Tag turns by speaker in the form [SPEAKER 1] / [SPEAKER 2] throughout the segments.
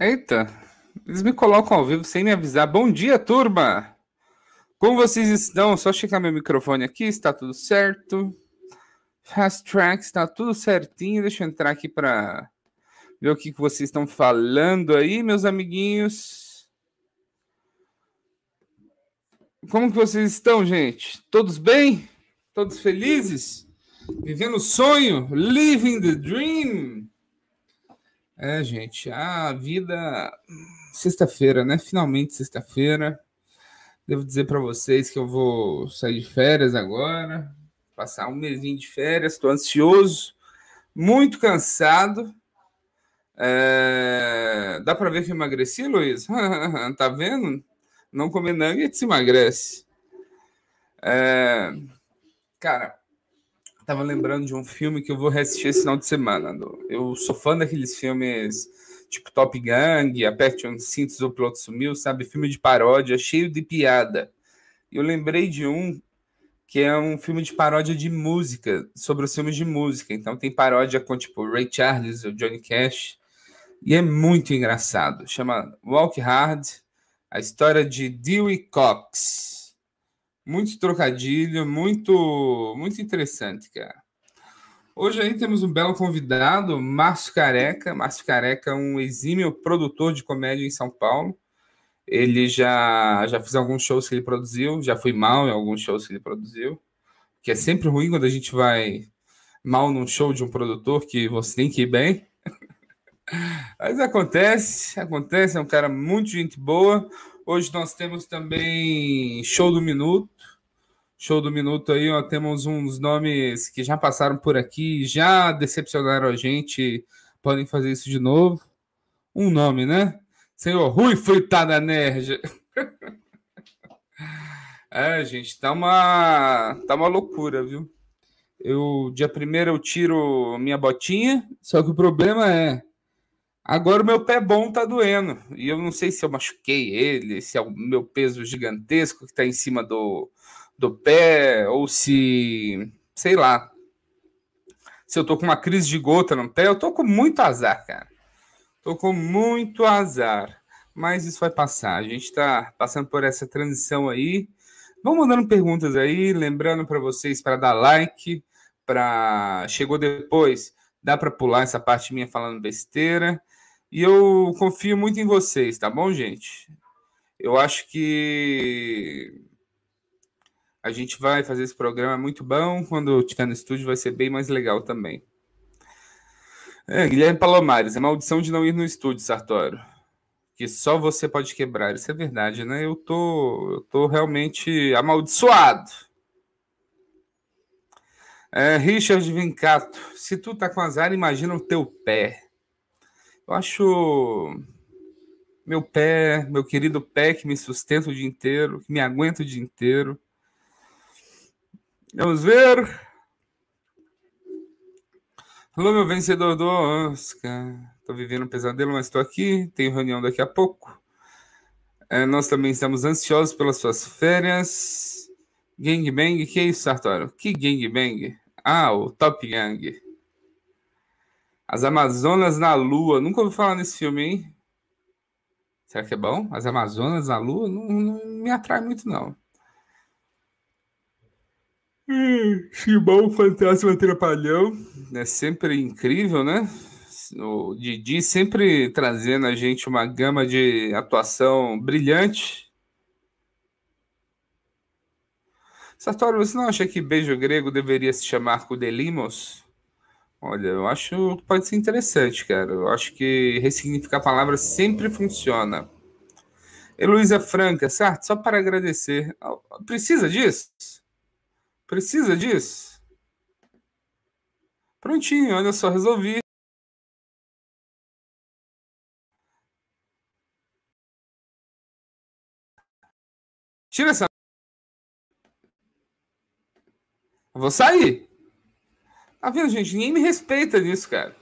[SPEAKER 1] Eita, eles me colocam ao vivo sem me avisar. Bom dia, turma! Como vocês estão? Só checar meu microfone aqui, está tudo certo. Fast Track está tudo certinho. Deixa eu entrar aqui para ver o que, que vocês estão falando aí, meus amiguinhos. Como que vocês estão, gente? Todos bem? Todos felizes? Vivendo o sonho? Living the dream? É, gente, a vida. Sexta-feira, né? Finalmente sexta-feira. Devo dizer para vocês que eu vou sair de férias agora, passar um mesinho de férias. Estou ansioso, muito cansado. É... Dá para ver que eu emagreci, Luiz? tá vendo? Não comer nuggets emagrece. É... Cara, tava lembrando de um filme que eu vou reassistir esse final de semana. Eu sou fã daqueles filmes tipo Top Gang, Aperte um cintos, o piloto sumiu, sabe? Filme de paródia, cheio de piada. Eu lembrei de um que é um filme de paródia de música, sobre os filmes de música. Então tem paródia com tipo Ray Charles, o Johnny Cash, e é muito engraçado. Chama Walk Hard, a história de Dewey Cox muito trocadilho, muito muito interessante, cara. Hoje aí temos um belo convidado, Márcio Careca. Márcio Careca é um exímio produtor de comédia em São Paulo. Ele já já fez alguns shows que ele produziu, já foi mal em alguns shows que ele produziu, que é sempre ruim quando a gente vai mal num show de um produtor que você tem que ir bem. Mas acontece, acontece, é um cara muito gente boa, Hoje nós temos também Show do Minuto. Show do Minuto aí, ó, temos uns nomes que já passaram por aqui, já decepcionaram a gente, podem fazer isso de novo. Um nome, né? Senhor Rui Fritada Nerja. é, gente, tá uma, tá uma loucura, viu? Eu, dia primeiro eu tiro minha botinha, só que o problema é, Agora o meu pé bom tá doendo. E eu não sei se eu machuquei ele, se é o meu peso gigantesco que tá em cima do, do pé, ou se. sei lá. Se eu tô com uma crise de gota no pé, eu tô com muito azar, cara. Tô com muito azar. Mas isso vai passar. A gente tá passando por essa transição aí. Vão mandando perguntas aí, lembrando para vocês para dar like, para chegou depois, dá para pular essa parte minha falando besteira. E eu confio muito em vocês, tá bom, gente? Eu acho que a gente vai fazer esse programa muito bom. Quando eu estiver no estúdio, vai ser bem mais legal também. É, Guilherme Palomares, é maldição de não ir no estúdio, Sartório. Que só você pode quebrar. Isso é verdade, né? Eu tô, eu tô realmente amaldiçoado. É, Richard Vincato, se tu tá com azar, imagina o teu pé. Eu acho meu pé, meu querido pé que me sustenta o dia inteiro, que me aguenta o dia inteiro. Vamos ver. Alô, meu vencedor do Oscar. Tô vivendo um pesadelo, mas estou aqui. Tenho reunião daqui a pouco. É, nós também estamos ansiosos pelas suas férias. Gangbang, que é isso, Sartório? Que gangbang? Ah, o Top Gang. As Amazonas na Lua. Nunca ouvi falar nesse filme, hein? Será que é bom? As Amazonas na Lua? Não, não me atrai muito, não. Hum, Chibão, Fantasma, Trapalhão. É sempre incrível, né? O Didi sempre trazendo a gente uma gama de atuação brilhante. Sartório, você não acha que beijo grego deveria se chamar Cudelimos? Olha, eu acho que pode ser interessante, cara. Eu acho que ressignificar palavras sempre funciona. Heloísa Franca, certo? Só para agradecer. Precisa disso? Precisa disso? Prontinho, olha só, resolvi. Tira essa. Vou sair. Tá vendo, gente? Ninguém me respeita nisso, cara.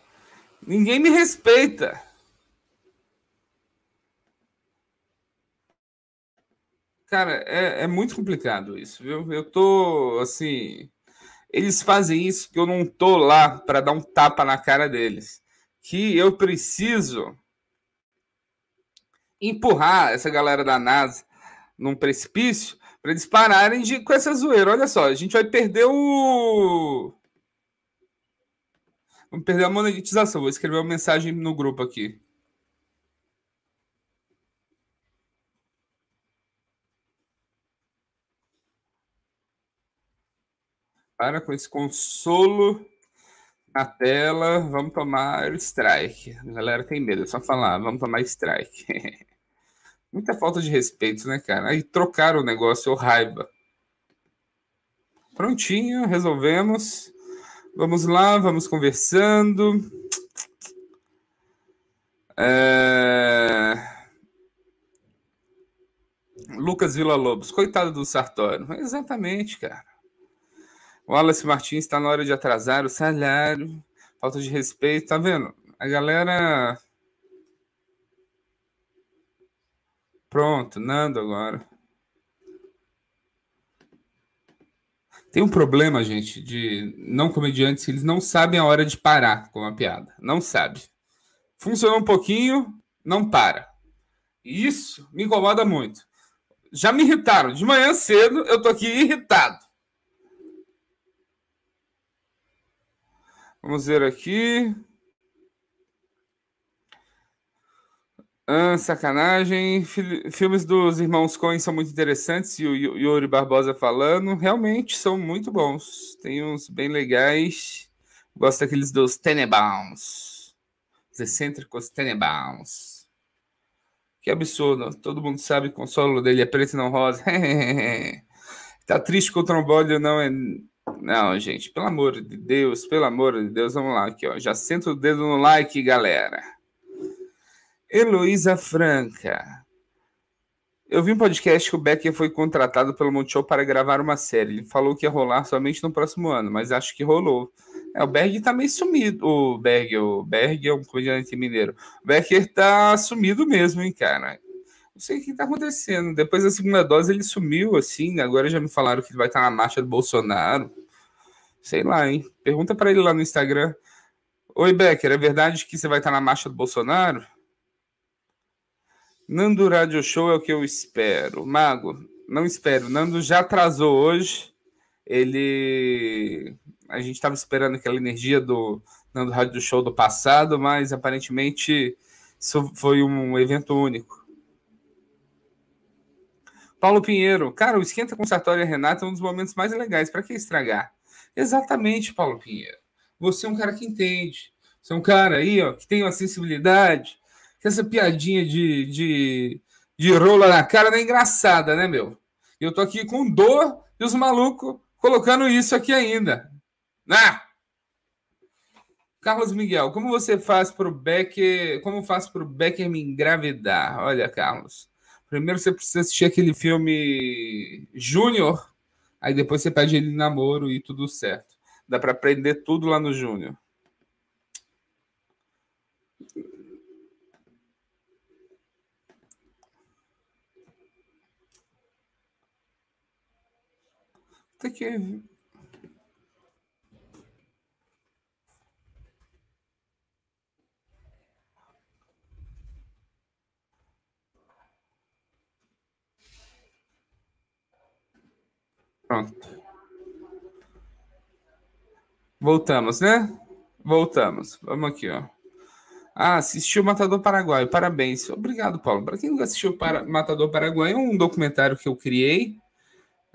[SPEAKER 1] Ninguém me respeita. Cara, é, é, muito complicado isso, viu? Eu tô, assim. Eles fazem isso que eu não tô lá para dar um tapa na cara deles. Que eu preciso empurrar essa galera da NASA num precipício para eles pararem de, com essa zoeira. Olha só, a gente vai perder o. Vamos perder a monetização. Vou escrever uma mensagem no grupo aqui. Para com esse consolo na tela. Vamos tomar strike. A galera tem medo, é só falar. Vamos tomar strike. Muita falta de respeito, né, cara? Aí trocaram o negócio, ô raiva. Prontinho, resolvemos. Vamos lá, vamos conversando. É... Lucas Villa-Lobos, coitado do Sartório. Exatamente, cara. O Wallace Martins está na hora de atrasar o salário, falta de respeito, tá vendo? A galera. Pronto, Nando agora. Tem um problema, gente, de não comediantes que eles não sabem a hora de parar com uma piada. Não sabe. Funcionou um pouquinho, não para. E isso me incomoda muito. Já me irritaram. De manhã cedo eu tô aqui irritado. Vamos ver aqui. Ah, sacanagem. Filmes dos irmãos Coen são muito interessantes. E o Yuri Barbosa falando. Realmente são muito bons. Tem uns bem legais. Gosto daqueles dos Tenenbaums. Os excêntricos Tenenbaums. Que absurdo. Todo mundo sabe que o consolo dele é preto e não rosa. tá triste com o trombólio, não é não, gente, pelo amor de Deus, pelo amor de Deus, vamos lá aqui, ó. Já senta o dedo no like, galera. Heloísa Franca. Eu vi um podcast que o Becker foi contratado pelo Multishow para gravar uma série. Ele falou que ia rolar somente no próximo ano, mas acho que rolou. É, o Berg tá meio sumido. O Berg, o Berg é um comediante mineiro. O Becker tá sumido mesmo, hein, cara. Não sei o que tá acontecendo. Depois da segunda dose ele sumiu, assim. Agora já me falaram que ele vai estar na marcha do Bolsonaro. Sei lá, hein? Pergunta para ele lá no Instagram. Oi, Becker, é verdade que você vai estar na marcha do Bolsonaro? Nando Radio Show é o que eu espero. Mago, não espero. Nando já atrasou hoje. Ele. A gente estava esperando aquela energia do Nando Radio Show do passado, mas aparentemente isso foi um evento único. Paulo Pinheiro, cara, o esquenta com Sartori e Renata é um dos momentos mais legais. Para que estragar? Exatamente, Paulo Pinheiro. Você é um cara que entende. Você é um cara aí, ó, que tem uma sensibilidade. Que essa piadinha de, de, de rola na cara não é engraçada, né, meu? Eu tô aqui com dor e os malucos colocando isso aqui ainda. Ah! Carlos Miguel, como você faz pro Becker. Como faz pro Becker me engravidar? Olha, Carlos. Primeiro você precisa assistir aquele filme Júnior, aí depois você pede ele namoro e tudo certo. Dá para aprender tudo lá no Júnior. Tá aqui. Pronto. Voltamos, né? Voltamos. Vamos aqui, ó. Ah, assistiu Matador Paraguai. Parabéns. Obrigado, Paulo. Para quem nunca assistiu para... Matador Paraguai, é um documentário que eu criei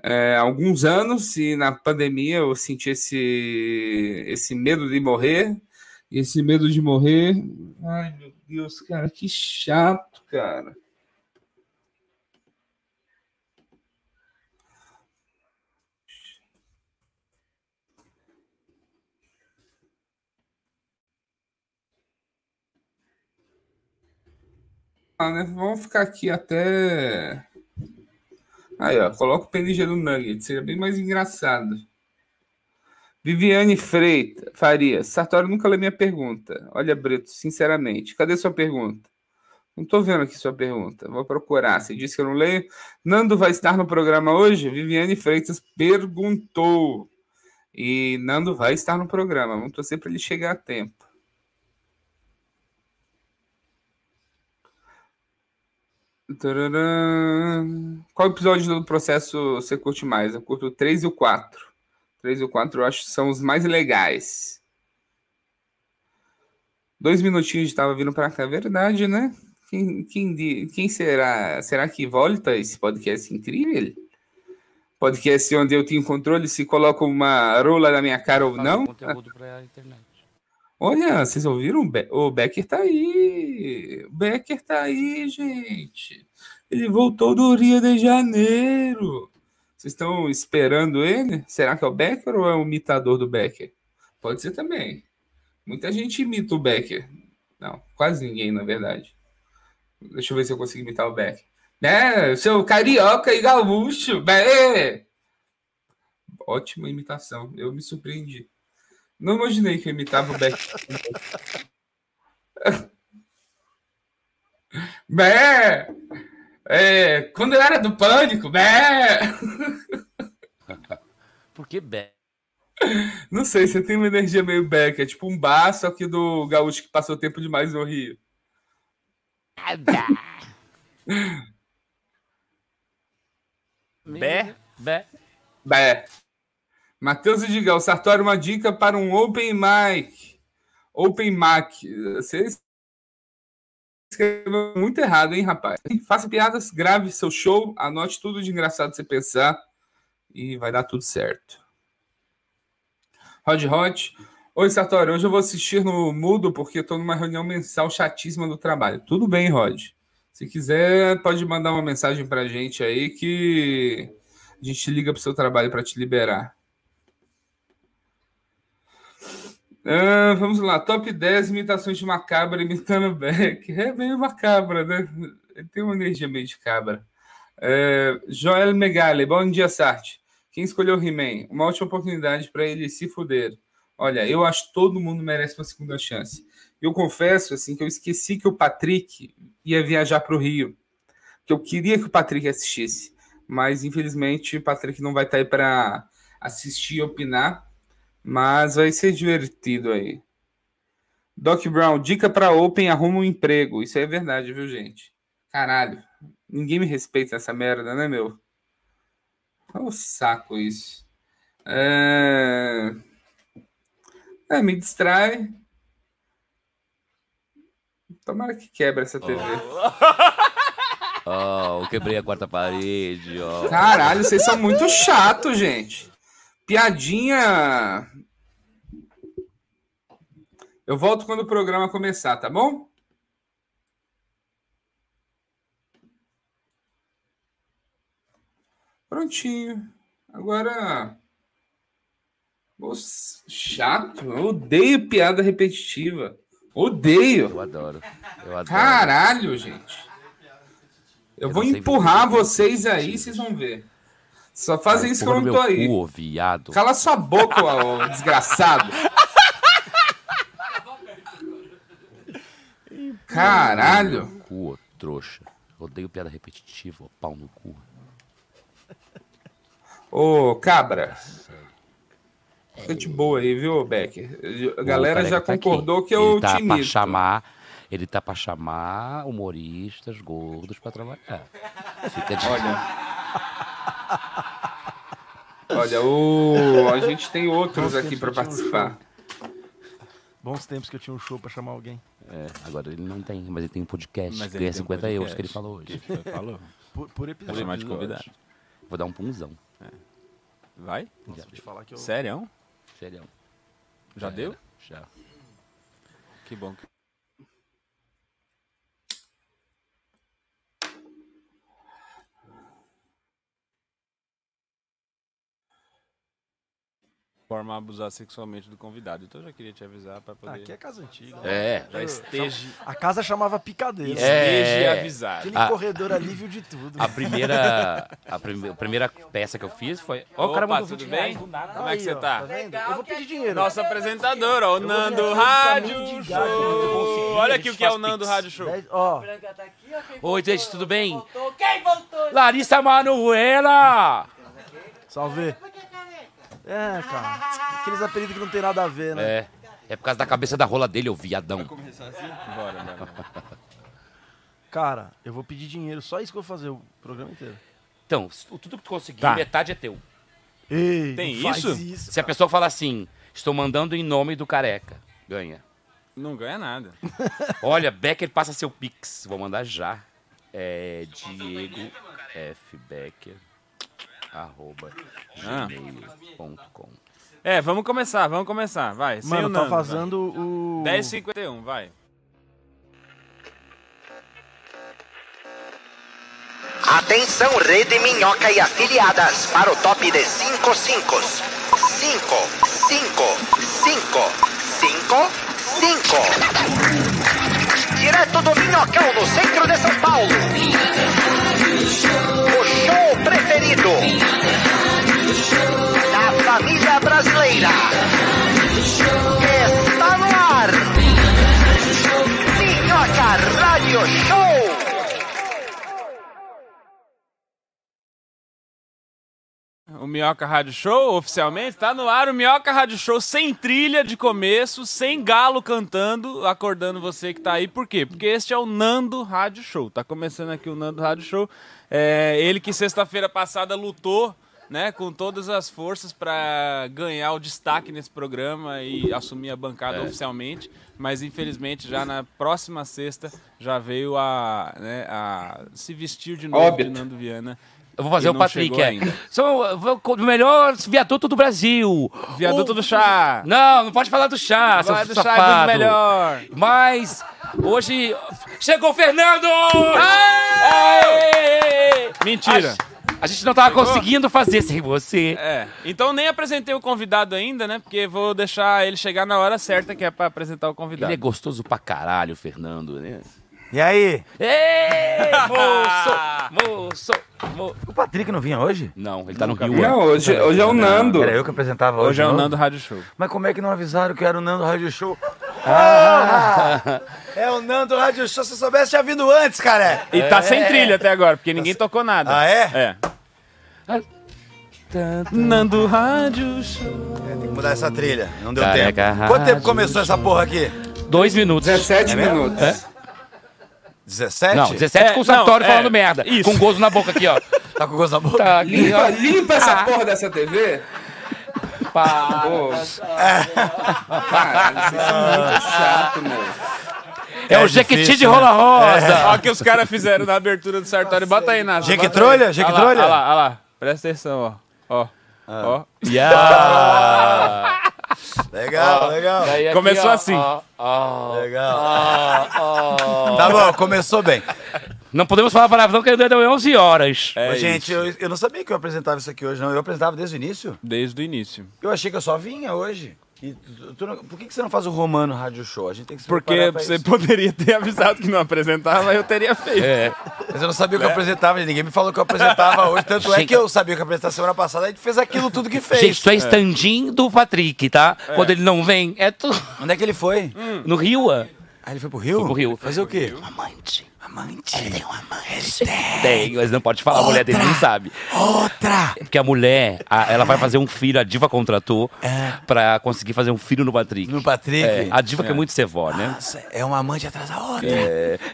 [SPEAKER 1] é, há alguns anos e na pandemia eu senti esse, esse medo de morrer. E esse medo de morrer. Ai, meu Deus, cara, que chato, cara. Né? Vamos ficar aqui até. Aí, ó, coloca o PNG do Nugget, seria bem mais engraçado. Viviane Freita, Faria, Sartori nunca lê minha pergunta. Olha, Brito, sinceramente, cadê sua pergunta? Não tô vendo aqui sua pergunta. Vou procurar. Você disse que eu não leio. Nando vai estar no programa hoje? Viviane Freitas perguntou. E Nando vai estar no programa. Vamos torcer para ele chegar a tempo. Tararam. Qual episódio do processo você curte mais? Eu curto o 3 e o 4. 3 e o 4 eu acho que são os mais legais. Dois minutinhos de tava vindo pra cá, verdade, né? Quem, quem, di- quem será? Será que volta esse podcast incrível? Podcast onde eu tenho controle se coloco uma rola na minha cara ou
[SPEAKER 2] fazer
[SPEAKER 1] não?
[SPEAKER 2] conteúdo pra internet.
[SPEAKER 1] Olha, vocês ouviram? O Be- O Becker tá aí. O Becker tá aí, gente. Ele voltou do Rio de Janeiro. Vocês estão esperando ele? Será que é o Becker ou é o imitador do Becker? Pode ser também. Muita gente imita o Becker. Não, quase ninguém, na verdade. Deixa eu ver se eu consigo imitar o Becker. Né? Seu carioca e gaúcho, Becker! Ótima imitação. Eu me surpreendi. Não imaginei que eu imitava o Beck. Bé! É, quando eu era do pânico, bé!
[SPEAKER 2] Por que Beck?
[SPEAKER 1] Não sei, você tem uma energia meio Beck, é tipo um bar, só que do gaúcho que passou tempo demais no Rio.
[SPEAKER 3] Bé?
[SPEAKER 2] Bé.
[SPEAKER 1] Bé. Matheus Edigal, Sartori, uma dica para um Open Mic. Open Mic. Você escreveu muito errado, hein, rapaz? Faça piadas, grave seu show, anote tudo de engraçado que você pensar e vai dar tudo certo. Rod Hot. Oi, Sartori, hoje eu vou assistir no mudo porque estou numa reunião mensal chatíssima do trabalho. Tudo bem, Rod. Se quiser, pode mandar uma mensagem pra gente aí que a gente liga pro seu trabalho para te liberar. Ah, vamos lá, top 10 imitações de macabra imitando o Beck. É meio macabra, né? Ele Tem uma energia meio de cabra. É, Joel Megale, bom dia, Sarte. Quem escolheu o He-Man? Uma ótima oportunidade para ele se fuder. Olha, eu acho que todo mundo merece uma segunda chance. Eu confesso assim que eu esqueci que o Patrick ia viajar para o Rio. Que eu queria que o Patrick assistisse mas infelizmente o Patrick não vai estar aí para assistir e opinar, mas vai ser divertido aí. Doc Brown, dica para Open, arruma um emprego. Isso aí é verdade, viu, gente? Caralho, ninguém me respeita essa merda, né, meu? É um saco isso. É... é, me distrai. Tomara que quebra essa TV.
[SPEAKER 3] Ó, eu quebrei a quarta parede, ó.
[SPEAKER 1] Caralho, vocês são muito chato, gente. Piadinha. Eu volto quando o programa começar, tá bom? Prontinho. Agora. Ô, Chato. Eu odeio piada repetitiva. Odeio.
[SPEAKER 3] Eu adoro. Eu adoro.
[SPEAKER 1] Caralho, gente. Eu,
[SPEAKER 3] Eu
[SPEAKER 1] vou
[SPEAKER 3] não sei
[SPEAKER 1] empurrar
[SPEAKER 3] porque-
[SPEAKER 1] vocês aí, vocês vão ver. Só fazem isso que eu
[SPEAKER 3] Porra,
[SPEAKER 1] não
[SPEAKER 3] meu
[SPEAKER 1] tô aí.
[SPEAKER 3] Cu, ô, viado.
[SPEAKER 1] Cala sua boca, ô, desgraçado. Caralho.
[SPEAKER 3] Meu Cu, ô, trouxa. Odeio piada repetitiva, ó, pau no cu.
[SPEAKER 1] Ô, cabra. Fica de boa aí, viu, Becker? A galera
[SPEAKER 3] O
[SPEAKER 1] já
[SPEAKER 3] careca tá aqui.
[SPEAKER 1] concordou que eu
[SPEAKER 3] ele tá
[SPEAKER 1] te
[SPEAKER 3] pra
[SPEAKER 1] imito.
[SPEAKER 3] chamar, Ele tá pra chamar humoristas gordos pra trabalhar. Fica de...
[SPEAKER 1] Olha. Olha, o... a gente tem outros aqui pra participar.
[SPEAKER 4] Bons tempos que eu tinha um show pra chamar alguém.
[SPEAKER 3] É, agora ele não tem, mas ele tem um podcast.
[SPEAKER 5] Mas ele
[SPEAKER 3] ganha
[SPEAKER 5] tem um
[SPEAKER 3] 50 euros,
[SPEAKER 5] podcast.
[SPEAKER 3] que ele falou hoje.
[SPEAKER 5] Que ele falou.
[SPEAKER 4] Por, por episódio.
[SPEAKER 5] Vou chamar de convidado.
[SPEAKER 3] Vou dar um punzão.
[SPEAKER 5] É. Vai?
[SPEAKER 4] Nossa, vou te falar que eu...
[SPEAKER 5] Sério?
[SPEAKER 3] Sério. É.
[SPEAKER 5] Já deu?
[SPEAKER 3] Já.
[SPEAKER 5] Que bom. que- Forma a abusar sexualmente do convidado. Então eu já queria te avisar para
[SPEAKER 4] Ah,
[SPEAKER 5] poder.
[SPEAKER 4] Aqui é casa antiga.
[SPEAKER 3] É.
[SPEAKER 5] Já esteja,
[SPEAKER 4] A casa chamava Picadeira.
[SPEAKER 5] esteja
[SPEAKER 3] É.
[SPEAKER 5] avisado.
[SPEAKER 4] Aquele
[SPEAKER 3] Ah.
[SPEAKER 4] corredor ali viu de tudo.
[SPEAKER 3] A primeira, a prime- a primeira peça que eu fiz foi. Ó, o cara
[SPEAKER 5] Opa,
[SPEAKER 3] mandou
[SPEAKER 5] tudo
[SPEAKER 3] 20
[SPEAKER 5] bem?
[SPEAKER 3] reais.
[SPEAKER 5] Como é que
[SPEAKER 4] Aí,
[SPEAKER 5] você
[SPEAKER 4] ó,
[SPEAKER 5] tá?
[SPEAKER 4] vendo? Eu vou pedir dinheiro.
[SPEAKER 5] Nosso apresentador, ó, o Nando
[SPEAKER 4] aqui pra
[SPEAKER 5] Rádio
[SPEAKER 4] mendigar, que eu não
[SPEAKER 5] Show.
[SPEAKER 4] consegui,
[SPEAKER 5] Olha
[SPEAKER 3] a
[SPEAKER 5] aqui o
[SPEAKER 3] gente
[SPEAKER 5] que é o
[SPEAKER 3] faz
[SPEAKER 5] Nando
[SPEAKER 3] pix.
[SPEAKER 5] Rádio Show.
[SPEAKER 4] Dez- Ó,
[SPEAKER 6] Branca tá aqui, ó. Quem
[SPEAKER 3] Oi,
[SPEAKER 6] voltou?
[SPEAKER 3] gente, tudo bem?
[SPEAKER 6] Voltou. Quem voltou?
[SPEAKER 3] Larissa Manoela!
[SPEAKER 4] salve. É, cara. Aqueles apelidos que não tem nada a ver, né?
[SPEAKER 3] É.
[SPEAKER 5] assim?
[SPEAKER 3] É por causa da cabeça da rola dele, ô viadão.
[SPEAKER 5] Bora, bora.
[SPEAKER 4] Cara, eu vou pedir dinheiro. Só isso que eu vou fazer o programa inteiro.
[SPEAKER 3] Então, se tu- tudo que tu conseguir,
[SPEAKER 5] Tá.
[SPEAKER 3] metade é teu.
[SPEAKER 4] Ei,
[SPEAKER 5] Tem
[SPEAKER 4] não faz
[SPEAKER 5] isso?
[SPEAKER 3] Se a pessoa falar assim, estou mandando em nome do careca, ganha.
[SPEAKER 5] Não ganha nada.
[SPEAKER 3] Olha, Becker passa seu pix. Vou mandar já. É Diego F. Becker. Arroba
[SPEAKER 5] Ah.
[SPEAKER 3] gmail.com.
[SPEAKER 5] É, vamos começar, vamos começar. Vai. sem o
[SPEAKER 4] Mano, tá
[SPEAKER 5] Nando, vai.
[SPEAKER 4] vazando o.
[SPEAKER 5] 10h51, vai.
[SPEAKER 7] Atenção, Rede Minhoca e afiliadas, para o top de 5 5. 5, 5, 5, 5, 5. Direto do Minhocão, no centro de São Paulo. O show preferido da família brasileira. Está no ar. Minhoca Rádio Show.
[SPEAKER 5] O Minhoca Rádio Show, oficialmente, tá no ar. O Minhoca Rádio Show sem trilha de começo, sem galo cantando, acordando você que tá aí. Por quê? Porque este é o Nando Rádio Show. Tá começando aqui o Nando Rádio Show. É, ele que sexta-feira passada lutou, né, com todas as forças pra ganhar o destaque nesse programa e assumir a
[SPEAKER 3] É.
[SPEAKER 5] bancada oficialmente. Mas, infelizmente, já na próxima sexta, já veio a, né, a se vestir de novo
[SPEAKER 1] Óbito.
[SPEAKER 5] de Nando Viana.
[SPEAKER 3] Eu vou fazer
[SPEAKER 5] E
[SPEAKER 3] o
[SPEAKER 5] não
[SPEAKER 3] Patrick.
[SPEAKER 5] chegou
[SPEAKER 3] É.
[SPEAKER 5] ainda.
[SPEAKER 3] Sou vou- o melhor viaduto do Brasil.
[SPEAKER 5] Viaduto
[SPEAKER 3] O-
[SPEAKER 5] do chá!
[SPEAKER 3] Não, não pode falar do chá, seu
[SPEAKER 5] Vai do chá é
[SPEAKER 3] safado.
[SPEAKER 5] muito melhor!
[SPEAKER 3] Mas hoje chegou o Fernando! Aê!
[SPEAKER 5] Mentira.
[SPEAKER 3] A gente não tava
[SPEAKER 5] Chegou?
[SPEAKER 3] conseguindo fazer sem você.
[SPEAKER 5] É. Então nem apresentei o convidado ainda, né? Porque vou deixar ele chegar na hora certa que é pra apresentar o
[SPEAKER 3] Ele
[SPEAKER 5] convidado.
[SPEAKER 3] é gostoso pra caralho, Fernando, né?
[SPEAKER 8] E aí?
[SPEAKER 3] Ei, moço! Moço! mo-
[SPEAKER 8] O Patrick não vinha hoje?
[SPEAKER 3] Não, ele tá no Rio.
[SPEAKER 1] Não, hoje, hoje é o Nando.
[SPEAKER 8] Era eu que apresentava hoje.
[SPEAKER 5] Hoje é
[SPEAKER 8] de
[SPEAKER 5] o
[SPEAKER 8] novo?
[SPEAKER 5] Nando Rádio Show.
[SPEAKER 8] Mas como é que não avisaram que era o Nando Rádio Show? É o Nando Rádio Show, se eu soubesse, tinha vindo antes, cara.
[SPEAKER 5] E tá sem trilha até agora, porque ninguém tocou nada.
[SPEAKER 8] É. Ah,
[SPEAKER 5] É.
[SPEAKER 8] é?
[SPEAKER 5] Nando Rádio Show.
[SPEAKER 8] É, Tem que mudar essa trilha, não deu
[SPEAKER 3] Careca
[SPEAKER 8] tempo.
[SPEAKER 3] rádio
[SPEAKER 8] Quanto tempo começou essa porra aqui? É
[SPEAKER 3] Dois minutos.
[SPEAKER 1] 17 minutos.
[SPEAKER 8] 17?
[SPEAKER 3] Não, 17
[SPEAKER 5] É,
[SPEAKER 3] com o Sartório
[SPEAKER 5] não, é,
[SPEAKER 3] falando merda.
[SPEAKER 5] isso.
[SPEAKER 3] Com gozo na boca aqui, ó.
[SPEAKER 8] Tá com gosto na boca?
[SPEAKER 3] Tá aqui,
[SPEAKER 1] Limpa,
[SPEAKER 3] ó.
[SPEAKER 1] limpa
[SPEAKER 5] Ah.
[SPEAKER 1] essa porra dessa TV.
[SPEAKER 3] Pá.
[SPEAKER 1] Pô. Cara, isso é
[SPEAKER 5] Ah.
[SPEAKER 1] muito chato, meu.
[SPEAKER 3] É,
[SPEAKER 8] difícil,
[SPEAKER 3] o Jequiti de
[SPEAKER 8] né?
[SPEAKER 3] Rola Rosa.
[SPEAKER 5] Olha o que os caras fizeram na abertura do Sartori. Bota tá aí, Nath.
[SPEAKER 8] Jeque trolha? Jeque
[SPEAKER 5] Olha lá, olha
[SPEAKER 8] trolha?
[SPEAKER 5] lá, olha lá. Presta atenção, ó. Ó. Ó.
[SPEAKER 8] Legal, legal.
[SPEAKER 3] Aí aqui,
[SPEAKER 5] Começou
[SPEAKER 3] ó,
[SPEAKER 5] assim.
[SPEAKER 3] ó, ó.
[SPEAKER 8] Legal. Tá bom, começou bem.
[SPEAKER 3] Não podemos falar palavrão que ainda deu 11 horas.
[SPEAKER 5] É
[SPEAKER 8] Ô, gente, eu, eu não sabia que eu apresentava isso aqui hoje, não. Eu apresentava desde o início.
[SPEAKER 5] Desde o início.
[SPEAKER 8] Eu achei que eu só vinha hoje. E tu- tu não- por que, que você não faz o Romano Rádio Show? A gente tem que se
[SPEAKER 5] Porque
[SPEAKER 8] preparar pra
[SPEAKER 5] você
[SPEAKER 8] isso.
[SPEAKER 5] poderia ter avisado que não apresentava, eu teria feito. É.
[SPEAKER 8] Mas eu não sabia o que eu apresentava, gente. ninguém me falou o que eu apresentava hoje. Tanto é
[SPEAKER 3] Chega.
[SPEAKER 8] que eu sabia o que eu apresentava semana passada, a gente fez aquilo tudo que fez.
[SPEAKER 3] Gente, tu é stand-in do Patrick, tá? Quando ele não vem, é tu. Hum.
[SPEAKER 8] Onde é que ele foi?
[SPEAKER 3] No Rio, ó.
[SPEAKER 8] Ah, ele foi pro Rio? Foi
[SPEAKER 3] pro Rio.
[SPEAKER 8] Fazer o quê?
[SPEAKER 3] Amante.
[SPEAKER 8] Amante. Ele tem um amante.
[SPEAKER 3] Tem, mas não pode falar, a mulher dele não sabe. É
[SPEAKER 8] Outra.
[SPEAKER 3] Porque a mulher, a- ela vai fazer um filho, a diva contratou
[SPEAKER 8] É.
[SPEAKER 3] pra conseguir fazer um filho no Patrick.
[SPEAKER 8] No Patrick.
[SPEAKER 3] É, a diva que é muito cevó, né?
[SPEAKER 8] Nossa, é uma amante atrás da outra.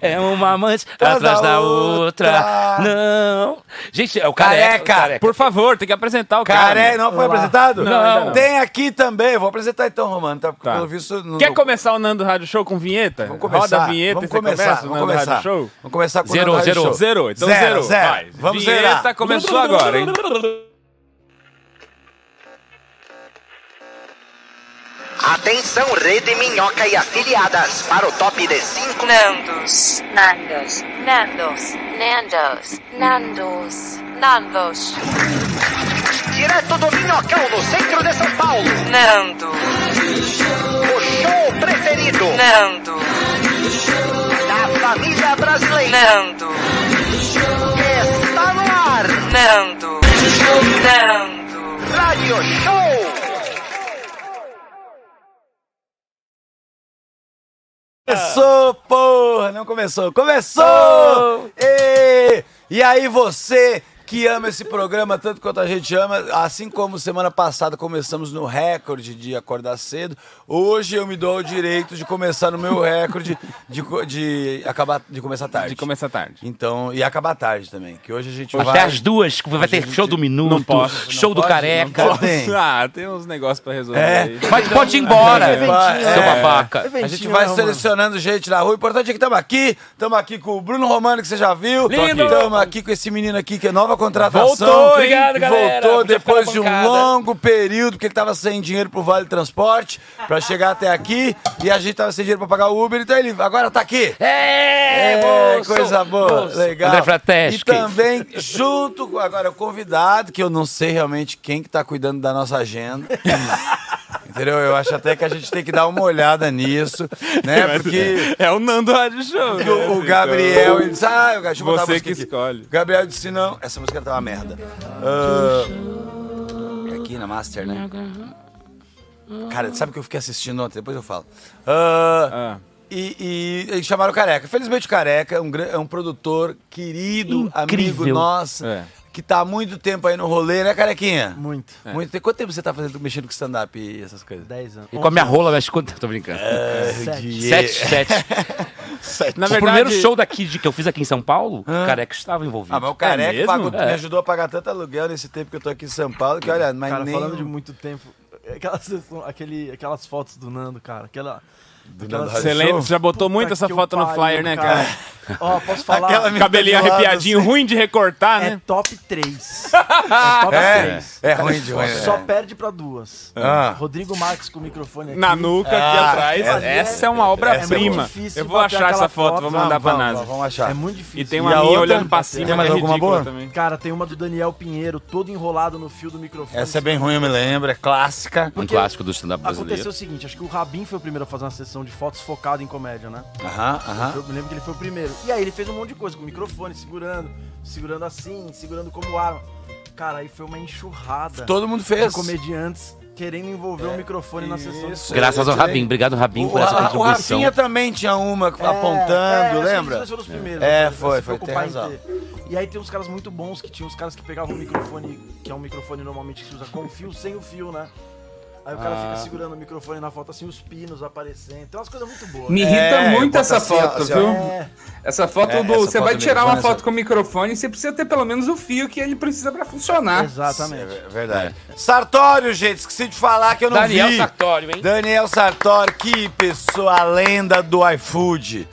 [SPEAKER 3] É, uma amante
[SPEAKER 8] Tá Atrás
[SPEAKER 3] atrás
[SPEAKER 8] da
[SPEAKER 3] da outra.
[SPEAKER 8] outra.
[SPEAKER 3] Não. Gente, é o
[SPEAKER 8] Careca.
[SPEAKER 3] careca. careca.
[SPEAKER 5] Por favor, tem que apresentar o cara. né?
[SPEAKER 8] Cara, é, não foi apresentado?
[SPEAKER 5] Não, ainda não.
[SPEAKER 8] Tem aqui também. Vou apresentar então, Romano. Tá,
[SPEAKER 5] Tá.
[SPEAKER 8] Pelo visto, não-
[SPEAKER 5] Quer começar o Nando Rádio Show com vinheta?
[SPEAKER 8] Vamos começar.
[SPEAKER 5] Roda a vinheta e
[SPEAKER 8] vamos
[SPEAKER 5] você
[SPEAKER 8] começar,
[SPEAKER 5] começa o
[SPEAKER 8] vamos
[SPEAKER 5] Nando
[SPEAKER 8] começar.
[SPEAKER 5] Rádio Show?
[SPEAKER 8] Vamos começar com o
[SPEAKER 3] Zerou,
[SPEAKER 8] Nando Rádio
[SPEAKER 3] zerou.
[SPEAKER 8] Show.
[SPEAKER 5] Zerou, então
[SPEAKER 8] Zero,
[SPEAKER 5] zerou.
[SPEAKER 8] zero.
[SPEAKER 5] Vai.
[SPEAKER 8] Vamos
[SPEAKER 5] vinheta
[SPEAKER 8] zerar.
[SPEAKER 5] começou agora, hein?
[SPEAKER 7] Atenção, Rede Minhoca e afiliadas, para o top de 5.
[SPEAKER 9] Nandos. Nandos. Nandos. Nandos. Nandos. Nandos.
[SPEAKER 7] Direto do Minhocão, no centro de São Paulo.
[SPEAKER 9] Nando.
[SPEAKER 7] O show preferido
[SPEAKER 9] Nando.
[SPEAKER 7] da família brasileira.
[SPEAKER 9] Nando.
[SPEAKER 1] Tá
[SPEAKER 7] Está no ar.
[SPEAKER 9] Nando. Nando.
[SPEAKER 7] Rádio Show.
[SPEAKER 8] Começou, porra! Não começou. Começou! Ê! E aí você que ama esse programa tanto quanto a gente ama, assim como semana passada começamos no recorde de acordar cedo, hoje eu me dou o direito de começar no meu recorde de, co- de acabar de começar tarde.
[SPEAKER 5] De começar tarde.
[SPEAKER 8] Então, e acabar tarde também, que hoje a gente vai
[SPEAKER 3] Até as duas, que vai ter show do Minuto,
[SPEAKER 5] Não posso,
[SPEAKER 3] show do
[SPEAKER 8] pode, não
[SPEAKER 3] Careca.
[SPEAKER 8] pode. Tem.
[SPEAKER 5] Ah, tem uns negócios pra resolver
[SPEAKER 8] É.
[SPEAKER 5] aí.
[SPEAKER 3] Mas pode ir embora,
[SPEAKER 8] Eventinho, é
[SPEAKER 3] seu
[SPEAKER 8] né?
[SPEAKER 3] babaca.
[SPEAKER 8] A gente
[SPEAKER 3] né,
[SPEAKER 8] vai selecionando gente na rua. O importante é que estamos aqui. Estamos aqui com o Bruno Romano, que você já viu.
[SPEAKER 3] Lindo!
[SPEAKER 8] Estamos aqui com esse menino aqui, que é nova contratação.
[SPEAKER 5] Voltou, hein?
[SPEAKER 3] Obrigado, galera.
[SPEAKER 8] Voltou
[SPEAKER 3] Podia ficar
[SPEAKER 8] depois
[SPEAKER 3] na
[SPEAKER 8] de um
[SPEAKER 3] bancada.
[SPEAKER 8] longo período, porque ele estava sem dinheiro pro Vale Transporte, para chegar até aqui. E a gente estava sem dinheiro para pagar o Uber, então ele agora tá aqui.
[SPEAKER 3] É, moço,
[SPEAKER 8] coisa boa,
[SPEAKER 3] moço.
[SPEAKER 8] legal.
[SPEAKER 3] André Frateschi.
[SPEAKER 8] E também, junto com agora o convidado, que eu não sei realmente quem que tá cuidando da nossa agenda. Entendeu? Eu acho até que a gente tem que dar uma olhada nisso, né? Porque
[SPEAKER 5] É o Nando Rádio Show. né?
[SPEAKER 8] o, o Gabriel, ele disse, ah, eu deixa eu botar a
[SPEAKER 5] Você
[SPEAKER 8] música
[SPEAKER 5] que
[SPEAKER 8] aqui."
[SPEAKER 5] escolhe.
[SPEAKER 8] O Gabriel disse, não, essa música tá uma merda. Ah, é aqui na Master, né? Cara, sabe o que eu fiquei assistindo ontem? Depois eu falo. Ah,
[SPEAKER 5] Ah,
[SPEAKER 8] e, e eles chamaram o Careca. Felizmente o Careca é um, gran- é um produtor querido,
[SPEAKER 3] Incrível.
[SPEAKER 8] amigo nosso,
[SPEAKER 5] É.
[SPEAKER 8] que tá há muito tempo aí no rolê, né, Carequinha?
[SPEAKER 4] Muito.
[SPEAKER 8] Muito tempo. Quanto tempo você tá fazendo, mexendo com stand-up e essas coisas?
[SPEAKER 4] 10 anos.
[SPEAKER 3] E com a minha rola, mas quanto? Tô brincando.
[SPEAKER 8] É,
[SPEAKER 4] Sete.
[SPEAKER 3] Sete, sete.
[SPEAKER 5] Na
[SPEAKER 3] o
[SPEAKER 5] verdade,
[SPEAKER 3] primeiro show daqui de- que eu fiz aqui em São Paulo, o Careca estava envolvido.
[SPEAKER 8] Ah, mas o Careca
[SPEAKER 5] mesmo?
[SPEAKER 8] pagou-
[SPEAKER 3] É.
[SPEAKER 8] me ajudou a pagar tanto aluguel nesse tempo que eu tô aqui em São Paulo, que olha, mas
[SPEAKER 4] Cara,
[SPEAKER 8] nem... um-
[SPEAKER 4] falando de muito tempo, aquelas, sessão- aquele, aquelas fotos do Nando, cara, aquela... aquelas-
[SPEAKER 8] Nando
[SPEAKER 5] Você lembra? Você já botou muito
[SPEAKER 4] Puta
[SPEAKER 5] essa
[SPEAKER 4] que
[SPEAKER 5] foto
[SPEAKER 4] eu
[SPEAKER 5] no
[SPEAKER 4] pariu,
[SPEAKER 5] flyer, né, cara?
[SPEAKER 4] Ó, posso falar?
[SPEAKER 8] Aquela me-
[SPEAKER 5] Cabelinho
[SPEAKER 8] Tá de lado,
[SPEAKER 5] arrepiadinho, ruim de recortar, né?
[SPEAKER 4] É assim, top 3. é top
[SPEAKER 8] É,
[SPEAKER 4] 3.
[SPEAKER 8] é ruim de ruim. né?
[SPEAKER 4] Só perde pra duas.
[SPEAKER 8] Ah.
[SPEAKER 4] Rodrigo Marques com o microfone aqui.
[SPEAKER 5] Na nuca, aqui
[SPEAKER 8] Ah,
[SPEAKER 5] atrás.
[SPEAKER 8] essa-
[SPEAKER 5] Essa é uma
[SPEAKER 4] é
[SPEAKER 5] obra-prima.
[SPEAKER 4] muito difícil
[SPEAKER 5] Eu vou
[SPEAKER 4] bater
[SPEAKER 5] achar essa
[SPEAKER 4] aquela
[SPEAKER 5] foto,
[SPEAKER 4] foto.
[SPEAKER 5] vou mandar
[SPEAKER 8] Vamos,
[SPEAKER 5] pra
[SPEAKER 8] vamos,
[SPEAKER 5] NASA.
[SPEAKER 8] Vamos achar.
[SPEAKER 4] É muito difícil.
[SPEAKER 5] E tem
[SPEAKER 8] E
[SPEAKER 5] uma
[SPEAKER 8] a
[SPEAKER 5] minha
[SPEAKER 8] outra?
[SPEAKER 5] olhando pra
[SPEAKER 8] Tem
[SPEAKER 5] cima,
[SPEAKER 8] mais
[SPEAKER 5] que é
[SPEAKER 8] alguma boa?
[SPEAKER 5] ridícula também.
[SPEAKER 4] Cara, tem uma do Daniel Pinheiro, todo enrolado no fio do microfone.
[SPEAKER 8] Essa é bem ruim, eu me lembro, é clássica.
[SPEAKER 3] Um clássico do stand-up
[SPEAKER 4] Aconteceu
[SPEAKER 3] brasileiro.
[SPEAKER 4] o seguinte, acho que o Rabin foi o primeiro a fazer uma sessão de fotos focada em comédia, né?
[SPEAKER 8] Aham, aham.
[SPEAKER 4] Eu me lembro que ele foi o primeiro. E aí ele fez um monte de coisa, com o microfone, segurando, segurando assim, segurando como arma. Cara, aí foi uma enxurrada
[SPEAKER 8] Todo mundo
[SPEAKER 4] de
[SPEAKER 8] fez.
[SPEAKER 4] né? comediantes querendo envolver o microfone na sessão.
[SPEAKER 8] isso.
[SPEAKER 3] Graças
[SPEAKER 8] Eu
[SPEAKER 3] ao
[SPEAKER 8] tirei.
[SPEAKER 3] Rabin. Obrigado, Rabin,
[SPEAKER 8] O,
[SPEAKER 3] por essa
[SPEAKER 8] Ra- o
[SPEAKER 3] contribuição.
[SPEAKER 8] Rafinha também tinha uma
[SPEAKER 4] É,
[SPEAKER 8] apontando,
[SPEAKER 4] é,
[SPEAKER 8] lembra?
[SPEAKER 4] Acho que eles dois foram os primeiros.
[SPEAKER 8] É,
[SPEAKER 4] a se
[SPEAKER 8] foi, foi,
[SPEAKER 4] preocupar
[SPEAKER 8] tem
[SPEAKER 4] em
[SPEAKER 8] razão.
[SPEAKER 4] ter. E aí tem uns caras muito bons que tinham uns caras que pegavam o microfone, que é um microfone normalmente que se usa com fio, sem o fio, né? Aí o cara
[SPEAKER 8] Ah.
[SPEAKER 4] fica segurando o microfone na foto assim, os pinos aparecendo. Tem umas coisas muito boas.
[SPEAKER 1] Me
[SPEAKER 4] né?
[SPEAKER 1] irrita
[SPEAKER 8] É,
[SPEAKER 1] muito
[SPEAKER 8] bota
[SPEAKER 1] essa
[SPEAKER 8] assim, ó,
[SPEAKER 1] foto,
[SPEAKER 8] assim, ó.
[SPEAKER 1] viu?
[SPEAKER 4] É,
[SPEAKER 1] Essa foto
[SPEAKER 8] É,
[SPEAKER 1] do.
[SPEAKER 8] essa
[SPEAKER 1] você
[SPEAKER 8] foto
[SPEAKER 1] vai
[SPEAKER 8] do
[SPEAKER 1] tirar uma
[SPEAKER 8] microfone,
[SPEAKER 1] foto
[SPEAKER 8] essa-
[SPEAKER 1] com o microfone, você precisa ter pelo menos o fio que ele precisa pra funcionar.
[SPEAKER 4] exatamente.
[SPEAKER 8] É verdade. Sartório, gente, esqueci de falar que eu não
[SPEAKER 3] Daniel
[SPEAKER 8] vi.
[SPEAKER 3] Sartório, hein?
[SPEAKER 8] Daniel Sartori, que pessoa, a lenda do iFood.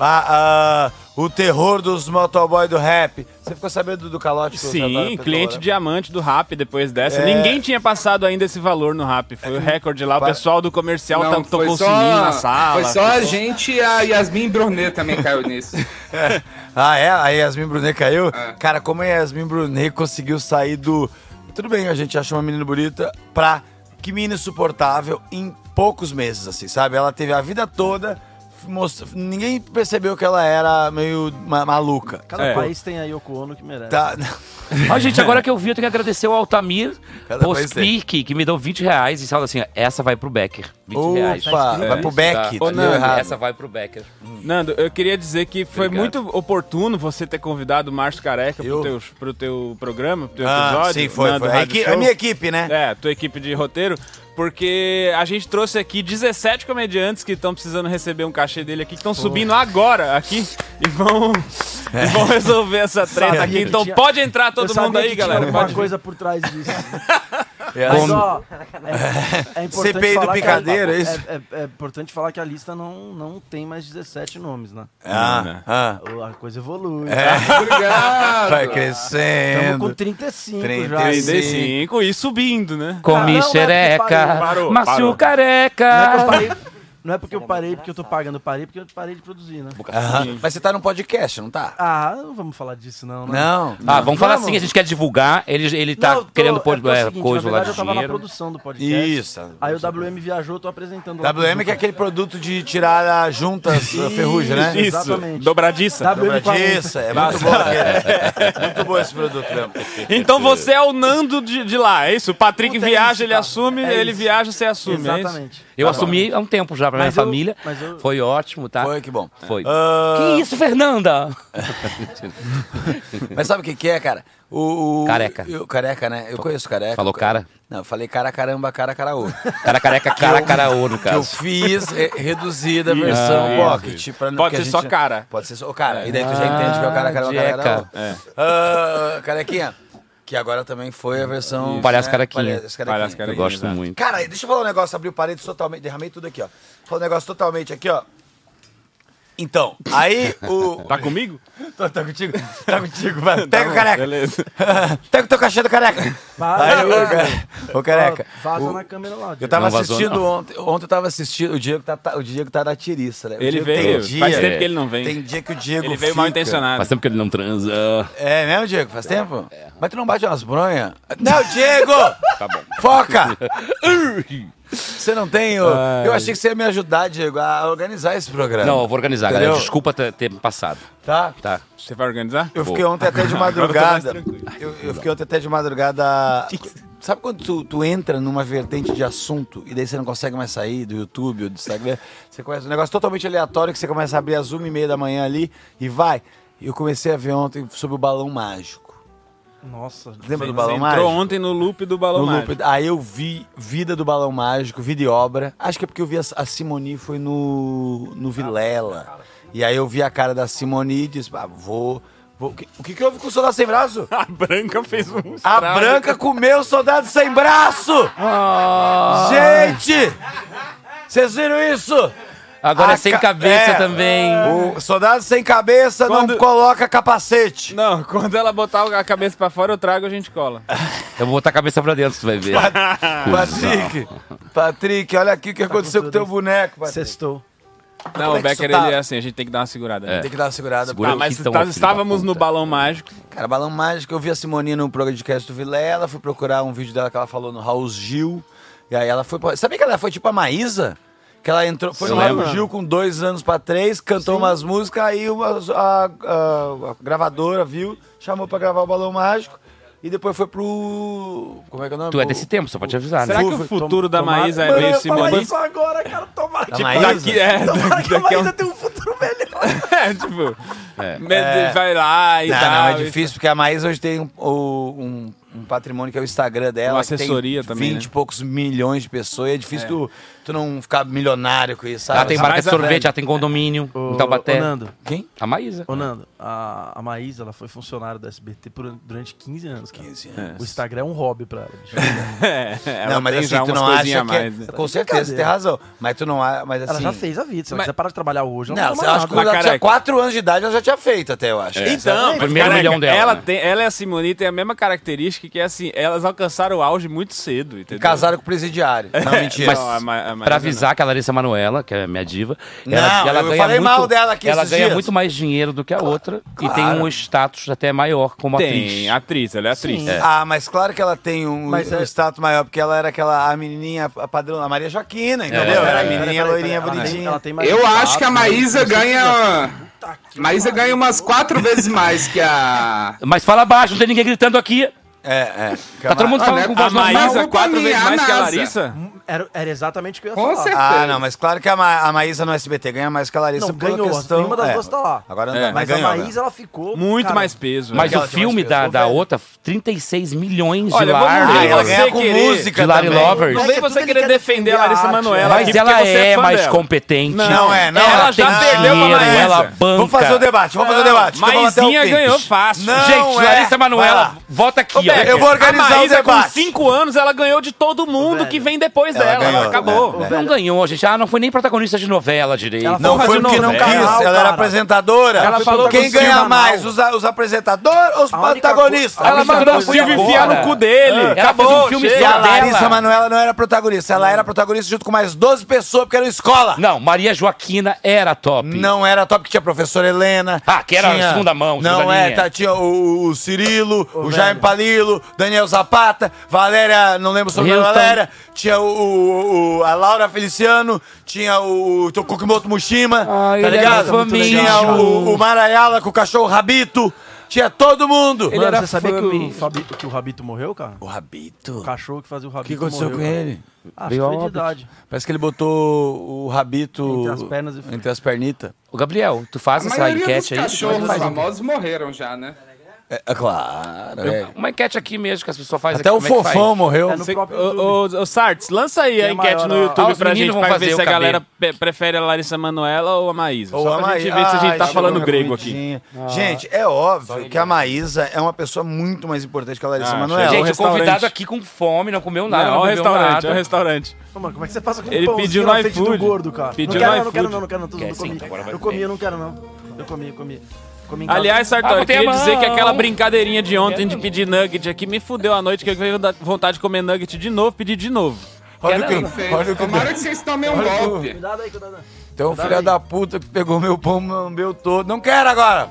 [SPEAKER 8] A- a- o terror dos motoboy do rap. Você ficou sabendo do calote que o Sartori
[SPEAKER 5] Sim,
[SPEAKER 8] pegou,
[SPEAKER 5] cliente
[SPEAKER 8] né?
[SPEAKER 5] diamante do Rap depois dessa.
[SPEAKER 8] É.
[SPEAKER 5] Ninguém tinha passado ainda esse valor no Rap. Foi o recorde lá, o
[SPEAKER 8] Para-
[SPEAKER 5] pessoal do comercial
[SPEAKER 1] Não,
[SPEAKER 5] tá- tocou o
[SPEAKER 1] só-
[SPEAKER 5] sininho na sala.
[SPEAKER 1] Foi só a gente e a Yasmin Brunet também caiu nisso. É.
[SPEAKER 8] Ah, é? A Yasmin Brunet caiu? Cara, como a Yasmin Brunet conseguiu sair do. Tudo bem, a gente achou uma menina bonita pra que menina insuportável em poucos meses, assim, sabe? Ela teve a vida toda. most- Ninguém percebeu que ela era meio ma- maluca.
[SPEAKER 4] Cada
[SPEAKER 5] É.
[SPEAKER 4] país tem a Yoko Ono que merece.
[SPEAKER 8] Tá.
[SPEAKER 3] Ó, gente, agora que eu vi, eu tenho que agradecer ao Altamir
[SPEAKER 8] Cada país tem.
[SPEAKER 3] Pospic, que me deu 20 reais e fala assim: ó, essa vai pro Becker. 20 reais.
[SPEAKER 8] Opa, vai pro
[SPEAKER 3] Tá.
[SPEAKER 8] Beck.
[SPEAKER 5] Ô,
[SPEAKER 8] Tá.
[SPEAKER 5] Nando,
[SPEAKER 8] deu errado.
[SPEAKER 3] Essa vai pro Becker. Hum.
[SPEAKER 5] Nando, eu queria dizer que foi
[SPEAKER 3] Obrigado.
[SPEAKER 5] muito oportuno você ter convidado o Márcio Careca
[SPEAKER 8] Eu?
[SPEAKER 5] pro teu, pro teu programa, pro teu
[SPEAKER 8] Ah,
[SPEAKER 5] episódio.
[SPEAKER 8] sim, foi.
[SPEAKER 5] Nando
[SPEAKER 8] foi. A,
[SPEAKER 5] Rádio
[SPEAKER 8] equi- a
[SPEAKER 5] Show.
[SPEAKER 8] minha equipe, né?
[SPEAKER 5] É, tua equipe de roteiro, porque a gente trouxe aqui 17 comediantes que estão precisando receber um cachê dele aqui, que estão subindo agora aqui e vão,
[SPEAKER 8] É.
[SPEAKER 5] e vão resolver essa treta
[SPEAKER 4] Sabia
[SPEAKER 5] aqui.
[SPEAKER 4] que
[SPEAKER 5] Então
[SPEAKER 4] tinha-
[SPEAKER 5] pode entrar
[SPEAKER 4] Eu
[SPEAKER 5] todo
[SPEAKER 4] sabia
[SPEAKER 5] mundo
[SPEAKER 4] que
[SPEAKER 5] aí,
[SPEAKER 4] tinha
[SPEAKER 5] galera.
[SPEAKER 4] alguma
[SPEAKER 5] Pode.
[SPEAKER 4] coisa por trás disso.
[SPEAKER 8] É,
[SPEAKER 4] Mas,
[SPEAKER 8] assim,
[SPEAKER 4] ó, é, é importante
[SPEAKER 8] CPI do
[SPEAKER 4] falar que a-
[SPEAKER 8] picadeiro, é isso?
[SPEAKER 4] É, é importante falar que a lista não, não tem mais 17 nomes, né?
[SPEAKER 8] ah, ah.
[SPEAKER 4] A coisa evolui.
[SPEAKER 1] Obrigado.
[SPEAKER 8] É. Vai
[SPEAKER 4] Estamos
[SPEAKER 8] crescendo.
[SPEAKER 4] com 35 já.
[SPEAKER 8] 35.
[SPEAKER 5] 35 e subindo, né?
[SPEAKER 3] Comi
[SPEAKER 4] não, não,
[SPEAKER 3] xereca,
[SPEAKER 4] parou,
[SPEAKER 5] parou, parou.
[SPEAKER 4] Não
[SPEAKER 3] Márcio
[SPEAKER 4] é que eu
[SPEAKER 3] Careca.
[SPEAKER 4] parei, não é porque eu parei porque eu tô pagando, eu parei porque eu parei de produzir, né?
[SPEAKER 8] Aham. Mas você tá num podcast, não tá?
[SPEAKER 4] Ah, não vamos falar disso não, né?
[SPEAKER 8] Não.
[SPEAKER 3] Ah, vamos falar assim, a gente quer divulgar. Ele, ele tá
[SPEAKER 4] Não, eu tô-
[SPEAKER 3] querendo pôr
[SPEAKER 4] é porque é o
[SPEAKER 3] é,
[SPEAKER 4] seguinte,
[SPEAKER 3] coisa
[SPEAKER 4] na
[SPEAKER 3] lá
[SPEAKER 4] verdade,
[SPEAKER 3] de
[SPEAKER 4] eu tava na
[SPEAKER 3] dinheiro.
[SPEAKER 4] produção do podcast.
[SPEAKER 8] Isso.
[SPEAKER 4] Aí o WM viajou, eu tô apresentando lá.
[SPEAKER 8] WM que é aquele produto de tirar a junta a ferrugem, né?
[SPEAKER 5] Isso,
[SPEAKER 4] Exatamente.
[SPEAKER 5] dobradiça.
[SPEAKER 8] Dobradiça, é muito bom aquele. Muito bom esse produto mesmo.
[SPEAKER 5] Então você é o Nando de, de lá, é isso? O Patrick
[SPEAKER 4] Puta, é
[SPEAKER 5] viaja,
[SPEAKER 4] isso,
[SPEAKER 5] ele
[SPEAKER 4] cara.
[SPEAKER 5] assume,
[SPEAKER 4] É
[SPEAKER 5] ele
[SPEAKER 4] isso.
[SPEAKER 5] viaja, você assume, é isso?
[SPEAKER 4] Exatamente.
[SPEAKER 3] Eu assumi há um tempo já lá pra minha
[SPEAKER 4] Tá Mas eu-
[SPEAKER 3] família.
[SPEAKER 4] mas eu-
[SPEAKER 3] Foi ótimo, tá?
[SPEAKER 8] Foi, que bom.
[SPEAKER 3] Foi.
[SPEAKER 8] Ah,
[SPEAKER 3] Que isso, Fernanda?
[SPEAKER 8] Mas sabe o que, que é, cara? O, o-
[SPEAKER 3] Careca.
[SPEAKER 8] Eu, careca, né? Eu conheço careca.
[SPEAKER 3] Falou cara?
[SPEAKER 8] Não, eu falei cara caramba, cara caraô.
[SPEAKER 3] Cara careca, cara caraô, no
[SPEAKER 8] que eu
[SPEAKER 3] caso.
[SPEAKER 8] fiz re- reduzida a versão
[SPEAKER 5] isso,
[SPEAKER 8] pocket. pra-
[SPEAKER 5] Pode
[SPEAKER 8] que a
[SPEAKER 5] ser só cara. É.
[SPEAKER 8] Pode ser só cara. E daí tu já entende que é o cara caramba, cara
[SPEAKER 3] Ah, jeca.
[SPEAKER 8] caraô. Ah, carequinha. Que agora também foi a versão...
[SPEAKER 10] né?
[SPEAKER 3] Palhaço carequinha.
[SPEAKER 8] Palhaço carequinha.
[SPEAKER 5] Palhaço
[SPEAKER 3] Eu
[SPEAKER 5] carequinha.
[SPEAKER 3] gosto
[SPEAKER 5] Exato.
[SPEAKER 3] muito.
[SPEAKER 8] Cara, deixa eu falar um negócio, abri o parede totalmente, derramei tudo aqui, ó. Falar um negócio totalmente aqui, ó. Então, aí o.
[SPEAKER 5] Tá comigo?
[SPEAKER 8] Tá, tá contigo? Tá contigo, vai. Pega o careca.
[SPEAKER 5] Beleza.
[SPEAKER 8] Pega o teu cachê do careca.
[SPEAKER 4] Vaza,
[SPEAKER 8] Aí o,
[SPEAKER 4] vaza.
[SPEAKER 8] ca- o careca.
[SPEAKER 4] Vaza
[SPEAKER 8] o-
[SPEAKER 4] na câmera lá.
[SPEAKER 8] Eu tava
[SPEAKER 3] Não vazou,
[SPEAKER 8] assistindo
[SPEAKER 3] não.
[SPEAKER 8] ontem. Ontem eu tava assistindo. O Diego tá, tá- o Diego tá na tiriça, né? O
[SPEAKER 5] Ele
[SPEAKER 8] Diego tem
[SPEAKER 5] veio.
[SPEAKER 8] dia-
[SPEAKER 5] Faz tempo que ele não vem.
[SPEAKER 8] Tem dia que o Diego.
[SPEAKER 5] Ele veio
[SPEAKER 8] fica.
[SPEAKER 5] mal intencionado.
[SPEAKER 3] Faz tempo que ele não transa.
[SPEAKER 8] É mesmo, Diego? Faz tempo?
[SPEAKER 3] é,
[SPEAKER 8] Mas tu não bate umas bronhas? Não, Diego! tá bom. Foca! Você não tem. ô. Eu achei que você ia me ajudar, Diego, a organizar esse programa.
[SPEAKER 3] Não, eu vou organizar,
[SPEAKER 8] Entendeu?
[SPEAKER 3] galera. Desculpa ter, ter passado,
[SPEAKER 8] Tá?
[SPEAKER 3] tá?
[SPEAKER 5] Você vai organizar?
[SPEAKER 8] Eu fiquei ontem até de madrugada. Eu, eu fiquei ontem até de madrugada. Sabe quando tu, tu entra numa vertente de assunto e daí você não consegue mais sair do YouTube ou do Instagram? Você começa um negócio totalmente aleatório que você começa a abrir às uma e meia da manhã ali e vai. E eu comecei a ver ontem sobre o balão mágico.
[SPEAKER 4] Nossa,
[SPEAKER 8] Lembra
[SPEAKER 5] Você
[SPEAKER 8] do balão
[SPEAKER 5] entrou
[SPEAKER 8] mágico?
[SPEAKER 5] ontem no loop do balão
[SPEAKER 8] No
[SPEAKER 5] mágico.
[SPEAKER 8] loop. Aí eu vi Vida do Balão Mágico, Vida e Obra. Acho que é porque eu vi a, a Simoni foi no,
[SPEAKER 5] Ah,
[SPEAKER 8] no Vilela. E aí eu vi a cara da Simoni e disse: ah, vou. vou- O que, o que que houve com o soldado sem braço?
[SPEAKER 5] A Branca fez um...
[SPEAKER 8] A Branca comeu o soldado sem braço!
[SPEAKER 3] Ah.
[SPEAKER 8] Gente! Vocês viram isso?
[SPEAKER 3] Agora
[SPEAKER 8] A
[SPEAKER 3] é sem
[SPEAKER 8] ca-
[SPEAKER 3] cabeça
[SPEAKER 8] é.
[SPEAKER 3] também.
[SPEAKER 8] O soldado sem cabeça não
[SPEAKER 5] Quando-
[SPEAKER 8] coloca capacete.
[SPEAKER 5] Não, quando ela botar a cabeça pra fora, eu trago, a gente cola.
[SPEAKER 3] Eu vou botar a cabeça pra dentro, tu vai ver.
[SPEAKER 8] Patrick, Patrick, olha aqui o
[SPEAKER 3] Tá
[SPEAKER 8] que aconteceu com o teu boneco, Patrick.
[SPEAKER 4] sextou.
[SPEAKER 5] Não,
[SPEAKER 8] é
[SPEAKER 5] o
[SPEAKER 8] que
[SPEAKER 5] Becker,
[SPEAKER 8] você tá?
[SPEAKER 5] ele é assim, a gente tem que dar uma segurada. né?
[SPEAKER 3] É.
[SPEAKER 8] Tem que dar uma segurada. é
[SPEAKER 3] Segura
[SPEAKER 5] Ah,
[SPEAKER 3] aqui,
[SPEAKER 5] mas
[SPEAKER 3] então,
[SPEAKER 8] um
[SPEAKER 5] tá-
[SPEAKER 3] filho da
[SPEAKER 5] estávamos
[SPEAKER 3] puta.
[SPEAKER 5] no balão mágico.
[SPEAKER 8] Cara, Balão Mágico, eu vi a Simone no podcast do Vilela, fui procurar um vídeo dela que ela falou no Raul Gil. E aí ela foi. pra- Sabia que ela foi tipo a Maísa? Que ela entrou, foi
[SPEAKER 3] Eu
[SPEAKER 8] no
[SPEAKER 3] lembro.
[SPEAKER 8] Raul Gil com dois anos pra três, cantou umas músicas, aí uma- a, a- a gravadora viu, chamou pra gravar o Balão Mágico. E depois foi pro. Como é que é o nome?
[SPEAKER 3] Tu é
[SPEAKER 8] O-
[SPEAKER 3] desse tempo, só pra te avisar,
[SPEAKER 5] Será
[SPEAKER 3] né?
[SPEAKER 5] que o futuro da Maísa é
[SPEAKER 8] Mano,
[SPEAKER 5] meio
[SPEAKER 8] eu falei
[SPEAKER 5] Simone?
[SPEAKER 8] isso
[SPEAKER 4] agora, cara, tomara
[SPEAKER 8] Da Maísa?
[SPEAKER 5] Daqui, é,
[SPEAKER 4] Tomara
[SPEAKER 5] daqui
[SPEAKER 4] que a
[SPEAKER 5] a um-
[SPEAKER 4] Maísa tenha um futuro melhor.
[SPEAKER 5] é, tipo...
[SPEAKER 3] É.
[SPEAKER 5] me- Vai lá e
[SPEAKER 8] Não,
[SPEAKER 5] tal.
[SPEAKER 8] não, é
[SPEAKER 5] e-
[SPEAKER 8] difícil, porque a Maísa hoje tem um, o- um- um patrimônio que é o Instagram dela.
[SPEAKER 5] Uma
[SPEAKER 8] que tem
[SPEAKER 5] assessoria também,
[SPEAKER 8] 20 e
[SPEAKER 5] né?
[SPEAKER 8] poucos milhões de pessoas. E é difícil tu, tu não ficar milionário com isso, sabe?
[SPEAKER 3] Ela tem
[SPEAKER 5] a
[SPEAKER 3] marca de
[SPEAKER 5] Maísa
[SPEAKER 3] sorvete,
[SPEAKER 5] velha.
[SPEAKER 3] ela tem condomínio,
[SPEAKER 4] Ô,
[SPEAKER 3] em Taubaté.
[SPEAKER 4] ô, Nando.
[SPEAKER 8] Quem?
[SPEAKER 3] A Maísa.
[SPEAKER 4] Ô, Nando, a, a Maísa, ela foi funcionária do SBT por- durante 15 anos, cara.
[SPEAKER 8] 15 anos.
[SPEAKER 4] O Instagram é um hobby pra ela. bicho.
[SPEAKER 5] É, ela
[SPEAKER 8] não, mas
[SPEAKER 5] tem já
[SPEAKER 8] assim, tu
[SPEAKER 5] umas
[SPEAKER 8] não
[SPEAKER 5] coisinhas
[SPEAKER 8] acha
[SPEAKER 5] a
[SPEAKER 8] que...
[SPEAKER 5] mais, né?
[SPEAKER 8] Com certeza, tu tem razão. Mas tu não... a- Mas assim...
[SPEAKER 4] Ela já fez a vida. Se ela
[SPEAKER 5] Mas-
[SPEAKER 4] quiser parar de trabalhar hoje, ela
[SPEAKER 8] Não,
[SPEAKER 4] não,
[SPEAKER 8] eu
[SPEAKER 4] vai
[SPEAKER 8] acho que quando
[SPEAKER 5] Mas,
[SPEAKER 8] ela tinha
[SPEAKER 5] careca.
[SPEAKER 8] 4 anos de idade, ela já tinha feito até, eu acho. é um
[SPEAKER 5] Então, mas,
[SPEAKER 3] Primeiro milhão dela,
[SPEAKER 5] Ela,
[SPEAKER 3] né?
[SPEAKER 5] tem, ela e a Simone tem a mesma característica que é assim, elas alcançaram o auge muito cedo, entendeu? É.
[SPEAKER 8] Casaram com o presidiário. Não, é mentira.
[SPEAKER 3] Mas
[SPEAKER 5] Não, a Ma- é a Maísa
[SPEAKER 3] pra avisar que a Larissa Manoela, que é minha diva,
[SPEAKER 8] Não,
[SPEAKER 3] ela, ela
[SPEAKER 8] eu
[SPEAKER 3] ganha
[SPEAKER 8] falei
[SPEAKER 3] muito,
[SPEAKER 8] mal dela aqui
[SPEAKER 3] Ela
[SPEAKER 8] esses
[SPEAKER 3] ganha
[SPEAKER 8] dias.
[SPEAKER 3] muito mais dinheiro do que a outra e tem
[SPEAKER 8] claro.
[SPEAKER 3] um status até maior como
[SPEAKER 5] Tem,
[SPEAKER 3] atriz.
[SPEAKER 5] atriz, ela é atriz.
[SPEAKER 4] Sim.
[SPEAKER 8] Ah, mas claro que ela tem um,
[SPEAKER 4] Mas
[SPEAKER 8] um
[SPEAKER 4] é-
[SPEAKER 8] status maior, porque ela era aquela a menininha a padrão, a Maria Joaquina, entendeu?
[SPEAKER 3] é,
[SPEAKER 8] era a
[SPEAKER 3] é.
[SPEAKER 8] menininha loirinha,
[SPEAKER 4] Ela tem-
[SPEAKER 8] bonitinha.
[SPEAKER 4] ela tem mais um né?
[SPEAKER 1] Eu
[SPEAKER 4] cuidado,
[SPEAKER 1] acho que a Maísa ganha. Maísa ganha umas quatro vezes mais que a.
[SPEAKER 3] Mas fala baixo, não tem ninguém gritando aqui.
[SPEAKER 8] É, é.
[SPEAKER 3] Tá todo mundo
[SPEAKER 1] Ah, né?
[SPEAKER 3] falando com
[SPEAKER 5] A
[SPEAKER 3] voz normal.
[SPEAKER 5] Maísa
[SPEAKER 1] Não,
[SPEAKER 5] quatro
[SPEAKER 1] pra mim,
[SPEAKER 5] vezes
[SPEAKER 1] a
[SPEAKER 5] mais que a
[SPEAKER 1] NASA.
[SPEAKER 5] Larissa?
[SPEAKER 4] Hum, Era, era exatamente o que eu ia
[SPEAKER 1] Com
[SPEAKER 4] falar.
[SPEAKER 1] certeza.
[SPEAKER 8] Ah, não, mas claro que a, Ma- a Maísa no SBT ganha mais que a Larissa
[SPEAKER 4] Não,
[SPEAKER 8] por
[SPEAKER 4] ganhou.
[SPEAKER 8] questão...
[SPEAKER 4] Nenhuma das
[SPEAKER 8] é,
[SPEAKER 4] duas tá lá.
[SPEAKER 8] Agora não
[SPEAKER 5] É,
[SPEAKER 8] tá,
[SPEAKER 4] Mas
[SPEAKER 8] mas ganhou.
[SPEAKER 4] a Maísa, ela ficou...
[SPEAKER 5] Muito
[SPEAKER 4] cara,
[SPEAKER 5] mais peso.
[SPEAKER 3] Mas
[SPEAKER 5] né?
[SPEAKER 8] Aquela
[SPEAKER 3] o
[SPEAKER 8] que mais
[SPEAKER 3] filme da,
[SPEAKER 8] pesou,
[SPEAKER 3] da
[SPEAKER 8] velho.
[SPEAKER 3] outra, 36 milhões de
[SPEAKER 5] Olha, vamos
[SPEAKER 3] lar.
[SPEAKER 5] ver,
[SPEAKER 8] Ah, ela
[SPEAKER 5] você
[SPEAKER 8] ganha com
[SPEAKER 5] querer-
[SPEAKER 8] música
[SPEAKER 3] de Larry
[SPEAKER 8] também.
[SPEAKER 3] Lovers.
[SPEAKER 5] Não
[SPEAKER 4] Mas
[SPEAKER 5] vem
[SPEAKER 4] é
[SPEAKER 5] você
[SPEAKER 4] tudo
[SPEAKER 5] querer
[SPEAKER 4] que
[SPEAKER 5] defender a
[SPEAKER 4] a
[SPEAKER 5] Larissa
[SPEAKER 4] arte,
[SPEAKER 5] Manoela
[SPEAKER 3] Mas
[SPEAKER 5] aqui,
[SPEAKER 3] ela
[SPEAKER 5] porque você
[SPEAKER 3] é,
[SPEAKER 5] é fã
[SPEAKER 3] mais
[SPEAKER 5] dela.
[SPEAKER 3] competente.
[SPEAKER 8] Não é, não.
[SPEAKER 5] Ela já
[SPEAKER 8] tem
[SPEAKER 5] perdeu pra
[SPEAKER 8] dinheiro,
[SPEAKER 5] Maísa.
[SPEAKER 3] Ela banca.
[SPEAKER 8] Vamos fazer o debate, vamos fazer o debate. que eu vou até o
[SPEAKER 5] Maisinha
[SPEAKER 8] fim.
[SPEAKER 5] ganhou fácil.
[SPEAKER 8] Não
[SPEAKER 3] Gente,
[SPEAKER 8] é.
[SPEAKER 3] Larissa
[SPEAKER 8] Vai
[SPEAKER 3] Manoela,
[SPEAKER 8] lá.
[SPEAKER 3] volta aqui, ó.
[SPEAKER 8] Becker, eu vou organizar
[SPEAKER 5] a Maísa é
[SPEAKER 8] o debate.
[SPEAKER 5] com 5 anos, ela ganhou de todo mundo
[SPEAKER 4] Velho.
[SPEAKER 5] que vem depois
[SPEAKER 8] Ela
[SPEAKER 5] dela.
[SPEAKER 8] ganhou,
[SPEAKER 5] ela acabou.
[SPEAKER 8] né?
[SPEAKER 3] Não ganhou, gente. Ah, não foi nem protagonista de novela direito.
[SPEAKER 4] Ela
[SPEAKER 8] Não
[SPEAKER 4] Porra
[SPEAKER 8] foi
[SPEAKER 4] de
[SPEAKER 8] porque não
[SPEAKER 4] novela,
[SPEAKER 8] quis, ela era
[SPEAKER 4] cara.
[SPEAKER 8] apresentadora.
[SPEAKER 5] Ela falou
[SPEAKER 8] Quem
[SPEAKER 5] com o
[SPEAKER 8] ganha
[SPEAKER 5] Silvio
[SPEAKER 8] mais, os, os apresentadores ou os
[SPEAKER 4] A única
[SPEAKER 8] protagonistas? É.
[SPEAKER 4] coisa- né?
[SPEAKER 5] Ela mandou o
[SPEAKER 3] coisa
[SPEAKER 5] Silvio
[SPEAKER 3] boa.
[SPEAKER 5] enfiar no cu dele.
[SPEAKER 3] Ela fez um
[SPEAKER 5] acabou.
[SPEAKER 3] filme
[SPEAKER 8] E
[SPEAKER 5] chega.
[SPEAKER 8] a
[SPEAKER 3] só dela.
[SPEAKER 8] Larissa Manoela não era protagonista, ela era protagonista junto com mais 12 pessoas, porque era escola.
[SPEAKER 3] Não, Maria Joaquina era top.
[SPEAKER 8] Não era top, que tinha a professora Helena.
[SPEAKER 3] Ah, que era
[SPEAKER 8] tinha-
[SPEAKER 3] segunda mão, segunda
[SPEAKER 8] Não é,
[SPEAKER 3] linha.
[SPEAKER 8] tá, tinha o, o Cirilo, o
[SPEAKER 4] velho.
[SPEAKER 8] Jaime Palilo, Daniel Zapata, Valéria, não lembro sobre a
[SPEAKER 3] Houston.
[SPEAKER 8] Valéria, tinha o, o- o- a Laura Feliciano, tinha o Tokukimoto Mushima,
[SPEAKER 3] Ah,
[SPEAKER 8] tá
[SPEAKER 3] ele era
[SPEAKER 8] ligado?
[SPEAKER 3] família.
[SPEAKER 8] Tinha o, o Marayala com o cachorro Rabito. Tinha todo mundo.
[SPEAKER 1] Ele
[SPEAKER 4] Mano,
[SPEAKER 1] era
[SPEAKER 4] você sabia
[SPEAKER 1] fã
[SPEAKER 4] que o,
[SPEAKER 1] do-
[SPEAKER 4] Fabi- que o Rabito morreu, cara?
[SPEAKER 8] O
[SPEAKER 4] O
[SPEAKER 8] Rabito.
[SPEAKER 4] cachorro que fazia o
[SPEAKER 8] O que
[SPEAKER 4] Rabito
[SPEAKER 8] aconteceu
[SPEAKER 4] morreu,
[SPEAKER 8] com
[SPEAKER 4] cara. Ah,
[SPEAKER 8] ele?
[SPEAKER 4] Acho que
[SPEAKER 3] Veio
[SPEAKER 4] foi de
[SPEAKER 3] a óbito.
[SPEAKER 4] idade.
[SPEAKER 8] Parece que ele botou o Rabito
[SPEAKER 4] Entre as pernas e-
[SPEAKER 8] entre as pernitas.
[SPEAKER 3] Ô, Gabriel, tu faz
[SPEAKER 1] A
[SPEAKER 3] essa
[SPEAKER 1] maioria dos
[SPEAKER 3] enquete aí?
[SPEAKER 1] cachorros
[SPEAKER 3] Como é que faz?
[SPEAKER 1] famosos morreram já, né?
[SPEAKER 8] É, é claro. é.
[SPEAKER 3] Uma enquete aqui mesmo que as pessoas fazem
[SPEAKER 8] Até
[SPEAKER 3] aqui,
[SPEAKER 8] o
[SPEAKER 3] como é que faz?
[SPEAKER 8] fofão morreu.
[SPEAKER 4] É no
[SPEAKER 5] Você-
[SPEAKER 4] próprio
[SPEAKER 5] Ô, ô, ô, Sartes, lança aí a
[SPEAKER 4] Quem é
[SPEAKER 5] enquete
[SPEAKER 4] maior,
[SPEAKER 5] no
[SPEAKER 4] ó.
[SPEAKER 5] YouTube
[SPEAKER 3] Ah, os
[SPEAKER 5] pra gente
[SPEAKER 3] meninos vão
[SPEAKER 5] pra
[SPEAKER 3] fazer
[SPEAKER 5] ver
[SPEAKER 3] o
[SPEAKER 5] se a
[SPEAKER 3] cabelo.
[SPEAKER 5] galera pe- prefere a Larissa Manoela ou a Maísa.
[SPEAKER 8] Ou
[SPEAKER 5] Só
[SPEAKER 8] a
[SPEAKER 5] pra gente
[SPEAKER 8] Maísa.
[SPEAKER 5] ver se a gente tá
[SPEAKER 8] Ai,
[SPEAKER 5] falando
[SPEAKER 8] chegou
[SPEAKER 5] grego aqui.
[SPEAKER 8] rapidinho. Gente, é óbvio que a Maísa é uma pessoa muito mais importante que a Larissa
[SPEAKER 5] Ah,
[SPEAKER 8] Manoela.
[SPEAKER 5] chegou.
[SPEAKER 3] Gente,
[SPEAKER 5] Ou
[SPEAKER 3] o convidado
[SPEAKER 5] restaurante.
[SPEAKER 3] aqui com fome, não comeu nada,
[SPEAKER 5] Não,
[SPEAKER 3] não,
[SPEAKER 5] ó o
[SPEAKER 3] bebeu
[SPEAKER 5] restaurante,
[SPEAKER 3] nada.
[SPEAKER 5] ó o restaurante.
[SPEAKER 4] Ô, mano, como é que você passa com
[SPEAKER 5] Ele
[SPEAKER 4] um pãozinho
[SPEAKER 5] pediu no
[SPEAKER 4] na frente do
[SPEAKER 5] iFood.
[SPEAKER 4] gordo, cara?
[SPEAKER 5] Pediu
[SPEAKER 4] não quero,
[SPEAKER 5] no
[SPEAKER 4] não quero,
[SPEAKER 5] iFood.
[SPEAKER 4] não, não quero, não. Todo
[SPEAKER 3] Quer
[SPEAKER 4] mundo
[SPEAKER 3] sim,
[SPEAKER 4] comi.
[SPEAKER 3] agora vai
[SPEAKER 4] Eu
[SPEAKER 3] comer.
[SPEAKER 4] comi, eu não quero, não. Eu comi, eu comi. Comi em casa.
[SPEAKER 5] Aliás, Sartori,
[SPEAKER 3] Ah,
[SPEAKER 5] eu
[SPEAKER 3] botei a
[SPEAKER 5] queria
[SPEAKER 3] mão.
[SPEAKER 5] dizer que aquela brincadeirinha de ontem de pedir nugget aqui me fudeu a noite, que eu veio da- vontade de comer nugget de novo, pedir de novo.
[SPEAKER 8] Olha o
[SPEAKER 3] Caramba.
[SPEAKER 5] é
[SPEAKER 8] que, olha o que
[SPEAKER 1] Tomara que vocês tomem um
[SPEAKER 8] né?
[SPEAKER 1] golpe.
[SPEAKER 4] Cuidado aí, cuidado aí.
[SPEAKER 8] Tem um filho da puta que pegou meu pão, meu meu todo. Não quero agora.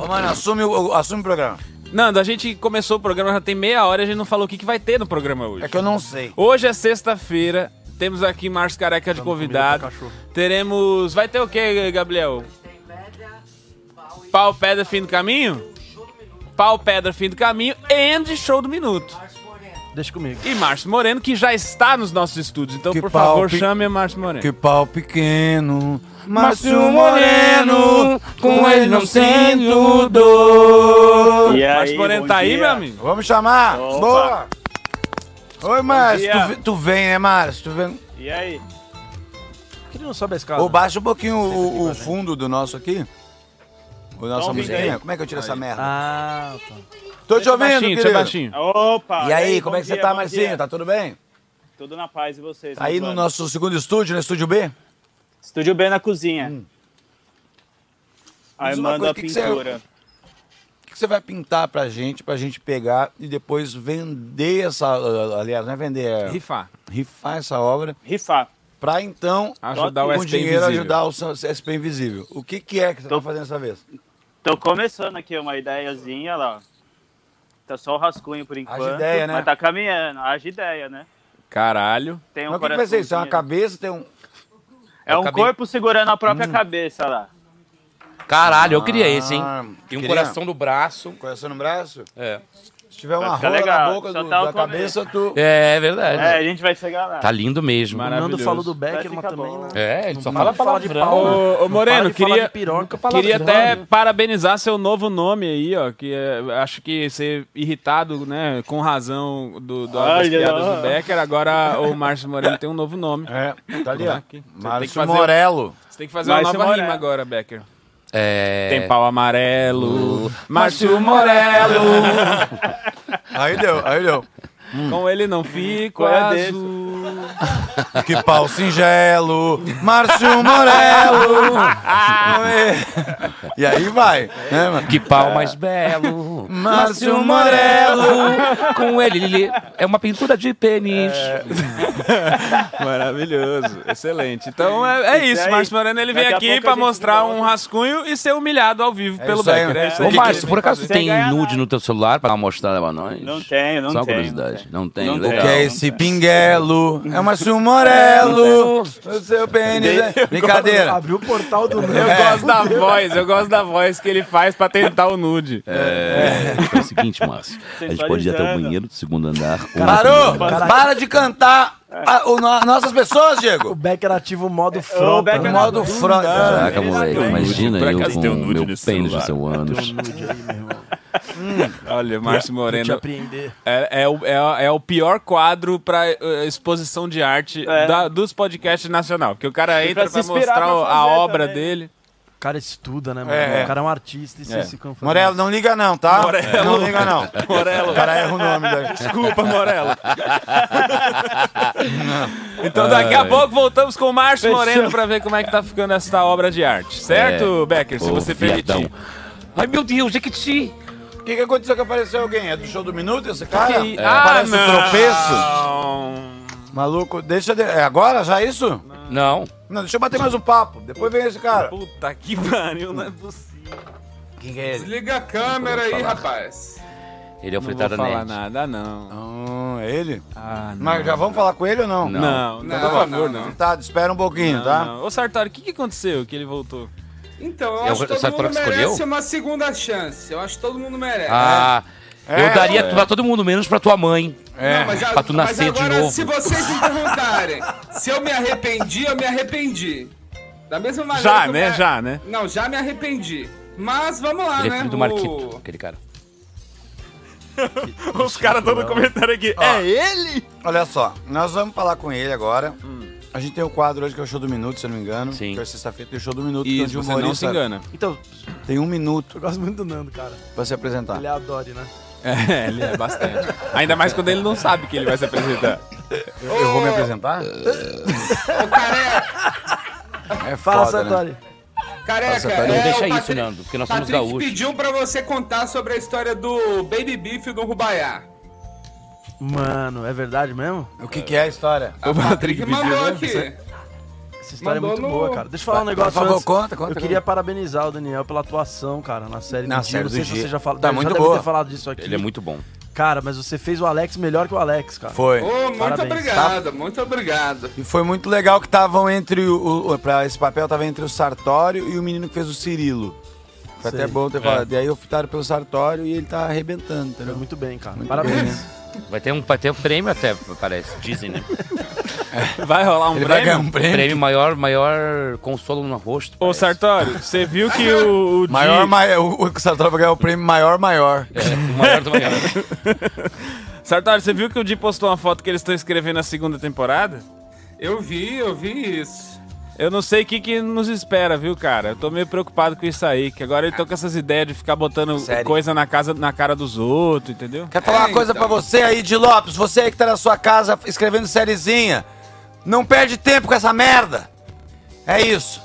[SPEAKER 8] Ô, mano, assume o, assume o programa.
[SPEAKER 5] Nando, a gente começou o programa já tem meia hora e a gente não falou o que, que vai ter no programa hoje.
[SPEAKER 8] É que eu não sei.
[SPEAKER 5] Hoje é sexta-feira, temos aqui Márcio Careca de convidado.
[SPEAKER 4] comida pra cachorro.
[SPEAKER 5] Teremos. Vai ter o que, Gabriel? Pau, pedra, fim do caminho? Pau, pedra, fim do caminho e show do minuto.
[SPEAKER 4] Deixa comigo.
[SPEAKER 5] E Márcio Moreno, que já está nos nossos estúdios. Então,
[SPEAKER 8] Que
[SPEAKER 5] por
[SPEAKER 8] pau,
[SPEAKER 5] favor,
[SPEAKER 8] pi-
[SPEAKER 5] chame a Márcio Moreno.
[SPEAKER 8] Que pau pequeno, Márcio Moreno, com ele não sinto dor.
[SPEAKER 5] Márcio Moreno tá aí, meu amigo?
[SPEAKER 8] Vamos chamar. Boa. Oi, Márcio, tu, vi- tu vem, né, Márcio? Tu vem.
[SPEAKER 11] E aí?
[SPEAKER 4] Por que ele não sobe a escada?
[SPEAKER 8] Ô, baixa um pouquinho o, o fundo do nosso aqui. O nossa
[SPEAKER 11] ouvindo
[SPEAKER 8] musiquinha.
[SPEAKER 11] aí?
[SPEAKER 8] Como é que eu tiro essa merda?
[SPEAKER 4] Ah, tá.
[SPEAKER 8] Tô te ouvindo,
[SPEAKER 5] baixinho,
[SPEAKER 8] querido.
[SPEAKER 5] baixinho.
[SPEAKER 11] Opa!
[SPEAKER 8] E aí, como
[SPEAKER 11] bom
[SPEAKER 8] é que você
[SPEAKER 11] dia,
[SPEAKER 8] tá,
[SPEAKER 11] bom
[SPEAKER 8] Marcinho?
[SPEAKER 11] dia.
[SPEAKER 8] Tá tudo bem?
[SPEAKER 11] Tudo na paz e vocês?
[SPEAKER 8] Tá Aí
[SPEAKER 11] meus
[SPEAKER 8] no
[SPEAKER 11] manos?
[SPEAKER 8] nosso segundo estúdio, no estúdio B? Hum.
[SPEAKER 11] Estúdio B na cozinha. Aí
[SPEAKER 8] Diz uma
[SPEAKER 11] manda
[SPEAKER 8] coisa,
[SPEAKER 11] a
[SPEAKER 8] que que você-
[SPEAKER 11] pintura.
[SPEAKER 8] O que você vai pintar pra gente, pra gente pegar e depois vender essa. Aliás, não é vender, é
[SPEAKER 5] Rifar.
[SPEAKER 8] rifar essa obra,
[SPEAKER 11] Rifar.
[SPEAKER 8] pra então,
[SPEAKER 5] Ajudar o
[SPEAKER 8] com
[SPEAKER 5] SP
[SPEAKER 8] dinheiro,
[SPEAKER 5] Invisível.
[SPEAKER 8] ajudar o SP Invisível. O que, que é que você tá fazendo dessa vez?
[SPEAKER 11] Tô começando aqui uma ideiazinha lá. Tá só o rascunho por enquanto.
[SPEAKER 8] ideia, né?
[SPEAKER 11] Mas tá caminhando. Haja ideia, né?
[SPEAKER 5] Caralho.
[SPEAKER 11] Tem um
[SPEAKER 8] Mas o que, que vai ser isso? É uma
[SPEAKER 11] coraçãozinho.
[SPEAKER 8] cabeça, tem um.
[SPEAKER 11] É um
[SPEAKER 3] Acabei-
[SPEAKER 11] corpo segurando a própria
[SPEAKER 8] Hum.
[SPEAKER 11] cabeça lá.
[SPEAKER 3] Caralho, eu queria esse, hein?
[SPEAKER 8] Ah,
[SPEAKER 3] Tem um
[SPEAKER 8] queria.
[SPEAKER 3] coração no braço.
[SPEAKER 8] Coração no braço?
[SPEAKER 3] É.
[SPEAKER 8] Se tiver uma
[SPEAKER 11] Vai ficar
[SPEAKER 8] rola na
[SPEAKER 11] legal,
[SPEAKER 8] boca
[SPEAKER 11] só
[SPEAKER 8] do-
[SPEAKER 11] tá o
[SPEAKER 8] da
[SPEAKER 11] começo.
[SPEAKER 8] cabeça, tu.
[SPEAKER 3] É, é verdade.
[SPEAKER 11] É, a gente vai chegar lá.
[SPEAKER 3] Tá lindo mesmo.
[SPEAKER 4] O Nando
[SPEAKER 5] Maravilhoso.
[SPEAKER 4] falou do Becker,
[SPEAKER 11] Vai
[SPEAKER 4] mas
[SPEAKER 11] ficar
[SPEAKER 4] também,
[SPEAKER 11] bom.
[SPEAKER 4] né?
[SPEAKER 3] É, ele só
[SPEAKER 4] Não
[SPEAKER 3] fala
[SPEAKER 4] fala de
[SPEAKER 3] palavrão.
[SPEAKER 4] pau, né?
[SPEAKER 5] Ô, ô, Moreno,
[SPEAKER 4] Não para de falar
[SPEAKER 5] queria-
[SPEAKER 4] de piroca,
[SPEAKER 5] Queria
[SPEAKER 4] palavrão,
[SPEAKER 5] até
[SPEAKER 4] né?
[SPEAKER 5] parabenizar seu novo nome aí, ó. Que é, acho que ser irritado, né? Com razão do, do, das
[SPEAKER 11] Olha
[SPEAKER 5] piadas
[SPEAKER 11] lá.
[SPEAKER 5] do Becker. Agora o Márcio Moreno tem um novo nome.
[SPEAKER 8] É, tá ali, ó.
[SPEAKER 5] Aqui. Você tem que
[SPEAKER 8] Márcio
[SPEAKER 5] fazer- um-
[SPEAKER 8] Morello.
[SPEAKER 5] Você tem que fazer uma
[SPEAKER 11] Márcio
[SPEAKER 5] nova
[SPEAKER 11] Moreno.
[SPEAKER 5] rima agora, Becker.
[SPEAKER 3] É.
[SPEAKER 5] Tem pau amarelo, Márcio Morello.
[SPEAKER 8] Aí deu, aí deu.
[SPEAKER 5] Com ele não fico
[SPEAKER 11] Qual é
[SPEAKER 5] azul.
[SPEAKER 8] Que pau singelo, Márcio Morello.
[SPEAKER 4] Ah,
[SPEAKER 8] e aí vai, né, mano?
[SPEAKER 3] Que pau mais belo.
[SPEAKER 8] Márcio Morello.
[SPEAKER 3] Com ele, ele- É uma pintura de pênis.
[SPEAKER 8] É.
[SPEAKER 5] Maravilhoso, excelente. Então é, é isso,
[SPEAKER 11] aí.
[SPEAKER 5] Márcio Moreno ele vem
[SPEAKER 11] Daqui a
[SPEAKER 5] aqui
[SPEAKER 11] pouco
[SPEAKER 5] pra
[SPEAKER 11] a gente
[SPEAKER 5] mostrar
[SPEAKER 11] volta.
[SPEAKER 5] um rascunho e ser humilhado ao vivo pelo
[SPEAKER 8] isso aí.
[SPEAKER 5] Becker. né?
[SPEAKER 8] É.
[SPEAKER 5] isso aí
[SPEAKER 3] Ô,
[SPEAKER 5] que
[SPEAKER 3] Márcio,
[SPEAKER 5] ele
[SPEAKER 3] por
[SPEAKER 5] vem
[SPEAKER 3] acaso tu
[SPEAKER 5] fazer.
[SPEAKER 3] tem
[SPEAKER 11] ganhar nada.
[SPEAKER 3] nude no teu celular pra mostrar pra nós?
[SPEAKER 11] Não tenho, não
[SPEAKER 3] Só uma
[SPEAKER 11] tenho.
[SPEAKER 3] curiosidade. Não tem,
[SPEAKER 11] Não
[SPEAKER 3] legal.
[SPEAKER 8] Que é esse pinguelo, é Márcio Morello. O seu pênis
[SPEAKER 3] né?
[SPEAKER 8] é... Brincadeira.
[SPEAKER 4] Abriu o portal
[SPEAKER 8] É
[SPEAKER 4] do
[SPEAKER 5] Eu
[SPEAKER 4] Nando.
[SPEAKER 3] É.
[SPEAKER 5] gosto da voz, eu gosto da voz que ele faz pra tentar o nude.
[SPEAKER 3] É, então é o seguinte, Márcio. A gente pode ir até o
[SPEAKER 11] Sensualizando.
[SPEAKER 3] banheiro do segundo andar. ou no
[SPEAKER 8] Parou!
[SPEAKER 3] primeiro andar.
[SPEAKER 8] Para de cantar a- o no- nossas pessoas,
[SPEAKER 4] O
[SPEAKER 8] Diego.
[SPEAKER 4] Becker ativa o modo frota.
[SPEAKER 11] É, Becker
[SPEAKER 4] né?
[SPEAKER 8] O modo frota.
[SPEAKER 3] Caraca, moleque, imagina
[SPEAKER 5] Pra
[SPEAKER 3] eu
[SPEAKER 5] casa tem
[SPEAKER 3] com
[SPEAKER 5] um
[SPEAKER 3] o
[SPEAKER 5] nude
[SPEAKER 3] meu
[SPEAKER 5] nesse
[SPEAKER 3] pênis no
[SPEAKER 5] celular. um
[SPEAKER 3] seu ânus.
[SPEAKER 5] Hum, Olha, Márcio
[SPEAKER 4] Te
[SPEAKER 5] Moreno
[SPEAKER 4] apreender.
[SPEAKER 5] é, é o, é- é o pior quadro pra eh, exposição de arte
[SPEAKER 11] É.
[SPEAKER 5] da- dos podcasts nacional. Porque o cara
[SPEAKER 11] E
[SPEAKER 5] entra
[SPEAKER 11] pra se
[SPEAKER 5] pra
[SPEAKER 11] inspirar
[SPEAKER 5] mostrar
[SPEAKER 11] pra
[SPEAKER 5] o- a
[SPEAKER 11] fazer
[SPEAKER 5] obra
[SPEAKER 11] também.
[SPEAKER 5] dele.
[SPEAKER 4] O cara estuda, né, mano?
[SPEAKER 8] É, é.
[SPEAKER 4] O cara é né? um artista e
[SPEAKER 5] É.
[SPEAKER 4] se ficam fazendo-
[SPEAKER 8] Morello, não liga não, tá?
[SPEAKER 5] Morello.
[SPEAKER 8] Não liga não. O
[SPEAKER 5] Morello.
[SPEAKER 8] cara erra o nome daí.
[SPEAKER 5] né? Desculpa, Morello. então daqui a pouco voltamos com o Márcio Moreno pra ver como é que tá ficando essa obra de arte. Certo, Becker? Se
[SPEAKER 3] É. Ô,
[SPEAKER 5] você permitir.
[SPEAKER 3] viadão. Ai, meu Deus, é Jequiti!
[SPEAKER 8] O que, que aconteceu que apareceu alguém? É do show do minuto esse cara?
[SPEAKER 5] Que-
[SPEAKER 8] É.
[SPEAKER 5] Ah,
[SPEAKER 8] Parece um
[SPEAKER 5] não.
[SPEAKER 8] tropeço. Maluco, deixa de... É agora já isso?
[SPEAKER 3] Não.
[SPEAKER 8] Não, deixa eu bater mais um papo. Depois vem esse cara.
[SPEAKER 5] Puta que pariu, não é possível.
[SPEAKER 8] Quem é
[SPEAKER 1] Desliga a câmera aí,
[SPEAKER 3] falar.
[SPEAKER 1] rapaz.
[SPEAKER 3] Ele é o
[SPEAKER 5] Não vou
[SPEAKER 3] fritada
[SPEAKER 5] falar
[SPEAKER 3] net.
[SPEAKER 5] nada, não.
[SPEAKER 8] Ah, é ele?
[SPEAKER 5] Ah, não.
[SPEAKER 8] Mas já vamos falar com ele ou não? Então
[SPEAKER 3] Não.
[SPEAKER 5] Não,
[SPEAKER 1] Não,
[SPEAKER 5] não, por
[SPEAKER 1] não,
[SPEAKER 5] favor,
[SPEAKER 1] não.
[SPEAKER 5] não.
[SPEAKER 8] Tá, espera um pouquinho,
[SPEAKER 5] Não,
[SPEAKER 8] tá?
[SPEAKER 5] não. Ô Sartori, o que, que aconteceu que ele voltou?
[SPEAKER 1] Então, eu
[SPEAKER 3] É o-
[SPEAKER 1] acho que todo
[SPEAKER 3] sabe qual
[SPEAKER 1] mundo
[SPEAKER 3] que escolheu?
[SPEAKER 1] merece uma segunda chance. Eu acho que todo mundo merece.
[SPEAKER 3] Ah, eu
[SPEAKER 1] É,
[SPEAKER 3] daria
[SPEAKER 1] é.
[SPEAKER 3] pra todo mundo, menos pra tua mãe.
[SPEAKER 8] É.
[SPEAKER 1] Não, mas a-
[SPEAKER 3] pra tu
[SPEAKER 1] mas
[SPEAKER 3] nascer
[SPEAKER 1] agora,
[SPEAKER 3] de novo.
[SPEAKER 1] se vocês me perguntarem se eu me arrependi, eu me arrependi. Da mesma maneira.
[SPEAKER 5] Já,
[SPEAKER 1] que eu
[SPEAKER 8] é-
[SPEAKER 5] né?
[SPEAKER 1] me-
[SPEAKER 5] Já, né?
[SPEAKER 1] Não, já me arrependi. Mas vamos
[SPEAKER 8] Tá,
[SPEAKER 1] lá,
[SPEAKER 3] Ele é
[SPEAKER 1] né?
[SPEAKER 3] filho do
[SPEAKER 1] O-
[SPEAKER 3] Marquito, aquele cara.
[SPEAKER 5] Os caras estão no Tá comentário aqui. É ele? Hum.
[SPEAKER 8] Olha só, nós vamos falar com ele agora. A gente tem o quadro hoje que é o show do minuto, se eu não me engano. Sim. Que é sexta-feira tem o show do minuto. que é onde
[SPEAKER 5] Isso,
[SPEAKER 8] o
[SPEAKER 5] você não
[SPEAKER 8] humorista
[SPEAKER 5] se engana.
[SPEAKER 4] Então,
[SPEAKER 8] Tem um minuto
[SPEAKER 4] eu gosto muito do Nando, cara.
[SPEAKER 8] pra se apresentar.
[SPEAKER 4] Ele é adore, né?
[SPEAKER 5] É, ele é bastante. Ainda mais quando ele não sabe que ele vai se apresentar.
[SPEAKER 8] Eu vou me apresentar?
[SPEAKER 4] Ah.
[SPEAKER 8] É
[SPEAKER 4] Fala,
[SPEAKER 8] foda, né?
[SPEAKER 4] Sartori.
[SPEAKER 1] Careca,
[SPEAKER 3] Nossa, não
[SPEAKER 1] é, o
[SPEAKER 3] deixa isso,
[SPEAKER 1] Patrick-
[SPEAKER 3] Nando, porque nós somos
[SPEAKER 1] Patrick
[SPEAKER 3] gaúchos.
[SPEAKER 1] pediu pra você contar sobre a história do Baby Beef do Rubaiá.
[SPEAKER 4] Mano, é verdade mesmo?
[SPEAKER 8] O que, que é a história?
[SPEAKER 1] O Patrick,
[SPEAKER 5] pediu,
[SPEAKER 1] mandou
[SPEAKER 5] né?
[SPEAKER 1] aqui.
[SPEAKER 4] Essa história
[SPEAKER 1] Mandou
[SPEAKER 4] é muito
[SPEAKER 1] no-
[SPEAKER 4] boa, cara. Deixa eu falar um
[SPEAKER 8] Por
[SPEAKER 4] negócio
[SPEAKER 8] favor,
[SPEAKER 4] antes.
[SPEAKER 8] conta, conta,
[SPEAKER 4] Eu queria parabenizar o Daniel pela atuação, cara, na série
[SPEAKER 8] Na
[SPEAKER 4] do dia.
[SPEAKER 8] série
[SPEAKER 4] Não
[SPEAKER 8] do
[SPEAKER 4] sei se
[SPEAKER 8] Dia.
[SPEAKER 4] você já falou.
[SPEAKER 8] Tá
[SPEAKER 4] já
[SPEAKER 8] muito
[SPEAKER 4] deve
[SPEAKER 8] boa.
[SPEAKER 4] ter falado disso aqui.
[SPEAKER 3] Ele é muito bom.
[SPEAKER 4] Cara, mas você fez o Alex melhor que o Alex, cara.
[SPEAKER 8] Foi.
[SPEAKER 1] Ô, muito
[SPEAKER 4] Parabéns.
[SPEAKER 1] obrigado, muito obrigado.
[SPEAKER 8] E foi muito legal que estavam entre o. o pra esse papel tava entre o Sartório e o menino que fez o Cirilo. Foi
[SPEAKER 4] Sei. É.
[SPEAKER 8] até bom ter falado. E aí optaram pelo Sartório e ele tá arrebentando,
[SPEAKER 4] Foi
[SPEAKER 8] entendeu?
[SPEAKER 4] muito bem, cara.
[SPEAKER 8] Muito bem,
[SPEAKER 4] Parabéns.
[SPEAKER 8] né?
[SPEAKER 3] Vai ter um, vai ter um prêmio até, parece. Dizem, né?
[SPEAKER 5] Vai rolar um
[SPEAKER 8] Ele É. vai ganhar
[SPEAKER 5] prêmio?
[SPEAKER 8] um prêmio.
[SPEAKER 3] prêmio maior, maior consolo no rosto.
[SPEAKER 5] Ô,
[SPEAKER 3] parece.
[SPEAKER 5] Sartório, você viu que o, o Di-
[SPEAKER 8] Maior, maior. O, o Sartório vai ganhar é o prêmio maior, maior.
[SPEAKER 3] É, o maior do maior.
[SPEAKER 5] Sartório, você viu que o Di postou uma foto que eles estão escrevendo a segunda temporada?
[SPEAKER 1] Eu vi, eu vi isso.
[SPEAKER 5] Eu não sei o que, que nos espera, viu, cara? Eu tô meio preocupado com isso aí, que agora ele tá com essas ideias de ficar botando
[SPEAKER 8] Sério?
[SPEAKER 5] coisa na, casa, na cara dos outros, entendeu?
[SPEAKER 8] Quer falar
[SPEAKER 1] É,
[SPEAKER 8] uma coisa
[SPEAKER 1] então.
[SPEAKER 8] pra você aí, de Lopes? Você aí que tá na sua casa escrevendo sériezinha. Não perde tempo com essa merda. É isso.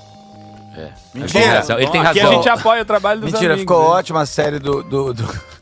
[SPEAKER 3] É.
[SPEAKER 8] Mentira.
[SPEAKER 3] Ele tem
[SPEAKER 5] Aqui a
[SPEAKER 3] razão.
[SPEAKER 5] gente apoia o trabalho dos
[SPEAKER 8] Mentira,
[SPEAKER 5] amigos,
[SPEAKER 8] ficou
[SPEAKER 5] né?
[SPEAKER 8] ótima a série do. do, do...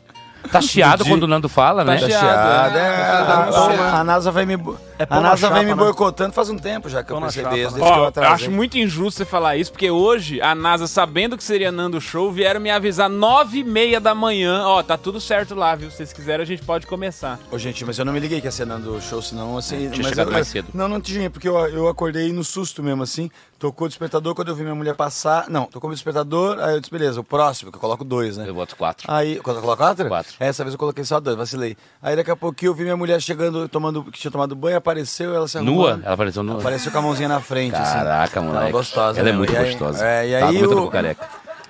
[SPEAKER 3] Tá chiado
[SPEAKER 8] Didi.
[SPEAKER 3] quando o Nando fala, né?
[SPEAKER 5] Tá chiado.
[SPEAKER 8] Chiada. É,
[SPEAKER 1] tá dando
[SPEAKER 8] a-
[SPEAKER 1] certo.
[SPEAKER 8] a, a NASA vai me, bo-
[SPEAKER 4] É pão
[SPEAKER 8] a
[SPEAKER 4] na
[SPEAKER 8] NASA vai
[SPEAKER 4] chapa,
[SPEAKER 8] me
[SPEAKER 4] né?
[SPEAKER 8] boicotando faz um tempo já que
[SPEAKER 4] Pão
[SPEAKER 8] eu
[SPEAKER 4] na
[SPEAKER 8] percebi
[SPEAKER 4] chapa,
[SPEAKER 8] isso,
[SPEAKER 4] né?
[SPEAKER 8] desde que eu
[SPEAKER 5] Ó, eu
[SPEAKER 8] atrasei.
[SPEAKER 5] acho muito injusto você falar isso, porque hoje a NASA, sabendo que seria Nando Show, vieram me avisar nove e meia da manhã. Ó, tá tudo certo lá, viu? Se vocês quiserem, a gente pode começar.
[SPEAKER 8] Ô, gente, mas eu não me liguei que ia ser Nando do show, senão assim.
[SPEAKER 3] Tinha
[SPEAKER 8] mas
[SPEAKER 3] chegado
[SPEAKER 8] eu-
[SPEAKER 3] mais cedo.
[SPEAKER 8] Não, não tinha, porque eu, eu acordei no susto mesmo, assim. Tocou o despertador quando eu vi minha mulher passar. Não, tocou o despertador, aí eu disse, beleza, o próximo, que eu coloco dois, né?
[SPEAKER 3] Eu boto quatro.
[SPEAKER 8] Aí, quando eu coloco quatro?
[SPEAKER 3] Quatro.
[SPEAKER 8] Essa vez eu coloquei só dois, vacilei. Aí daqui a pouquinho eu vi minha mulher chegando, tomando, que tinha tomado banho, apareceu, ela se
[SPEAKER 3] Nua?
[SPEAKER 8] arrumando.
[SPEAKER 3] Ela apareceu nua.
[SPEAKER 8] Apareceu com a mãozinha na frente, assim.
[SPEAKER 3] Caraca,
[SPEAKER 8] Tava
[SPEAKER 3] moleque.
[SPEAKER 8] gostosa.
[SPEAKER 3] Ela é
[SPEAKER 8] mesmo.
[SPEAKER 3] muito
[SPEAKER 8] E aí-
[SPEAKER 3] gostosa.
[SPEAKER 8] É, e
[SPEAKER 3] Tava
[SPEAKER 8] aí
[SPEAKER 3] muito
[SPEAKER 8] o...
[SPEAKER 3] com careca.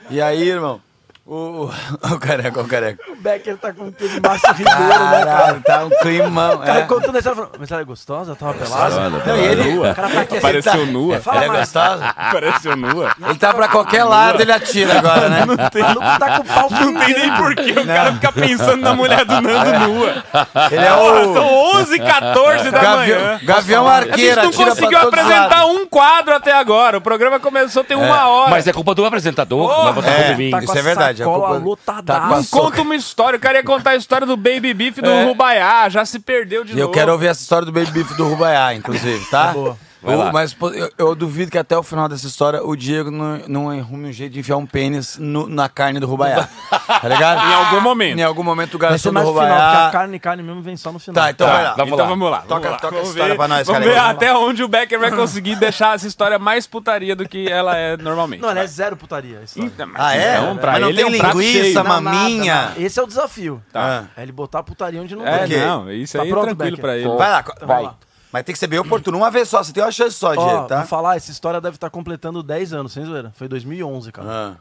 [SPEAKER 8] E aí, irmão? O, o, o careca, o careca.
[SPEAKER 4] O Becker tá com um clima de Márcio Ribeiro, né, cara?
[SPEAKER 8] Caralho, tá um climão.
[SPEAKER 4] O cara
[SPEAKER 8] É. Tá
[SPEAKER 4] contando a história, falando, mas ela é gostosa? Tava pelada?
[SPEAKER 3] Olha,
[SPEAKER 8] Não, e ele,
[SPEAKER 4] O cara tá
[SPEAKER 8] é
[SPEAKER 4] aqui, assim,
[SPEAKER 5] Apareceu nua.
[SPEAKER 4] Fala,
[SPEAKER 8] ele é
[SPEAKER 4] Márcio.
[SPEAKER 8] gostoso.
[SPEAKER 5] Apareceu nua.
[SPEAKER 8] Ele tá pra qualquer lado, ele atira agora, né?
[SPEAKER 4] tem, o maluco tá com o pau
[SPEAKER 5] Não tem nem porquê o
[SPEAKER 8] Não.
[SPEAKER 5] cara ficar pensando na mulher do Nando nua.
[SPEAKER 8] Ele é
[SPEAKER 5] Agora
[SPEAKER 8] o
[SPEAKER 5] são 11 h 14 da manhã.
[SPEAKER 8] gavião, gavião
[SPEAKER 5] A gente
[SPEAKER 8] arqueiro,
[SPEAKER 5] não
[SPEAKER 8] atira pra
[SPEAKER 5] conseguiu
[SPEAKER 8] todos os
[SPEAKER 5] apresentar
[SPEAKER 8] lados.
[SPEAKER 5] um quadro até agora. O programa começou tem uma hora.
[SPEAKER 3] Mas é culpa do apresentador,
[SPEAKER 5] Porra!
[SPEAKER 3] não vai botar culpa
[SPEAKER 8] É,
[SPEAKER 3] em mim.
[SPEAKER 4] tá com
[SPEAKER 8] isso
[SPEAKER 4] a
[SPEAKER 8] é verdade. a
[SPEAKER 4] sacola
[SPEAKER 8] culpa-
[SPEAKER 4] lotada.
[SPEAKER 8] tá com a soca. É.
[SPEAKER 5] Conta Um uma história. O cara ia contar a história do Baby Beef do Rubaiá. Já se perdeu de
[SPEAKER 8] E eu
[SPEAKER 5] novo.
[SPEAKER 8] quero ouvir essa história do Baby Beef do Rubaiá, inclusive, tá?
[SPEAKER 3] Vai
[SPEAKER 8] O-
[SPEAKER 3] lá.
[SPEAKER 8] mas pô, eu, eu duvido que até o final dessa história o Diego não, não arrume um jeito de enfiar um pênis no- na carne do Rubaiá. Tá ligado?
[SPEAKER 5] Em algum momento.
[SPEAKER 8] Em algum momento o
[SPEAKER 4] Vai ser
[SPEAKER 8] garçom do
[SPEAKER 4] mais no final, porque a
[SPEAKER 8] Rubaiá.
[SPEAKER 4] carne e carne mesmo vem só no final.
[SPEAKER 8] Tá, então vai lá.
[SPEAKER 3] Vamos
[SPEAKER 5] então
[SPEAKER 3] lá.
[SPEAKER 5] vamos lá.
[SPEAKER 8] Toca-
[SPEAKER 5] vamos lá.
[SPEAKER 8] toca
[SPEAKER 5] Vamos
[SPEAKER 8] essa história pra nós,
[SPEAKER 5] Vamos
[SPEAKER 8] cara.
[SPEAKER 5] ver
[SPEAKER 8] Vamos lá.
[SPEAKER 5] até onde o Becker vai conseguir deixar essa história mais putaria do que ela é normalmente.
[SPEAKER 4] Não, ela é zero putaria. isso.
[SPEAKER 5] Então, mas
[SPEAKER 8] Ah, é?
[SPEAKER 5] então, pra
[SPEAKER 8] Mas não
[SPEAKER 5] ele é
[SPEAKER 8] tem
[SPEAKER 5] um prato cheio.
[SPEAKER 8] linguiça,
[SPEAKER 4] Não, nada,
[SPEAKER 8] maminha.
[SPEAKER 4] nada. Esse é o desafio.
[SPEAKER 8] Tá.
[SPEAKER 4] É ele botar a putaria onde não
[SPEAKER 5] É,
[SPEAKER 8] quê?
[SPEAKER 5] não, isso
[SPEAKER 4] Tá
[SPEAKER 5] aí é
[SPEAKER 4] pronto,
[SPEAKER 5] tranquilo
[SPEAKER 4] Becker? Então
[SPEAKER 5] pra ele.
[SPEAKER 8] Vai lá,
[SPEAKER 4] vai.
[SPEAKER 8] vai. Mas tem que ser bem oportuno, uma vez só. Você tem uma chance só,
[SPEAKER 4] Ó,
[SPEAKER 8] Diego, tá?
[SPEAKER 4] vou falar, essa história deve estar completando 10 anos, sem zoeira. Foi 2011, cara.
[SPEAKER 8] Ah.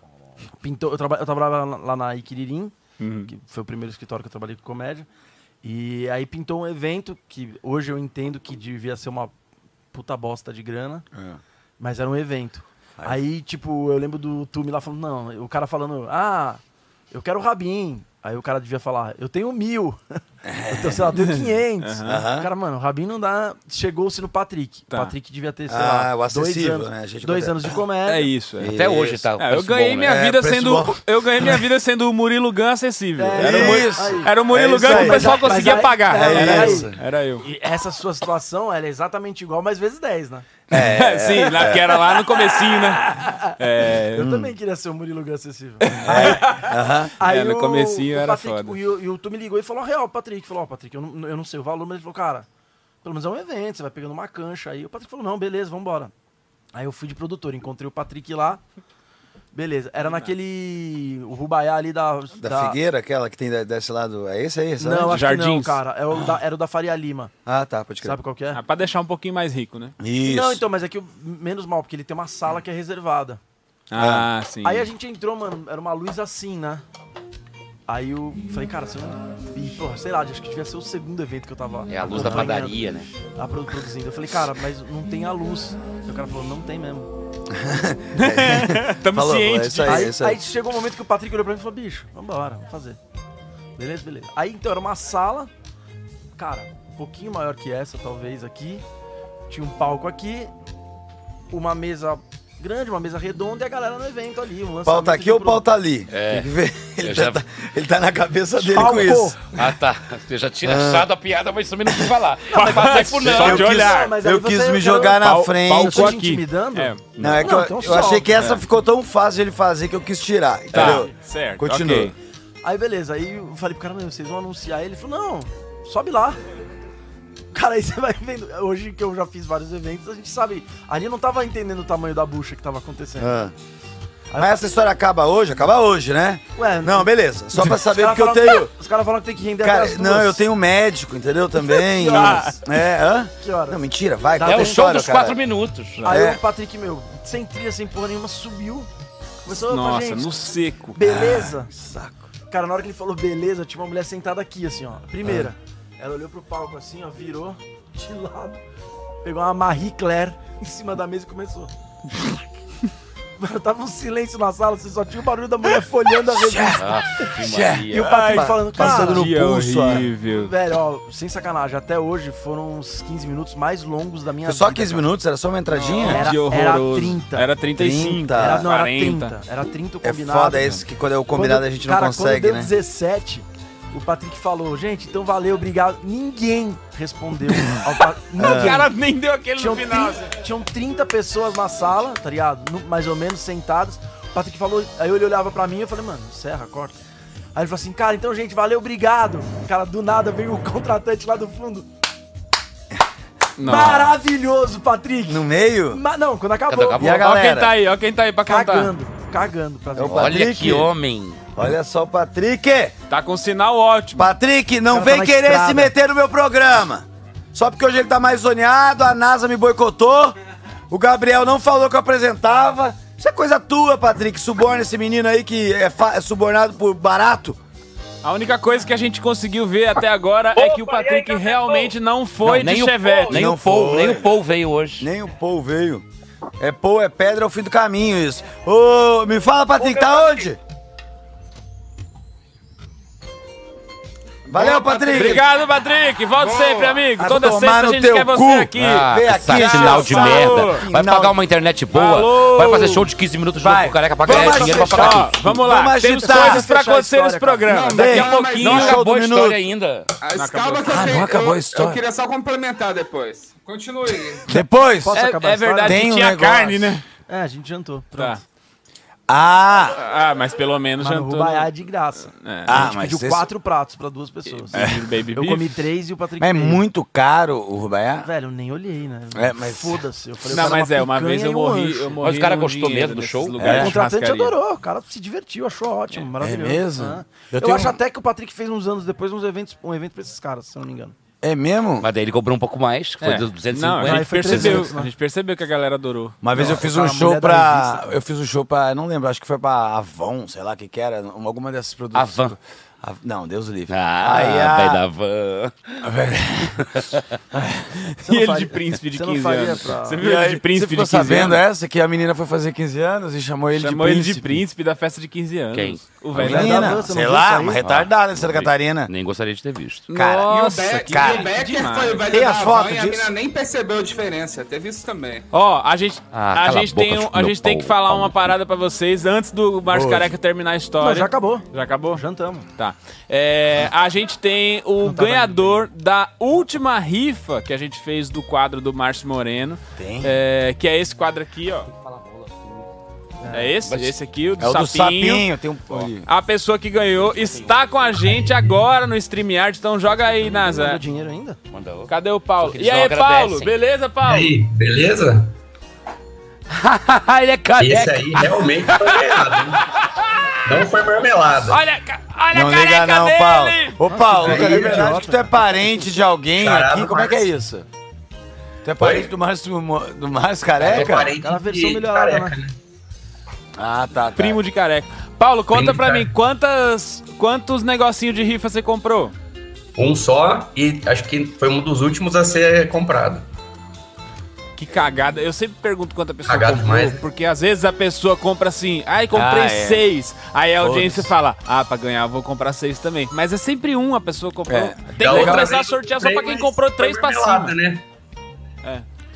[SPEAKER 4] Pintou, eu, traba, eu trabalhava lá- lá na Iquiririm,
[SPEAKER 8] Uhum.
[SPEAKER 4] que foi o primeiro escritório que eu trabalhei com comédia. E aí pintou um evento que hoje eu entendo que devia ser uma puta bosta de grana,
[SPEAKER 8] É.
[SPEAKER 4] mas era um evento. Aí, tipo, eu lembro do Tumi lá falando, não, o cara falando, ah, eu quero Rabin. Aí o cara devia falar, eu tenho mil. eu tenho, sei lá, eu tenho 500. O cara, mano, o Rabin não dá. Chegou-se no Patrick. O
[SPEAKER 5] Tá.
[SPEAKER 4] Patrick devia ter, sei
[SPEAKER 8] Ah,
[SPEAKER 4] lá,
[SPEAKER 8] o
[SPEAKER 4] dois
[SPEAKER 8] acessível,
[SPEAKER 4] anos,
[SPEAKER 8] né? A gente
[SPEAKER 4] dois
[SPEAKER 8] consegue.
[SPEAKER 4] anos de comédia.
[SPEAKER 5] É isso. é.
[SPEAKER 3] Até hoje tá.
[SPEAKER 5] Ah, eu
[SPEAKER 3] parece
[SPEAKER 5] ganhei
[SPEAKER 3] bom,
[SPEAKER 5] minha
[SPEAKER 3] né?
[SPEAKER 5] vida
[SPEAKER 8] É, preço
[SPEAKER 5] sendo
[SPEAKER 8] bom. É
[SPEAKER 5] eu ganhei minha vida sendo o Murilo Gun acessível.
[SPEAKER 4] É
[SPEAKER 5] era, o Mu-
[SPEAKER 8] isso.
[SPEAKER 5] era o Murilo
[SPEAKER 8] É isso
[SPEAKER 5] Gun que
[SPEAKER 8] aí.
[SPEAKER 5] o pessoal
[SPEAKER 4] Mas aí-
[SPEAKER 5] conseguia
[SPEAKER 4] mas aí-
[SPEAKER 5] pagar.
[SPEAKER 4] é
[SPEAKER 5] era
[SPEAKER 8] isso.
[SPEAKER 5] eu. Era eu.
[SPEAKER 4] E essa sua situação, ela é exatamente igual, mas vezes 10, né?
[SPEAKER 5] É, Sim, lá, que era lá no comecinho, né? É,
[SPEAKER 4] Eu também queria ser o Murilo Gun acessível.
[SPEAKER 5] É, no comecinho era
[SPEAKER 4] Patrick,
[SPEAKER 5] foda.
[SPEAKER 4] O, Yu- e o Tu me ligou e falou, real, Patrick. Falou, ó, Patrick, eu não, eu não sei o valor, mas ele falou, cara, pelo menos é um evento, você vai pegando uma cancha. Aí o Patrick falou, não, beleza, vambora. Aí eu fui de produtor, encontrei o Patrick lá. Beleza, era naquele. O Rubaiá ali da.
[SPEAKER 8] Da, figueira, aquela que tem da- desse lado. É esse aí? esse
[SPEAKER 4] Não,
[SPEAKER 8] lado?
[SPEAKER 4] acho que não, cara. É o da- era o da Faria Lima.
[SPEAKER 8] Ah, tá, pode crer.
[SPEAKER 4] Sabe qual que é?
[SPEAKER 5] Ah, pra deixar um pouquinho mais rico, né?
[SPEAKER 8] Isso.
[SPEAKER 4] Não, então, mas é que o- menos mal, porque ele tem uma sala que é reservada. É.
[SPEAKER 5] Ah, sim.
[SPEAKER 4] Aí a gente entrou, mano, era uma luz assim, né? Aí eu falei, cara, se eu não. E, porra, sei lá, acho que devia ser o segundo evento que eu tava.
[SPEAKER 3] É a luz da
[SPEAKER 4] acompanhando,
[SPEAKER 3] padaria, né?
[SPEAKER 4] a produ- Produzindo. Eu falei, cara, mas não tem a luz. E o cara falou, não tem mesmo.
[SPEAKER 8] Tamo Falou, ciente é isso aí,
[SPEAKER 4] aí,
[SPEAKER 8] é isso aí.
[SPEAKER 4] aí chegou um momento que o Patrick olhou pra mim e falou, bicho, vambora, vamos fazer. Beleza, beleza. Aí então era uma sala, cara, um pouquinho maior que essa, talvez, aqui. Tinha um palco aqui, uma mesa grande, uma mesa redonda e a galera no evento ali. Um
[SPEAKER 8] O pau tá
[SPEAKER 4] lançamento
[SPEAKER 8] aqui
[SPEAKER 4] de
[SPEAKER 8] ou o
[SPEAKER 4] produto.
[SPEAKER 8] pau tá ali?
[SPEAKER 3] É.
[SPEAKER 8] Tem que ver. Ele,
[SPEAKER 3] Eu
[SPEAKER 8] tá,
[SPEAKER 3] já-
[SPEAKER 8] tá- ele tá na cabeça dele
[SPEAKER 4] Palco.
[SPEAKER 8] com isso.
[SPEAKER 3] Ah, tá. Eu já tinha
[SPEAKER 8] Ah.
[SPEAKER 3] achado a piada, mas também não quis falar. Mas passei por não.
[SPEAKER 5] Só de
[SPEAKER 8] quis-
[SPEAKER 5] olhar.
[SPEAKER 4] Mas aí
[SPEAKER 8] Eu
[SPEAKER 4] você-
[SPEAKER 8] quis
[SPEAKER 4] eu
[SPEAKER 8] me
[SPEAKER 4] quero-
[SPEAKER 8] jogar na
[SPEAKER 5] Pau-
[SPEAKER 8] frente. tá
[SPEAKER 5] palco
[SPEAKER 4] Estou te
[SPEAKER 5] aqui.
[SPEAKER 4] intimidando?
[SPEAKER 5] É.
[SPEAKER 8] Não, é que
[SPEAKER 4] Não,
[SPEAKER 8] eu,
[SPEAKER 3] um
[SPEAKER 4] então
[SPEAKER 8] eu
[SPEAKER 4] solta.
[SPEAKER 8] achei que essa ficou tão fácil de ele fazer que eu quis tirar.
[SPEAKER 5] Tá,
[SPEAKER 8] Entendeu?
[SPEAKER 5] certo.
[SPEAKER 8] Continua.
[SPEAKER 5] ok.
[SPEAKER 4] Aí beleza, aí eu falei pro cara, meu, vocês vão anunciar ele? Ele falou, não, sobe lá. Cara, aí você vai vendo. Hoje que eu já fiz vários eventos, a gente sabe. Ali eu não tava entendendo o tamanho da bucha que tava acontecendo.
[SPEAKER 8] Ah. Mas essa história acaba hoje? Acaba hoje, né?
[SPEAKER 4] Ué,
[SPEAKER 8] Não, beleza. Só pra
[SPEAKER 4] os
[SPEAKER 8] saber
[SPEAKER 4] cara
[SPEAKER 8] porque eu
[SPEAKER 4] falam-
[SPEAKER 8] tenho.
[SPEAKER 4] Os caras falam que tem que render até
[SPEAKER 8] Cara,
[SPEAKER 4] as duas.
[SPEAKER 8] não, eu tenho um médico, entendeu? Também.
[SPEAKER 4] Que horas?
[SPEAKER 8] É, hã?
[SPEAKER 4] Que horas?
[SPEAKER 8] Não, mentira, vai.
[SPEAKER 4] Tá
[SPEAKER 8] conta
[SPEAKER 3] É
[SPEAKER 8] a
[SPEAKER 3] o show
[SPEAKER 8] história,
[SPEAKER 3] dos
[SPEAKER 8] cara.
[SPEAKER 3] quatro minutos.
[SPEAKER 4] Aí
[SPEAKER 8] É.
[SPEAKER 4] o Patrick, meu, sem trilha, sem porra nenhuma, subiu. Começou a
[SPEAKER 5] Nossa,
[SPEAKER 4] gente.
[SPEAKER 5] no seco.
[SPEAKER 4] Beleza?
[SPEAKER 8] Ah, Saco.
[SPEAKER 4] Cara, na hora que ele falou beleza, tinha uma mulher sentada aqui, assim, ó. Primeira.
[SPEAKER 8] Ah.
[SPEAKER 4] Ela olhou pro palco assim, ó, virou de lado, pegou uma Marie Claire em cima da mesa e começou. Mano, tava um silêncio na sala, você só tinha o barulho da mulher folheando a revista.
[SPEAKER 3] Ah,
[SPEAKER 4] E o
[SPEAKER 3] Maria.
[SPEAKER 4] Patrick
[SPEAKER 8] Ai,
[SPEAKER 4] falando, cara,
[SPEAKER 8] passando no
[SPEAKER 5] Que
[SPEAKER 8] pulso, ó.
[SPEAKER 5] horrível.
[SPEAKER 4] velho, ó, sem sacanagem, até hoje foram os 15 minutos mais longos da minha
[SPEAKER 8] Foi só
[SPEAKER 4] vida.
[SPEAKER 8] 15 minutos? Era só uma entradinha?
[SPEAKER 4] Era-
[SPEAKER 5] Que
[SPEAKER 4] era
[SPEAKER 5] horroroso.
[SPEAKER 4] 30.
[SPEAKER 5] Era 35.
[SPEAKER 8] 30.
[SPEAKER 4] Era, não, era
[SPEAKER 5] 40.
[SPEAKER 4] 30. Era 30 o
[SPEAKER 8] É
[SPEAKER 4] combinado. né?
[SPEAKER 8] foda esse que quando é o combinado
[SPEAKER 4] Quando-
[SPEAKER 8] a gente não
[SPEAKER 4] cara, quando
[SPEAKER 8] consegue,
[SPEAKER 4] deu
[SPEAKER 8] né?
[SPEAKER 4] 17, o Patrick falou, gente, então valeu, obrigado. Ninguém respondeu ao
[SPEAKER 8] É.
[SPEAKER 4] Pa-
[SPEAKER 5] O
[SPEAKER 4] Ninguém.
[SPEAKER 5] cara nem deu aquele
[SPEAKER 4] tinham,
[SPEAKER 5] no final. assim.
[SPEAKER 4] 30, tinham 30 pessoas na sala, tá ligado? No- mais ou menos, sentadas. O Patrick falou, aí ele olhava pra mim e eu falei, mano, serra, corta. Aí ele falou assim, cara, então, gente, valeu, obrigado. Cara, do nada veio o contratante lá do fundo. Maravilhoso, Patrick!
[SPEAKER 8] No meio?
[SPEAKER 4] Mas não, quando acabou,
[SPEAKER 3] Quando acabou.
[SPEAKER 8] E a
[SPEAKER 5] Ó quem tá
[SPEAKER 8] galera?
[SPEAKER 5] aí, ó quem tá aí pra cantar.
[SPEAKER 4] cagando, cagando pra ver.
[SPEAKER 8] o
[SPEAKER 3] Olha
[SPEAKER 8] Patrick.
[SPEAKER 3] que homem.
[SPEAKER 8] Olha só o Patrick!
[SPEAKER 5] Tá com sinal ótimo.
[SPEAKER 8] Patrick,
[SPEAKER 4] O
[SPEAKER 8] não
[SPEAKER 4] cara tá
[SPEAKER 8] vem
[SPEAKER 4] na
[SPEAKER 8] querer
[SPEAKER 4] estrada.
[SPEAKER 8] se meter no meu programa! Só porque hoje ele tá mais zoneado, a NASA me boicotou, o Gabriel não falou que eu apresentava. Isso é coisa tua, Patrick. Suborna esse menino aí que é, fa- é subornado por barato.
[SPEAKER 5] A única coisa que a gente conseguiu ver até agora é que o Patrick
[SPEAKER 4] então,
[SPEAKER 5] realmente não foi
[SPEAKER 3] nem
[SPEAKER 5] de
[SPEAKER 3] o
[SPEAKER 5] chevette.
[SPEAKER 3] Paul, nem
[SPEAKER 8] Não
[SPEAKER 3] o Paul,
[SPEAKER 8] foi.
[SPEAKER 3] nem o Paul veio hoje.
[SPEAKER 8] Nem o Paul veio. É Paul, é pedra, é o fim do caminho isso. Ô, me fala, Patrick, tá onde? Valeu, Patrick!
[SPEAKER 5] Obrigado, Patrick. Volte sempre, amigo.
[SPEAKER 8] Vai
[SPEAKER 5] Toda
[SPEAKER 8] tomar
[SPEAKER 5] sexta a
[SPEAKER 8] no
[SPEAKER 5] gente
[SPEAKER 8] teu
[SPEAKER 5] quer
[SPEAKER 8] cu. tá
[SPEAKER 5] você aqui.
[SPEAKER 3] Ah,
[SPEAKER 8] Vem
[SPEAKER 3] que
[SPEAKER 8] aqui,
[SPEAKER 3] saco,
[SPEAKER 8] tchau,
[SPEAKER 3] sinal de
[SPEAKER 8] tchau.
[SPEAKER 3] merda. Vai
[SPEAKER 8] Final.
[SPEAKER 3] pagar uma internet boa.
[SPEAKER 5] Falou.
[SPEAKER 3] Vai fazer show de 15 minutos de novo
[SPEAKER 8] Vai.
[SPEAKER 3] pro careca pra
[SPEAKER 8] Vamos
[SPEAKER 3] ganhar dinheiro pra
[SPEAKER 8] fechar.
[SPEAKER 3] pagar
[SPEAKER 5] Ó,
[SPEAKER 3] aqui.
[SPEAKER 5] vamos lá.
[SPEAKER 8] Vamos
[SPEAKER 5] Temos
[SPEAKER 8] agitar.
[SPEAKER 5] coisas pra
[SPEAKER 4] Fechar a
[SPEAKER 5] acontecer
[SPEAKER 4] história,
[SPEAKER 5] nesse programa.
[SPEAKER 1] cara. Não,
[SPEAKER 5] Daqui
[SPEAKER 8] bem,
[SPEAKER 5] a pouquinho.
[SPEAKER 3] Não
[SPEAKER 8] um show do
[SPEAKER 3] acabou a
[SPEAKER 8] minuto.
[SPEAKER 3] história ainda.
[SPEAKER 1] As calma que eu
[SPEAKER 8] Ah, não
[SPEAKER 1] tenho.
[SPEAKER 8] acabou a
[SPEAKER 1] eu,
[SPEAKER 8] história.
[SPEAKER 1] eu queria só complementar depois. Continue.
[SPEAKER 8] Depois.
[SPEAKER 4] Posso acabar a
[SPEAKER 5] É
[SPEAKER 4] história?
[SPEAKER 5] verdade,
[SPEAKER 8] Tem um
[SPEAKER 5] tinha
[SPEAKER 8] negócio.
[SPEAKER 5] carne, né?
[SPEAKER 4] É, a gente jantou.
[SPEAKER 5] Tá.
[SPEAKER 4] Pronto.
[SPEAKER 8] Ah,
[SPEAKER 5] Ah, mas pelo menos
[SPEAKER 4] Mas no
[SPEAKER 5] jantou. né?
[SPEAKER 4] Rubaiá é de graça.
[SPEAKER 8] ah,
[SPEAKER 4] a gente
[SPEAKER 8] mas
[SPEAKER 4] pediu
[SPEAKER 8] esse-
[SPEAKER 4] quatro pratos pra duas pessoas.
[SPEAKER 5] Baby
[SPEAKER 4] Eu
[SPEAKER 5] beef.
[SPEAKER 4] comi três e o Patrick
[SPEAKER 8] mas é
[SPEAKER 4] três.
[SPEAKER 8] muito caro o Rubaiá?
[SPEAKER 4] Velho, eu nem olhei, né?
[SPEAKER 8] É, mas-
[SPEAKER 4] Foda-se. Eu falei, eu
[SPEAKER 5] Não,
[SPEAKER 4] quero
[SPEAKER 5] mas é, uma
[SPEAKER 4] picanha
[SPEAKER 5] vez eu
[SPEAKER 4] e um
[SPEAKER 5] morri.
[SPEAKER 4] ancho.
[SPEAKER 5] eu morri
[SPEAKER 3] Mas o cara
[SPEAKER 5] no
[SPEAKER 3] gostou
[SPEAKER 5] dinheiro
[SPEAKER 3] mesmo do
[SPEAKER 5] desses
[SPEAKER 3] show? É
[SPEAKER 5] lugares
[SPEAKER 4] o
[SPEAKER 5] de
[SPEAKER 4] contratante
[SPEAKER 5] churrascaria.
[SPEAKER 4] adorou, o cara se divertiu, achou ótimo, maravilhoso.
[SPEAKER 8] mesmo?
[SPEAKER 4] Ah.
[SPEAKER 8] Eu
[SPEAKER 4] Eu,
[SPEAKER 8] tenho
[SPEAKER 4] acho
[SPEAKER 8] um-
[SPEAKER 4] até que o Patrick fez uns anos depois uns eventos, um evento pra esses caras, se eu não me engano.
[SPEAKER 8] É mesmo?
[SPEAKER 3] Mas daí ele cobrou um pouco mais, que foi
[SPEAKER 5] É.
[SPEAKER 3] dos 250.
[SPEAKER 5] Não, a
[SPEAKER 4] Aí
[SPEAKER 5] gente
[SPEAKER 4] foi
[SPEAKER 5] percebeu.
[SPEAKER 4] 300, né?
[SPEAKER 5] A gente percebeu que a galera adorou.
[SPEAKER 8] Uma vez eu fiz
[SPEAKER 4] cara,
[SPEAKER 8] um
[SPEAKER 4] a
[SPEAKER 8] show
[SPEAKER 4] mulher da
[SPEAKER 8] pra.
[SPEAKER 4] revista.
[SPEAKER 8] Eu fiz um show pra. Não lembro, acho que foi pra Avon, sei lá o que que era. uma- Alguma dessas produções.
[SPEAKER 3] Avan.
[SPEAKER 8] Av- Não, Deus o livre.
[SPEAKER 3] Ah,
[SPEAKER 8] Aí
[SPEAKER 3] velho
[SPEAKER 8] a-
[SPEAKER 3] da van.
[SPEAKER 4] Você
[SPEAKER 5] E
[SPEAKER 4] não
[SPEAKER 5] ele de
[SPEAKER 4] faria-
[SPEAKER 5] príncipe de
[SPEAKER 4] você não
[SPEAKER 5] 15
[SPEAKER 4] faria
[SPEAKER 5] anos.
[SPEAKER 4] pra-
[SPEAKER 5] Você
[SPEAKER 8] E
[SPEAKER 5] viu
[SPEAKER 8] aí,
[SPEAKER 5] ele de príncipe
[SPEAKER 8] você
[SPEAKER 5] de 15
[SPEAKER 8] ficou sabendo
[SPEAKER 5] anos?
[SPEAKER 8] essa? Que a menina foi fazer 15 anos e chamou ele
[SPEAKER 5] Chamou
[SPEAKER 8] de
[SPEAKER 5] ele
[SPEAKER 8] príncipe.
[SPEAKER 5] de príncipe da festa de 15 anos.
[SPEAKER 3] Quem?
[SPEAKER 5] O
[SPEAKER 8] A
[SPEAKER 5] velho da
[SPEAKER 4] Avan,
[SPEAKER 8] Menina,
[SPEAKER 4] você não
[SPEAKER 8] sei
[SPEAKER 4] viu
[SPEAKER 8] lá,
[SPEAKER 4] isso aí?
[SPEAKER 8] uma retardada de Santa Catarina.
[SPEAKER 3] Ah, Nem gostaria de ter visto.
[SPEAKER 8] Cara,
[SPEAKER 1] E o,
[SPEAKER 5] Nossa,
[SPEAKER 1] Beck-
[SPEAKER 5] que
[SPEAKER 1] e o
[SPEAKER 5] velho
[SPEAKER 1] Becker
[SPEAKER 5] demais.
[SPEAKER 1] foi o velho
[SPEAKER 8] Tem
[SPEAKER 1] da
[SPEAKER 8] as
[SPEAKER 1] Havan
[SPEAKER 8] fotos
[SPEAKER 1] e a
[SPEAKER 8] disso?
[SPEAKER 1] mina nem percebeu a diferença. Teve isso também.
[SPEAKER 5] Ó, a gente,
[SPEAKER 3] Ah,
[SPEAKER 5] a
[SPEAKER 3] cala
[SPEAKER 5] gente,
[SPEAKER 3] a boca,
[SPEAKER 5] tem, um- a
[SPEAKER 3] chupa meu
[SPEAKER 5] gente tem
[SPEAKER 3] pau,
[SPEAKER 5] que falar
[SPEAKER 3] pau.
[SPEAKER 5] uma parada pra vocês antes do Márcio Careca terminar a história.
[SPEAKER 4] Não, já acabou.
[SPEAKER 5] Então, Já acabou?
[SPEAKER 4] Jantamos.
[SPEAKER 5] Tá. É, a gente tem o
[SPEAKER 4] tava
[SPEAKER 5] ganhador da última rifa que a gente fez do quadro do Márcio Moreno.
[SPEAKER 8] Tem.
[SPEAKER 5] É, que é esse quadro aqui, ó. É esse? Esse aqui, o do
[SPEAKER 8] É o
[SPEAKER 5] sapinho.
[SPEAKER 8] do sapinho, tem um. Olha.
[SPEAKER 5] A pessoa que ganhou está com a gente agora no StreamYard, então joga aí,
[SPEAKER 4] Não deu
[SPEAKER 5] Nasa.
[SPEAKER 4] Tá dinheiro ainda?
[SPEAKER 3] Manda outra.
[SPEAKER 5] Cadê o Paulo?
[SPEAKER 3] Só que eles
[SPEAKER 5] E aí,
[SPEAKER 3] não agradecem.
[SPEAKER 5] Paulo? Beleza, Paulo?
[SPEAKER 10] aí, beleza?
[SPEAKER 3] Ele é careca.
[SPEAKER 10] Esse aí realmente foi errado. hein? Não foi marmelada.
[SPEAKER 3] Olha, olha
[SPEAKER 8] não liga não, Paulo. Ô, Paulo,
[SPEAKER 10] Nossa,
[SPEAKER 8] é
[SPEAKER 10] que
[SPEAKER 8] verdade
[SPEAKER 10] idiota.
[SPEAKER 8] que tu é parente de alguém
[SPEAKER 10] Caralho,
[SPEAKER 8] aqui? Como é que é
[SPEAKER 10] Márcio.
[SPEAKER 8] isso? Tu é parente do Márcio, Mo- do Márcio Careca?
[SPEAKER 10] É parente
[SPEAKER 8] Aquela versão
[SPEAKER 10] de
[SPEAKER 8] melhorada,
[SPEAKER 10] careca,
[SPEAKER 8] né? Ah, tá, tá.
[SPEAKER 5] Primo de careca. Paulo, conta
[SPEAKER 10] de
[SPEAKER 5] pra
[SPEAKER 10] careca.
[SPEAKER 5] mim, quantas, quantos negocinhos de rifa você comprou?
[SPEAKER 10] Um só e acho que foi um dos últimos a ser comprado.
[SPEAKER 5] Que cagada. Eu sempre pergunto quanto a pessoa
[SPEAKER 10] Cagada
[SPEAKER 5] comprou,
[SPEAKER 10] demais, né?
[SPEAKER 5] porque às vezes a pessoa compra assim, ai, comprei
[SPEAKER 8] Ah, é.
[SPEAKER 5] seis. Aí a audiência
[SPEAKER 8] Foda-se.
[SPEAKER 5] fala, ah, pra ganhar eu vou comprar seis também. Mas é sempre um a pessoa comprou.
[SPEAKER 8] É.
[SPEAKER 5] Tem
[SPEAKER 10] Da
[SPEAKER 5] que
[SPEAKER 10] outra
[SPEAKER 5] começar a
[SPEAKER 10] vez
[SPEAKER 5] sortear só
[SPEAKER 10] comprei,
[SPEAKER 5] pra quem
[SPEAKER 10] mas
[SPEAKER 5] comprou
[SPEAKER 10] foi
[SPEAKER 5] três pra
[SPEAKER 10] marmelada,
[SPEAKER 5] cima.
[SPEAKER 10] Né?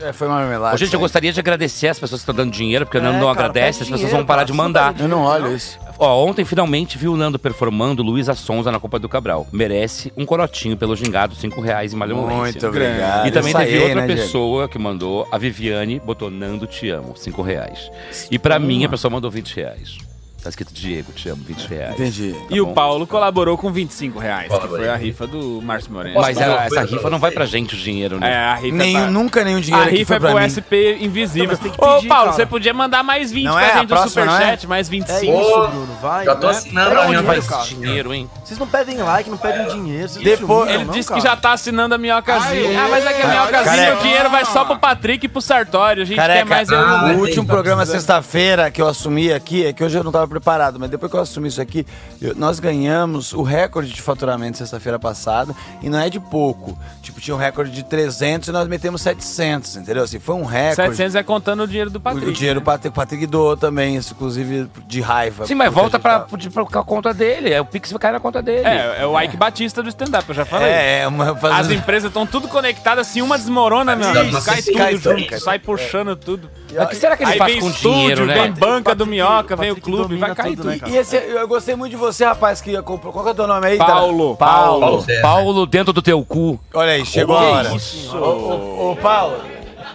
[SPEAKER 8] É, foi marmelada.
[SPEAKER 3] Ô, gente, eu gostaria de agradecer as pessoas que estão dando dinheiro, porque o Nando
[SPEAKER 4] É,
[SPEAKER 3] não
[SPEAKER 4] cara,
[SPEAKER 3] agradece,
[SPEAKER 4] pede
[SPEAKER 3] as pessoas
[SPEAKER 4] dinheiro,
[SPEAKER 3] vão parar
[SPEAKER 4] cara,
[SPEAKER 3] de
[SPEAKER 4] você não
[SPEAKER 3] mandar.
[SPEAKER 8] Eu não olho isso.
[SPEAKER 3] Ó, ontem finalmente vi o Nando performando Luísa Sonza na Copa do Cabral. Merece um corotinho pelo gingado, cinco reais e
[SPEAKER 8] Muito
[SPEAKER 3] malemolência.
[SPEAKER 8] obrigado.
[SPEAKER 3] E também
[SPEAKER 8] Isso
[SPEAKER 3] teve
[SPEAKER 8] aí,
[SPEAKER 3] outra
[SPEAKER 8] né, gente?
[SPEAKER 3] pessoa que mandou, a Viviane, botou Nando, te amo, cinco reais. E pra mim, a pessoa mandou 20 reais. Tá escrito Diego, te amo, 20 reais.
[SPEAKER 8] Entendi.
[SPEAKER 3] Tá
[SPEAKER 5] E o
[SPEAKER 3] bom?
[SPEAKER 5] Paulo colaborou com 25 reais, que
[SPEAKER 10] Colaborei.
[SPEAKER 5] foi a rifa do Márcio Moreno.
[SPEAKER 3] Mas
[SPEAKER 10] Posso falar
[SPEAKER 3] a-
[SPEAKER 10] uma
[SPEAKER 3] essa
[SPEAKER 10] coisa pra
[SPEAKER 3] rifa não
[SPEAKER 10] vocês?
[SPEAKER 3] vai pra gente o dinheiro,
[SPEAKER 5] É,
[SPEAKER 3] né?
[SPEAKER 5] a rifa
[SPEAKER 8] Nenhum,
[SPEAKER 5] tá...
[SPEAKER 8] nunca nenhum
[SPEAKER 5] A
[SPEAKER 8] dinheiro aqui
[SPEAKER 5] rifa
[SPEAKER 8] foi
[SPEAKER 5] é
[SPEAKER 8] pra
[SPEAKER 5] pro
[SPEAKER 8] mim.
[SPEAKER 5] SP invisível.
[SPEAKER 4] Então, mas tem que
[SPEAKER 5] Ô,
[SPEAKER 4] pedir,
[SPEAKER 5] Paulo,
[SPEAKER 4] cara.
[SPEAKER 5] você podia mandar mais 20
[SPEAKER 8] Não
[SPEAKER 5] pra
[SPEAKER 8] é? A
[SPEAKER 5] gente no
[SPEAKER 8] próxima, não é?
[SPEAKER 5] superchat, mais 25.
[SPEAKER 4] É
[SPEAKER 10] Ô,
[SPEAKER 4] isso, Bruno, vai.
[SPEAKER 10] Já tô
[SPEAKER 4] né?
[SPEAKER 10] assinando
[SPEAKER 4] Pega
[SPEAKER 10] a
[SPEAKER 4] o
[SPEAKER 5] é,
[SPEAKER 10] minha
[SPEAKER 4] dinheiro,
[SPEAKER 10] vez.
[SPEAKER 4] cara.
[SPEAKER 3] Dinheiro, hein?
[SPEAKER 4] Vocês não pedem like, não pedem dinheiro. Vocês
[SPEAKER 8] Depois-
[SPEAKER 4] humilham,
[SPEAKER 5] Ele
[SPEAKER 4] não,
[SPEAKER 5] disse que já
[SPEAKER 4] cara?
[SPEAKER 5] tá assinando a minhocazinha. Ah, mas é que a
[SPEAKER 8] Ah,
[SPEAKER 5] minhocazinha,
[SPEAKER 8] careca.
[SPEAKER 5] o dinheiro vai só pro Patrick e pro Sartório. A gente quer
[SPEAKER 8] Careca,
[SPEAKER 5] mais eu
[SPEAKER 10] ah,
[SPEAKER 5] no
[SPEAKER 8] o
[SPEAKER 10] tem,
[SPEAKER 8] é último
[SPEAKER 10] tá
[SPEAKER 8] programa
[SPEAKER 10] precisando.
[SPEAKER 8] sexta-feira que eu assumi aqui, é que hoje eu não estava preparado, mas depois que eu assumi isso aqui, eu- nós ganhamos o recorde de faturamento sexta-feira passada, e não é de pouco. Tipo, tinha um recorde de 300 e nós metemos 700, entendeu? Assim, foi um recorde.
[SPEAKER 5] 700 é contando o dinheiro do Patrick.
[SPEAKER 8] o dinheiro do Patrick, o Patrick doou também, isso, inclusive de raiva.
[SPEAKER 3] Sim, mas
[SPEAKER 8] porque
[SPEAKER 3] volta
[SPEAKER 8] a gente tá-
[SPEAKER 3] pra,
[SPEAKER 8] tava-
[SPEAKER 3] pra, pra conta dele. É, o Pix vai cair na conta dele.
[SPEAKER 5] É, é o Ike Batista do stand-up, eu já falei.
[SPEAKER 8] É, é, uma,
[SPEAKER 5] As
[SPEAKER 8] fazendo...
[SPEAKER 5] empresas estão tudo conconectadas, assim, uma desmorona, meu
[SPEAKER 10] Exato,
[SPEAKER 5] amigo.
[SPEAKER 10] nossa,
[SPEAKER 5] Cai
[SPEAKER 10] sim,
[SPEAKER 5] tudo
[SPEAKER 8] cai tudo,
[SPEAKER 5] junto,
[SPEAKER 8] cai
[SPEAKER 5] sai puxando tudo.
[SPEAKER 3] Mas o que será que ele
[SPEAKER 5] Aí
[SPEAKER 3] faz
[SPEAKER 5] vem
[SPEAKER 3] com o
[SPEAKER 5] estúdio,
[SPEAKER 3] dinheiro, né?
[SPEAKER 5] vem banca do
[SPEAKER 4] Patrick-
[SPEAKER 5] minhoca, vem o
[SPEAKER 4] Patrick
[SPEAKER 5] clube, vai
[SPEAKER 4] domina
[SPEAKER 5] cair
[SPEAKER 4] tudo, né,
[SPEAKER 5] tudo.
[SPEAKER 4] cara?
[SPEAKER 8] E esse, eu gostei muito de você, rapaz, que comprou. Qual que é o teu nome aí? Tara?
[SPEAKER 5] Paulo.
[SPEAKER 8] Paulo.
[SPEAKER 10] Paulo César.
[SPEAKER 3] Paulo dentro do teu cu.
[SPEAKER 8] Olha aí, chegou a
[SPEAKER 3] Que é
[SPEAKER 8] hora.
[SPEAKER 3] isso?
[SPEAKER 8] Ô, ô, ô, Paulo,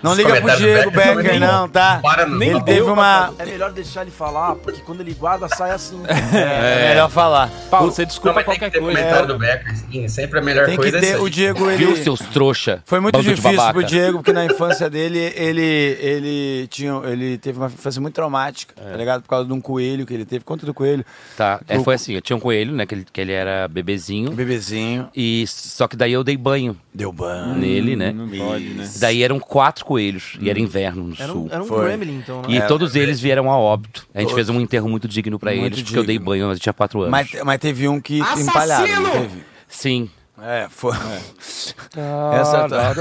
[SPEAKER 8] não
[SPEAKER 10] Esse
[SPEAKER 8] liga pro
[SPEAKER 10] comentário do
[SPEAKER 8] Diego
[SPEAKER 10] Becker não é
[SPEAKER 8] Becker,
[SPEAKER 10] nenhum.
[SPEAKER 8] não, tá?
[SPEAKER 10] Para, não.
[SPEAKER 8] Ele
[SPEAKER 10] Tá
[SPEAKER 8] teve
[SPEAKER 10] bom.
[SPEAKER 8] uma.
[SPEAKER 4] É melhor deixar ele falar, porque quando ele guarda, sai assim.
[SPEAKER 8] É melhor falar.
[SPEAKER 5] Paulo, você
[SPEAKER 10] Não,
[SPEAKER 5] desculpa
[SPEAKER 10] mas tem que
[SPEAKER 5] qualquer
[SPEAKER 10] ter
[SPEAKER 5] coisa.
[SPEAKER 10] comentário do Becker. sim, Sempre a melhor
[SPEAKER 8] Tem que
[SPEAKER 10] coisa é
[SPEAKER 8] ter.
[SPEAKER 10] isso
[SPEAKER 8] O
[SPEAKER 10] aí.
[SPEAKER 8] Diego,
[SPEAKER 3] Viu,
[SPEAKER 8] ele.
[SPEAKER 3] seus trouxa?
[SPEAKER 8] Foi muito
[SPEAKER 3] Bando de
[SPEAKER 8] difícil
[SPEAKER 3] babaca.
[SPEAKER 8] pro Diego, porque na infância dele, ele, ele, tinha, ele teve uma infância muito traumática, tá ligado? Por causa de um coelho que ele teve. Conta do coelho.
[SPEAKER 3] É. Tá, é,
[SPEAKER 8] O-
[SPEAKER 3] foi assim, eu tinha um coelho, né, que ele, que ele era
[SPEAKER 8] Um
[SPEAKER 3] bebezinho,
[SPEAKER 8] bebezinho,
[SPEAKER 3] e só que daí eu dei banho
[SPEAKER 8] deu banho.
[SPEAKER 3] nele, né?
[SPEAKER 5] pode, né?
[SPEAKER 3] Daí eram quatro coelhos, e era inverno no
[SPEAKER 4] Era um,
[SPEAKER 3] sul.
[SPEAKER 4] era um
[SPEAKER 8] Foi.
[SPEAKER 4] gremlin, então, né?
[SPEAKER 3] E
[SPEAKER 8] Era-
[SPEAKER 3] todos eles vieram a óbito. A gente
[SPEAKER 8] Todos.
[SPEAKER 3] fez um enterro muito digno pra
[SPEAKER 8] Muito
[SPEAKER 3] eles, porque eu dei
[SPEAKER 8] digno.
[SPEAKER 3] banho, mas eu tinha quatro anos.
[SPEAKER 8] Mas, mas teve um que empalhado, não teve?
[SPEAKER 3] Sim.
[SPEAKER 8] É, foi. Essa tá.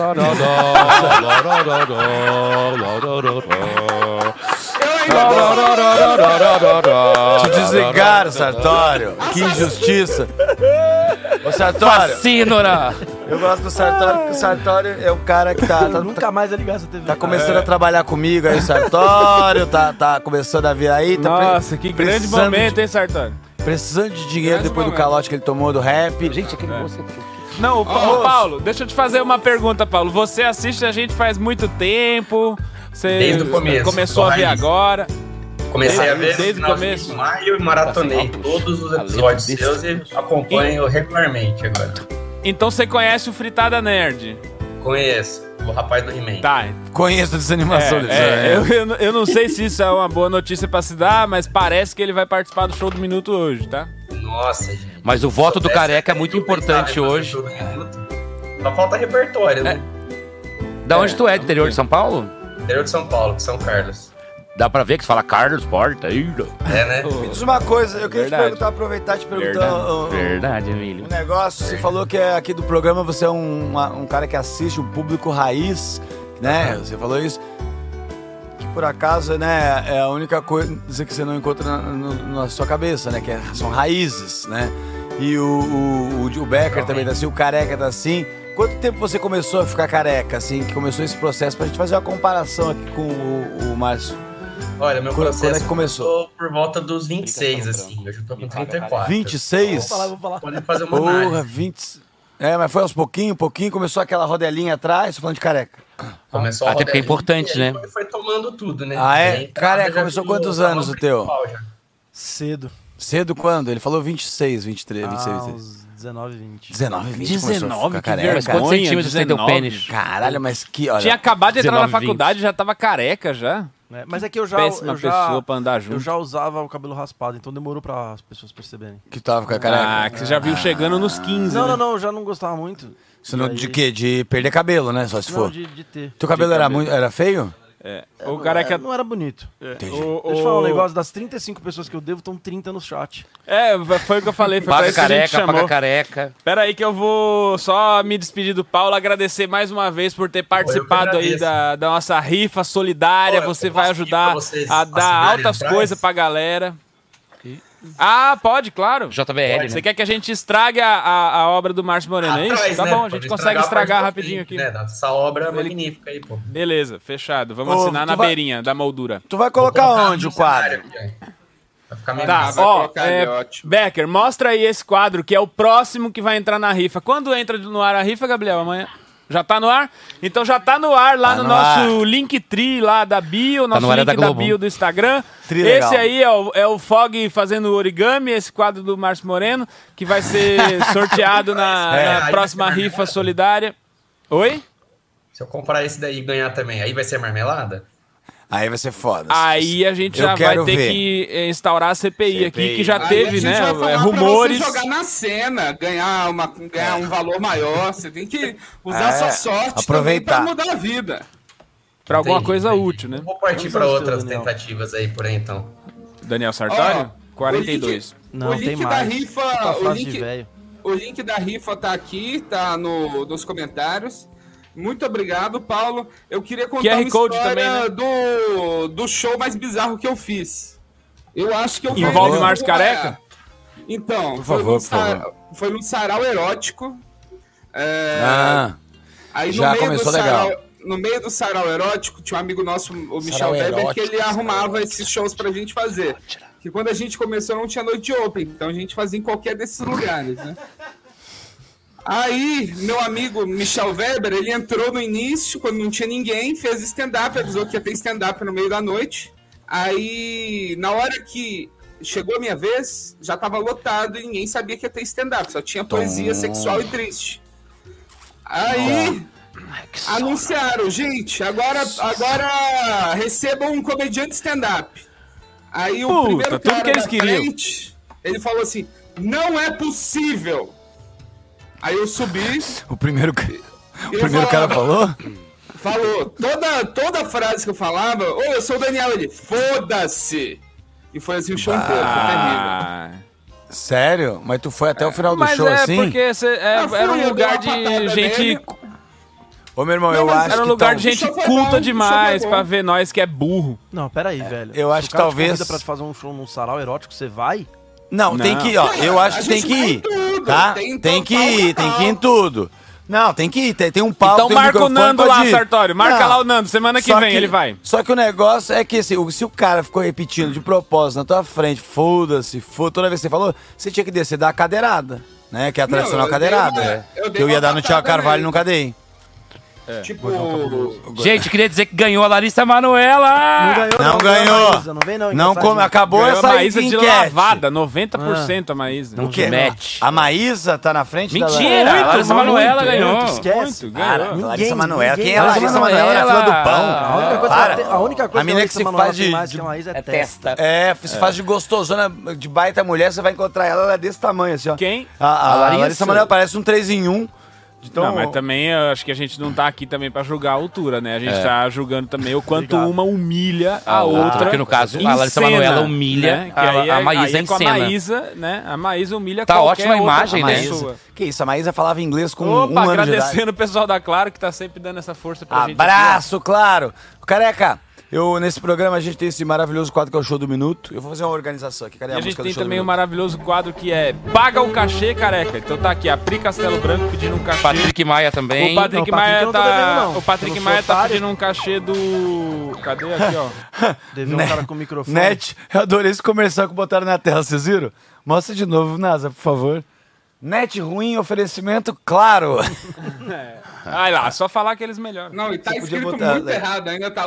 [SPEAKER 8] Te desligaram, Sartório. Que injustiça. Ô, Sartório,
[SPEAKER 3] Sínora!
[SPEAKER 8] eu gosto do Sartório porque o Sartório é o cara que tá, tá,
[SPEAKER 4] Nunca mais vai ligar essa TV.
[SPEAKER 8] tá começando a trabalhar comigo aí, o Sartório. Tá, tá começando a vir aí. Tá pre-
[SPEAKER 5] Nossa, que grande
[SPEAKER 8] precisando
[SPEAKER 5] momento, hein, Sartori?
[SPEAKER 8] de- precisando de dinheiro
[SPEAKER 1] Grande
[SPEAKER 8] depois do
[SPEAKER 1] momento.
[SPEAKER 8] calote que ele tomou do rap.
[SPEAKER 3] Gente, aquele moço...
[SPEAKER 5] Não, o Pa- o Paulo, deixa eu te fazer uma pergunta, Paulo. Você assiste a gente faz muito tempo. Você
[SPEAKER 10] Desde o começo,
[SPEAKER 5] Começou a ver
[SPEAKER 10] raiz.
[SPEAKER 5] agora.
[SPEAKER 10] Comecei a
[SPEAKER 5] Desde-
[SPEAKER 10] ver
[SPEAKER 5] desde o
[SPEAKER 10] no final
[SPEAKER 5] começo.
[SPEAKER 10] de maio e maratonei todos os episódios seus e acompanho regularmente agora.
[SPEAKER 5] Então você conhece o Fritada Nerd.
[SPEAKER 10] Conheço. O rapaz do He-Man.
[SPEAKER 5] Tá.
[SPEAKER 8] Conheço a desanimação dele.
[SPEAKER 4] né?
[SPEAKER 5] É, é, eu, eu não- eu não sei se isso é uma boa notícia pra se dar, mas parece que ele vai participar do show do Minuto hoje, tá?
[SPEAKER 10] Nossa, gente.
[SPEAKER 3] Mas o voto do
[SPEAKER 10] Soubesse
[SPEAKER 3] careca é
[SPEAKER 10] que
[SPEAKER 3] muito
[SPEAKER 10] eu pensava em
[SPEAKER 3] importante
[SPEAKER 10] fazer
[SPEAKER 3] hoje.
[SPEAKER 10] tudo junto. Só falta repertório, né?
[SPEAKER 3] Da onde tu é? Do interior de São Paulo?
[SPEAKER 10] Interior de São Paulo, de São Carlos.
[SPEAKER 3] Dá pra ver que você fala Carlos Porteiro.
[SPEAKER 10] É, né?
[SPEAKER 8] Me diz uma coisa, eu queria
[SPEAKER 5] Verdade.
[SPEAKER 8] te perguntar, aproveitar e te perguntar
[SPEAKER 3] então,
[SPEAKER 5] Verdade.
[SPEAKER 8] ô, ô,
[SPEAKER 3] Verdade, Emílio.
[SPEAKER 8] um negócio. Você falou que é aqui do programa você é um, uma- um cara que assiste o público raiz, né? Você falou isso. Que por acaso, né, é a única coisa que você não encontra na, no- na sua cabeça, né? Que é- são raízes, né? E o, o, o- o Becker também tá assim, o careca tá assim. Quanto tempo você começou a ficar careca, assim, que começou esse processo? Pra gente fazer uma comparação aqui com o, o Márcio.
[SPEAKER 10] Olha, meu
[SPEAKER 8] Quando- quando é
[SPEAKER 10] processo
[SPEAKER 8] que começou?
[SPEAKER 10] começou por volta dos 26, assim. Hoje eu tô com 34.
[SPEAKER 8] 26?
[SPEAKER 10] Podem fazer uma
[SPEAKER 8] Porra,
[SPEAKER 10] análise.
[SPEAKER 8] 20. É, mas foi aos pouquinho, pouquinho, começou aquela rodelinha atrás, tô falando de careca.
[SPEAKER 10] Começou a
[SPEAKER 3] Até porque é
[SPEAKER 10] rodelinha
[SPEAKER 3] importante,
[SPEAKER 10] e aí
[SPEAKER 3] né?
[SPEAKER 10] Foi, foi tomando tudo, né?
[SPEAKER 8] Ah, é?
[SPEAKER 10] E aí, entrada
[SPEAKER 8] Careca,
[SPEAKER 10] já
[SPEAKER 8] começou
[SPEAKER 10] virou
[SPEAKER 8] quantos
[SPEAKER 10] tamanho
[SPEAKER 8] anos o teu?
[SPEAKER 10] principal já.
[SPEAKER 4] Cedo.
[SPEAKER 8] Cedo quando? Ele falou 26, 23, 26,
[SPEAKER 4] Ah,
[SPEAKER 8] 26.
[SPEAKER 4] uns 19, 20.
[SPEAKER 8] 19, 20 começou a
[SPEAKER 5] 19,
[SPEAKER 8] ficar
[SPEAKER 5] que
[SPEAKER 8] careca.
[SPEAKER 3] Mas quantos
[SPEAKER 5] Vergonha,
[SPEAKER 3] centímetros tem teu
[SPEAKER 5] 19.
[SPEAKER 3] pênis?
[SPEAKER 8] Caralho, mas que, olha...
[SPEAKER 5] Tinha acabado de entrar na
[SPEAKER 3] 19,
[SPEAKER 5] faculdade, já tava careca já.
[SPEAKER 4] né? Mas é que eu já,
[SPEAKER 5] péssima
[SPEAKER 4] eu já-
[SPEAKER 5] pessoa pra andar junto.
[SPEAKER 4] Eu já usava o cabelo raspado, então demorou pra as pessoas perceberem.
[SPEAKER 8] Que tava com a careca.
[SPEAKER 5] Ah, que você já viu chegando nos 15,
[SPEAKER 4] Não,
[SPEAKER 5] né?
[SPEAKER 4] não, não, eu já não gostava muito.
[SPEAKER 8] Isso não-
[SPEAKER 4] E aí-
[SPEAKER 8] de quê? De perder cabelo, né? Só se
[SPEAKER 4] Não,
[SPEAKER 8] for.
[SPEAKER 4] de- de ter.
[SPEAKER 8] Teu cabelo
[SPEAKER 4] De
[SPEAKER 8] era
[SPEAKER 4] cabelo.
[SPEAKER 8] muito. Era feio?
[SPEAKER 5] É.
[SPEAKER 4] É,
[SPEAKER 5] O
[SPEAKER 4] não
[SPEAKER 5] cara que...
[SPEAKER 4] era- Não era bonito.
[SPEAKER 5] É.
[SPEAKER 8] Entendi.
[SPEAKER 5] O-
[SPEAKER 4] Deixa eu falar um
[SPEAKER 5] o-
[SPEAKER 4] negócio, das 35 pessoas que eu devo, estão 30 no chat.
[SPEAKER 5] É, foi o que eu falei. Foi
[SPEAKER 3] Paga
[SPEAKER 5] pra isso que a gente
[SPEAKER 3] careca, paga
[SPEAKER 5] chamou.
[SPEAKER 3] careca.
[SPEAKER 5] Pera aí que eu vou só me despedir do Paulo, agradecer mais uma vez por ter participado aí
[SPEAKER 10] agradeço.
[SPEAKER 5] da, da nossa rifa solidária.
[SPEAKER 10] Pô, eu
[SPEAKER 5] você
[SPEAKER 10] posso
[SPEAKER 5] vai
[SPEAKER 10] pedir
[SPEAKER 5] ajudar
[SPEAKER 10] pra vocês
[SPEAKER 5] a dar
[SPEAKER 10] assinarem
[SPEAKER 5] altas
[SPEAKER 10] atrás?
[SPEAKER 5] coisas pra galera. Ah, pode, claro.
[SPEAKER 3] JBL,
[SPEAKER 5] Você
[SPEAKER 3] né?
[SPEAKER 5] quer que a gente estrague a, a, a obra do Márcio Moreno, é
[SPEAKER 10] Atrás,
[SPEAKER 5] isso? Tá
[SPEAKER 10] né?
[SPEAKER 5] bom, a
[SPEAKER 10] Pra
[SPEAKER 5] gente consegue estragar
[SPEAKER 10] a parte do
[SPEAKER 5] rapidinho
[SPEAKER 10] fim,
[SPEAKER 5] aqui.
[SPEAKER 10] Né? Essa obra magnífica aí, pô.
[SPEAKER 5] Beleza, fechado. Vamos
[SPEAKER 8] Ô,
[SPEAKER 5] assinar
[SPEAKER 8] tu
[SPEAKER 5] na
[SPEAKER 8] vai-
[SPEAKER 5] beirinha da moldura.
[SPEAKER 8] Tu vai colocar
[SPEAKER 10] Vou botar
[SPEAKER 8] onde
[SPEAKER 10] no
[SPEAKER 8] o quadro?
[SPEAKER 10] cenário aqui, ó. Vai ficar meio
[SPEAKER 5] Tá,
[SPEAKER 10] massa.
[SPEAKER 5] ó,
[SPEAKER 1] colocar ali,
[SPEAKER 5] é,
[SPEAKER 1] ótimo.
[SPEAKER 5] Becker, mostra aí esse quadro que é o próximo que vai entrar na rifa. Quando entra no ar a rifa, Gabriel? Amanhã. Já tá no ar? Então já tá no ar lá
[SPEAKER 8] Tá
[SPEAKER 5] no,
[SPEAKER 8] no Tá
[SPEAKER 5] nosso Linktree lá da bio, nosso
[SPEAKER 3] no ar é
[SPEAKER 5] link
[SPEAKER 3] da
[SPEAKER 5] da,
[SPEAKER 3] Globo.
[SPEAKER 5] bio do Instagram.
[SPEAKER 8] Tri legal.
[SPEAKER 5] esse aí é o, é o Fog fazendo origami, esse quadro do Márcio Moreno, que vai ser sorteado na,
[SPEAKER 8] É,
[SPEAKER 5] na
[SPEAKER 10] aí vai
[SPEAKER 5] próxima
[SPEAKER 10] ser
[SPEAKER 5] rifa solidária. Oi?
[SPEAKER 10] Se eu comprar esse daí e ganhar também, aí vai ser marmelada?
[SPEAKER 8] Aí vai ser foda.
[SPEAKER 5] Aí a gente
[SPEAKER 8] Eu
[SPEAKER 5] já vai
[SPEAKER 8] quero
[SPEAKER 5] ter
[SPEAKER 8] ver.
[SPEAKER 5] que eh, instaurar a CPI, aqui,
[SPEAKER 8] CPI.
[SPEAKER 5] que já
[SPEAKER 1] Aí a
[SPEAKER 5] teve,
[SPEAKER 1] gente
[SPEAKER 5] né?
[SPEAKER 1] vai falar pra
[SPEAKER 5] Rumores.
[SPEAKER 1] Você jogar na cena, ganhar, uma, ganhar um valor maior. Você tem que usar
[SPEAKER 8] É,
[SPEAKER 1] sua sorte
[SPEAKER 8] aproveitar.
[SPEAKER 1] também pra mudar a vida.
[SPEAKER 5] Pra alguma
[SPEAKER 10] Entendi,
[SPEAKER 5] coisa
[SPEAKER 10] entendi.
[SPEAKER 5] útil, né?
[SPEAKER 10] Vou partir
[SPEAKER 4] Quantos
[SPEAKER 10] pra
[SPEAKER 4] anos tem o
[SPEAKER 10] outras
[SPEAKER 4] Daniel?
[SPEAKER 10] tentativas aí por aí, então.
[SPEAKER 5] Daniel Sartório?
[SPEAKER 1] Ó,
[SPEAKER 5] 42.
[SPEAKER 4] Não,
[SPEAKER 1] o link
[SPEAKER 4] tem
[SPEAKER 1] da
[SPEAKER 4] mais.
[SPEAKER 1] rifa-
[SPEAKER 5] Tá
[SPEAKER 4] Puta
[SPEAKER 1] o
[SPEAKER 4] frase
[SPEAKER 1] link-
[SPEAKER 4] de velho.
[SPEAKER 1] O link da rifa tá aqui, tá no, nos comentários. Muito obrigado, Paulo. Eu queria contar
[SPEAKER 5] QR
[SPEAKER 1] uma
[SPEAKER 5] Code
[SPEAKER 1] história
[SPEAKER 5] também, né?
[SPEAKER 1] do, do show mais bizarro que eu fiz. Eu acho que eu fiz-
[SPEAKER 5] Envolve Márcio Careca?
[SPEAKER 1] Então,
[SPEAKER 8] Por
[SPEAKER 1] foi
[SPEAKER 8] favor,
[SPEAKER 1] num
[SPEAKER 8] por
[SPEAKER 1] sa-
[SPEAKER 8] favor.
[SPEAKER 1] foi num sarau erótico. É,
[SPEAKER 8] Ah,
[SPEAKER 1] Aí
[SPEAKER 8] Já
[SPEAKER 1] no meio
[SPEAKER 8] começou
[SPEAKER 1] do
[SPEAKER 8] legal.
[SPEAKER 1] Sarau, no meio do sarau erótico, tinha um amigo nosso, o Michel
[SPEAKER 8] Sarau
[SPEAKER 1] Weber, que
[SPEAKER 8] erótico,
[SPEAKER 1] ele arrumava esses shows pra gente fazer. Que quando a gente começou não tinha noite open, então a gente fazia em qualquer desses lugares, né? Aí, meu amigo Michel Weber, ele entrou no início, quando não tinha ninguém, fez stand-up, avisou que ia ter stand-up no meio da noite. Aí, na hora que chegou a minha vez, já tava lotado e ninguém sabia que ia ter stand-up, só tinha poesia sexual e triste. Aí, anunciaram, gente, agora, agora recebam um comediante stand-up. Aí o
[SPEAKER 5] Puta,
[SPEAKER 1] primeiro
[SPEAKER 5] tudo
[SPEAKER 1] cara
[SPEAKER 5] que eles
[SPEAKER 1] da
[SPEAKER 5] queriam.
[SPEAKER 1] frente, ele falou assim, não é possível. Aí eu subi,
[SPEAKER 8] o primeiro, ca- o
[SPEAKER 1] eu
[SPEAKER 8] primeiro cara
[SPEAKER 1] falava-
[SPEAKER 8] falou?
[SPEAKER 1] falou, toda, toda frase que eu falava, ô, eu sou o Daniel, ele, foda-se. E foi assim o show inteiro, foi terrível.
[SPEAKER 5] Ah,
[SPEAKER 8] Sério? Mas tu foi até o final do
[SPEAKER 5] mas
[SPEAKER 8] show
[SPEAKER 5] é
[SPEAKER 8] assim?
[SPEAKER 5] porque cê- é-
[SPEAKER 1] Ah, Eu fui,
[SPEAKER 5] era um
[SPEAKER 1] eu dei uma
[SPEAKER 5] lugar de
[SPEAKER 1] patada
[SPEAKER 5] gente.
[SPEAKER 1] nele.
[SPEAKER 8] Ô, meu irmão, eu
[SPEAKER 1] mas
[SPEAKER 8] acho
[SPEAKER 5] Era um
[SPEAKER 8] que
[SPEAKER 5] lugar
[SPEAKER 8] tal-
[SPEAKER 5] de gente
[SPEAKER 1] O show foi bom, o
[SPEAKER 5] culta
[SPEAKER 1] show
[SPEAKER 5] demais
[SPEAKER 1] foi bom.
[SPEAKER 5] pra ver nós que é burro.
[SPEAKER 4] Não, peraí, velho.
[SPEAKER 8] É, eu
[SPEAKER 4] Se
[SPEAKER 8] acho
[SPEAKER 4] o
[SPEAKER 8] que
[SPEAKER 4] cara te
[SPEAKER 8] talvez-
[SPEAKER 4] convida pra fazer um show num sarau erótico, você vai?
[SPEAKER 8] Não, tem
[SPEAKER 5] Não.
[SPEAKER 8] que ir, ó. Eu acho
[SPEAKER 1] A
[SPEAKER 8] que tem
[SPEAKER 1] gente
[SPEAKER 8] que
[SPEAKER 1] vai
[SPEAKER 8] ir.
[SPEAKER 1] em tudo,
[SPEAKER 8] Tá?
[SPEAKER 1] tem
[SPEAKER 8] Tem,
[SPEAKER 1] total
[SPEAKER 8] que ir, tem que ir em
[SPEAKER 1] canal.
[SPEAKER 8] tudo. Não, tem que ir. Tem, tem um
[SPEAKER 5] um
[SPEAKER 8] palco,
[SPEAKER 5] então
[SPEAKER 8] tem um
[SPEAKER 5] marca o
[SPEAKER 8] microfone,
[SPEAKER 5] Nando
[SPEAKER 8] pode
[SPEAKER 5] lá,
[SPEAKER 8] ir.
[SPEAKER 5] Sartório. Marca
[SPEAKER 8] Não,
[SPEAKER 5] lá o Nando. Semana que
[SPEAKER 8] só
[SPEAKER 5] vem ele vai.
[SPEAKER 8] Só que o negócio é que assim, o- se o cara ficou repetindo de propósito na tua frente, foda-se, foda toda vez que você falou, você tinha que descer da cadeirada, né? Que é a
[SPEAKER 1] Não,
[SPEAKER 8] tradicional
[SPEAKER 1] eu
[SPEAKER 8] cadeirada.
[SPEAKER 1] dei uma-
[SPEAKER 3] É.
[SPEAKER 8] né?
[SPEAKER 1] eu dei
[SPEAKER 8] que eu
[SPEAKER 1] uma
[SPEAKER 8] ia dar no Thiago
[SPEAKER 1] patada
[SPEAKER 8] Carvalho e
[SPEAKER 1] nele.
[SPEAKER 8] nunca dei.
[SPEAKER 5] É.
[SPEAKER 1] Tipo,
[SPEAKER 3] Gente, queria dizer que ganhou a Larissa Manoela!
[SPEAKER 4] Não ganhou,
[SPEAKER 8] Não, ganhou.
[SPEAKER 4] ganhou, Maísa, Não vem, não. então um.
[SPEAKER 8] Não então
[SPEAKER 4] engraçadinho.
[SPEAKER 8] come, acabou
[SPEAKER 5] Ah! Ganhou a
[SPEAKER 8] essa
[SPEAKER 5] Maísa de
[SPEAKER 8] enquete.
[SPEAKER 5] lavada,
[SPEAKER 3] Ah.
[SPEAKER 5] 90%
[SPEAKER 4] Ah.
[SPEAKER 5] a Maísa.
[SPEAKER 8] O quê?
[SPEAKER 3] Match.
[SPEAKER 8] A Maísa tá na frente da-
[SPEAKER 3] Mentira! a Larissa
[SPEAKER 4] muito,
[SPEAKER 3] Manoela
[SPEAKER 4] muito,
[SPEAKER 3] ganhou!
[SPEAKER 4] Esquece.
[SPEAKER 5] Muito, ganhou.
[SPEAKER 4] Ninguém,
[SPEAKER 8] Larissa Manoela. Quem é
[SPEAKER 4] ninguém.
[SPEAKER 8] Larissa Manoela? Ela é a fila
[SPEAKER 4] A
[SPEAKER 8] do
[SPEAKER 4] única
[SPEAKER 8] pão.
[SPEAKER 4] coisa, que, ela
[SPEAKER 8] Para.
[SPEAKER 4] tem, a única coisa
[SPEAKER 8] A mina
[SPEAKER 4] que, a Larissa
[SPEAKER 8] que se
[SPEAKER 4] Manoela
[SPEAKER 8] faz
[SPEAKER 4] tem
[SPEAKER 8] de-
[SPEAKER 4] mais
[SPEAKER 8] de-
[SPEAKER 4] que a Maísa é,
[SPEAKER 3] É
[SPEAKER 4] testa.
[SPEAKER 3] testa.
[SPEAKER 8] É, se faz de gostosona, de baita mulher, você vai encontrar ela, ela é desse tamanho, assim, ó.
[SPEAKER 5] Quem?
[SPEAKER 8] A, a,
[SPEAKER 3] A Larissa.
[SPEAKER 8] Larissa, Manoela parece um 3 em 1. Então,
[SPEAKER 5] não, mas tá também eu acho que a gente não tá aqui também pra julgar a altura, né? A gente
[SPEAKER 3] É.
[SPEAKER 5] tá julgando também o quanto
[SPEAKER 4] Obrigado.
[SPEAKER 5] uma humilha a,
[SPEAKER 3] A outra,
[SPEAKER 5] outra.
[SPEAKER 3] que Ah, no caso,
[SPEAKER 5] em
[SPEAKER 3] a Larissa
[SPEAKER 5] cena,
[SPEAKER 3] Manoela humilha
[SPEAKER 5] né? Que
[SPEAKER 3] a-
[SPEAKER 5] aí é-
[SPEAKER 3] a Maísa
[SPEAKER 5] aí
[SPEAKER 3] em
[SPEAKER 5] com
[SPEAKER 3] cena.
[SPEAKER 5] A Maísa, né? A Maísa humilha
[SPEAKER 3] Tá
[SPEAKER 5] qualquer
[SPEAKER 3] ótima a
[SPEAKER 5] outra
[SPEAKER 3] imagem, né?
[SPEAKER 5] pessoa.
[SPEAKER 8] Que isso, a Maísa falava inglês com
[SPEAKER 5] Opa,
[SPEAKER 8] um ano de idade.
[SPEAKER 5] agradecendo o pessoal da Claro que tá sempre dando essa força pra gente. aqui,
[SPEAKER 8] Abraço, claro. Careca, eu, nesse programa a gente tem esse maravilhoso quadro que é o Show do Minuto. Eu vou fazer uma organização aqui. Cadê
[SPEAKER 5] ó.
[SPEAKER 8] a,
[SPEAKER 5] E a gente
[SPEAKER 8] música
[SPEAKER 5] tem
[SPEAKER 8] do Show
[SPEAKER 5] também
[SPEAKER 8] do
[SPEAKER 5] um maravilhoso quadro que é Paga o Cachê, Careca. Então tá aqui a Pri Castelo Branco pedindo um cachê.
[SPEAKER 3] Patrick Maia também.
[SPEAKER 5] O Patrick
[SPEAKER 4] Não, o Patrick
[SPEAKER 5] Maia
[SPEAKER 4] eu não tô
[SPEAKER 5] tá.
[SPEAKER 4] devendo, não.
[SPEAKER 5] O Patrick
[SPEAKER 4] Eu não sou
[SPEAKER 5] Maia tá
[SPEAKER 4] otário.
[SPEAKER 5] pedindo um cachê do. Cadê aqui, ó?
[SPEAKER 4] Deveu um
[SPEAKER 8] Né?
[SPEAKER 4] cara com microfone.
[SPEAKER 8] Net, eu adorei esse comercial que botaram na tela, vocês viram? Mostra de novo, NASA, por favor. Net ruim, oferecimento claro.
[SPEAKER 5] É.
[SPEAKER 4] Ah,
[SPEAKER 5] Vai lá, só falar que eles melhoram.
[SPEAKER 1] Não, e tá
[SPEAKER 5] Você podia
[SPEAKER 1] escrito
[SPEAKER 5] botar,
[SPEAKER 1] muito
[SPEAKER 5] né?
[SPEAKER 1] errado, ainda tá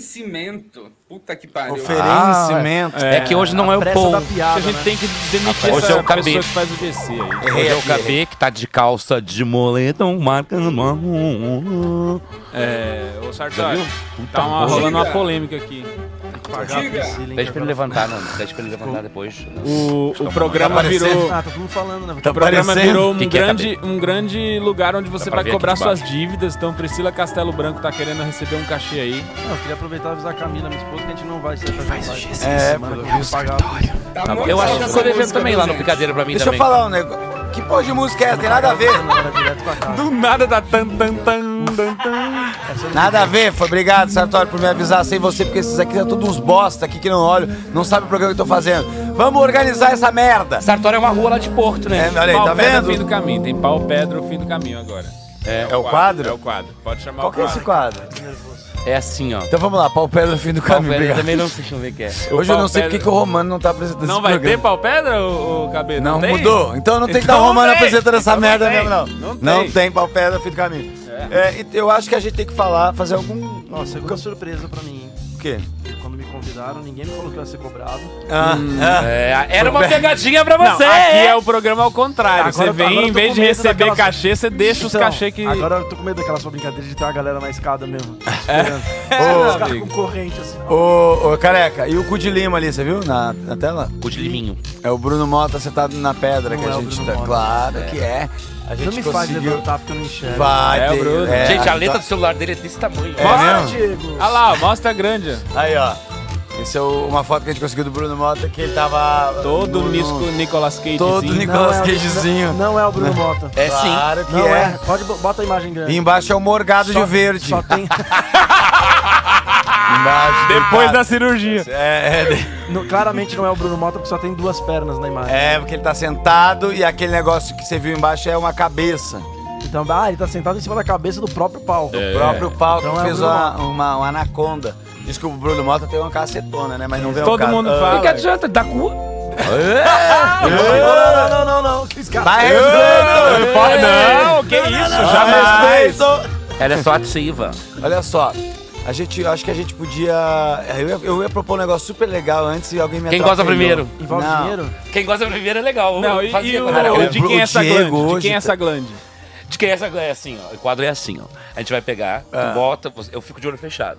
[SPEAKER 1] oferecimento. Puta que pariu.
[SPEAKER 8] Oferecimento.
[SPEAKER 5] Ah,
[SPEAKER 3] É que hoje não é o Paul.
[SPEAKER 5] a
[SPEAKER 4] né?
[SPEAKER 5] gente tem que demitir
[SPEAKER 3] Hoje
[SPEAKER 5] essa
[SPEAKER 3] é o
[SPEAKER 5] pessoa
[SPEAKER 3] KB.
[SPEAKER 5] que faz o DC aí.
[SPEAKER 3] Hoje é o KB que tá de calça de moletom marcando a mão.
[SPEAKER 5] É, ô
[SPEAKER 3] Já
[SPEAKER 5] Sartori,
[SPEAKER 3] viu? Puta
[SPEAKER 5] tá uma-
[SPEAKER 3] bosta.
[SPEAKER 5] rolando uma polêmica aqui. Tem que pagar a
[SPEAKER 3] Diga.
[SPEAKER 5] Priscila, hein,
[SPEAKER 3] Deixa pra ele
[SPEAKER 5] agora.
[SPEAKER 3] levantar, não. Deixa pra ele levantar depois.
[SPEAKER 5] O,
[SPEAKER 3] Toma,
[SPEAKER 5] o programa
[SPEAKER 3] tá aparecendo?
[SPEAKER 5] virou.
[SPEAKER 4] Ah, tá todo mundo falando, né?
[SPEAKER 5] O programa
[SPEAKER 3] aparecendo?
[SPEAKER 5] virou um
[SPEAKER 3] Que que é,
[SPEAKER 5] grande, um grande lugar onde você
[SPEAKER 3] Dá pra
[SPEAKER 5] vai
[SPEAKER 3] ver aqui
[SPEAKER 5] cobrar
[SPEAKER 3] de baixo.
[SPEAKER 5] suas dívidas. Então, Priscila Castelo Branco tá querendo receber um cachê aí.
[SPEAKER 4] Não, eu queria aproveitar e avisar a Camila, minha esposa, que a gente não vai sair pra faz o
[SPEAKER 8] É, porque eu vi os
[SPEAKER 5] Tá bom.
[SPEAKER 3] Eu acho que eu sou devendo
[SPEAKER 5] música,
[SPEAKER 3] também
[SPEAKER 5] né,
[SPEAKER 3] lá no
[SPEAKER 5] gente?
[SPEAKER 3] Picadeira pra mim
[SPEAKER 8] Deixa
[SPEAKER 3] também.
[SPEAKER 8] eu falar um negócio. Que porra de música é essa? Tem nada a ver.
[SPEAKER 5] Do nada tá tan tan tan tan tan.
[SPEAKER 8] Nada a ver, foi obrigado, Sartori, por me avisar sem você, porque esses aqui são todos uns bosta aqui que não olham, não sabe o programa que eu tô fazendo. Vamos organizar essa merda.
[SPEAKER 3] Sartori é uma rua lá de Porto, né?
[SPEAKER 8] É, olha aí,
[SPEAKER 5] Pau
[SPEAKER 8] tá
[SPEAKER 5] Pedra, Fim
[SPEAKER 8] vendo?
[SPEAKER 5] do caminho. Tem pau pedra, o fim do caminho agora.
[SPEAKER 3] É,
[SPEAKER 8] o quadro?
[SPEAKER 5] É o quadro. Pode chamar
[SPEAKER 8] Qual
[SPEAKER 5] o
[SPEAKER 8] que é
[SPEAKER 5] quadro.
[SPEAKER 8] esse quadro?
[SPEAKER 3] É assim, ó.
[SPEAKER 8] Então vamos lá, pau pedra no fim do
[SPEAKER 3] Pau
[SPEAKER 8] caminho.
[SPEAKER 3] Pedra,
[SPEAKER 8] obrigado.
[SPEAKER 3] eu também não sei como é que é.
[SPEAKER 8] Hoje eu não sei
[SPEAKER 5] Pau Pedra.
[SPEAKER 8] porque que o Romano não tá apresentando
[SPEAKER 5] Não
[SPEAKER 8] esse
[SPEAKER 5] vai ter
[SPEAKER 8] programa.
[SPEAKER 5] pau pedra, ô, ô Cabê?
[SPEAKER 8] Não,
[SPEAKER 5] tem?
[SPEAKER 8] mudou. Então não tem que
[SPEAKER 5] Então
[SPEAKER 8] dar o
[SPEAKER 5] não
[SPEAKER 8] Romano
[SPEAKER 5] tem.
[SPEAKER 8] apresentando essa
[SPEAKER 5] Então não
[SPEAKER 8] merda
[SPEAKER 5] tem.
[SPEAKER 8] mesmo, não.
[SPEAKER 5] Não
[SPEAKER 8] Não
[SPEAKER 5] tem.
[SPEAKER 8] tem pau pedra no fim do caminho. É, e eu acho que a gente tem que falar, fazer algum.
[SPEAKER 4] Nossa, segunda surpresa pra mim, hein?
[SPEAKER 8] O quê?
[SPEAKER 4] Quando me convidaram, ninguém me falou que eu ia ser cobrado.
[SPEAKER 8] Ah, ah.
[SPEAKER 3] É, era uma pegadinha pra
[SPEAKER 5] Não,
[SPEAKER 3] você!
[SPEAKER 5] aqui é o programa ao contrário.
[SPEAKER 4] Agora
[SPEAKER 5] você
[SPEAKER 4] eu tô- agora
[SPEAKER 5] vem,
[SPEAKER 4] eu
[SPEAKER 5] em
[SPEAKER 4] tô
[SPEAKER 5] vez
[SPEAKER 4] com
[SPEAKER 5] de
[SPEAKER 4] medo
[SPEAKER 5] receber
[SPEAKER 4] daquelas-
[SPEAKER 5] cachê, você deixa os
[SPEAKER 4] Então,
[SPEAKER 5] cachê que.
[SPEAKER 4] Agora eu tô com medo daquela sua brincadeira de ter uma galera na escada mesmo.
[SPEAKER 8] Ô,
[SPEAKER 4] Os caras
[SPEAKER 5] É. amigo.
[SPEAKER 4] com corrente, assim.
[SPEAKER 8] Ô, ô, careca, e o cu de lima ali, você viu na, na tela?
[SPEAKER 3] Cu de liminho.
[SPEAKER 8] É o Bruno Mota sentado na pedra
[SPEAKER 4] Não
[SPEAKER 8] que a
[SPEAKER 4] é o
[SPEAKER 8] gente
[SPEAKER 4] Bruno
[SPEAKER 8] tá.
[SPEAKER 4] Mota.
[SPEAKER 8] Claro que é. A gente
[SPEAKER 4] Não me faz
[SPEAKER 8] conseguiu.
[SPEAKER 4] levantar porque eu não enxergo.
[SPEAKER 8] Vai,
[SPEAKER 5] É o
[SPEAKER 8] ter-
[SPEAKER 5] Bruno.
[SPEAKER 8] é,
[SPEAKER 3] Gente, a
[SPEAKER 8] tá-
[SPEAKER 3] letra do celular dele é desse tamanho.
[SPEAKER 8] É
[SPEAKER 4] Bora,
[SPEAKER 8] mesmo?
[SPEAKER 4] Diego!
[SPEAKER 5] Olha lá, ó, mostra a grande.
[SPEAKER 8] Aí, ó. Essa é o- uma foto que a gente conseguiu do Bruno Mota, que ele tava.
[SPEAKER 5] Todo
[SPEAKER 8] no-
[SPEAKER 5] Nisco Nicolas Cage.
[SPEAKER 8] Todo
[SPEAKER 5] sim.
[SPEAKER 8] Nic- Nicolas
[SPEAKER 4] Não é o-
[SPEAKER 8] Cagezinho.
[SPEAKER 4] Não é o Bruno Mota.
[SPEAKER 3] É sim.
[SPEAKER 8] Claro que
[SPEAKER 4] Não
[SPEAKER 8] é.
[SPEAKER 4] é. Pode, bo- bota a imagem grande.
[SPEAKER 8] E embaixo é o morgado de verde.
[SPEAKER 4] Só tem.
[SPEAKER 8] Embaixo do
[SPEAKER 5] Depois
[SPEAKER 8] cara.
[SPEAKER 5] da cirurgia.
[SPEAKER 8] É, é, de-
[SPEAKER 4] não- claramente não é o Bruno Mota porque só tem duas pernas na imagem.
[SPEAKER 8] é, porque ele tá sentado e aquele negócio que você viu embaixo é uma cabeça.
[SPEAKER 4] Então, ah, ele tá sentado em cima da cabeça do próprio pau.
[SPEAKER 8] O próprio pau
[SPEAKER 4] Então
[SPEAKER 8] que
[SPEAKER 4] é o
[SPEAKER 8] fez
[SPEAKER 4] Bruno
[SPEAKER 8] uma, uma, uma anaconda. Diz que o Bruno Mota tem uma cacetona, né? Mas não vem ao
[SPEAKER 5] Todo
[SPEAKER 8] caso.
[SPEAKER 5] mundo
[SPEAKER 8] Ah.
[SPEAKER 5] fala.
[SPEAKER 3] que adianta? Da cu?
[SPEAKER 4] Não, não, não, não, não. Que escada.
[SPEAKER 8] Vai, Renan!
[SPEAKER 5] Não, pode- não, que isso? Já
[SPEAKER 8] Vai,
[SPEAKER 5] fez
[SPEAKER 8] Renan!
[SPEAKER 3] Ela é só ativa.
[SPEAKER 8] Olha só, a gente, eu acho que a gente podia. Eu ia, eu ia propor um negócio super legal antes e alguém me
[SPEAKER 3] Quem gosta
[SPEAKER 8] atropelou.
[SPEAKER 3] primeiro?
[SPEAKER 4] Envolve
[SPEAKER 8] Não.
[SPEAKER 4] dinheiro?
[SPEAKER 3] Quem gosta primeiro é legal.
[SPEAKER 5] Não, e,
[SPEAKER 3] Fazia
[SPEAKER 5] e o,
[SPEAKER 3] agora.
[SPEAKER 8] Cara,
[SPEAKER 5] de quem
[SPEAKER 8] o
[SPEAKER 5] é essa
[SPEAKER 8] Diego
[SPEAKER 5] glande? De
[SPEAKER 8] hoje
[SPEAKER 5] quem é
[SPEAKER 8] tá-
[SPEAKER 5] essa glande?
[SPEAKER 3] De quem é essa é assim, ó. O quadro é assim, ó. A gente vai pegar, tu
[SPEAKER 8] Ah.
[SPEAKER 3] bota, você- eu fico de olho fechado.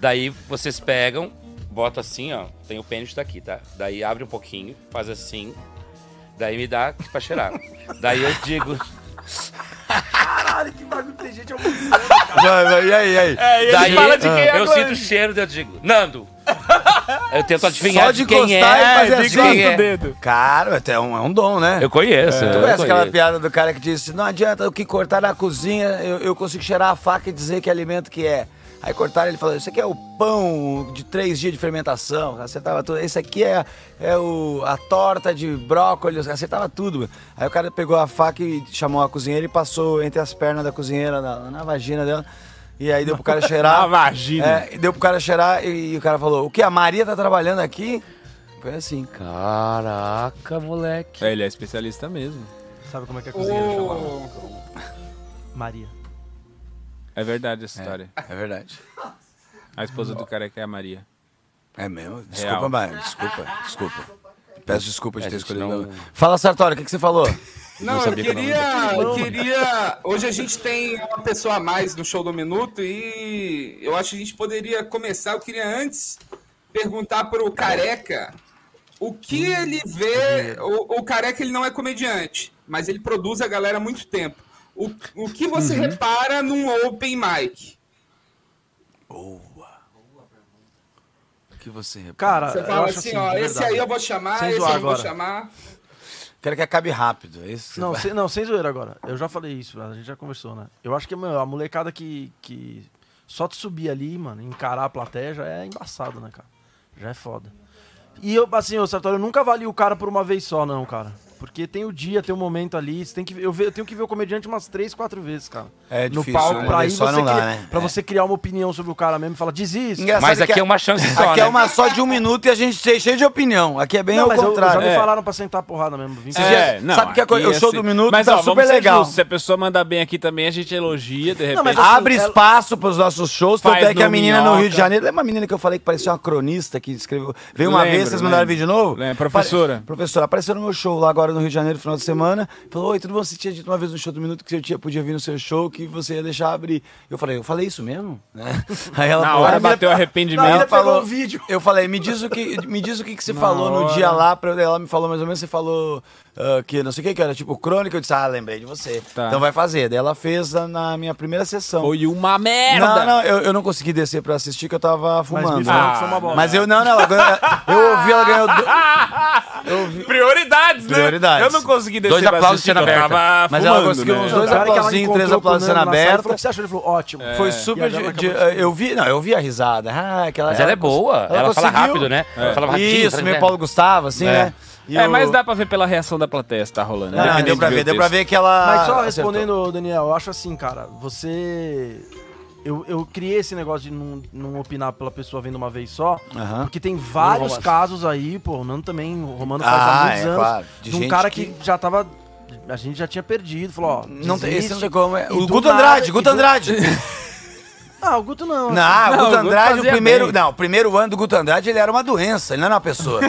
[SPEAKER 3] Daí vocês pegam, bota assim, ó. Tem o pênis daqui, tá? Daí abre um pouquinho, faz assim. Daí me dá pra cheirar. Daí eu digo.
[SPEAKER 4] Caralho, que bagulho tem gente
[SPEAKER 8] Vai, vai, e aí, e aí? ah,
[SPEAKER 5] É,
[SPEAKER 3] daí
[SPEAKER 5] é a
[SPEAKER 3] eu
[SPEAKER 5] glande.
[SPEAKER 3] sinto o cheiro, daí eu digo, Nando! Eu tento adivinhar
[SPEAKER 8] Só
[SPEAKER 3] de
[SPEAKER 8] de
[SPEAKER 3] quem é,
[SPEAKER 8] encostar e fazer
[SPEAKER 3] de
[SPEAKER 8] assim.
[SPEAKER 3] quem
[SPEAKER 5] Corta o
[SPEAKER 3] é.
[SPEAKER 5] dedo.
[SPEAKER 8] Cara, até é um, é um dom, né?
[SPEAKER 3] Eu conheço.
[SPEAKER 8] Tu
[SPEAKER 3] eu
[SPEAKER 8] conhece aquela
[SPEAKER 3] conheço.
[SPEAKER 8] piada do cara que disse: não adianta o que cortar na cozinha, eu, eu consigo cheirar a faca e dizer que alimento que é. Aí cortaram ele falou: Isso aqui é o pão de três dias de fermentação, acertava tudo. Isso aqui é, é o, a torta de brócolis, acertava tudo. mano. Aí o cara pegou a faca e chamou a cozinheira e passou entre as pernas da cozinheira, na, na vagina dela. E aí deu pro cara cheirar.
[SPEAKER 5] Na vagina.
[SPEAKER 8] É, e deu pro cara cheirar e, e o cara falou: O que? A Maria tá trabalhando aqui? Foi assim.
[SPEAKER 3] Caraca, moleque.
[SPEAKER 5] É, ele é especialista mesmo.
[SPEAKER 4] Sabe como é que a cozinheira chama?
[SPEAKER 1] Ô,
[SPEAKER 4] Maria.
[SPEAKER 5] É verdade essa história.
[SPEAKER 8] É verdade.
[SPEAKER 5] A esposa do cara que é a Maria.
[SPEAKER 8] É mesmo? Desculpa,
[SPEAKER 5] Real.
[SPEAKER 8] mas desculpa, desculpa. Peço desculpa de
[SPEAKER 3] A
[SPEAKER 8] ter
[SPEAKER 3] gente
[SPEAKER 8] escolhido.
[SPEAKER 3] não-
[SPEAKER 8] meu- Fala, Sartori, o que, que você falou?
[SPEAKER 1] Não, eu queria, eu queria. Hoje a gente tem uma pessoa a mais no show do minuto e eu acho que a gente poderia começar. Eu queria antes perguntar pro Careca o que
[SPEAKER 4] Hum,
[SPEAKER 1] ele vê. O, o Careca ele não é comediante, mas ele produz a galera há muito tempo. O, o que
[SPEAKER 4] Uhum.
[SPEAKER 1] você repara num open mic?
[SPEAKER 8] O que você
[SPEAKER 4] Cara,
[SPEAKER 1] Você
[SPEAKER 4] eu
[SPEAKER 1] fala
[SPEAKER 4] acho
[SPEAKER 1] assim,
[SPEAKER 4] assim,
[SPEAKER 1] ó,
[SPEAKER 4] de
[SPEAKER 1] esse
[SPEAKER 4] verdade.
[SPEAKER 1] aí eu vou chamar,
[SPEAKER 4] Sem
[SPEAKER 1] esse eu
[SPEAKER 4] zoar
[SPEAKER 1] não vou
[SPEAKER 4] agora.
[SPEAKER 1] chamar.
[SPEAKER 8] Quero que acabe rápido. É isso que você
[SPEAKER 4] Não,
[SPEAKER 8] fala?
[SPEAKER 4] sem, não, sem zoeira agora. Eu já falei isso, a gente já conversou, né? Eu acho que meu, a molecada que, que. Só de subir ali, mano, encarar a plateia já é embaçado, né, cara? Já é foda. E eu, assim, ô Sartori, eu nunca avalio o cara por uma vez só, não, cara. Por- Porque tem o dia, tem o momento ali. Você tem que, eu, ve- eu tenho que ver o comediante umas três, quatro vezes, cara.
[SPEAKER 8] É
[SPEAKER 4] no
[SPEAKER 8] difícil,
[SPEAKER 4] palco,
[SPEAKER 8] né?
[SPEAKER 4] pra,
[SPEAKER 8] Uma
[SPEAKER 4] aí
[SPEAKER 8] vez só
[SPEAKER 4] você
[SPEAKER 8] não dá,
[SPEAKER 4] criar,
[SPEAKER 8] né?
[SPEAKER 4] pra você criar uma opinião sobre o cara mesmo e falar, diz isso.
[SPEAKER 8] Engraçado que Aqui
[SPEAKER 4] né?
[SPEAKER 8] é uma só de um minuto e a gente é cheio de opinião. Aqui é bem
[SPEAKER 4] não,
[SPEAKER 8] ao
[SPEAKER 4] mas eu-
[SPEAKER 8] contrário.
[SPEAKER 4] já me
[SPEAKER 8] É.
[SPEAKER 4] falaram pra sentar a porrada mesmo. vim
[SPEAKER 8] Esses
[SPEAKER 4] pra-
[SPEAKER 5] É,
[SPEAKER 8] dias- sabe que a coisa- o show do minuto
[SPEAKER 5] mas, ó,
[SPEAKER 8] tá super
[SPEAKER 5] vamos ser
[SPEAKER 8] legal.
[SPEAKER 5] justos, se a pessoa mandar bem aqui também, a gente elogia, de repente.
[SPEAKER 8] abre espaço pros nossos shows. Tanto
[SPEAKER 5] Faz
[SPEAKER 8] é que a
[SPEAKER 5] no
[SPEAKER 8] menina no
[SPEAKER 5] Minhoca.
[SPEAKER 8] Rio de Janeiro. Lembra a menina que eu falei que parecia uma cronista que escreveu? Veio uma
[SPEAKER 5] Lembro,
[SPEAKER 8] vez, vocês mandaram
[SPEAKER 5] lembro.
[SPEAKER 8] vídeo novo?
[SPEAKER 5] Lembro, professora.
[SPEAKER 8] Pare- Professora, apareceu no meu show lá agora no Rio de Janeiro, final de semana. Falou: Oi, tudo bom? Você tinha dito uma vez no show do minuto que você tinha, podia vir no seu show, que você ia deixar abrir. Eu falei: Eu falei isso mesmo? Né? Aí ela
[SPEAKER 5] Na
[SPEAKER 8] falou,
[SPEAKER 5] hora
[SPEAKER 8] a menina-
[SPEAKER 5] bateu arrependimento.
[SPEAKER 8] Não, ela
[SPEAKER 5] Ela pegou
[SPEAKER 8] falou
[SPEAKER 5] o
[SPEAKER 8] vídeo. Eu falei: Me diz o que, me diz o que, que você
[SPEAKER 5] Na
[SPEAKER 8] falou no
[SPEAKER 5] hora.
[SPEAKER 8] dia lá. Pra, eu- ela me falou mais ou menos: Você falou ah, que não sei o que, que era tipo crônica. Eu disse: Ah, lembrei de você.
[SPEAKER 5] Tá.
[SPEAKER 8] Então vai fazer. Daí ela fez na- na minha primeira sessão.
[SPEAKER 5] Foi uma merda!
[SPEAKER 8] Não, não, eu, eu não consegui descer pra assistir que eu tava fumando.
[SPEAKER 5] me falaram que foi uma bosta.
[SPEAKER 8] Mas eu não, não, ela ganhou- eu ouvi, ela ganhou. do-
[SPEAKER 5] Prioridades, né?
[SPEAKER 8] Prioridades.
[SPEAKER 5] Eu não consegui descer
[SPEAKER 8] Dois
[SPEAKER 5] pra
[SPEAKER 8] aplausos
[SPEAKER 5] assistir,
[SPEAKER 8] de cena
[SPEAKER 5] eu
[SPEAKER 8] aberta.
[SPEAKER 5] tava
[SPEAKER 8] Mas ela
[SPEAKER 5] fumando,
[SPEAKER 8] conseguiu
[SPEAKER 5] né?
[SPEAKER 8] uns dois
[SPEAKER 4] É, O cara que ela
[SPEAKER 8] aplausinhos, três
[SPEAKER 4] encontrou com o
[SPEAKER 8] aplausos de cena
[SPEAKER 4] Nando na sala, ele
[SPEAKER 8] aberta.
[SPEAKER 4] falou, "O que você achou? Ele falou, ótimo.
[SPEAKER 8] Foi
[SPEAKER 4] É. E
[SPEAKER 8] super.
[SPEAKER 4] a galera
[SPEAKER 8] de- de-
[SPEAKER 4] acabou
[SPEAKER 8] eu vi, não, eu vi a risada. Ah, aquela,
[SPEAKER 3] Mas ela é boa, ela fala rápido, né? Ela
[SPEAKER 4] É.
[SPEAKER 3] fala rapidinho,
[SPEAKER 8] Isso,
[SPEAKER 3] sabe,
[SPEAKER 8] meio
[SPEAKER 3] né?
[SPEAKER 8] Paulo Gustavo, assim,
[SPEAKER 5] É.
[SPEAKER 8] né? E
[SPEAKER 5] é,
[SPEAKER 8] o-
[SPEAKER 5] mas dá pra ver pela reação da plateia se tá rolando.
[SPEAKER 4] Ah,
[SPEAKER 8] Não, não, deu pra ver, deu pra ver que ela-
[SPEAKER 4] Mas só
[SPEAKER 8] acertou.
[SPEAKER 4] respondendo, Daniel, eu acho assim, cara, você. Eu, eu criei esse negócio de não, não opinar pela pessoa vendo uma vez só,
[SPEAKER 8] Aham.
[SPEAKER 4] porque tem vários
[SPEAKER 8] Romas.
[SPEAKER 4] casos aí, pô, o Nando também, o Romano faz
[SPEAKER 8] Ah,
[SPEAKER 4] há muitos
[SPEAKER 8] é,
[SPEAKER 4] anos,
[SPEAKER 8] claro, de
[SPEAKER 4] de, um
[SPEAKER 8] gente
[SPEAKER 4] cara que... já tava. A gente já tinha perdido, falou, ó.
[SPEAKER 8] Não tem-
[SPEAKER 4] desiste,
[SPEAKER 8] esse não tem como, é-
[SPEAKER 4] e
[SPEAKER 8] o
[SPEAKER 4] do
[SPEAKER 8] Guto
[SPEAKER 4] nada-
[SPEAKER 8] Andrade,
[SPEAKER 4] e
[SPEAKER 8] Guto
[SPEAKER 4] do-
[SPEAKER 8] Andrade.
[SPEAKER 4] Ah, o Guto não.
[SPEAKER 8] Não,
[SPEAKER 4] assim.
[SPEAKER 8] o Guto Andrade, o
[SPEAKER 4] fazia
[SPEAKER 8] primeiro.
[SPEAKER 4] bem.
[SPEAKER 8] Não, o primeiro ano do Guto Andrade ele era uma doença, ele não era uma pessoa.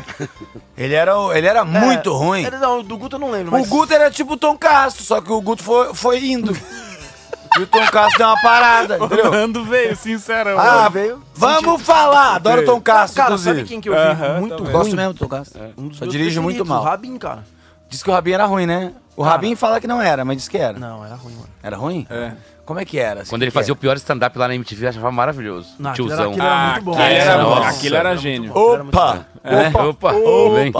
[SPEAKER 8] ele era, o- ele era
[SPEAKER 4] É,
[SPEAKER 8] muito ruim.
[SPEAKER 4] era- não, do Guto eu não lembro,
[SPEAKER 8] O
[SPEAKER 4] mas...
[SPEAKER 8] Guto era tipo o Tom Castro, só que o Guto foi, foi indo. E o Tom Castro deu uma parada, entendeu?
[SPEAKER 5] Nando veio, sincerão.
[SPEAKER 8] Ah,
[SPEAKER 4] Ele veio.
[SPEAKER 8] Vamos falar! Adoro o Tom Castro,
[SPEAKER 4] Cara,
[SPEAKER 8] inclusive.
[SPEAKER 4] sabe quem que eu vi muito ruim?
[SPEAKER 8] Gosto mesmo do Tom Castro.
[SPEAKER 4] Um dos
[SPEAKER 8] Só
[SPEAKER 4] meus
[SPEAKER 8] dirige muito
[SPEAKER 4] preferidos,
[SPEAKER 8] mal.
[SPEAKER 4] O Rabin, cara.
[SPEAKER 8] Diz que o Rabin era ruim, né? O Rabin fala que não era, mas diz que era.
[SPEAKER 4] Não, era ruim, mano.
[SPEAKER 8] Era ruruim? É. Como é que era? assim?
[SPEAKER 3] Quando ele
[SPEAKER 8] Que
[SPEAKER 3] fazia o pior stand-up lá na MTV, eu achava maravilhoso.
[SPEAKER 8] Não,
[SPEAKER 3] Não,
[SPEAKER 8] aquilo era-
[SPEAKER 3] Tiozão. Ah,
[SPEAKER 8] aquilo era muito bom.
[SPEAKER 5] Aquele era, bom,
[SPEAKER 3] Nossa.
[SPEAKER 5] aquele era gênio.
[SPEAKER 8] Opa!
[SPEAKER 3] É. Opa! Opa! Opa! Vem.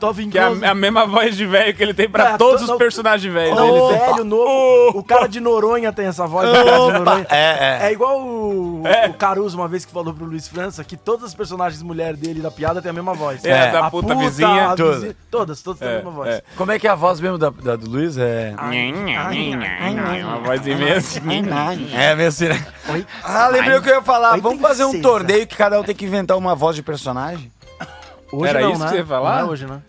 [SPEAKER 4] Tava em
[SPEAKER 5] Que é
[SPEAKER 4] casa.
[SPEAKER 5] a, a mesma voz de velho que ele tem pra
[SPEAKER 4] É,
[SPEAKER 5] todos
[SPEAKER 4] to-
[SPEAKER 5] os personagens velhos.
[SPEAKER 4] Não,
[SPEAKER 5] dele.
[SPEAKER 4] o é velho, novo. O cara de Noronha tem essa voz. o cara de Noronha. É igual o, o Caruso uma vez que falou pro Luiz França que todas as personagens mulher dele da piada tem a mesma voz.
[SPEAKER 5] É, da
[SPEAKER 4] A
[SPEAKER 5] puta vizinha,
[SPEAKER 4] a
[SPEAKER 8] tudo.
[SPEAKER 4] vizinha- todas, todas têm a mesma voz. Ah,
[SPEAKER 8] Como é que é a voz mesmo da, da- do Luiz? É.
[SPEAKER 5] Uma voz imensa.
[SPEAKER 8] É, meu assim, né? Ah, lembrei o que eu ia falar. Vamos fazer um torneio que cada um tem que inventar uma voz de personagem?
[SPEAKER 4] Hoje
[SPEAKER 5] Era
[SPEAKER 4] não,
[SPEAKER 5] isso
[SPEAKER 4] né?
[SPEAKER 5] que você ia falar?
[SPEAKER 4] Não é hoje, né?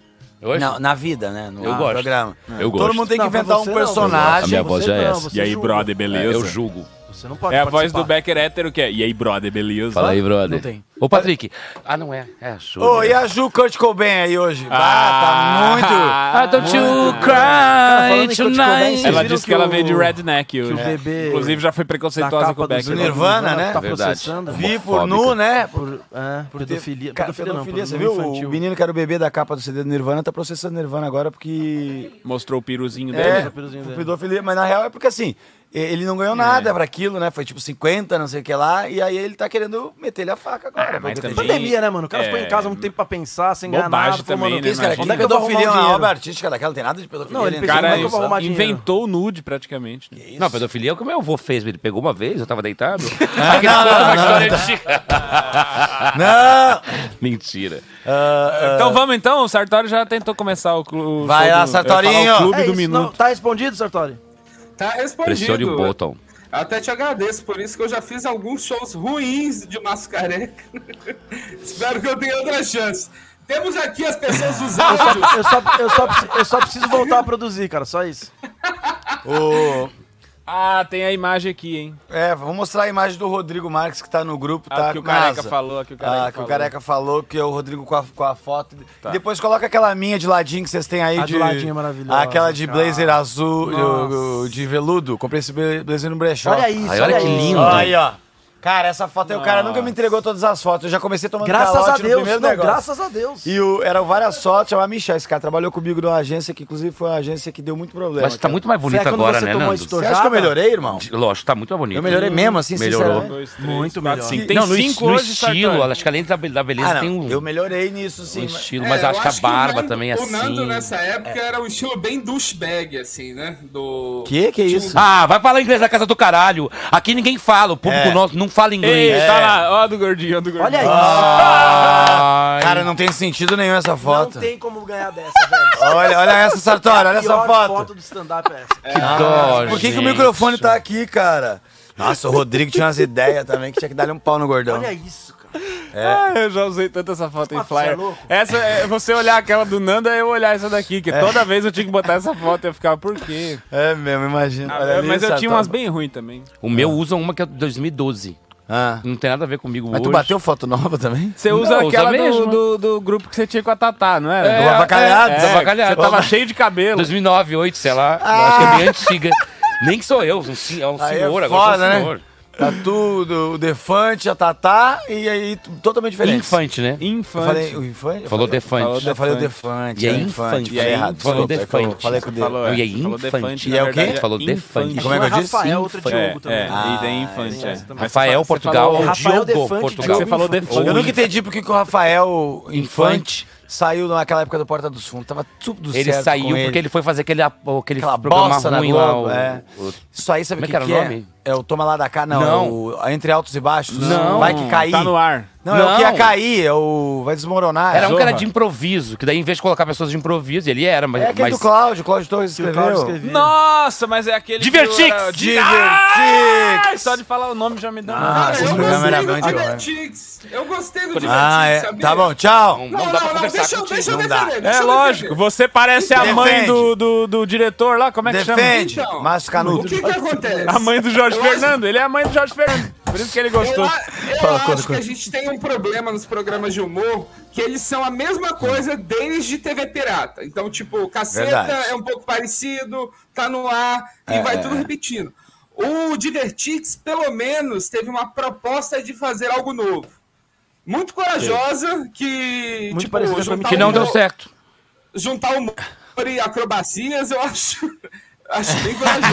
[SPEAKER 3] Hoje?
[SPEAKER 8] Não, na vida, né? No
[SPEAKER 3] Eu
[SPEAKER 8] no
[SPEAKER 3] gosto.
[SPEAKER 8] programa.
[SPEAKER 3] Eu
[SPEAKER 8] Todo
[SPEAKER 3] gosto.
[SPEAKER 8] mundo tem que
[SPEAKER 4] Não, pra
[SPEAKER 8] inventar um
[SPEAKER 4] você não,
[SPEAKER 8] personagem.
[SPEAKER 3] A minha voz
[SPEAKER 4] você
[SPEAKER 3] já é
[SPEAKER 4] não,
[SPEAKER 3] essa. É,
[SPEAKER 4] você
[SPEAKER 5] E aí,
[SPEAKER 4] julga.
[SPEAKER 5] brother, beleza?
[SPEAKER 3] Eu julgo.
[SPEAKER 4] Você não pode
[SPEAKER 5] é a voz do
[SPEAKER 4] participar.
[SPEAKER 5] Becker hétero que é. E aí, brother, beleza?
[SPEAKER 3] Fala aí, brother.
[SPEAKER 4] Não tem.
[SPEAKER 3] Ô, Patrick. Ah, não é. É a Ju.
[SPEAKER 8] Ô, e a Ju Kurt Cobain aí hoje? Ah, tá muito...
[SPEAKER 5] Ah,
[SPEAKER 3] don't you
[SPEAKER 4] Cara, Tá falando em
[SPEAKER 3] cry
[SPEAKER 4] Kurt Cobain,
[SPEAKER 3] tonight.
[SPEAKER 4] vocês
[SPEAKER 5] Ela
[SPEAKER 4] viram
[SPEAKER 5] disse que, ela
[SPEAKER 4] o-
[SPEAKER 5] veio de redneck.
[SPEAKER 4] que
[SPEAKER 5] hoje.
[SPEAKER 4] o bebê-
[SPEAKER 5] Inclusive, já foi
[SPEAKER 4] da
[SPEAKER 5] preconceituosa
[SPEAKER 4] capa
[SPEAKER 5] com o
[SPEAKER 4] do
[SPEAKER 5] Becker.
[SPEAKER 4] Zé
[SPEAKER 8] Nirvana, né?
[SPEAKER 4] Tá
[SPEAKER 3] Verdade.
[SPEAKER 4] processando.
[SPEAKER 8] Vi por nu, né?
[SPEAKER 4] Por, é,
[SPEAKER 8] Por ter-
[SPEAKER 4] pedofilia.
[SPEAKER 8] Cara,
[SPEAKER 4] pedofilia não,
[SPEAKER 8] pedofilia, você
[SPEAKER 4] problema
[SPEAKER 8] viu?
[SPEAKER 4] infantil.
[SPEAKER 8] O menino que era o bebê da capa do CD do Nirvana tá processando Nirvana agora porque
[SPEAKER 5] Mostrou o piruzinho
[SPEAKER 8] É,
[SPEAKER 5] dele. É.
[SPEAKER 4] pedofilia
[SPEAKER 8] por
[SPEAKER 4] dele.
[SPEAKER 8] pedofilia, mas na real é porque assim, e- ele não ganhou nada pra aquilo, né? Foi tipo 50, não sei o que lá, e aí ele tá querendo meter-lhe a faca agora.
[SPEAKER 5] Ah, mas
[SPEAKER 8] porque
[SPEAKER 5] também-
[SPEAKER 4] Pandemia, né, mano? O cara ficou
[SPEAKER 5] É.
[SPEAKER 4] em casa muito tempo pra pensar, sem ganhar
[SPEAKER 5] Bobagem
[SPEAKER 4] nada. falou,
[SPEAKER 5] também,
[SPEAKER 4] mano,
[SPEAKER 5] né,
[SPEAKER 4] esse cara
[SPEAKER 5] mano?
[SPEAKER 4] aqui,
[SPEAKER 8] Onde é que eu
[SPEAKER 4] vou
[SPEAKER 8] dou
[SPEAKER 4] arrumar
[SPEAKER 8] filhão
[SPEAKER 4] um
[SPEAKER 8] na
[SPEAKER 4] dinheiro?
[SPEAKER 8] obra artística daquela? Não tem nada de pedofilia.
[SPEAKER 4] Não, ele
[SPEAKER 8] né?
[SPEAKER 4] pensou,
[SPEAKER 5] Cara,
[SPEAKER 4] Como é que eu vou arrumar dinheiro?
[SPEAKER 5] inventou o nude praticamente. né?
[SPEAKER 3] Não, pedofilia é o que meu avô fez. Ele pegou uma vez, eu tava deitado. Aí ele conta uma história é antiga.
[SPEAKER 8] Não! Ah,
[SPEAKER 3] Mentira.
[SPEAKER 5] Então vamos então, o Sartori já tentou começar o clube.
[SPEAKER 8] Vai lá, Sartorinho!
[SPEAKER 5] O clube do
[SPEAKER 4] É isso, não,
[SPEAKER 5] minuto.
[SPEAKER 4] tá respondido, Sartori?
[SPEAKER 1] Tá
[SPEAKER 3] Pressione
[SPEAKER 8] né?
[SPEAKER 1] respondido.
[SPEAKER 3] o botão.
[SPEAKER 1] Até te agradeço, por isso que eu já fiz alguns shows ruins de Mascareca. Espero que eu tenha outra chance. Temos aqui as pessoas dos
[SPEAKER 4] Eu só,
[SPEAKER 1] áudios.
[SPEAKER 4] eu, só, eu, só, preciso- eu só preciso voltar a produzir, cara, só isso.
[SPEAKER 8] O-
[SPEAKER 5] Ah, tem a imagem aqui, hein?
[SPEAKER 8] É, vamos mostrar a imagem do Rodrigo Marques que tá no grupo,
[SPEAKER 5] Ah,
[SPEAKER 8] tá?
[SPEAKER 5] que o
[SPEAKER 8] com
[SPEAKER 5] careca
[SPEAKER 8] asa.
[SPEAKER 5] falou, que o careca
[SPEAKER 8] Ah, que o
[SPEAKER 5] falou. Tá.
[SPEAKER 8] careca falou, que é o Rodrigo com a, com a foto. E Depois coloca aquela minha de ladinho que vocês têm aí.
[SPEAKER 4] A
[SPEAKER 8] de,
[SPEAKER 4] do ladinho é maravilhosa,
[SPEAKER 8] Aquela de
[SPEAKER 4] cara.
[SPEAKER 8] blazer azul, o- o- de, veludo. Comprei esse bla- blazer no brechó.
[SPEAKER 4] Olha isso,
[SPEAKER 3] Aí, olha que
[SPEAKER 4] isso.
[SPEAKER 3] lindo.
[SPEAKER 8] Olha aí, ó. Cara, essa foto aí, o cara nunca me entregou todas as fotos. Eu já comecei tomando
[SPEAKER 4] Graças
[SPEAKER 8] calote
[SPEAKER 4] a
[SPEAKER 8] no
[SPEAKER 4] Deus,
[SPEAKER 8] primeiro
[SPEAKER 4] não,
[SPEAKER 8] negócio.
[SPEAKER 4] graças a Deus.
[SPEAKER 8] E o, eram várias fotos, chamava Michel. Esse cara trabalhou comigo numa agência que, inclusive, foi uma agência que deu muito problema.
[SPEAKER 3] Mas você tá
[SPEAKER 8] cara.
[SPEAKER 3] muito mais bonito
[SPEAKER 4] Será que quando
[SPEAKER 3] agora,
[SPEAKER 4] você
[SPEAKER 3] né,
[SPEAKER 4] tomou
[SPEAKER 3] Nando?
[SPEAKER 4] esse
[SPEAKER 8] Você acha que é eu melhorei, irmão?
[SPEAKER 3] Lógico, tá muito mais bonito.
[SPEAKER 8] Eu melhorei mesmo, assim,
[SPEAKER 3] Melhorou.
[SPEAKER 8] sinceramente.
[SPEAKER 4] Muito melhor.
[SPEAKER 5] Quatro, cinco. Tem
[SPEAKER 3] no, es-
[SPEAKER 5] cinco
[SPEAKER 3] no
[SPEAKER 5] hoje,
[SPEAKER 3] estilo,
[SPEAKER 5] Sartori.
[SPEAKER 3] acho que além da, be- da beleza
[SPEAKER 8] Ah, não,
[SPEAKER 3] tem um,
[SPEAKER 8] Eu melhorei nisso,
[SPEAKER 3] um
[SPEAKER 8] sim. mas-
[SPEAKER 3] estilo,
[SPEAKER 1] É,
[SPEAKER 3] mas
[SPEAKER 1] eu
[SPEAKER 3] acho que a
[SPEAKER 1] o
[SPEAKER 3] barba
[SPEAKER 1] Nando-
[SPEAKER 3] também é
[SPEAKER 1] O Nando
[SPEAKER 3] assim.
[SPEAKER 1] nessa época era um estilo bem douchebag, assim, né? Do.
[SPEAKER 8] Que que é isso?
[SPEAKER 3] Ah, vai falar inglês na casa do caralho. Aqui ninguém fala, o público
[SPEAKER 8] É.
[SPEAKER 3] nosso não fala inglês. É.
[SPEAKER 5] Ei, tá lá, ó a do gordinho, ó a do gordinho.
[SPEAKER 8] Olha
[SPEAKER 5] isso.
[SPEAKER 8] isso. Cara, não tem sentido nenhum essa foto.
[SPEAKER 4] Não tem como ganhar dessa, velho.
[SPEAKER 8] Olha, olha essa, Sartori, olha
[SPEAKER 4] A
[SPEAKER 8] essa
[SPEAKER 4] pior
[SPEAKER 8] foto.
[SPEAKER 4] foto do stand-up é essa.
[SPEAKER 8] Que dó, Ah, Por que, que o microfone tá aqui, cara? Nossa, o Rodrigo tinha umas ideias também que tinha que dar-lhe um pau no gordão.
[SPEAKER 4] Olha isso, cara.
[SPEAKER 8] É.
[SPEAKER 5] Ah, eu já usei tanto essa foto em
[SPEAKER 4] Ah, você é
[SPEAKER 5] flyer.
[SPEAKER 4] louco?
[SPEAKER 5] essa, é, você olhar aquela do Nanda, eu olhar essa daqui, que
[SPEAKER 8] É.
[SPEAKER 5] toda vez eu tinha que botar essa foto e eu ficava, por quê?
[SPEAKER 8] É mesmo, imagina.
[SPEAKER 5] Ah,
[SPEAKER 8] Olha ali,
[SPEAKER 5] mas eu tinha
[SPEAKER 8] Sartori.
[SPEAKER 5] umas bem ruins também.
[SPEAKER 3] O meu usa uma que é de 2012. Não tem nada a ver comigo
[SPEAKER 8] Mas
[SPEAKER 3] hoje.
[SPEAKER 8] tu bateu foto nova também?
[SPEAKER 5] Você usa
[SPEAKER 3] Não, usa
[SPEAKER 5] aquela do-
[SPEAKER 3] mesmo.
[SPEAKER 5] do, do grupo que você tinha com a Tatá, não era?
[SPEAKER 3] É, Do Avacalhados.
[SPEAKER 5] é,
[SPEAKER 3] Do Avacalhados.
[SPEAKER 5] Você tava cheio de cabelo.
[SPEAKER 3] 2009, 2008, sei lá. Eu Acho que é bem antiga. Nem que sou eu, um sen- é um
[SPEAKER 8] Ah. Aí é
[SPEAKER 3] senhor agora.
[SPEAKER 8] foda,
[SPEAKER 3] Sou um
[SPEAKER 8] né?
[SPEAKER 3] senhor.
[SPEAKER 8] Tá tudo, o Defante, a Tatá e aí t- totalmente diferente.
[SPEAKER 3] Infante, né?
[SPEAKER 8] Eu falei o Infante? Eu falei-
[SPEAKER 3] Falou Defante.
[SPEAKER 8] Eu falei o Defante.
[SPEAKER 3] E é
[SPEAKER 8] é
[SPEAKER 3] Infante.
[SPEAKER 8] falei errado, desculpa, é
[SPEAKER 3] Falou
[SPEAKER 8] que eu
[SPEAKER 3] Defante.
[SPEAKER 8] Falei com o
[SPEAKER 3] Falou,
[SPEAKER 8] Defante.
[SPEAKER 3] E é Infante.
[SPEAKER 8] E é o quê?
[SPEAKER 3] Falou Defante.
[SPEAKER 8] E como é que eu disse?
[SPEAKER 4] Rafael, outro
[SPEAKER 8] Infante.
[SPEAKER 4] Diogo também.
[SPEAKER 5] É,
[SPEAKER 8] Ah,
[SPEAKER 5] e daí infante, é. Mas você
[SPEAKER 3] Rafael,
[SPEAKER 5] fala- você
[SPEAKER 3] Portugal.
[SPEAKER 5] falou-
[SPEAKER 3] Diogo,
[SPEAKER 4] Defante,
[SPEAKER 3] Portugal.
[SPEAKER 5] Você falou Defante.
[SPEAKER 8] Eu nunca entendi porque que o Rafael Infante saiu naquela época do Porta dos Fundos. Tava tudo certo
[SPEAKER 3] Ele
[SPEAKER 8] com
[SPEAKER 3] saiu porque ele. foi fazer aquele, ap- aquele
[SPEAKER 8] Aquela
[SPEAKER 3] programa
[SPEAKER 8] bossa na
[SPEAKER 3] ruim lá.
[SPEAKER 8] Globo,
[SPEAKER 3] o-
[SPEAKER 8] é.
[SPEAKER 3] o-
[SPEAKER 8] Isso aí, sabe o
[SPEAKER 3] Como é
[SPEAKER 8] que,
[SPEAKER 3] que era o
[SPEAKER 8] que é?
[SPEAKER 3] nome?
[SPEAKER 8] É o Toma Lá da Cá, não.
[SPEAKER 3] Não.
[SPEAKER 8] É o Entre Altos e Baixos.
[SPEAKER 3] Não.
[SPEAKER 8] Vai que cair.
[SPEAKER 5] Tá no ar.
[SPEAKER 8] Não, é o
[SPEAKER 3] Não.
[SPEAKER 8] que ia cair, é o... vai desmoronar.
[SPEAKER 3] Era um
[SPEAKER 8] Zorra.
[SPEAKER 3] que era de improviso, que daí em vez de colocar pessoas de improviso, ele era, mas.
[SPEAKER 8] É aquele
[SPEAKER 3] mas...
[SPEAKER 8] do Cláudio, o Cláudio Torres escreveu.
[SPEAKER 5] né? Nossa, mas é aquele. que
[SPEAKER 3] Divertix!
[SPEAKER 5] eu- Di-
[SPEAKER 8] Divertix!
[SPEAKER 5] Ai, Só de falar o nome já me dá.
[SPEAKER 8] Ah, esse
[SPEAKER 1] eu
[SPEAKER 8] programa era
[SPEAKER 1] gostei do
[SPEAKER 8] muito bom.
[SPEAKER 1] Divertix. Eu gostei do Divertix,
[SPEAKER 8] Ah, é.
[SPEAKER 1] sabia?
[SPEAKER 8] Tá bom, tchau.
[SPEAKER 1] Não, não, não, deixa, eu- deixa eu
[SPEAKER 8] Não dá.
[SPEAKER 1] defender. deixa
[SPEAKER 5] É
[SPEAKER 1] eu
[SPEAKER 5] lógico, você parece a
[SPEAKER 8] Defende.
[SPEAKER 5] mãe do, do, do diretor lá, como é que
[SPEAKER 8] Defende,
[SPEAKER 1] Então,
[SPEAKER 8] Márcio
[SPEAKER 1] defender. O
[SPEAKER 8] Canuto.
[SPEAKER 1] que que acontece?
[SPEAKER 5] chama? A mãe do Jorge
[SPEAKER 1] Eu acho-
[SPEAKER 5] Fernando, ele é a mãe do Jorge Fernando, por isso que ele
[SPEAKER 1] Eu,
[SPEAKER 5] gostou.
[SPEAKER 1] a- eu
[SPEAKER 8] Fala,
[SPEAKER 1] acho
[SPEAKER 8] conta,
[SPEAKER 1] que
[SPEAKER 8] conta.
[SPEAKER 1] a gente tem um problema nos programas de humor que eles são a mesma coisa desde TV Pirata. Então, tipo, caceta
[SPEAKER 8] Verdade.
[SPEAKER 1] é um pouco parecido, tá no ar e
[SPEAKER 8] É,
[SPEAKER 1] vai
[SPEAKER 8] é,
[SPEAKER 1] tudo
[SPEAKER 8] é.
[SPEAKER 1] repetindo. O Divertix, pelo menos, teve uma proposta de fazer algo novo. Muito corajosa, que. tipo,
[SPEAKER 4] Muito parecida com a
[SPEAKER 1] juntar
[SPEAKER 3] Que não deu
[SPEAKER 1] humor-
[SPEAKER 3] certo.
[SPEAKER 1] Juntar humor e acrobacias, eu acho. Acho bem corajoso.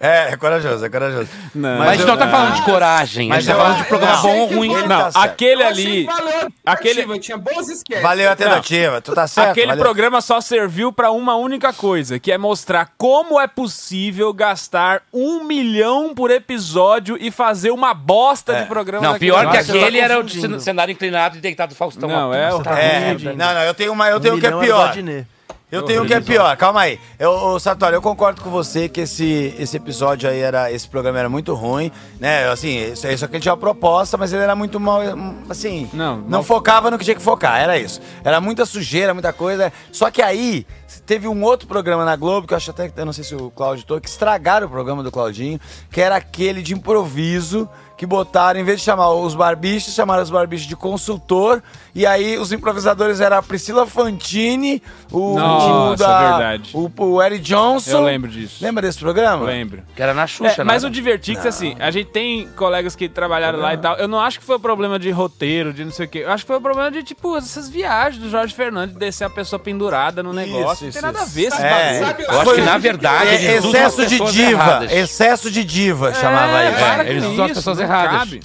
[SPEAKER 8] É, é corajoso, é corajoso.
[SPEAKER 3] Mas,
[SPEAKER 8] eu- Ah.
[SPEAKER 3] não tá falando de coragem, a
[SPEAKER 8] Mas
[SPEAKER 3] gente tá
[SPEAKER 8] eu-
[SPEAKER 3] falando de programa
[SPEAKER 8] eu
[SPEAKER 3] bom ou
[SPEAKER 1] achei que
[SPEAKER 3] ruim.
[SPEAKER 1] foi-
[SPEAKER 5] Não,
[SPEAKER 8] tá certo.
[SPEAKER 5] aquele
[SPEAKER 1] Eu achei que
[SPEAKER 5] ali,
[SPEAKER 1] valeu a
[SPEAKER 5] Aquele-
[SPEAKER 1] tentativa, Tinha bons esquetes.
[SPEAKER 8] Valeu a tentativa, tu tá certo.
[SPEAKER 5] aquele
[SPEAKER 8] valeu.
[SPEAKER 5] programa só serviu pra uma única coisa, que é mostrar como é possível gastar um milhão por episódio e fazer uma bosta
[SPEAKER 8] É.
[SPEAKER 5] de programa.
[SPEAKER 3] É.
[SPEAKER 8] né,
[SPEAKER 3] Não,
[SPEAKER 5] daquele.
[SPEAKER 3] pior que
[SPEAKER 5] Nossa,
[SPEAKER 3] aquele
[SPEAKER 4] tá
[SPEAKER 3] era o
[SPEAKER 4] confundindo.
[SPEAKER 3] cen- cenário inclinado e deitado do Faustão.
[SPEAKER 5] Não,
[SPEAKER 3] Uma
[SPEAKER 5] é
[SPEAKER 3] puta
[SPEAKER 5] o-
[SPEAKER 8] É,
[SPEAKER 3] merda.
[SPEAKER 8] não, não, eu tenho uma, eu
[SPEAKER 3] Um
[SPEAKER 8] tenho o que é
[SPEAKER 4] Milhão era
[SPEAKER 8] pior.
[SPEAKER 4] Valdinei.
[SPEAKER 8] Eu tenho o que é pior, calma aí. Eu, ô, Sartori, eu concordo com você que esse, esse episódio aí era. Esse programa era muito ruim, né? Assim, isso aí só que ele tinha uma proposta, mas ele era muito mal. hum, Assim.
[SPEAKER 5] Não,
[SPEAKER 8] não
[SPEAKER 5] mal-
[SPEAKER 8] focava no que tinha que focar, era isso. Era muita sujeira, muita coisa. Só que aí teve um outro programa na Globo, que eu acho até que eu não sei se o Claudio tô, que estragaram o programa do Claudinho, que era aquele de improviso. Que botaram, em vez de chamar os barbichos, chamaram os barbichos de consultor. E aí os improvisadores eram a Priscila Fantini, o,
[SPEAKER 5] Nossa,
[SPEAKER 8] o da-
[SPEAKER 5] verdade.
[SPEAKER 8] O, o Eric Johnson.
[SPEAKER 5] Eu lembro disso.
[SPEAKER 8] Lembra desse programa?
[SPEAKER 5] Lembro.
[SPEAKER 3] Que era na Xuxa,
[SPEAKER 5] É,
[SPEAKER 3] né?
[SPEAKER 5] mas o Divertix, assim, a gente tem colegas que trabalharam lá e tal. Eu não acho que foi um problema de roteiro, de não sei o quê. Eu acho que foi um problema de, tipo, essas viagens do Jorge Fernandes, descer a pessoa pendurada no negócio. não tem
[SPEAKER 8] isso,
[SPEAKER 5] nada a
[SPEAKER 8] isso.
[SPEAKER 5] ver esses
[SPEAKER 8] É.
[SPEAKER 5] bagulho.
[SPEAKER 3] Eu acho
[SPEAKER 8] Foi-
[SPEAKER 3] que, na verdade,
[SPEAKER 8] É,
[SPEAKER 3] eles usam as
[SPEAKER 8] excesso de
[SPEAKER 3] pessoas
[SPEAKER 8] diva.
[SPEAKER 3] erradas.
[SPEAKER 8] Excesso de diva, chamava
[SPEAKER 5] É,
[SPEAKER 8] ele.
[SPEAKER 5] para
[SPEAKER 3] É, eles
[SPEAKER 5] com
[SPEAKER 3] usam as
[SPEAKER 5] isso,
[SPEAKER 3] pessoas
[SPEAKER 5] não
[SPEAKER 3] erradas.
[SPEAKER 5] cabe.
[SPEAKER 1] Eu
[SPEAKER 3] Eles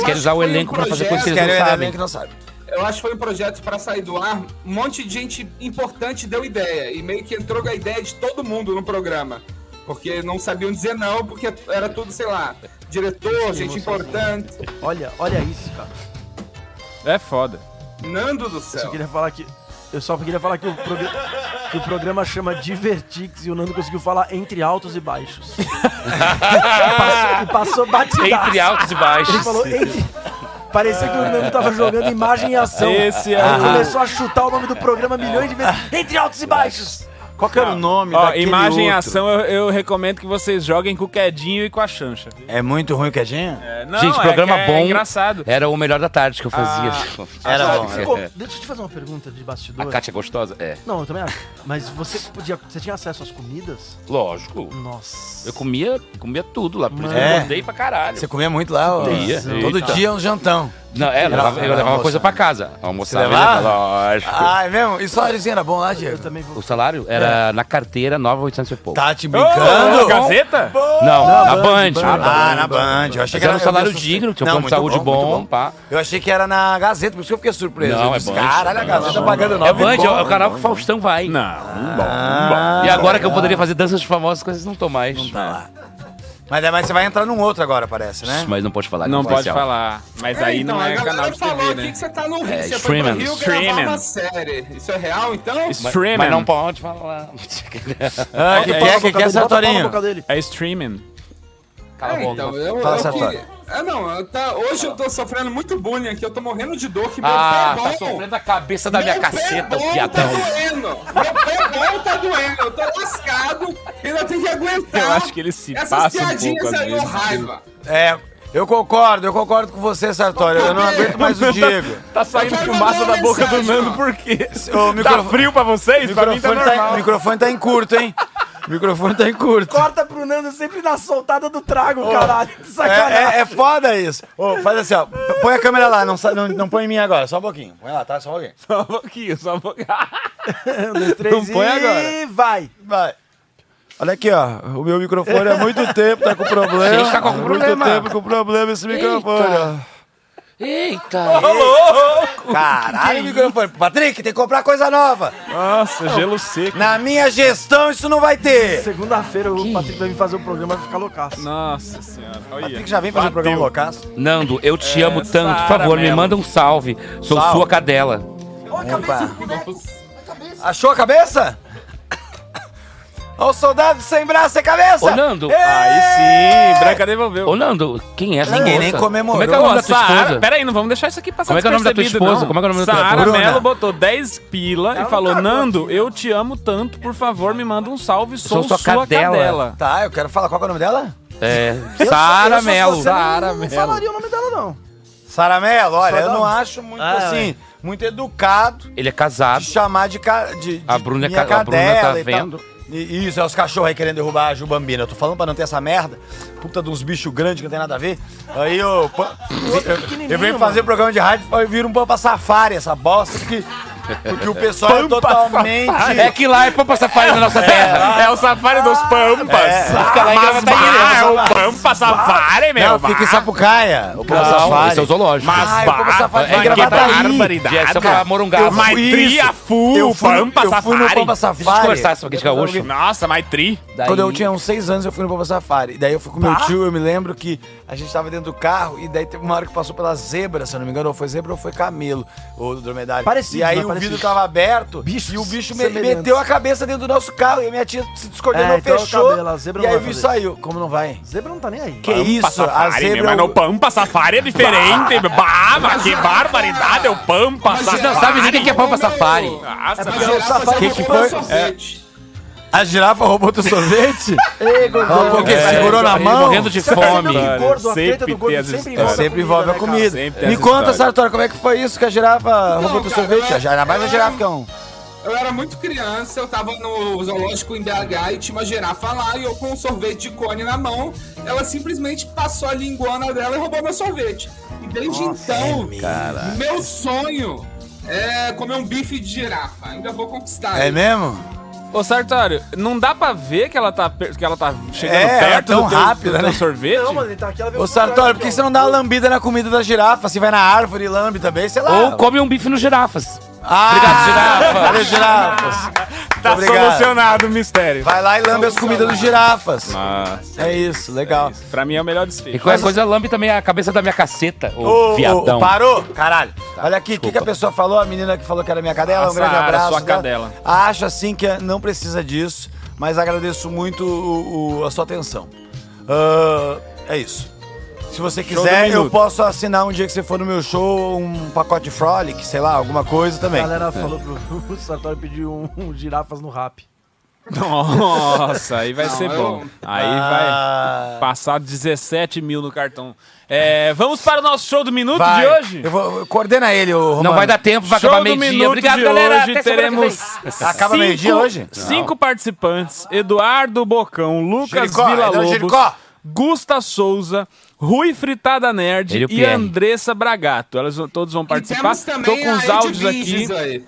[SPEAKER 1] acho
[SPEAKER 3] querem usar
[SPEAKER 1] que
[SPEAKER 3] o
[SPEAKER 1] foi um
[SPEAKER 3] elenco pra fazer coisas que
[SPEAKER 8] Quero
[SPEAKER 3] eles não
[SPEAKER 8] ainda
[SPEAKER 3] sabem.
[SPEAKER 8] bem um que não sabe.
[SPEAKER 1] Eu acho que foi um projeto para sair do ar. Um monte de gente importante deu ideia. E meio que entrou com a ideia de todo mundo no programa. Porque não sabiam dizer não, porque era tudo, sei lá, diretor, gente importante.
[SPEAKER 4] Olha, olha isso, cara.
[SPEAKER 5] É foda.
[SPEAKER 1] Nando do
[SPEAKER 4] Eu só
[SPEAKER 1] céu.
[SPEAKER 4] queria falar que. Eu só queria falar que o, prog- que o programa chama Divertix e o Nando conseguiu falar entre altos e baixos. e passou, e passou batidaço.
[SPEAKER 3] Entre altos e
[SPEAKER 4] Ele
[SPEAKER 3] baixos.
[SPEAKER 4] falou entre. Parecia que o Nando tava jogando imagem e ação.
[SPEAKER 5] Esse é
[SPEAKER 4] Aí
[SPEAKER 5] o-
[SPEAKER 4] começou a chutar o nome do programa milhões de vezes. Entre altos e baixos.
[SPEAKER 8] Qual que era o nome
[SPEAKER 5] Ó,
[SPEAKER 8] daquele
[SPEAKER 5] imagem e
[SPEAKER 8] outro?
[SPEAKER 5] ação, eu, eu recomendo que vocês joguem com o Quedinho e com a Chancha.
[SPEAKER 8] É muito ruim o queijinho?
[SPEAKER 5] É, não,
[SPEAKER 3] Gente, programa
[SPEAKER 5] que
[SPEAKER 3] bom.
[SPEAKER 5] engraçado.
[SPEAKER 3] Era o melhor da tarde que eu
[SPEAKER 5] Ah,
[SPEAKER 3] fazia.
[SPEAKER 8] Ah, Era
[SPEAKER 4] Sabe,
[SPEAKER 8] bom,
[SPEAKER 4] ficou-
[SPEAKER 3] é.
[SPEAKER 4] Deixa eu te fazer uma pergunta de
[SPEAKER 3] A
[SPEAKER 4] bastidor.
[SPEAKER 3] Kátia é gostosa? É.
[SPEAKER 4] Não, eu também acho. Mas você podia. Você tinha acesso às comidas?
[SPEAKER 3] Lógico.
[SPEAKER 4] Nossa.
[SPEAKER 3] Eu comia, comia tudo lá, por isso
[SPEAKER 8] É.
[SPEAKER 3] que eu engordei pra caralho.
[SPEAKER 8] Você comia muito lá, ó.
[SPEAKER 3] Comia.
[SPEAKER 8] Todo dia é um jantão.
[SPEAKER 3] Não, é, eu levava, eu
[SPEAKER 8] Era
[SPEAKER 3] levava
[SPEAKER 8] almoçar.
[SPEAKER 3] coisa pra casa. Almoçava.
[SPEAKER 8] Você levava?
[SPEAKER 3] Lógico.
[SPEAKER 8] Ah, é mesmo? E só era bom lá, Diego?
[SPEAKER 4] Eu também vou.
[SPEAKER 3] O salário era na carteira 9,800 e pouco.
[SPEAKER 8] É. Tá te
[SPEAKER 5] Ô,
[SPEAKER 8] brincando?
[SPEAKER 5] Gazeta?
[SPEAKER 3] Não, na Band.
[SPEAKER 8] Ah,
[SPEAKER 3] Ah,
[SPEAKER 8] na Band. Eu achei
[SPEAKER 3] Mas
[SPEAKER 8] que
[SPEAKER 3] era
[SPEAKER 8] era
[SPEAKER 3] um salário
[SPEAKER 8] eu-
[SPEAKER 3] digno, tinha um
[SPEAKER 8] Não,
[SPEAKER 3] plano de
[SPEAKER 8] muito
[SPEAKER 3] saúde bom,
[SPEAKER 8] muito
[SPEAKER 3] pá.
[SPEAKER 5] Tá
[SPEAKER 8] Eu achei que era na Gazeta, por isso que eu fiquei surpreso.
[SPEAKER 3] Não,
[SPEAKER 8] Eu
[SPEAKER 3] é
[SPEAKER 8] disse,
[SPEAKER 3] Band.
[SPEAKER 8] Caralho, a Gazeta tá
[SPEAKER 3] Não,
[SPEAKER 8] pagando
[SPEAKER 3] É
[SPEAKER 8] nove,
[SPEAKER 3] Band,
[SPEAKER 8] bom.
[SPEAKER 3] é o canal que o Faustão vai.
[SPEAKER 5] né? Não.
[SPEAKER 8] Ah,
[SPEAKER 3] E agora que eu poderia fazer danças famosas, coisas não tô mais.
[SPEAKER 8] tá lá. Mas, é, mas você vai entrar num outro agora, parece, né?
[SPEAKER 3] Mas não pode falar.
[SPEAKER 5] Não pode
[SPEAKER 3] oficial.
[SPEAKER 5] falar. Mas aí
[SPEAKER 1] então,
[SPEAKER 5] não é
[SPEAKER 1] a galera
[SPEAKER 5] canal de
[SPEAKER 1] falou
[SPEAKER 5] TV,
[SPEAKER 1] aqui
[SPEAKER 5] né?
[SPEAKER 1] que você tá no Rio,
[SPEAKER 3] É,
[SPEAKER 1] você foi pro
[SPEAKER 3] streaming,
[SPEAKER 1] Rio gravar
[SPEAKER 3] streaming.
[SPEAKER 1] uma série. Isso é real, então?
[SPEAKER 5] Streaming.
[SPEAKER 3] Mas não pode falar.
[SPEAKER 8] Ah, que
[SPEAKER 5] É
[SPEAKER 8] que é,
[SPEAKER 5] isso.
[SPEAKER 8] que que é, Sartorinho?
[SPEAKER 5] É streaming.
[SPEAKER 1] É, então, eu,
[SPEAKER 8] Fala,
[SPEAKER 1] eu
[SPEAKER 8] Sartori.
[SPEAKER 1] queria- É, não, eu tá- hoje eu tô sofrendo muito bullying aqui, eu tô morrendo de dor, que
[SPEAKER 3] Ah,
[SPEAKER 1] meu pé é
[SPEAKER 3] tá
[SPEAKER 1] bom-
[SPEAKER 3] sofrendo a cabeça da
[SPEAKER 1] meu pé
[SPEAKER 3] minha caceta,
[SPEAKER 1] bom
[SPEAKER 3] viadão.
[SPEAKER 1] Tá doendo, meu pé bom tá doendo, eu tô lascado, ainda tenho que aguentar
[SPEAKER 5] Eu acho que ele se
[SPEAKER 1] Tá. essas
[SPEAKER 5] passa um
[SPEAKER 1] piadinhas
[SPEAKER 5] pouco às
[SPEAKER 1] aí, ô
[SPEAKER 5] vezes.
[SPEAKER 1] raiva.
[SPEAKER 8] É, eu concordo, eu concordo com você, Sartório. Eu não aguento mais o Diego.
[SPEAKER 5] Tá saindo
[SPEAKER 1] quero
[SPEAKER 5] fumaça
[SPEAKER 1] mandar
[SPEAKER 5] da boca do
[SPEAKER 1] mensagem, ó.
[SPEAKER 5] Nando por quê?
[SPEAKER 8] Ô,
[SPEAKER 5] Tá
[SPEAKER 8] microfone-
[SPEAKER 5] frio pra vocês? Pra mim tá
[SPEAKER 8] microfone tá em-
[SPEAKER 5] normal.
[SPEAKER 8] microfone tá em curto, hein? microfone tá em curto.
[SPEAKER 4] Corta pro Nando sempre na soltada do trago, caralho.
[SPEAKER 8] É,
[SPEAKER 4] Sacanagem.
[SPEAKER 8] é, é foda isso. Ô, faz assim, ó. P- Põe a câmera lá, não, sa- não, não põe em mim agora, só um pouquinho. Põe lá, tá? Só um pouquinho.
[SPEAKER 5] Só um pouquinho, só um pouquinho.
[SPEAKER 4] Um, dois, três
[SPEAKER 5] Não põe
[SPEAKER 4] e
[SPEAKER 5] agora.
[SPEAKER 4] vai.
[SPEAKER 8] Vai. Olha aqui, ó. O meu microfone há muito tempo tá com problema.
[SPEAKER 3] Gente, tá com algum problema.
[SPEAKER 8] Muito tempo com problema esse microfone, ó.
[SPEAKER 3] Eita!
[SPEAKER 8] Caralho, o microfone. Patrick, tem que comprar coisa nova.
[SPEAKER 5] Nossa, gelo seco.
[SPEAKER 8] Na minha gestão isso não vai ter.
[SPEAKER 4] Segunda-feira o Patrick vai vir fazer um programa e vai ficar loucaço.
[SPEAKER 5] Nossa senhora. Olha.
[SPEAKER 8] Patrick já vem fazer um programa loucaço.
[SPEAKER 3] Nando, eu te amo tanto. Por
[SPEAKER 5] É, Sara
[SPEAKER 3] favor, me
[SPEAKER 5] Mello.
[SPEAKER 3] manda um salve. Sou
[SPEAKER 8] Salve.
[SPEAKER 3] sua cadela.
[SPEAKER 8] Opa. Achou a cabeça? Olha o soldado sem braço sem cabeça.
[SPEAKER 3] Ô, Nando.
[SPEAKER 5] Aí sim, Branca devolveu.
[SPEAKER 3] Ô, Nando, quem é essa
[SPEAKER 8] Ninguém
[SPEAKER 3] moça?
[SPEAKER 8] nem comemorou.
[SPEAKER 3] Como é que é o nome
[SPEAKER 5] Ô,
[SPEAKER 3] da tua
[SPEAKER 5] Saara-
[SPEAKER 3] esposa?
[SPEAKER 5] Pera aí, não vamos deixar isso aqui passar
[SPEAKER 3] Como é que é o nome da tua
[SPEAKER 5] despercebido,
[SPEAKER 3] esposa?
[SPEAKER 5] não.
[SPEAKER 3] Como é que é o nome da tua
[SPEAKER 5] Saara
[SPEAKER 8] esposa?
[SPEAKER 5] Mello
[SPEAKER 8] Bruna. tá
[SPEAKER 5] botou 10 pila e falou, Nando, eu te amo tanto, por favor, me manda um salve, sou,
[SPEAKER 3] sou
[SPEAKER 5] sua
[SPEAKER 3] sua
[SPEAKER 5] cadela.
[SPEAKER 3] cadela."
[SPEAKER 8] Tá, eu quero falar qual que é o nome dela?
[SPEAKER 3] É, Sara Mello.
[SPEAKER 4] Sara Não falaria o nome dela, não.
[SPEAKER 8] Sara Mello, olha,
[SPEAKER 4] Só
[SPEAKER 8] eu
[SPEAKER 4] dá
[SPEAKER 8] não
[SPEAKER 4] um-
[SPEAKER 8] acho muito
[SPEAKER 4] Ah,
[SPEAKER 8] assim, muito educado
[SPEAKER 3] é. Ele é
[SPEAKER 8] de
[SPEAKER 3] casado.
[SPEAKER 8] chamar de, ca- de, de
[SPEAKER 3] A Bruna é
[SPEAKER 8] minha
[SPEAKER 3] ca- a Bruna
[SPEAKER 8] cadela
[SPEAKER 3] tá
[SPEAKER 8] e tal.
[SPEAKER 3] vendo.
[SPEAKER 8] E isso, é os cachorros aí querendo derrubar a Jubambina. Eu tô falando pra não ter essa merda. Puta de uns bichos grandes que não tem nada a ver. Aí eu. pa-
[SPEAKER 3] é
[SPEAKER 8] eu- Eu,
[SPEAKER 4] pequenininho,
[SPEAKER 8] venho fazer programa de rádio e vira um pampa safari, essa bosta que. Porque o pessoal é totalmente.
[SPEAKER 3] É que lá é Pampa Safari na nossa terra.
[SPEAKER 5] É o safari dos Pampas.
[SPEAKER 8] É.
[SPEAKER 5] Fica lá em Gravataí, é o Pampa Safari, meu.
[SPEAKER 8] Não, fica em Sapucaia. O Pampa
[SPEAKER 3] Não,
[SPEAKER 8] safari.
[SPEAKER 3] esse é o zoológico.
[SPEAKER 5] Mas
[SPEAKER 8] Ah, o Pampa
[SPEAKER 5] bah,
[SPEAKER 8] Safari
[SPEAKER 5] é
[SPEAKER 8] vai
[SPEAKER 5] que
[SPEAKER 8] gravar
[SPEAKER 5] barbaridade.
[SPEAKER 3] É só pra Morungaba.
[SPEAKER 5] Mas tria full,
[SPEAKER 8] eu fui,
[SPEAKER 5] Pampa
[SPEAKER 8] eu
[SPEAKER 3] é
[SPEAKER 8] fui no
[SPEAKER 5] Safari.
[SPEAKER 8] Pampa
[SPEAKER 3] Deixa eu
[SPEAKER 8] Safari.
[SPEAKER 3] conversar sobre aquele gaúcho.
[SPEAKER 5] Nossa, mas tri.
[SPEAKER 3] Daí-
[SPEAKER 8] Quando eu
[SPEAKER 5] um
[SPEAKER 8] tinha uns seis anos, eu fui no Pampa Safari. Daí eu fui com meu
[SPEAKER 4] Tá.
[SPEAKER 8] tio, eu me lembro que a gente tava dentro do carro e daí teve uma hora que passou pela zebra, se eu não me engano, ou foi zebra ou foi camelo, ou do dromedário.
[SPEAKER 4] Parecidos,
[SPEAKER 8] e aí
[SPEAKER 4] né?
[SPEAKER 8] o
[SPEAKER 4] Parecidos.
[SPEAKER 8] vidro tava aberto
[SPEAKER 4] Bichos
[SPEAKER 8] e o bicho me,
[SPEAKER 4] semelhantes.
[SPEAKER 8] meteu a cabeça dentro do nosso carro e a minha tia se descoordenou,
[SPEAKER 4] É, então é o
[SPEAKER 8] fechou.
[SPEAKER 4] cabelo, a zebra
[SPEAKER 8] e
[SPEAKER 4] não
[SPEAKER 8] aí o
[SPEAKER 4] vai
[SPEAKER 8] bicho
[SPEAKER 4] fazer.
[SPEAKER 8] saiu. Como não vai?
[SPEAKER 4] Zebra não tá nem aí.
[SPEAKER 8] Que
[SPEAKER 5] Pampa
[SPEAKER 8] isso? A
[SPEAKER 4] né?
[SPEAKER 5] Safari, meu,
[SPEAKER 8] zebra
[SPEAKER 5] mas
[SPEAKER 8] é
[SPEAKER 5] no
[SPEAKER 8] o...
[SPEAKER 5] Pampa Safari é diferente. Bah, mas que barbaridade, é o Pampa
[SPEAKER 3] Vocês
[SPEAKER 5] Safari.
[SPEAKER 3] não sabem nem o que é Pampa
[SPEAKER 1] Meu-
[SPEAKER 3] Safari. Tá
[SPEAKER 5] Nossa,
[SPEAKER 1] A
[SPEAKER 5] meu.
[SPEAKER 1] girafa
[SPEAKER 8] safari
[SPEAKER 4] um
[SPEAKER 1] já
[SPEAKER 8] que
[SPEAKER 1] roubou
[SPEAKER 8] foi- É,
[SPEAKER 1] sorvete.
[SPEAKER 8] A girafa roubou teu sorvete?
[SPEAKER 4] Ei, gordão.
[SPEAKER 8] porque
[SPEAKER 3] É,
[SPEAKER 8] segurou na
[SPEAKER 3] ele
[SPEAKER 8] mão?
[SPEAKER 3] Morrendo de
[SPEAKER 4] Você tá
[SPEAKER 3] fome.
[SPEAKER 4] percebendo que gordo, a treta
[SPEAKER 5] Sempre
[SPEAKER 4] do gordo
[SPEAKER 5] tem as
[SPEAKER 4] sempre
[SPEAKER 5] histórias.
[SPEAKER 4] envolve a
[SPEAKER 8] Sempre envolve a
[SPEAKER 4] né, cara?
[SPEAKER 8] comida.
[SPEAKER 5] Sempre
[SPEAKER 8] Me
[SPEAKER 5] essa
[SPEAKER 8] conta,
[SPEAKER 5] história.
[SPEAKER 8] Sartori, como é que foi isso que a girafa roubou teu
[SPEAKER 1] cara,
[SPEAKER 8] sorvete?
[SPEAKER 1] eu-
[SPEAKER 8] Já- Ainda mais a girafa que é um...
[SPEAKER 1] Eu era muito criança, eu tava no zoológico em BH e tinha uma girafa lá e eu com um sorvete de cone na mão, ela simplesmente passou a linguona dela e roubou meu sorvete. E desde
[SPEAKER 5] é
[SPEAKER 1] então, meu sonho é comer um bife de girafa. Ainda vou conquistar.
[SPEAKER 8] É
[SPEAKER 1] isso.
[SPEAKER 8] mesmo?
[SPEAKER 5] Ô, Sartório, não dá pra ver que ela tá, per- que ela tá chegando
[SPEAKER 8] É, ela é
[SPEAKER 5] perto
[SPEAKER 8] tão
[SPEAKER 5] do teu,
[SPEAKER 8] rápida,
[SPEAKER 5] do teu
[SPEAKER 8] né?
[SPEAKER 5] sorvete?
[SPEAKER 4] Não, mano, ele tá aqui, ela veio
[SPEAKER 8] Ô
[SPEAKER 4] pro
[SPEAKER 8] Sartório,
[SPEAKER 4] caralho,
[SPEAKER 8] por que
[SPEAKER 4] aqui,
[SPEAKER 8] você
[SPEAKER 4] ó.
[SPEAKER 8] não dá uma lambida na comida da girafa? Você vai na árvore e lambe também, sei lá.
[SPEAKER 3] Ou come um bife nos girafas.
[SPEAKER 8] Ah,
[SPEAKER 3] Obrigado, girafa.
[SPEAKER 8] Valeu, girafas.
[SPEAKER 5] Tá
[SPEAKER 8] Obrigado.
[SPEAKER 5] solucionado o mistério.
[SPEAKER 8] Vai lá e lambe as comidas dos girafas.
[SPEAKER 5] Nossa,
[SPEAKER 8] É isso, legal.
[SPEAKER 5] pra mim é o melhor
[SPEAKER 3] E
[SPEAKER 5] desfecho.
[SPEAKER 3] qualquer coisa lambe também a cabeça da minha caceta, ô
[SPEAKER 8] Ô, ô,
[SPEAKER 3] viadão.
[SPEAKER 8] ô, parou? Caralho. Olha aqui, o que, que a pessoa falou? A menina que falou que era minha cadela,
[SPEAKER 5] A
[SPEAKER 8] um grande
[SPEAKER 5] Sara,
[SPEAKER 8] abraço.
[SPEAKER 5] sua
[SPEAKER 8] dela.
[SPEAKER 5] cadela.
[SPEAKER 8] Acho assim que não precisa disso, mas agradeço muito o- o- a sua atenção. Ah, é isso. Se você
[SPEAKER 5] do
[SPEAKER 8] quiser, eu
[SPEAKER 5] minuto.
[SPEAKER 8] posso assinar um dia que você for no meu show um pacote de frolic, sei lá, alguma coisa também.
[SPEAKER 4] A galera falou
[SPEAKER 3] É.
[SPEAKER 4] pro o Sartori pedir um, um girafas no rap.
[SPEAKER 5] Nossa, aí vai ser
[SPEAKER 1] eu-
[SPEAKER 5] bom. Aí
[SPEAKER 8] Ah.
[SPEAKER 5] vai passar 17 mil no cartão. É, vamos para o nosso show do minuto
[SPEAKER 8] Vai.
[SPEAKER 5] de hoje?
[SPEAKER 8] Eu vou, coordena ele, ô Romano.
[SPEAKER 3] Não vai dar tempo, vai acabar meio-dia. Obrigado, galera.
[SPEAKER 5] hoje
[SPEAKER 3] Até semana que
[SPEAKER 5] teremos
[SPEAKER 3] vem.
[SPEAKER 8] Acaba
[SPEAKER 5] cinco-
[SPEAKER 8] meio-dia hoje?
[SPEAKER 5] Cinco participantes: Eduardo Bocão, Lucas
[SPEAKER 8] Jericó, Eduardo
[SPEAKER 5] Vila-Lobos,
[SPEAKER 8] Jericó.
[SPEAKER 5] Gusta Souza, Rui Fritada Nerd
[SPEAKER 3] Ele e o
[SPEAKER 5] e
[SPEAKER 3] Pierre.
[SPEAKER 5] Andressa Bragato. Elas vão- todos vão
[SPEAKER 1] E
[SPEAKER 5] participar.
[SPEAKER 1] temos
[SPEAKER 5] Tô
[SPEAKER 1] também
[SPEAKER 5] com os
[SPEAKER 1] a
[SPEAKER 5] áudios aqui.
[SPEAKER 1] Edviges aí. Tá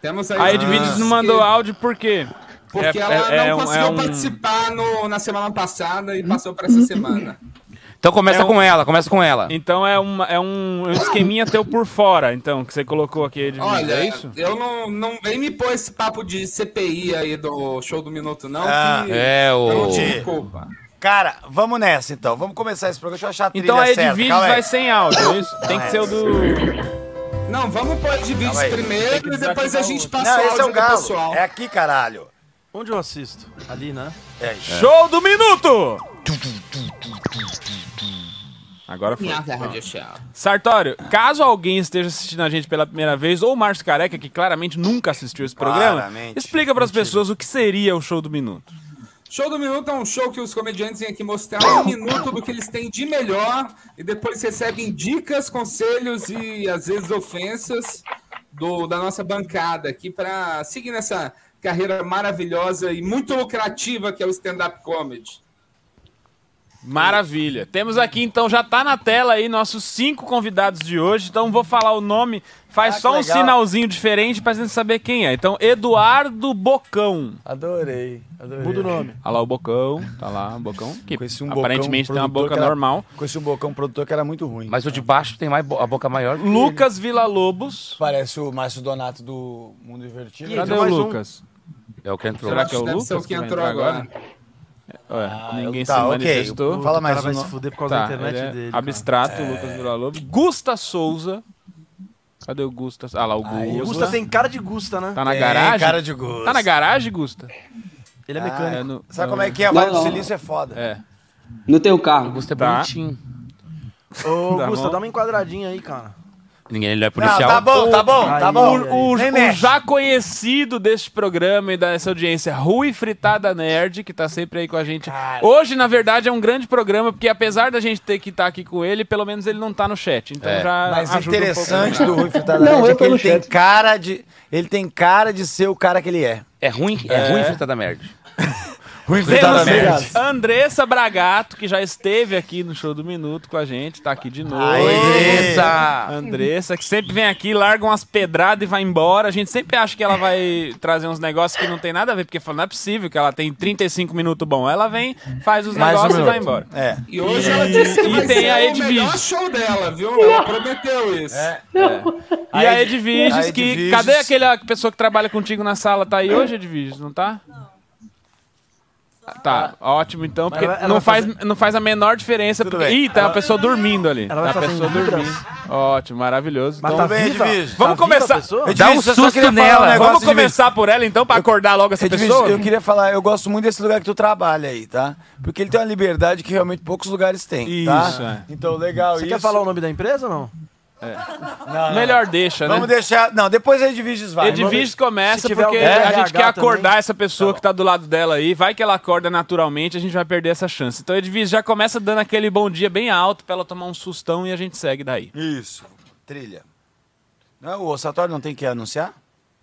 [SPEAKER 1] Temos
[SPEAKER 5] A Edvides não mandou áudio por quê?
[SPEAKER 1] Porque
[SPEAKER 5] É-
[SPEAKER 1] ela
[SPEAKER 5] é- é
[SPEAKER 1] não
[SPEAKER 5] um-
[SPEAKER 1] conseguiu
[SPEAKER 5] é um-
[SPEAKER 1] participar no- na semana passada e passou pra essa semana.
[SPEAKER 3] Então começa
[SPEAKER 5] É um-
[SPEAKER 3] com ela, começa com ela.
[SPEAKER 5] Então é, uma, é um é um esqueminha teu por fora, então, que você colocou aqui, Edmundo.
[SPEAKER 1] Olha,
[SPEAKER 5] é isso?
[SPEAKER 1] eu não, não vem me pôr esse papo de CPI aí do show do minuto, não.
[SPEAKER 8] Ah,
[SPEAKER 1] que
[SPEAKER 3] É,
[SPEAKER 1] eu não
[SPEAKER 3] o...
[SPEAKER 1] tive culpa.
[SPEAKER 8] Cara, vamos nessa então. Vamos começar esse programa. Deixa eu achar a trilha
[SPEAKER 5] Então aí de
[SPEAKER 8] certa.
[SPEAKER 5] vídeos
[SPEAKER 8] Calma aí.
[SPEAKER 5] vai sem áudio, é isso? Tem que ser o do.
[SPEAKER 1] Não, vamos pôr de vídeos
[SPEAKER 8] Calma aí. Tem que
[SPEAKER 1] primeiro e depois a
[SPEAKER 8] desativar
[SPEAKER 1] gente
[SPEAKER 8] o-
[SPEAKER 1] passa
[SPEAKER 8] Não,
[SPEAKER 1] o
[SPEAKER 8] esse é
[SPEAKER 1] áudio
[SPEAKER 8] o
[SPEAKER 1] do
[SPEAKER 8] galo.
[SPEAKER 1] pessoal.
[SPEAKER 8] É aqui, caralho.
[SPEAKER 4] Onde eu assisto? Ali, né?
[SPEAKER 8] É.
[SPEAKER 5] Show do minuto! Agora foi.
[SPEAKER 1] Minhoca Rádio Show.
[SPEAKER 5] Sartório, caso alguém esteja assistindo a gente pela primeira vez, ou o Márcio Careca, que claramente nunca assistiu esse programa,
[SPEAKER 8] Claramente.
[SPEAKER 5] explica para as pessoas o que seria o show do minuto.
[SPEAKER 1] Show do Minuto é um show que os comediantes vêm aqui mostrar um minuto do que eles têm de melhor e depois recebem dicas, conselhos e às vezes ofensas do, da nossa bancada aqui para seguir nessa carreira maravilhosa e muito lucrativa que é o stand-up comedy.
[SPEAKER 5] Maravilha. Temos aqui, então, já tá na tela aí nossos cinco convidados de hoje. Então, vou falar o nome. Faz
[SPEAKER 8] Ah,
[SPEAKER 5] só
[SPEAKER 8] que
[SPEAKER 5] um
[SPEAKER 8] legal.
[SPEAKER 5] sinalzinho diferente pra gente saber quem é. Então, Eduardo Bocão.
[SPEAKER 8] Adorei, adorei.
[SPEAKER 4] Muda o nome.
[SPEAKER 5] Olha lá o Bocão. Tá lá, o Bocão. Que
[SPEAKER 8] Conheci um bocão,
[SPEAKER 5] aparentemente tem uma
[SPEAKER 8] produtor
[SPEAKER 5] boca
[SPEAKER 8] que era-
[SPEAKER 5] normal.
[SPEAKER 8] Conheci um bocão produtor que era muito ruim.
[SPEAKER 3] Mas o de baixo tem mais bo- a boca maior. que
[SPEAKER 5] Lucas Villa-Lobos.
[SPEAKER 8] Parece o Márcio Donato do Mundo Invertido.
[SPEAKER 5] Cadê
[SPEAKER 4] entrou
[SPEAKER 5] o
[SPEAKER 4] mais um.
[SPEAKER 5] Lucas?
[SPEAKER 3] ele. É o que entrou.
[SPEAKER 5] Será que é o
[SPEAKER 1] Deve
[SPEAKER 5] Lucas
[SPEAKER 1] ser o que
[SPEAKER 5] vai
[SPEAKER 1] entrou
[SPEAKER 5] entrar
[SPEAKER 1] agora.
[SPEAKER 5] Ué,
[SPEAKER 3] Ah,
[SPEAKER 5] ninguém
[SPEAKER 8] tá,
[SPEAKER 5] se
[SPEAKER 8] ok.
[SPEAKER 5] manifestou.
[SPEAKER 8] Fala
[SPEAKER 4] O cara
[SPEAKER 8] mais
[SPEAKER 4] vai
[SPEAKER 8] um
[SPEAKER 4] se
[SPEAKER 8] no-
[SPEAKER 4] fuder por causa da
[SPEAKER 5] Tá,
[SPEAKER 4] internet
[SPEAKER 5] ele é
[SPEAKER 4] dele. cara.
[SPEAKER 5] Abstrato, Lucas Villa-Lobos. Gusta Souza. Cadê o Gusta? Ah lá, o Gusta.
[SPEAKER 4] Gusta tem cara de Gusta, né?
[SPEAKER 5] Tá na
[SPEAKER 8] Tem
[SPEAKER 5] garagem?
[SPEAKER 8] cara de gosto.
[SPEAKER 5] Tá na garagem, Gusta?
[SPEAKER 4] Ele é
[SPEAKER 5] Ah, eu
[SPEAKER 4] mecânico.
[SPEAKER 5] não-
[SPEAKER 8] Sabe
[SPEAKER 5] eu
[SPEAKER 8] como
[SPEAKER 5] não-
[SPEAKER 8] é que é? Vai
[SPEAKER 12] Não,
[SPEAKER 8] do
[SPEAKER 12] não.
[SPEAKER 8] silício é foda.
[SPEAKER 5] É.
[SPEAKER 12] No teu carro.
[SPEAKER 3] Augusto é
[SPEAKER 5] Tá.
[SPEAKER 3] bonitinho.
[SPEAKER 4] Ô,
[SPEAKER 5] Tá
[SPEAKER 4] Gusta,
[SPEAKER 5] bom.
[SPEAKER 4] dá uma enquadradinha aí, cara.
[SPEAKER 3] Ninguém ele é
[SPEAKER 8] Não,
[SPEAKER 3] policial.
[SPEAKER 8] tá bom, tá bom, tá
[SPEAKER 4] Aí,
[SPEAKER 8] bom.
[SPEAKER 5] O, o-
[SPEAKER 8] Nem
[SPEAKER 5] o
[SPEAKER 8] mexe.
[SPEAKER 5] já conhecido deste programa e dessa audiência, Rui Fritada Nerd, que tá sempre aí com a gente.
[SPEAKER 8] Cara.
[SPEAKER 5] Hoje, na verdade, é um grande programa, porque apesar da gente ter que estar aqui com ele, pelo menos ele não tá no chat. Então
[SPEAKER 3] É.
[SPEAKER 5] já
[SPEAKER 8] Mas
[SPEAKER 5] ajuda um
[SPEAKER 8] interessante
[SPEAKER 5] pouco.
[SPEAKER 8] do Rui Fritada
[SPEAKER 12] Não, eu
[SPEAKER 8] Nerd é que
[SPEAKER 12] tô
[SPEAKER 8] ele
[SPEAKER 12] no
[SPEAKER 8] tem
[SPEAKER 12] chat.
[SPEAKER 8] cara de. Ele tem cara de ser o cara que ele é.
[SPEAKER 3] É ruim, é, ruim fritada merda.
[SPEAKER 8] Rui
[SPEAKER 5] Temos
[SPEAKER 12] Nerd.
[SPEAKER 5] Andressa Bragato, que já esteve aqui no Show do Minuto com a gente, tá aqui de novo.
[SPEAKER 8] Aê!
[SPEAKER 3] Essa!
[SPEAKER 5] Andressa, que sempre vem aqui, larga umas pedradas e vai embora. A gente sempre acha que ela vai trazer uns negócios que não tem nada a ver, porque fala, não é possível que ela tem 35 minutos bom. Ela vem, faz os
[SPEAKER 8] Mais um
[SPEAKER 5] negócios e vai
[SPEAKER 8] minuto.
[SPEAKER 5] embora.
[SPEAKER 8] É.
[SPEAKER 1] E hoje ela disse que
[SPEAKER 5] e
[SPEAKER 1] vai
[SPEAKER 5] tem
[SPEAKER 1] ser
[SPEAKER 5] a
[SPEAKER 1] o
[SPEAKER 5] Ed
[SPEAKER 1] melhor
[SPEAKER 5] Vigis.
[SPEAKER 1] show dela, viu? Ela prometeu isso.
[SPEAKER 5] É, E a
[SPEAKER 8] Aí,
[SPEAKER 5] Edviges,
[SPEAKER 8] aí,
[SPEAKER 5] que.
[SPEAKER 8] Edviges.
[SPEAKER 5] Cadê aquela pessoa que trabalha contigo na sala? Tá aí hoje, Edviges, não tá? Tá, ótimo então, porque
[SPEAKER 4] ela- ela
[SPEAKER 5] não,
[SPEAKER 4] vai
[SPEAKER 5] faz, não faz a menor diferença.
[SPEAKER 8] Tudo
[SPEAKER 5] Porque...
[SPEAKER 8] bem.
[SPEAKER 5] Ih, tá a pessoa dormindo ali.
[SPEAKER 4] Ela
[SPEAKER 5] tá
[SPEAKER 4] vai
[SPEAKER 5] a
[SPEAKER 4] fazer
[SPEAKER 5] pessoa
[SPEAKER 4] em libras.
[SPEAKER 5] dormindo. Ótimo, maravilhoso.
[SPEAKER 4] Mas
[SPEAKER 5] Então,
[SPEAKER 4] tá viva?
[SPEAKER 8] Edviges.
[SPEAKER 4] Tá
[SPEAKER 5] Vamos
[SPEAKER 4] viva a
[SPEAKER 5] começar.
[SPEAKER 4] pessoa?
[SPEAKER 8] Edviges,
[SPEAKER 3] Dá um
[SPEAKER 8] eu só
[SPEAKER 3] susto
[SPEAKER 8] queria falar
[SPEAKER 3] nela.
[SPEAKER 8] um negócio,
[SPEAKER 5] Vamos
[SPEAKER 8] Edviges.
[SPEAKER 5] começar por ela então, pra acordar logo essa
[SPEAKER 8] Edviges,
[SPEAKER 5] pessoa?
[SPEAKER 8] eu queria falar, eu gosto muito desse lugar que tu trabalha aí, tá? Porque ele tem uma liberdade que realmente poucos lugares têm, tá?
[SPEAKER 5] Isso, é.
[SPEAKER 8] Então, legal
[SPEAKER 4] Você
[SPEAKER 8] isso.
[SPEAKER 4] quer falar o nome da empresa ou não?
[SPEAKER 8] Não, não.
[SPEAKER 5] Melhor deixa, né?
[SPEAKER 8] Vamos deixar... Não, depois a Edviges vai.
[SPEAKER 5] Edviges começa
[SPEAKER 4] Se tiver
[SPEAKER 5] porque
[SPEAKER 4] alguém do
[SPEAKER 5] a gente
[SPEAKER 4] RH
[SPEAKER 5] quer acordar
[SPEAKER 4] também.
[SPEAKER 5] essa pessoa que tá do lado dela aí. Vai que ela acorda naturalmente, a gente vai perder essa chance. Então, Edviges, já começa dando aquele bom dia bem alto pra ela tomar um sustão e a gente segue daí.
[SPEAKER 8] Isso. Trilha. Não, o Satório não tem que anunciar?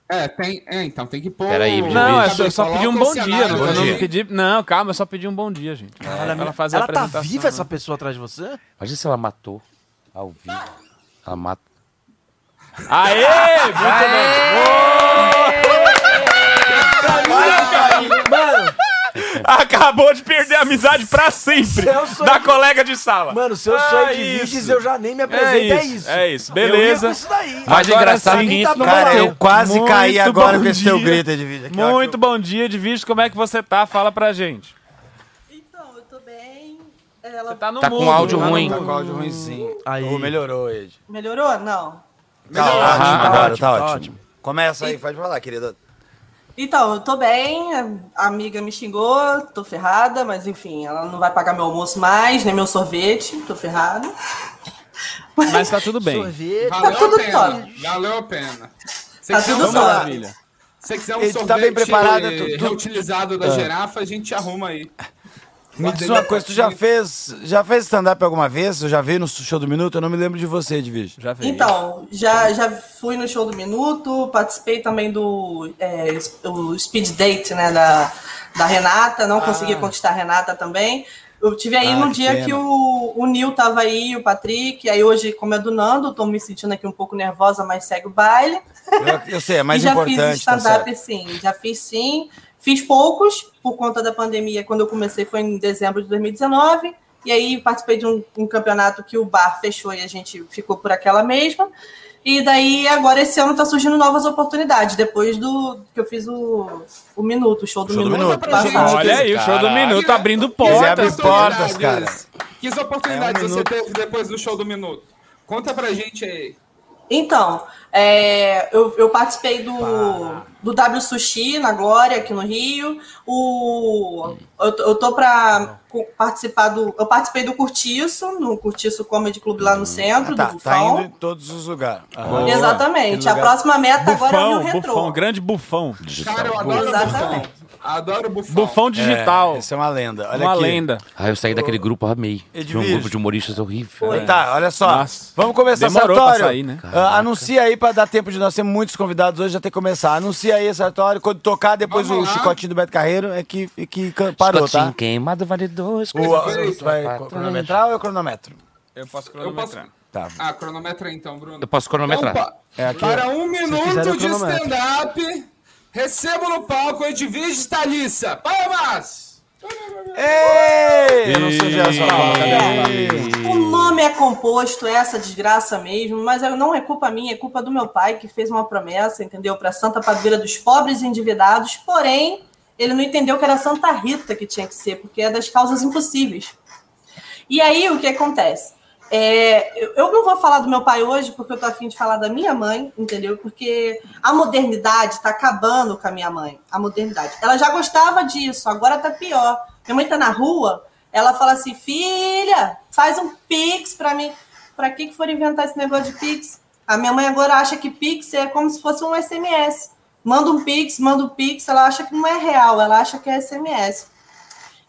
[SPEAKER 1] É, tem. É, então tem que pôr.
[SPEAKER 3] Peraí,
[SPEAKER 1] o-
[SPEAKER 3] Edviges.
[SPEAKER 5] Não, é
[SPEAKER 1] Cadê?
[SPEAKER 5] só, eu só
[SPEAKER 1] Coloca
[SPEAKER 5] pedi um
[SPEAKER 1] o
[SPEAKER 5] bom
[SPEAKER 1] cenário
[SPEAKER 5] dia. Não,
[SPEAKER 1] pra
[SPEAKER 5] eu não
[SPEAKER 1] gente.
[SPEAKER 5] pedi, não, calma, eu só pedi um bom dia, gente. pra ela fazer a
[SPEAKER 4] Ela tá
[SPEAKER 5] apresentação. né?
[SPEAKER 4] viva essa pessoa atrás de você?
[SPEAKER 3] Imagina se ela matou ao vivo. Ela mata.
[SPEAKER 5] Aê! Muito
[SPEAKER 4] Mano,
[SPEAKER 5] bem. Acabou de perder a amizade pra sempre
[SPEAKER 4] Celso-
[SPEAKER 5] da colega de sala.
[SPEAKER 4] mano, se eu
[SPEAKER 5] Ah,
[SPEAKER 4] sou Edviges,
[SPEAKER 5] isso.
[SPEAKER 4] eu já nem me apresento. É isso.
[SPEAKER 5] É isso,
[SPEAKER 4] Eu
[SPEAKER 5] beleza.
[SPEAKER 4] ia com isso daí.
[SPEAKER 3] Mas
[SPEAKER 5] Agora
[SPEAKER 3] engraçado
[SPEAKER 5] sim,
[SPEAKER 3] que
[SPEAKER 4] tá
[SPEAKER 3] isso não
[SPEAKER 4] bom.
[SPEAKER 8] Cara,
[SPEAKER 3] é
[SPEAKER 8] eu quase
[SPEAKER 5] Muito
[SPEAKER 8] caí agora
[SPEAKER 5] bom
[SPEAKER 8] com esse teu
[SPEAKER 5] dia.
[SPEAKER 8] grito, Edviges. Aquela
[SPEAKER 5] Muito
[SPEAKER 8] que
[SPEAKER 5] bom dia, Edviges. Como é que você tá? Fala pra gente.
[SPEAKER 13] Então, eu tô bem. É, Ela
[SPEAKER 5] Tá no
[SPEAKER 3] Tá com áudio
[SPEAKER 5] tá no
[SPEAKER 3] ruim.
[SPEAKER 8] eu- Tá com áudio ruimzinho.
[SPEAKER 4] Aí.
[SPEAKER 8] Ou melhorou, Ed.
[SPEAKER 13] melhorou? Não.
[SPEAKER 8] Tá ótimo, agora,
[SPEAKER 4] ótimo,
[SPEAKER 8] tá
[SPEAKER 4] tá
[SPEAKER 8] ótimo.
[SPEAKER 4] ótimo.
[SPEAKER 8] Começa aí, faz pra lá, querida.
[SPEAKER 13] Então, eu tô bem. A amiga me xingou, tô ferrada, mas enfim, ela não vai pagar meu almoço mais, nem meu sorvete, tô ferrada.
[SPEAKER 5] Mas tá tudo bem.
[SPEAKER 4] Sorvete.
[SPEAKER 1] Valeu
[SPEAKER 13] Tá tudo
[SPEAKER 1] a pena.
[SPEAKER 13] top.
[SPEAKER 1] Valeu a pena. Se
[SPEAKER 13] Tá
[SPEAKER 1] quiser
[SPEAKER 13] tudo
[SPEAKER 1] um
[SPEAKER 13] top.
[SPEAKER 1] sorvete- Se quiser um
[SPEAKER 8] Ele tá
[SPEAKER 1] sorvete
[SPEAKER 8] bem preparado, tu- tu-
[SPEAKER 1] reutilizado da girafa, a gente arruma aí.
[SPEAKER 8] Me diz uma coisa, tu já fez, já fez stand-up alguma vez? Eu já vi no show do Minuto, eu não me lembro de você, Edviges.
[SPEAKER 5] Já veio.
[SPEAKER 13] Então, já, já fui no show do Minuto, participei também do é, o Speed Date, né, da, da Renata, não consegui conquistar a Renata também. Eu tive aí
[SPEAKER 8] Ah,
[SPEAKER 13] num
[SPEAKER 8] que
[SPEAKER 13] dia
[SPEAKER 8] pena.
[SPEAKER 13] que o, o Nil tava aí, o Patrick, aí hoje, como é do Nando, tô me sentindo aqui um pouco nervosa, mas segue o baile.
[SPEAKER 8] Eu, eu sei, é mais
[SPEAKER 13] e já fiz
[SPEAKER 8] importante, tá
[SPEAKER 13] stand-up,
[SPEAKER 8] certo?
[SPEAKER 13] sim. Já fiz sim. Fiz poucos, por conta da pandemia. Quando eu comecei foi em dezembro de 2019. E aí participei de um, um campeonato que o bar fechou e a gente ficou por aquela mesma. E daí, agora esse ano tá surgindo novas oportunidades, depois do que eu fiz o, o Minuto, o show do
[SPEAKER 5] Show do
[SPEAKER 13] Minuto.
[SPEAKER 5] Minuto.
[SPEAKER 13] passado.
[SPEAKER 5] Olha aí, o show do
[SPEAKER 1] Caraca.
[SPEAKER 5] minuto abrindo
[SPEAKER 1] Portas,
[SPEAKER 5] portas.
[SPEAKER 1] oportunidades. Que oportunidades
[SPEAKER 5] É um
[SPEAKER 1] você
[SPEAKER 5] minuto.
[SPEAKER 1] teve depois do show do Minuto? Conta pra gente aí.
[SPEAKER 13] Então, é, eu, eu participei do, do W Sushi na Glória, aqui no Rio. O, eu, tô- eu tô para participar do. Eu participei do Curtiço, no Curtiço Comedy Club lá no centro,
[SPEAKER 8] Tá,
[SPEAKER 13] do
[SPEAKER 8] tá
[SPEAKER 13] Bufão.
[SPEAKER 8] indo em todos os lugares.
[SPEAKER 5] Boa.
[SPEAKER 13] Exatamente. A
[SPEAKER 5] Lugar-
[SPEAKER 13] próxima meta agora é o
[SPEAKER 5] Bufão,
[SPEAKER 13] Rio Retrô.
[SPEAKER 5] bufão, grande bufão.
[SPEAKER 1] Cara, eu adoro o Bufão. Adoro o Bufão.
[SPEAKER 5] Bufão digital.
[SPEAKER 8] É, essa é uma lenda. Olha
[SPEAKER 5] Uma
[SPEAKER 8] aqui.
[SPEAKER 5] lenda.
[SPEAKER 3] Ah, eu saí daquele grupo, amei. Tinha um
[SPEAKER 8] Edviges.
[SPEAKER 3] grupo de humoristas horrível.
[SPEAKER 8] Oi. Tá, olha só. Vamos começar,
[SPEAKER 3] Demorou pra
[SPEAKER 8] Sartório.
[SPEAKER 3] sair, né?
[SPEAKER 8] Ah, anuncia aí pra dar tempo de nós ter muitos convidados hoje, já ter que começar. Anuncia aí, Sartório. Quando tocar, depois o chicotinho do Beto Carreiro é que, e que can- parou,
[SPEAKER 3] Chicotinho
[SPEAKER 8] tá?
[SPEAKER 3] queimado vale dois.
[SPEAKER 8] O, o- tu vai cronometrar ou eu cronometro?
[SPEAKER 1] Eu posso
[SPEAKER 8] cronometrar. Tá.
[SPEAKER 1] Ah, cronometra então, Bruno.
[SPEAKER 3] Eu posso cronometrar.
[SPEAKER 1] Então, pa-
[SPEAKER 3] É aqui,
[SPEAKER 1] para
[SPEAKER 3] ó.
[SPEAKER 1] um
[SPEAKER 3] Se
[SPEAKER 1] minuto
[SPEAKER 3] quiser, eu
[SPEAKER 1] de
[SPEAKER 3] cronometro.
[SPEAKER 1] stand-up, recebo no palco Edviges Thalissa. Palmas!
[SPEAKER 8] Ei!
[SPEAKER 1] Eu não sou Gerson.
[SPEAKER 13] O nome é composto, é essa desgraça mesmo, mas eu- não é culpa minha, é culpa do meu pai que fez uma promessa, entendeu? Para Santa Padroeira dos pobres e endividados, porém, ele não entendeu que era Santa Rita que tinha que ser, porque é das causas impossíveis. E aí, o que acontece? É, eu- eu não vou falar do meu pai hoje, porque eu tô afim de falar da minha mãe, entendeu? Porque a modernidade tá acabando com a minha mãe. A modernidade. Ela já gostava disso, agora tá pior. Minha mãe tá na rua, ela fala assim: filha, faz um pix pra mim. Pra que que for inventar esse negócio de pix? A minha mãe agora acha que pix é como se fosse um SMS. Manda um pix, manda um pix, ela acha que não é real, ela acha que é SMS.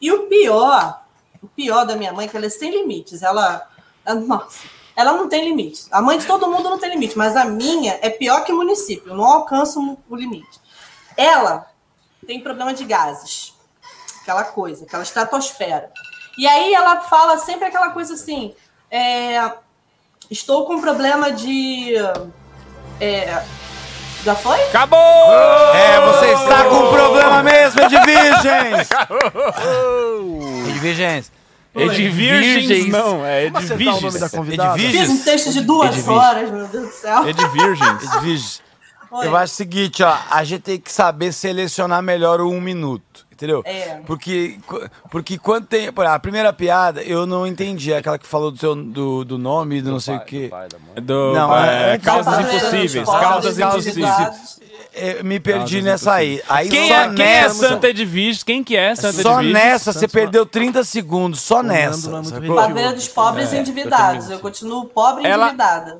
[SPEAKER 13] E o pior, o pior da minha mãe é que ela é sem limites. Ela, ela- nossa, ela não tem limites. A mãe de todo mundo não tem limite, mas a minha é pior que município. Eu não alcanço o- o limite. Ela tem problema de gases, aquela coisa, aquela estratosfera. E aí ela fala sempre aquela coisa assim: é, estou com problema de. é, já foi?
[SPEAKER 5] Acabou!
[SPEAKER 8] É, você está com problema mesmo, é Edvirgens!
[SPEAKER 3] É
[SPEAKER 8] Edvirgens.
[SPEAKER 5] Edvirgens, É não, é
[SPEAKER 8] Vamos acertar o nome da convidada?
[SPEAKER 13] Fiz um texto de
[SPEAKER 3] É
[SPEAKER 13] duas
[SPEAKER 8] Edviges.
[SPEAKER 13] horas, meu Deus do céu.
[SPEAKER 5] É
[SPEAKER 8] Edvirgens. É Eu acho o seguinte, ó, a gente tem que saber selecionar melhor o um minuto, entendeu?
[SPEAKER 13] É.
[SPEAKER 8] Porque, porque quando tem. por exemplo, A primeira piada eu não entendi, aquela que falou do, seu, do, do nome, do, não sei o quê. Do
[SPEAKER 5] Do- é, causas impossíveis, causas impossíveis.
[SPEAKER 8] Eu me perdi
[SPEAKER 5] Causas
[SPEAKER 8] nessa aí. aí
[SPEAKER 5] quem,
[SPEAKER 8] só
[SPEAKER 5] é, quem é
[SPEAKER 8] nessa-
[SPEAKER 5] Santa Edviges? Quem que é Santa
[SPEAKER 8] Só
[SPEAKER 5] Edviges?
[SPEAKER 8] nessa, você perdeu 30 segundos, só nessa. sacou?
[SPEAKER 13] Padroeira dos pobres e
[SPEAKER 8] É.
[SPEAKER 13] endividados. Eu continuo pobre e
[SPEAKER 5] Ela-
[SPEAKER 13] endividada.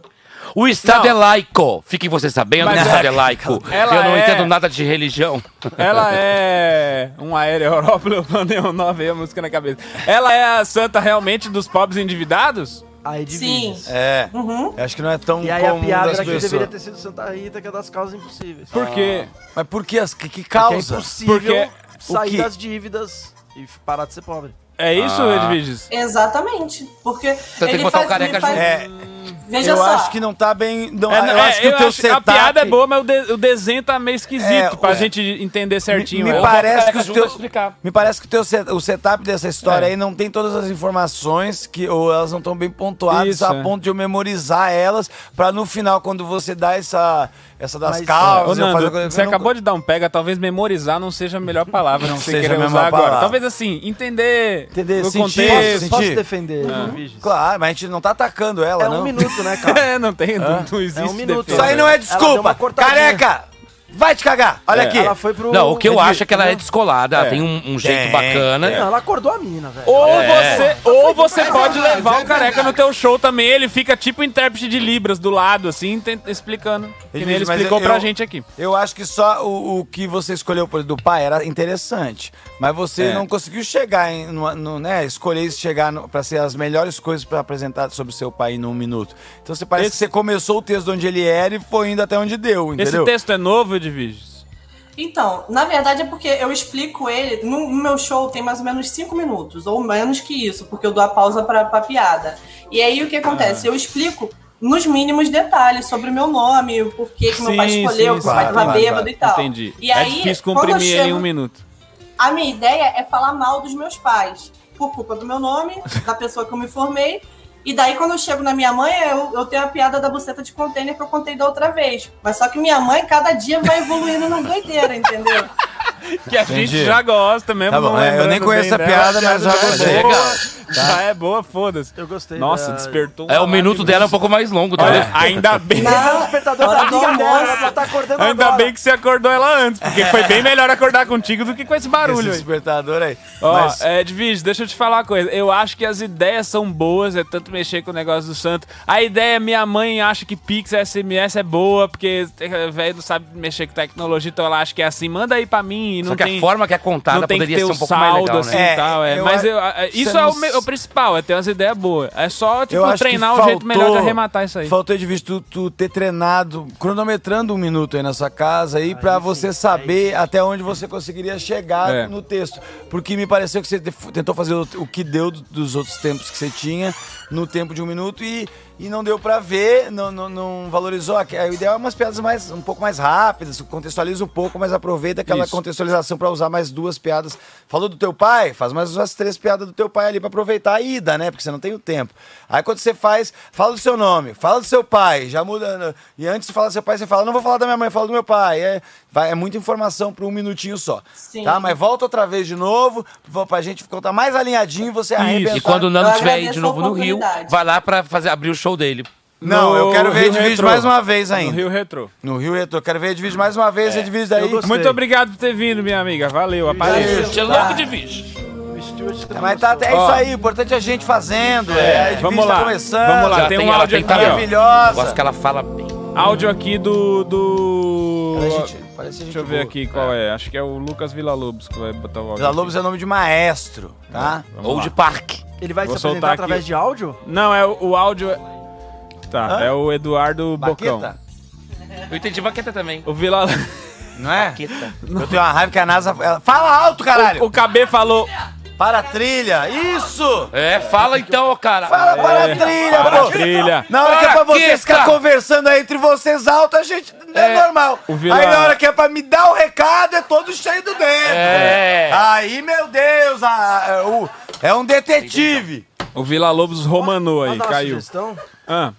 [SPEAKER 3] O Estado é laico. Fiquem vocês sabendo, o
[SPEAKER 5] Mas
[SPEAKER 3] Estado
[SPEAKER 5] é-
[SPEAKER 3] é laico.
[SPEAKER 5] Ela
[SPEAKER 3] eu não
[SPEAKER 5] é-
[SPEAKER 3] entendo nada de religião.
[SPEAKER 5] Ela é um aéreo Europa, eu mandei um 9 aí, a música na cabeça. Ela é a santa realmente dos pobres endividados?
[SPEAKER 4] A Edviges.
[SPEAKER 8] É.
[SPEAKER 13] Uhum.
[SPEAKER 8] Eu Acho que não é tão
[SPEAKER 4] E aí a
[SPEAKER 8] comum
[SPEAKER 4] piada
[SPEAKER 8] das
[SPEAKER 4] era que
[SPEAKER 8] pessoas.
[SPEAKER 4] deveria ter sido Santa Rita, que é das causas impossíveis.
[SPEAKER 8] Por quê? Ah. Mas por que? as- Que, que
[SPEAKER 4] Porque
[SPEAKER 8] causa?
[SPEAKER 4] é impossível
[SPEAKER 8] o quê?
[SPEAKER 4] sair das dívidas e parar de ser pobre.
[SPEAKER 5] É isso,
[SPEAKER 8] Ah.
[SPEAKER 5] Edviges?
[SPEAKER 13] Exatamente. Porque
[SPEAKER 8] Então tem
[SPEAKER 13] ele
[SPEAKER 8] que botar
[SPEAKER 13] faz,
[SPEAKER 8] o careca
[SPEAKER 13] ele faz-
[SPEAKER 8] junto.
[SPEAKER 13] Veja
[SPEAKER 8] eu
[SPEAKER 13] só.
[SPEAKER 8] acho que não tá bem. Não,
[SPEAKER 5] É,
[SPEAKER 8] eu
[SPEAKER 5] é,
[SPEAKER 8] acho que o teu
[SPEAKER 5] acho- A
[SPEAKER 8] setup-
[SPEAKER 5] piada é boa, mas o, de- o desenho tá meio esquisito
[SPEAKER 8] É,
[SPEAKER 5] pra
[SPEAKER 8] o-
[SPEAKER 5] gente entender certinho. né?
[SPEAKER 8] Me
[SPEAKER 5] ela.
[SPEAKER 8] parece, que os
[SPEAKER 5] Eu vou
[SPEAKER 8] teus-
[SPEAKER 5] explicar.
[SPEAKER 8] me parece que o teu set- o setup dessa história
[SPEAKER 5] É.
[SPEAKER 8] aí não tem todas as informações que ou elas não estão bem pontuadas
[SPEAKER 5] Isso,
[SPEAKER 8] a
[SPEAKER 5] é.
[SPEAKER 8] ponto de eu memorizar elas pra no final quando você dá essa essa das causas,
[SPEAKER 5] Ô,
[SPEAKER 8] eu
[SPEAKER 5] Nando,
[SPEAKER 8] fazer coisa que
[SPEAKER 5] você
[SPEAKER 8] eu não-
[SPEAKER 5] acabou de dar um pega, talvez memorizar não seja a melhor palavra
[SPEAKER 8] Não
[SPEAKER 5] que você
[SPEAKER 8] seja a
[SPEAKER 5] querer
[SPEAKER 8] mesma
[SPEAKER 5] usar agora.
[SPEAKER 8] palavra.
[SPEAKER 5] Talvez assim, entender,
[SPEAKER 8] Entender,
[SPEAKER 5] o
[SPEAKER 8] sentir,
[SPEAKER 5] contexto. Ah.
[SPEAKER 8] sentir. Claro, mas a gente não tá atacando ela,
[SPEAKER 5] É um
[SPEAKER 8] não.
[SPEAKER 5] minuto, né, cara? É, não tem- não- não existe
[SPEAKER 8] É um minuto.
[SPEAKER 5] defesa.
[SPEAKER 8] Isso aí não é
[SPEAKER 5] Ela deu uma
[SPEAKER 8] desculpa.
[SPEAKER 5] cortadinha.
[SPEAKER 8] Careca! Vai te cagar! Olha
[SPEAKER 3] É.
[SPEAKER 8] aqui.
[SPEAKER 3] Ela foi pro- Não, o que eu acho é que ela
[SPEAKER 8] né?
[SPEAKER 3] é descolada, ela tem um- um
[SPEAKER 8] É,
[SPEAKER 3] jeito bacana.
[SPEAKER 4] Não, ela acordou a mina, velho.
[SPEAKER 5] Ou você,
[SPEAKER 3] É.
[SPEAKER 5] ou você
[SPEAKER 4] pra
[SPEAKER 5] pode
[SPEAKER 4] caralho,
[SPEAKER 5] levar
[SPEAKER 4] é
[SPEAKER 5] o careca no teu show também, ele fica tipo intérprete de Libras do lado, assim, tent- explicando. Que nem ele
[SPEAKER 8] Mas
[SPEAKER 5] explicou
[SPEAKER 8] eu-
[SPEAKER 5] pra gente aqui.
[SPEAKER 8] Eu acho que só o, o que você escolheu por- do pai era interessante. Mas você
[SPEAKER 5] É.
[SPEAKER 8] não conseguiu chegar em. numa- no, né, escolher chegar no, pra ser as melhores coisas pra apresentar sobre o seu pai em um minuto. Então você parece que você começou o texto de onde ele era e foi indo até onde deu, entendeu?
[SPEAKER 5] Esse texto é novo, Edviges?
[SPEAKER 13] Então, na verdade é porque eu explico ele. No no meu show tem mais ou menos cinco minutos, ou menos que isso, porque eu dou a pausa pra, pra piada. E aí
[SPEAKER 5] Ah.
[SPEAKER 13] o que acontece? Eu explico nos mínimos detalhes sobre o meu nome, o porquê que meu pai
[SPEAKER 5] Sim,
[SPEAKER 13] escolheu, é
[SPEAKER 5] sim,
[SPEAKER 13] que meu pai
[SPEAKER 5] sim,
[SPEAKER 13] tava
[SPEAKER 5] claro,
[SPEAKER 13] bêbado
[SPEAKER 5] claro.
[SPEAKER 13] e tal.
[SPEAKER 5] Entendi.
[SPEAKER 13] E
[SPEAKER 5] é
[SPEAKER 13] aí,
[SPEAKER 5] difícil
[SPEAKER 13] quando eu
[SPEAKER 5] comprimir ele em
[SPEAKER 13] chego-
[SPEAKER 5] um minuto.
[SPEAKER 13] A minha ideia é falar mal dos meus pais, por culpa do meu nome, da pessoa que eu me formei, E daí, quando eu chego na minha mãe, eu, eu tenho a piada da buceta de container que eu contei da outra vez. Mas só que minha mãe, cada dia, vai evoluindo na doideira, entendeu?
[SPEAKER 5] Que a
[SPEAKER 8] Entendi.
[SPEAKER 5] gente já gosta mesmo.
[SPEAKER 8] Tá bom,
[SPEAKER 5] não
[SPEAKER 8] é, eu
[SPEAKER 5] lembrando
[SPEAKER 8] nem conheço
[SPEAKER 5] bem
[SPEAKER 8] a
[SPEAKER 5] dela.
[SPEAKER 8] piada,
[SPEAKER 5] A
[SPEAKER 8] mas já
[SPEAKER 5] piada
[SPEAKER 8] gostei.
[SPEAKER 5] é boa,
[SPEAKER 8] Tá.
[SPEAKER 5] Já é boa, foda-se.
[SPEAKER 4] Eu gostei.
[SPEAKER 5] Nossa, despertou.
[SPEAKER 3] É, o minuto dela é um pouco mais longo, tá?
[SPEAKER 5] Olha, ainda bem.
[SPEAKER 4] O despertador tá
[SPEAKER 13] Hora do
[SPEAKER 4] ligado,
[SPEAKER 13] almoço.
[SPEAKER 4] ela tá acordando
[SPEAKER 5] Ainda
[SPEAKER 4] agora.
[SPEAKER 5] bem que você acordou ela antes, porque foi bem melhor acordar contigo do que com esse é barulho
[SPEAKER 8] Esse
[SPEAKER 5] aí.
[SPEAKER 8] despertador aí.
[SPEAKER 5] Ó,
[SPEAKER 8] Mas-
[SPEAKER 5] é, Edvige, deixa eu te falar uma coisa. Eu acho que as ideias são boas, é tanto mexer com o negócio do santo. A ideia, minha mãe acha que Pix SMS é boa, porque eh, velho não sabe mexer com tecnologia, então ela acha que é assim. Manda aí pra mim. e
[SPEAKER 3] Só
[SPEAKER 5] não
[SPEAKER 3] que a
[SPEAKER 5] tem-
[SPEAKER 3] forma que é contada
[SPEAKER 5] não tem que
[SPEAKER 3] poderia
[SPEAKER 5] ter
[SPEAKER 3] ser
[SPEAKER 5] o
[SPEAKER 3] um pouco mais
[SPEAKER 5] saldo,
[SPEAKER 3] legal, né?
[SPEAKER 5] assim,
[SPEAKER 3] É,
[SPEAKER 5] e tal, é.
[SPEAKER 3] eu
[SPEAKER 5] Mas
[SPEAKER 3] a-
[SPEAKER 5] eu- a-
[SPEAKER 3] você
[SPEAKER 5] isso
[SPEAKER 3] não
[SPEAKER 5] é o,
[SPEAKER 3] s-
[SPEAKER 5] me- o principal, é ter umas ideias boas. É só,
[SPEAKER 8] Eu
[SPEAKER 5] tipo,
[SPEAKER 8] acho
[SPEAKER 5] treinar
[SPEAKER 8] que
[SPEAKER 5] o
[SPEAKER 8] faltou,
[SPEAKER 5] jeito melhor de arrematar isso aí.
[SPEAKER 8] Faltou de visto tu, tu ter treinado, cronometrando um minuto aí na sua casa aí, pra você saber até onde você conseguiria chegar
[SPEAKER 5] É.
[SPEAKER 8] no texto. Porque me pareceu que você tef- tentou fazer o, o que deu do- dos outros tempos que você tinha no tempo de um minuto e, e não deu pra ver, não, não, não valorizou. A a ideia é umas piadas mais, um pouco mais rápidas, contextualiza um pouco, mas aproveita aquela
[SPEAKER 5] Isso.
[SPEAKER 8] contextualização pra usar mais duas piadas. Falou do teu pai? Faz mais umas três piadas do teu pai ali pra aproveitar a ida, né? Porque você não tem o tempo. Aí quando você faz, fala do seu nome, fala do seu pai, já muda. né? E antes de falar do seu pai, você fala, não vou falar da minha mãe, fala do meu pai. É, vai- é muita informação pra um minutinho só.
[SPEAKER 13] Sim.
[SPEAKER 8] Tá? Mas volta outra vez de novo, vo- pra gente contar mais alinhadinho e você arrebentar.
[SPEAKER 3] E quando o Nando
[SPEAKER 13] Eu
[SPEAKER 3] estiver aí
[SPEAKER 13] agradeço
[SPEAKER 3] de
[SPEAKER 13] a
[SPEAKER 3] novo no Rio,
[SPEAKER 13] oportunidade.
[SPEAKER 3] vai lá pra fazer, abrir o show dele.
[SPEAKER 8] Não, eu
[SPEAKER 5] No
[SPEAKER 8] quero ver
[SPEAKER 5] Rio
[SPEAKER 8] Edviges
[SPEAKER 5] Retrô.
[SPEAKER 8] mais uma vez ainda.
[SPEAKER 5] No Rio Retrô. É.
[SPEAKER 8] No Rio Retrô. Quero ver Edviges mais uma vez, Edviges daí.
[SPEAKER 5] Muito obrigado por ter vindo, minha amiga. Valeu, apareceu.
[SPEAKER 3] Você é louco de bicho.
[SPEAKER 8] Mas tá, é isso
[SPEAKER 5] Ó.
[SPEAKER 8] aí, o importante é a gente fazendo.
[SPEAKER 5] É,
[SPEAKER 8] É, a Edviges
[SPEAKER 5] vamos
[SPEAKER 8] tá
[SPEAKER 5] lá,
[SPEAKER 8] começando.
[SPEAKER 5] vamos lá.
[SPEAKER 3] Já
[SPEAKER 5] tem um
[SPEAKER 3] ela
[SPEAKER 5] áudio
[SPEAKER 3] tem
[SPEAKER 5] aqui, ó.
[SPEAKER 8] Maravilhosa.
[SPEAKER 3] Eu gosto que ela fala bem.
[SPEAKER 5] Áudio aqui do. do...
[SPEAKER 8] Parece é gente- parece gente
[SPEAKER 5] Deixa eu ver
[SPEAKER 8] boa.
[SPEAKER 5] aqui qual é. Acho que é o Lucas Villa-Lobos que vai botar o áudio.
[SPEAKER 8] Vila Lobos é nome de maestro, tá?
[SPEAKER 5] aqui. Vamos
[SPEAKER 3] Ou
[SPEAKER 5] lá.
[SPEAKER 3] de parque.
[SPEAKER 4] Ele vai
[SPEAKER 5] Vou
[SPEAKER 4] se apresentar
[SPEAKER 5] soltar
[SPEAKER 4] através
[SPEAKER 5] aqui.
[SPEAKER 4] de áudio?
[SPEAKER 5] Não, é o, o áudio. Tá,
[SPEAKER 8] Hã?
[SPEAKER 5] é o Eduardo Bocão.
[SPEAKER 8] Baqueta?
[SPEAKER 3] Eu entendi baqueta também.
[SPEAKER 5] O Vila.
[SPEAKER 8] Não é?
[SPEAKER 3] Baqueta.
[SPEAKER 8] Eu tenho uma raiva que a NASA. ela- Fala alto, caralho!
[SPEAKER 5] O KB falou.
[SPEAKER 8] Para a trilha! Isso!
[SPEAKER 3] É, fala então, ô cara.
[SPEAKER 8] Fala Tá para a trilha,
[SPEAKER 5] É, Para
[SPEAKER 8] pô!
[SPEAKER 5] a trilha.
[SPEAKER 8] Na hora que é pra vocês
[SPEAKER 3] Paraqueta!
[SPEAKER 8] ficar conversando aí entre vocês alto, a gente não é,
[SPEAKER 3] É,
[SPEAKER 8] normal.
[SPEAKER 5] o Vila-
[SPEAKER 8] Aí na hora que é pra me dar o recado, é todo cheio do dedo.
[SPEAKER 3] É.
[SPEAKER 8] Aí, meu Deus, a- a- o- é um detetive.
[SPEAKER 5] O Vila Lobos romanou aí,
[SPEAKER 4] Posso dar uma
[SPEAKER 5] caiu.
[SPEAKER 4] sugestão?
[SPEAKER 5] Ah,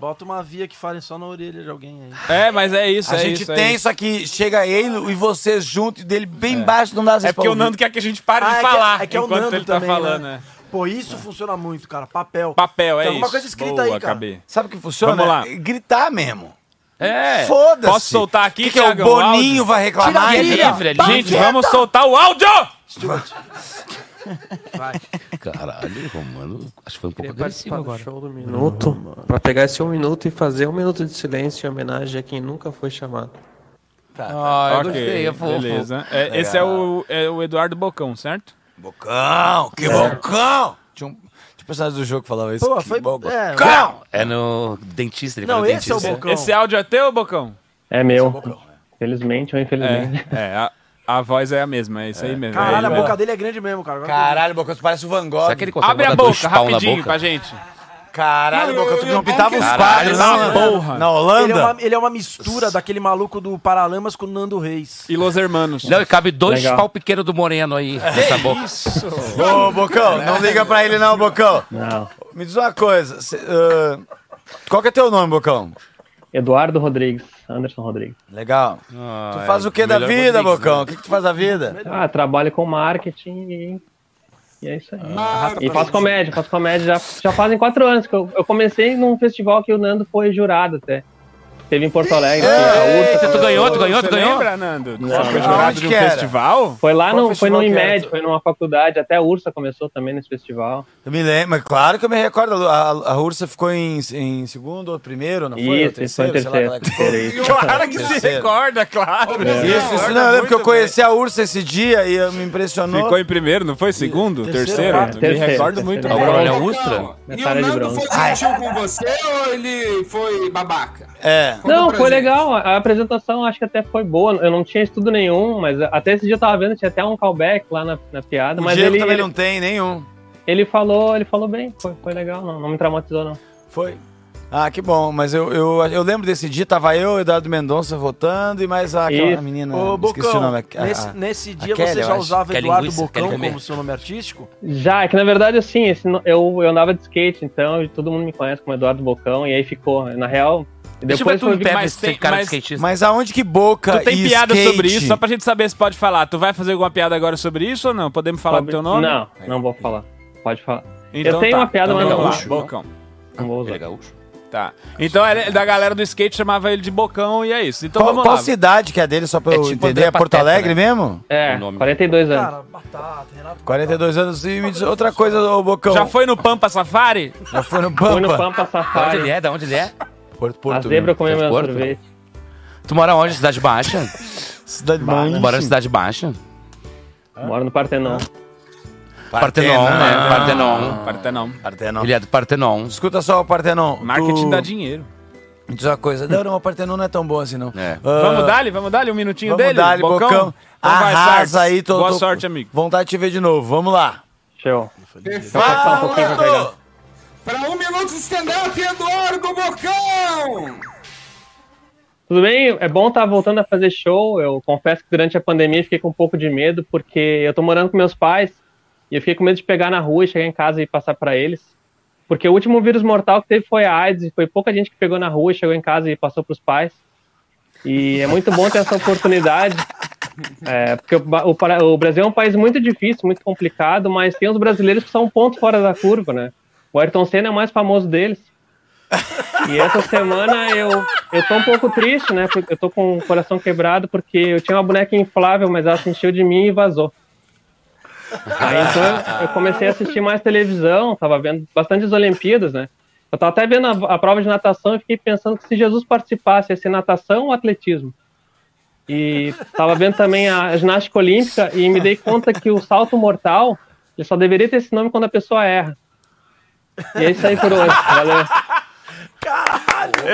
[SPEAKER 4] Bota uma via que fale só na orelha de alguém aí.
[SPEAKER 5] é, mas é isso,
[SPEAKER 8] A
[SPEAKER 5] é
[SPEAKER 8] gente
[SPEAKER 5] isso.
[SPEAKER 8] tem,
[SPEAKER 5] é isso.
[SPEAKER 8] só que chega ele e vocês junto e dele bem baixo, não dá as
[SPEAKER 5] É porque o Nando quer que a gente pare
[SPEAKER 4] Ah,
[SPEAKER 5] de
[SPEAKER 4] é que-
[SPEAKER 5] falar
[SPEAKER 4] é que é o
[SPEAKER 5] enquanto
[SPEAKER 4] Nando
[SPEAKER 5] ele tá
[SPEAKER 4] também,
[SPEAKER 5] falando.
[SPEAKER 4] né?
[SPEAKER 5] né?
[SPEAKER 4] Pô, isso funciona muito, cara. Papel.
[SPEAKER 5] Papel, é
[SPEAKER 4] Tem
[SPEAKER 5] isso.
[SPEAKER 4] alguma coisa escrita
[SPEAKER 5] Boa,
[SPEAKER 4] aí, cara.
[SPEAKER 5] KB.
[SPEAKER 8] Sabe o que funciona?
[SPEAKER 5] Vamos lá.
[SPEAKER 8] É Gritar mesmo.
[SPEAKER 3] É.
[SPEAKER 8] Foda-se.
[SPEAKER 5] Posso soltar aqui,
[SPEAKER 8] O que, que é o
[SPEAKER 5] Thiago, o áudio?
[SPEAKER 8] Boninho vai reclamar?
[SPEAKER 3] Tira a
[SPEAKER 8] hein?
[SPEAKER 3] trilha. livre, ele-
[SPEAKER 5] Gente, vamos soltar o áudio!
[SPEAKER 3] É Caralho, Romano. Acho que foi um pouco agressivo
[SPEAKER 12] participar é do
[SPEAKER 3] agora.
[SPEAKER 12] show do minuto pra pegar esse um minuto e fazer um minuto de silêncio em homenagem a quem nunca foi chamado.
[SPEAKER 3] Ah, eu gostei, é fofo.
[SPEAKER 5] beleza. É, esse é o, é o Eduardo Bocão, certo? É.
[SPEAKER 8] Bocão, que bocão! Tinha um, tinha um personagem do jogo que falava isso.
[SPEAKER 4] Pô,
[SPEAKER 8] que
[SPEAKER 4] foi-
[SPEAKER 8] bocão.
[SPEAKER 4] é.
[SPEAKER 3] É no dentista, ele
[SPEAKER 4] Não,
[SPEAKER 3] foi no
[SPEAKER 4] esse é o
[SPEAKER 3] dentista.
[SPEAKER 4] Bocão.
[SPEAKER 5] Esse áudio é teu, Bocão?
[SPEAKER 12] É meu. Felizmente ou Então, infelizmente.
[SPEAKER 5] É, é a, a voz é a mesma, é isso aí mesmo.
[SPEAKER 4] Caralho,
[SPEAKER 5] é ele
[SPEAKER 4] a boca
[SPEAKER 5] mesmo.
[SPEAKER 4] dele é grande mesmo, cara. Agora
[SPEAKER 8] Caralho, bocão, tu parece o Van Gogh.
[SPEAKER 3] Será que ele consegue
[SPEAKER 5] Abre a
[SPEAKER 3] botar dois
[SPEAKER 5] boca,
[SPEAKER 3] pau na
[SPEAKER 5] rapidinho,
[SPEAKER 3] boca?
[SPEAKER 5] pra gente.
[SPEAKER 8] Caralho, bocão, tu não pintava os
[SPEAKER 3] Caralho,
[SPEAKER 8] quadros na,
[SPEAKER 5] na porra.
[SPEAKER 4] que-
[SPEAKER 8] na
[SPEAKER 4] Ele é, uma,
[SPEAKER 8] Holanda?
[SPEAKER 4] ele é uma mistura daquele maluco do Paralamas com o Nando Reis.
[SPEAKER 5] E Los Hermanos.
[SPEAKER 3] Não, e cabe dois
[SPEAKER 12] Legal.
[SPEAKER 3] pau pequeno do Moreno aí
[SPEAKER 8] É
[SPEAKER 3] nessa boca.
[SPEAKER 8] Ô, bocão, não liga pra ele não, bocão.
[SPEAKER 12] Não.
[SPEAKER 8] Me diz uma coisa. cê, ah, qual que é teu nome, bocão?
[SPEAKER 12] Eduardo Rodrigues, Anderson Rodrigues.
[SPEAKER 8] Legal. ah, tu faz o que da
[SPEAKER 3] melhor
[SPEAKER 8] vida,
[SPEAKER 3] Rodrigues,
[SPEAKER 5] né?
[SPEAKER 8] bocão? O que, que tu faz da vida?
[SPEAKER 12] Ah, trabalho com marketing e, e é isso aí. E faço comédia, faço comédia já, já fazem quatro anos. que eu, eu comecei num festival que o Nando foi jurado até. Teve em Porto Alegre. assim, a Urca
[SPEAKER 3] Tu ganhou, tu ganhou,
[SPEAKER 5] Você
[SPEAKER 3] tu ganhou?
[SPEAKER 5] lembra, Nando?
[SPEAKER 12] Não.
[SPEAKER 5] Você foi
[SPEAKER 8] Aonde
[SPEAKER 5] jurado de um
[SPEAKER 8] que era?
[SPEAKER 5] festival?
[SPEAKER 12] Foi lá,
[SPEAKER 8] Qual
[SPEAKER 12] no, foi no
[SPEAKER 8] festival que era?
[SPEAKER 12] IMED, foi numa faculdade, até a Ursa começou também nesse festival.
[SPEAKER 8] Eu me lembro, mas claro que eu me recordo. A, a Ursa ficou em, em segundo ou primeiro, não foi? Ou
[SPEAKER 12] Isso, isso foi em
[SPEAKER 8] sei lá qual
[SPEAKER 12] terceiro.
[SPEAKER 8] é que ficou.
[SPEAKER 12] terceiro, isso.
[SPEAKER 5] Claro que se
[SPEAKER 8] Terceiro.
[SPEAKER 5] recorda, claro.
[SPEAKER 12] É.
[SPEAKER 8] Isso, isso não, eu lembro que eu conheci a Ursa esse dia e eu- me impressionou.
[SPEAKER 5] Ficou em primeiro, não foi? Segundo? Terceiro?
[SPEAKER 12] quarto.
[SPEAKER 5] Me recordo
[SPEAKER 12] Terceiro, é
[SPEAKER 5] muito
[SPEAKER 12] terceiro.
[SPEAKER 5] bem. Ah, é
[SPEAKER 3] Agora olha a
[SPEAKER 1] Então,
[SPEAKER 3] Ustra.
[SPEAKER 1] E
[SPEAKER 12] Medalha
[SPEAKER 1] o
[SPEAKER 12] de
[SPEAKER 1] Nando
[SPEAKER 12] bronze.
[SPEAKER 1] foi gentil com você ou ele foi babaca?
[SPEAKER 8] É.
[SPEAKER 1] Conta
[SPEAKER 12] Não,
[SPEAKER 1] pra
[SPEAKER 12] foi
[SPEAKER 1] gente.
[SPEAKER 12] legal. A a apresentação acho que até foi boa. Eu não tinha estudo nenhum, mas até esse dia eu tava vendo, tinha até um callback lá na, na piada.
[SPEAKER 8] O
[SPEAKER 12] mas
[SPEAKER 8] Diego
[SPEAKER 12] ele,
[SPEAKER 8] também
[SPEAKER 12] ele,
[SPEAKER 8] não tem nenhum.
[SPEAKER 12] ele falou, ele falou bem, foi, foi legal, não, não me traumatizou, não.
[SPEAKER 8] Foi. Ah, que bom, mas eu, eu, eu lembro desse dia, tava eu, Eduardo Mendonça votando e mais a, aquela
[SPEAKER 4] Isso.
[SPEAKER 8] menina.
[SPEAKER 4] Ô,
[SPEAKER 8] esqueci
[SPEAKER 4] Bocão,
[SPEAKER 8] o nome. a- a-
[SPEAKER 4] nesse,
[SPEAKER 8] a-
[SPEAKER 4] nesse
[SPEAKER 8] a
[SPEAKER 4] dia
[SPEAKER 8] Kelly,
[SPEAKER 4] você
[SPEAKER 8] Ah, eu
[SPEAKER 4] já
[SPEAKER 8] acho.
[SPEAKER 4] usava
[SPEAKER 8] Quer
[SPEAKER 4] Eduardo
[SPEAKER 8] linguiça? Quer
[SPEAKER 4] Bocão
[SPEAKER 8] comer?
[SPEAKER 4] como seu nome artístico?
[SPEAKER 12] Já, é que na verdade, assim, esse no- eu, eu andava de skate, então e todo mundo me conhece como Eduardo Bocão, e aí ficou, na real. E
[SPEAKER 5] Deixa eu
[SPEAKER 12] depois
[SPEAKER 5] ver tu
[SPEAKER 12] foi
[SPEAKER 5] em pé, mas tem- mas-
[SPEAKER 8] Mas aonde que boca
[SPEAKER 5] Tu tem
[SPEAKER 8] e
[SPEAKER 5] piada
[SPEAKER 8] skate?
[SPEAKER 5] sobre isso, só pra gente saber se pode falar. Tu vai fazer alguma piada agora sobre isso ou não? Podemos falar do teu nome? É
[SPEAKER 12] Não, não vou falar. Pode falar.
[SPEAKER 5] Então
[SPEAKER 12] eu tenho
[SPEAKER 5] tá.
[SPEAKER 12] uma piada,
[SPEAKER 5] Então
[SPEAKER 12] mas não
[SPEAKER 5] vamos lá,
[SPEAKER 12] uso.
[SPEAKER 5] Bocão.
[SPEAKER 12] Não vou usar.
[SPEAKER 5] Tá. Então ele- da galera do skate chamava ele de Bocão e é isso. Então
[SPEAKER 8] Qual,
[SPEAKER 5] vamos
[SPEAKER 8] qual
[SPEAKER 5] lá.
[SPEAKER 8] cidade que é dele, só pra
[SPEAKER 5] É
[SPEAKER 8] eu
[SPEAKER 5] tipo
[SPEAKER 8] entender?
[SPEAKER 5] André
[SPEAKER 8] É Porto
[SPEAKER 5] Pateta,
[SPEAKER 8] Alegre
[SPEAKER 5] né?
[SPEAKER 8] mesmo?
[SPEAKER 12] É, 42 anos.
[SPEAKER 8] 42 anos e me diz outra coisa, ô Bocão.
[SPEAKER 5] Já foi no Pampa Safari?
[SPEAKER 8] Já foi no
[SPEAKER 12] Fui no
[SPEAKER 8] Pampa.
[SPEAKER 12] Pampa Safari.
[SPEAKER 3] Da onde ele é? Da onde ele é?
[SPEAKER 8] Porto,
[SPEAKER 12] A zebra comeu meu
[SPEAKER 3] Porto?
[SPEAKER 12] sorvete.
[SPEAKER 3] Tu mora onde? Cidade Baixa?
[SPEAKER 8] Cidade
[SPEAKER 12] Baixa.
[SPEAKER 3] Tu mora na Cidade Baixa?
[SPEAKER 12] Moro no Partenon.
[SPEAKER 3] Partenon, né?
[SPEAKER 5] Partenon.
[SPEAKER 3] Partenon.
[SPEAKER 5] Ah, Partenon.
[SPEAKER 8] Partenon.
[SPEAKER 3] Ele é do Partenon.
[SPEAKER 8] Escuta só o Partenon.
[SPEAKER 5] Marketing
[SPEAKER 8] tu-
[SPEAKER 5] dá dinheiro.
[SPEAKER 8] Me diz uma coisa. Não, não, o Partenon não é tão bom assim, não. Ah,
[SPEAKER 5] Vamos dar-lhe? Vamos dar-lhe um minutinho
[SPEAKER 8] Vamos
[SPEAKER 5] dele?
[SPEAKER 8] dar, Bocão.
[SPEAKER 5] Então vai, Sartes.
[SPEAKER 8] Arrasa aí, todo
[SPEAKER 5] Boa sorte, amigo.
[SPEAKER 8] Vontade de te ver de novo. Vamos lá.
[SPEAKER 12] Show.
[SPEAKER 8] Fala, Edu!
[SPEAKER 1] Para um minuto de stand-up, Eduardo Bocão!
[SPEAKER 12] Tudo bem? É bom estar voltando a fazer show. Eu confesso que durante a pandemia eu fiquei com um pouco de medo, porque eu tô morando com meus pais e eu fiquei com medo de pegar na rua e chegar em casa e passar para eles. Porque o último vírus mortal que teve foi a AIDS, e foi pouca gente que pegou na rua, chegou em casa e passou para os pais. E é muito bom ter essa oportunidade. É, porque o, ba- o para- o Brasil é um país muito difícil, muito complicado, mas tem os brasileiros que são um ponto fora da curva, né? O Ayrton Senna é o mais famoso deles. E essa semana eu, eu tô um pouco triste, né? porque Eu tô com o coração quebrado porque eu tinha uma boneca inflável, mas ela se encheu de mim e vazou. Aí então eu- eu comecei a assistir mais televisão, tava vendo bastante as Olimpíadas, né? Eu tava até vendo a, a prova de natação e fiquei pensando que se Jesus participasse, ia ser natação ou atletismo? E tava vendo também a ginástica olímpica e me dei conta que o salto mortal, ele só deveria ter esse nome quando a pessoa erra. E é isso aí por hoje. Valeu.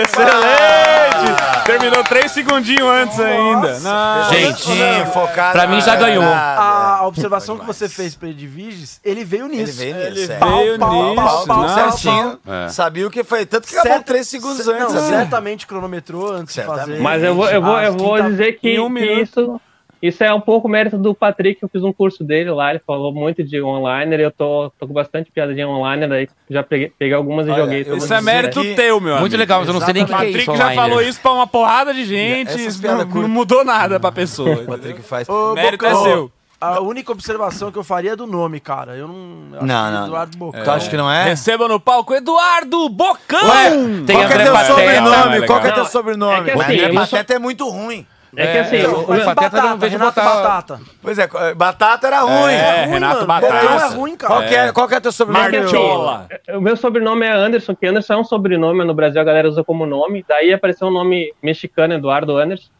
[SPEAKER 5] Excelente! Terminou três segundinhos antes ainda. Não.
[SPEAKER 3] Gente,
[SPEAKER 4] Não,
[SPEAKER 3] focado Ah, pra mim já ganhou.
[SPEAKER 4] A, a observação que você fez pra Edviges, ele veio nisso.
[SPEAKER 8] veio nisso, é.
[SPEAKER 4] Pau,
[SPEAKER 8] Veio
[SPEAKER 4] pau, pau,
[SPEAKER 8] nisso,
[SPEAKER 4] pau,
[SPEAKER 8] não.
[SPEAKER 4] pau,
[SPEAKER 8] Certinho.
[SPEAKER 4] pau.
[SPEAKER 8] É. Sabia o que foi, tanto que acabou três segundos
[SPEAKER 4] não,
[SPEAKER 8] antes, né?
[SPEAKER 4] Certamente cronometrou antes de fazer.
[SPEAKER 12] Mas eu vou, eu vou, eu
[SPEAKER 4] Ah,
[SPEAKER 12] vou
[SPEAKER 4] quinta-
[SPEAKER 12] dizer que,
[SPEAKER 4] em um
[SPEAKER 12] que
[SPEAKER 4] minuto.
[SPEAKER 12] isso, isso é um pouco mérito do Patrick, eu fiz um curso dele lá, ele falou muito de online, eu tô, tô com bastante piadinha online, daí já peguei, peguei algumas e
[SPEAKER 5] Olha,
[SPEAKER 12] joguei.
[SPEAKER 5] Isso é mérito teu, meu amigo.
[SPEAKER 3] Muito legal, mas eu não sei nem o que que é
[SPEAKER 5] Patrick
[SPEAKER 3] isso
[SPEAKER 5] já
[SPEAKER 3] online.
[SPEAKER 5] falou isso pra uma porrada de gente,
[SPEAKER 4] Essas
[SPEAKER 5] isso
[SPEAKER 4] piadas
[SPEAKER 5] não, não mudou nada pra pessoa. Patrick
[SPEAKER 8] faz.
[SPEAKER 4] Ô,
[SPEAKER 5] mérito
[SPEAKER 4] Bocão,
[SPEAKER 5] é seu.
[SPEAKER 4] A única observação que eu faria é do nome, cara. Eu não. eu acho
[SPEAKER 8] Não,
[SPEAKER 4] que
[SPEAKER 8] não,
[SPEAKER 4] Eduardo
[SPEAKER 8] não.
[SPEAKER 4] Bocão.
[SPEAKER 8] Tu acha que não é?
[SPEAKER 5] Receba no palco Eduardo Bocão!
[SPEAKER 8] Qual que é teu sobrenome? Qual que é teu
[SPEAKER 12] Não,
[SPEAKER 8] sobrenome?
[SPEAKER 12] é que assim,
[SPEAKER 8] Mas André
[SPEAKER 12] eu não sou-
[SPEAKER 8] Pateta é muito ruim.
[SPEAKER 12] É que assim, o-
[SPEAKER 8] Renato
[SPEAKER 12] Pateta
[SPEAKER 8] Batata,
[SPEAKER 12] não vejo
[SPEAKER 8] Renato
[SPEAKER 12] botar-
[SPEAKER 8] Batata. Pois é, Batata era ruim.
[SPEAKER 5] É,
[SPEAKER 8] Ruim,
[SPEAKER 5] Renato
[SPEAKER 8] mano.
[SPEAKER 5] Batata.
[SPEAKER 8] Bocão é ruim, cara. Qual que é, qual que é teu sobrenome?
[SPEAKER 12] Porque, assim,
[SPEAKER 5] Martiola.
[SPEAKER 12] O meu sobrenome é Anderson, que Anderson é um sobrenome, no Brasil a galera usa como nome. Daí apareceu um nome mexicano, Eduardo Anderson.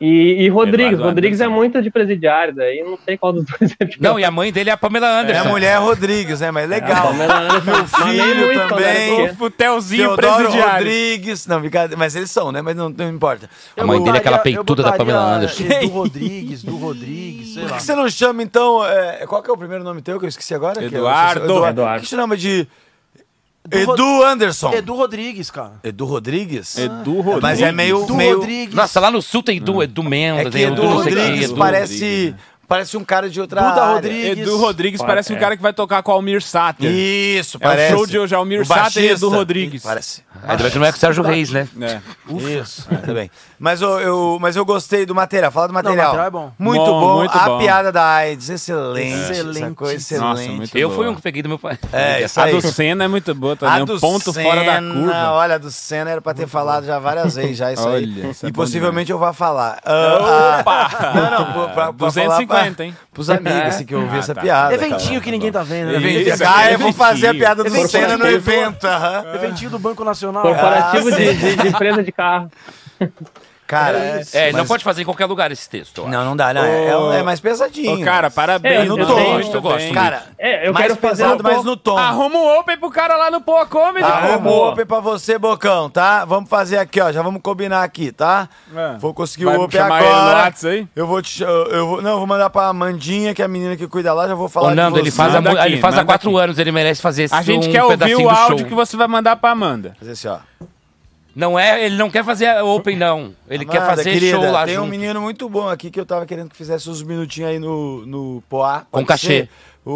[SPEAKER 12] E, e Rodrigues.
[SPEAKER 3] Eduardo
[SPEAKER 12] Rodrigues é muito de presidiário, daí não sei qual dos dois é pior.
[SPEAKER 3] Não, e a mãe dele é a Pamela
[SPEAKER 8] É a
[SPEAKER 3] Anderson.
[SPEAKER 8] mulher Rodrigues, né? Mas legal.
[SPEAKER 12] É Pamela Anderson.
[SPEAKER 8] Meu
[SPEAKER 12] Mas nem
[SPEAKER 8] filho
[SPEAKER 12] muito,
[SPEAKER 8] também.
[SPEAKER 12] né?
[SPEAKER 5] O Futelzinho
[SPEAKER 8] Teodoro
[SPEAKER 5] presidiário.
[SPEAKER 8] Rodrigues. Não, brincadeira, mas eles são, né? Mas não, não importa.
[SPEAKER 3] A mãe dele é aquela
[SPEAKER 4] Eu
[SPEAKER 3] peituda da
[SPEAKER 4] botaria eh,
[SPEAKER 3] Pamela Anderson.
[SPEAKER 4] Do Rodrigues, do Rodrigues, sei
[SPEAKER 8] Por
[SPEAKER 4] lá.
[SPEAKER 8] que você não chama, então. é, qual que é o primeiro nome teu que eu esqueci agora? Que eu-
[SPEAKER 5] Eduardo.
[SPEAKER 8] Por é que você chama de.
[SPEAKER 4] Do Ro-
[SPEAKER 8] Edu Anderson.
[SPEAKER 4] Edu Rodrigues, cara.
[SPEAKER 8] Edu Rodrigues?
[SPEAKER 5] Edu Rodrigues. Hum.
[SPEAKER 8] Mas é meio.
[SPEAKER 4] Edu
[SPEAKER 8] meio...
[SPEAKER 4] Rodrigues.
[SPEAKER 3] Nossa, lá no sul tem Edu, Edu
[SPEAKER 8] É
[SPEAKER 3] Mendes,
[SPEAKER 8] que
[SPEAKER 3] tem
[SPEAKER 8] Edu
[SPEAKER 3] Edu não sei quem,
[SPEAKER 8] Rodrigues
[SPEAKER 3] Edu
[SPEAKER 8] parece, parece um cara de outra
[SPEAKER 4] Duda
[SPEAKER 8] área. é.
[SPEAKER 4] Rodrigues.
[SPEAKER 5] né? Edu Rodrigues parece um cara que vai tocar com o Almir Sater.
[SPEAKER 8] Isso,
[SPEAKER 5] É
[SPEAKER 8] parece.
[SPEAKER 5] o show de hoje, Almir
[SPEAKER 8] O
[SPEAKER 5] Sater e Edu
[SPEAKER 8] baixista.
[SPEAKER 5] Rodrigues.
[SPEAKER 8] Parece.
[SPEAKER 3] Na verdade não é com o Sérgio Reis, né?
[SPEAKER 5] É.
[SPEAKER 8] Isso. Tudo bem. Mas eu, eu- mas eu gostei do material. Fala do material.
[SPEAKER 4] material é bom.
[SPEAKER 8] Muito
[SPEAKER 5] Bom,
[SPEAKER 8] bom.
[SPEAKER 5] muito
[SPEAKER 8] a
[SPEAKER 5] bom.
[SPEAKER 8] piada da AIDS, excelente.
[SPEAKER 4] Excelente.
[SPEAKER 8] Essa coisa, excelente.
[SPEAKER 5] Nossa, muito
[SPEAKER 3] Eu
[SPEAKER 5] boa.
[SPEAKER 3] fui um que peguei do meu pai.
[SPEAKER 8] É, isso
[SPEAKER 5] A
[SPEAKER 8] aí.
[SPEAKER 5] do Senna é muito boa
[SPEAKER 8] A
[SPEAKER 5] também. Um
[SPEAKER 8] do
[SPEAKER 5] ponto
[SPEAKER 8] Senna,
[SPEAKER 5] fora da curva.
[SPEAKER 8] Olha, a do Senna era pra ter falado já várias vezes, já isso
[SPEAKER 5] Olha,
[SPEAKER 8] aí.
[SPEAKER 5] isso é
[SPEAKER 8] e
[SPEAKER 5] bom
[SPEAKER 8] possivelmente eu vá falar. Ah,
[SPEAKER 5] Opa!
[SPEAKER 8] ah, não, não, pra, pra, pra
[SPEAKER 5] 250,
[SPEAKER 8] falar pra,
[SPEAKER 5] hein?
[SPEAKER 8] Pros
[SPEAKER 4] É.
[SPEAKER 8] amigos, assim, que eu ouvi
[SPEAKER 5] Ah,
[SPEAKER 8] essa
[SPEAKER 5] tá.
[SPEAKER 8] piada.
[SPEAKER 4] Eventinho que ninguém tá vendo. né?
[SPEAKER 5] Eventinho.
[SPEAKER 8] Eventinho.
[SPEAKER 5] Isso,
[SPEAKER 8] Ah, eu
[SPEAKER 5] eventinho.
[SPEAKER 8] vou fazer a piada do
[SPEAKER 4] Eventinho.
[SPEAKER 8] Senna no evento. aham.
[SPEAKER 4] Eventinho do Banco Nacional.
[SPEAKER 12] Corporativo
[SPEAKER 8] Ah,
[SPEAKER 12] de, de, de empresa de carro.
[SPEAKER 8] Cara,
[SPEAKER 3] é,
[SPEAKER 8] isso.
[SPEAKER 3] é, não
[SPEAKER 8] Mas-
[SPEAKER 3] pode fazer em qualquer lugar esse texto. eu
[SPEAKER 8] Não, não dá, não. É-
[SPEAKER 3] Ô,
[SPEAKER 8] é, é mais pesadinho.
[SPEAKER 3] ô, cara, parabéns,
[SPEAKER 8] É, no
[SPEAKER 3] eu
[SPEAKER 8] tom.
[SPEAKER 3] gosto, eu gosto.
[SPEAKER 8] Cara,
[SPEAKER 3] É, eu
[SPEAKER 8] mais
[SPEAKER 3] quero fazer
[SPEAKER 8] pesado,
[SPEAKER 3] um
[SPEAKER 8] mas
[SPEAKER 3] tom.
[SPEAKER 8] no tom.
[SPEAKER 5] Arruma um open pro cara lá no Poa Comedy,
[SPEAKER 8] Arruma
[SPEAKER 5] pô.
[SPEAKER 8] o open pra você, Bocão, tá? Vamos fazer aqui, ó. Já vamos combinar aqui, tá?
[SPEAKER 5] É.
[SPEAKER 8] Vou conseguir
[SPEAKER 5] Vai
[SPEAKER 8] o
[SPEAKER 5] me
[SPEAKER 8] open
[SPEAKER 5] chamar ele no
[SPEAKER 8] agora.
[SPEAKER 5] Whats aí?
[SPEAKER 8] Eu vou te... Eu eu vou, não, eu vou mandar pra Amandinha, que é a menina que cuida lá. Já vou falar
[SPEAKER 3] Ô, Nando,
[SPEAKER 8] de
[SPEAKER 3] ele
[SPEAKER 8] você.
[SPEAKER 3] faz, há, mu- ele faz há quatro anos, ele merece fazer esse
[SPEAKER 5] A gente
[SPEAKER 3] um
[SPEAKER 5] quer ouvir
[SPEAKER 3] pedacinho
[SPEAKER 5] o
[SPEAKER 3] do
[SPEAKER 5] áudio
[SPEAKER 3] show.
[SPEAKER 5] que você vai mandar pra Amanda.
[SPEAKER 8] Fazer assim, ó.
[SPEAKER 3] Não é, ele não quer fazer a open, não. Ele quer
[SPEAKER 8] Amanda,
[SPEAKER 3] fazer
[SPEAKER 8] Ah, querida,
[SPEAKER 3] show lá
[SPEAKER 8] Tem um
[SPEAKER 3] junto.
[SPEAKER 8] menino muito bom aqui que eu tava querendo que fizesse uns minutinhos aí no, no Poá.
[SPEAKER 3] Com
[SPEAKER 8] pode
[SPEAKER 3] cachê.
[SPEAKER 8] ser? O,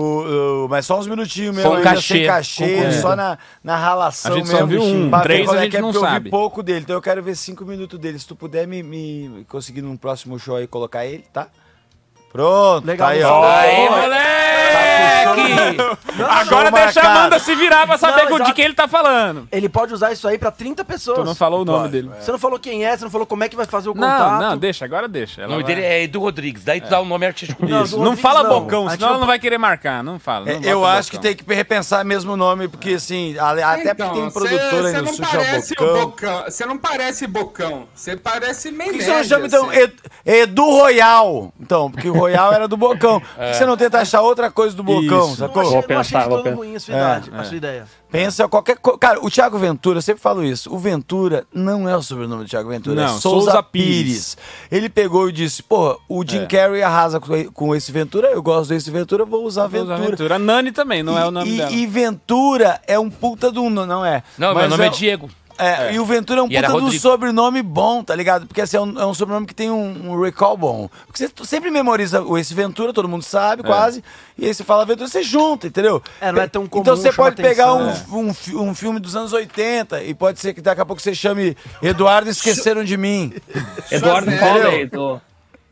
[SPEAKER 8] o- mas só uns minutinhos mesmo,
[SPEAKER 3] Com
[SPEAKER 8] ainda
[SPEAKER 3] cachê,
[SPEAKER 8] sem cachê,
[SPEAKER 3] com conteúdo.
[SPEAKER 8] só na, na ralação
[SPEAKER 3] A gente
[SPEAKER 8] mesmo.
[SPEAKER 3] só viu um,
[SPEAKER 8] pra ver
[SPEAKER 3] três
[SPEAKER 8] qual
[SPEAKER 3] a
[SPEAKER 8] é
[SPEAKER 3] gente
[SPEAKER 8] que é,
[SPEAKER 3] não
[SPEAKER 8] porque Eu vi
[SPEAKER 3] sabe.
[SPEAKER 8] pouco dele, então eu quero ver cinco minutos dele. Se tu puder me, me conseguir num próximo show aí colocar ele, tá? Pronto,
[SPEAKER 5] Legal,
[SPEAKER 8] tá aí,
[SPEAKER 5] mas-
[SPEAKER 8] ó. Tá
[SPEAKER 5] Aí,
[SPEAKER 8] moleque!
[SPEAKER 5] Agora deixa a Amanda se virar pra saber
[SPEAKER 4] Não,
[SPEAKER 5] de quem ele tá falando.
[SPEAKER 4] Ele pode usar isso aí pra 30 pessoas.
[SPEAKER 5] Tu não falou o nome
[SPEAKER 4] Pode,
[SPEAKER 5] dele.
[SPEAKER 4] é. Você não falou quem é, você não falou como é que vai fazer o
[SPEAKER 5] Não,
[SPEAKER 4] contato.
[SPEAKER 5] não, deixa, agora deixa.
[SPEAKER 3] O nome dele é Edu Rodrigues, daí tu dá o nome artístico
[SPEAKER 5] Não,
[SPEAKER 3] dele.
[SPEAKER 5] não fala bocão, Então, senão ela não vai querer marcar. Não fala.
[SPEAKER 8] É, eu acho que tem que repensar mesmo o nome, porque assim, a- até
[SPEAKER 1] Então,
[SPEAKER 8] porque tem
[SPEAKER 1] cê-
[SPEAKER 8] produtor aí
[SPEAKER 1] cê
[SPEAKER 8] no
[SPEAKER 1] não
[SPEAKER 8] Sushi ao
[SPEAKER 1] parece o
[SPEAKER 8] Bocão.
[SPEAKER 1] Bocão. Você não parece Bocão. Você parece assim. meio
[SPEAKER 8] Por que, que você não chama, então, Ed- Edu Royal? Então, porque o Royal era do Bocão. Por
[SPEAKER 3] É.
[SPEAKER 8] que você não tenta achar outra coisa do Bocão,
[SPEAKER 4] Isso.
[SPEAKER 8] sacou?
[SPEAKER 4] Não achei- Vou não achei pensar, de vou todo pensar. ruim a
[SPEAKER 8] assim,
[SPEAKER 4] sua
[SPEAKER 8] É,
[SPEAKER 3] É,
[SPEAKER 4] idade, a sua ideia.
[SPEAKER 8] Pensa qualquer coisa. Cara, o Thiago Ventura, eu sempre falo isso, o Ventura não é o sobrenome do Thiago Ventura,
[SPEAKER 5] Não,
[SPEAKER 8] é Souza,
[SPEAKER 5] Souza
[SPEAKER 8] Pires.
[SPEAKER 5] Pires.
[SPEAKER 8] Ele pegou e disse, porra, o Jim
[SPEAKER 5] É.
[SPEAKER 8] Carrey arrasa com- com esse Ventura, eu gosto desse Ventura, vou usar Ventura.
[SPEAKER 5] Aventura. A Nani também, não é o nome
[SPEAKER 8] E,
[SPEAKER 5] dela.
[SPEAKER 8] e Ventura é um puta do... Não é.
[SPEAKER 3] Não,
[SPEAKER 8] Mas
[SPEAKER 3] meu nome é,
[SPEAKER 8] o-
[SPEAKER 3] Diego.
[SPEAKER 8] é, E o Ventura é um
[SPEAKER 3] E era
[SPEAKER 8] puta do
[SPEAKER 3] Rodrigo.
[SPEAKER 8] sobrenome bom, tá ligado? Porque assim, é, um, é um sobrenome que tem um, um recall bom. Porque você t- sempre memoriza o esse Ventura, todo mundo sabe,
[SPEAKER 4] É.
[SPEAKER 8] quase. E aí você fala Ventura, você junta, entendeu?
[SPEAKER 4] É, não é tão comum,
[SPEAKER 8] Então você
[SPEAKER 4] chama
[SPEAKER 8] pode pegar um,
[SPEAKER 4] atenção. né? É.
[SPEAKER 8] um, fi- um filme dos anos 80 e pode ser que daqui a pouco você chame Eduardo Esqueceram de Mim.
[SPEAKER 12] Eduardo Foley, do...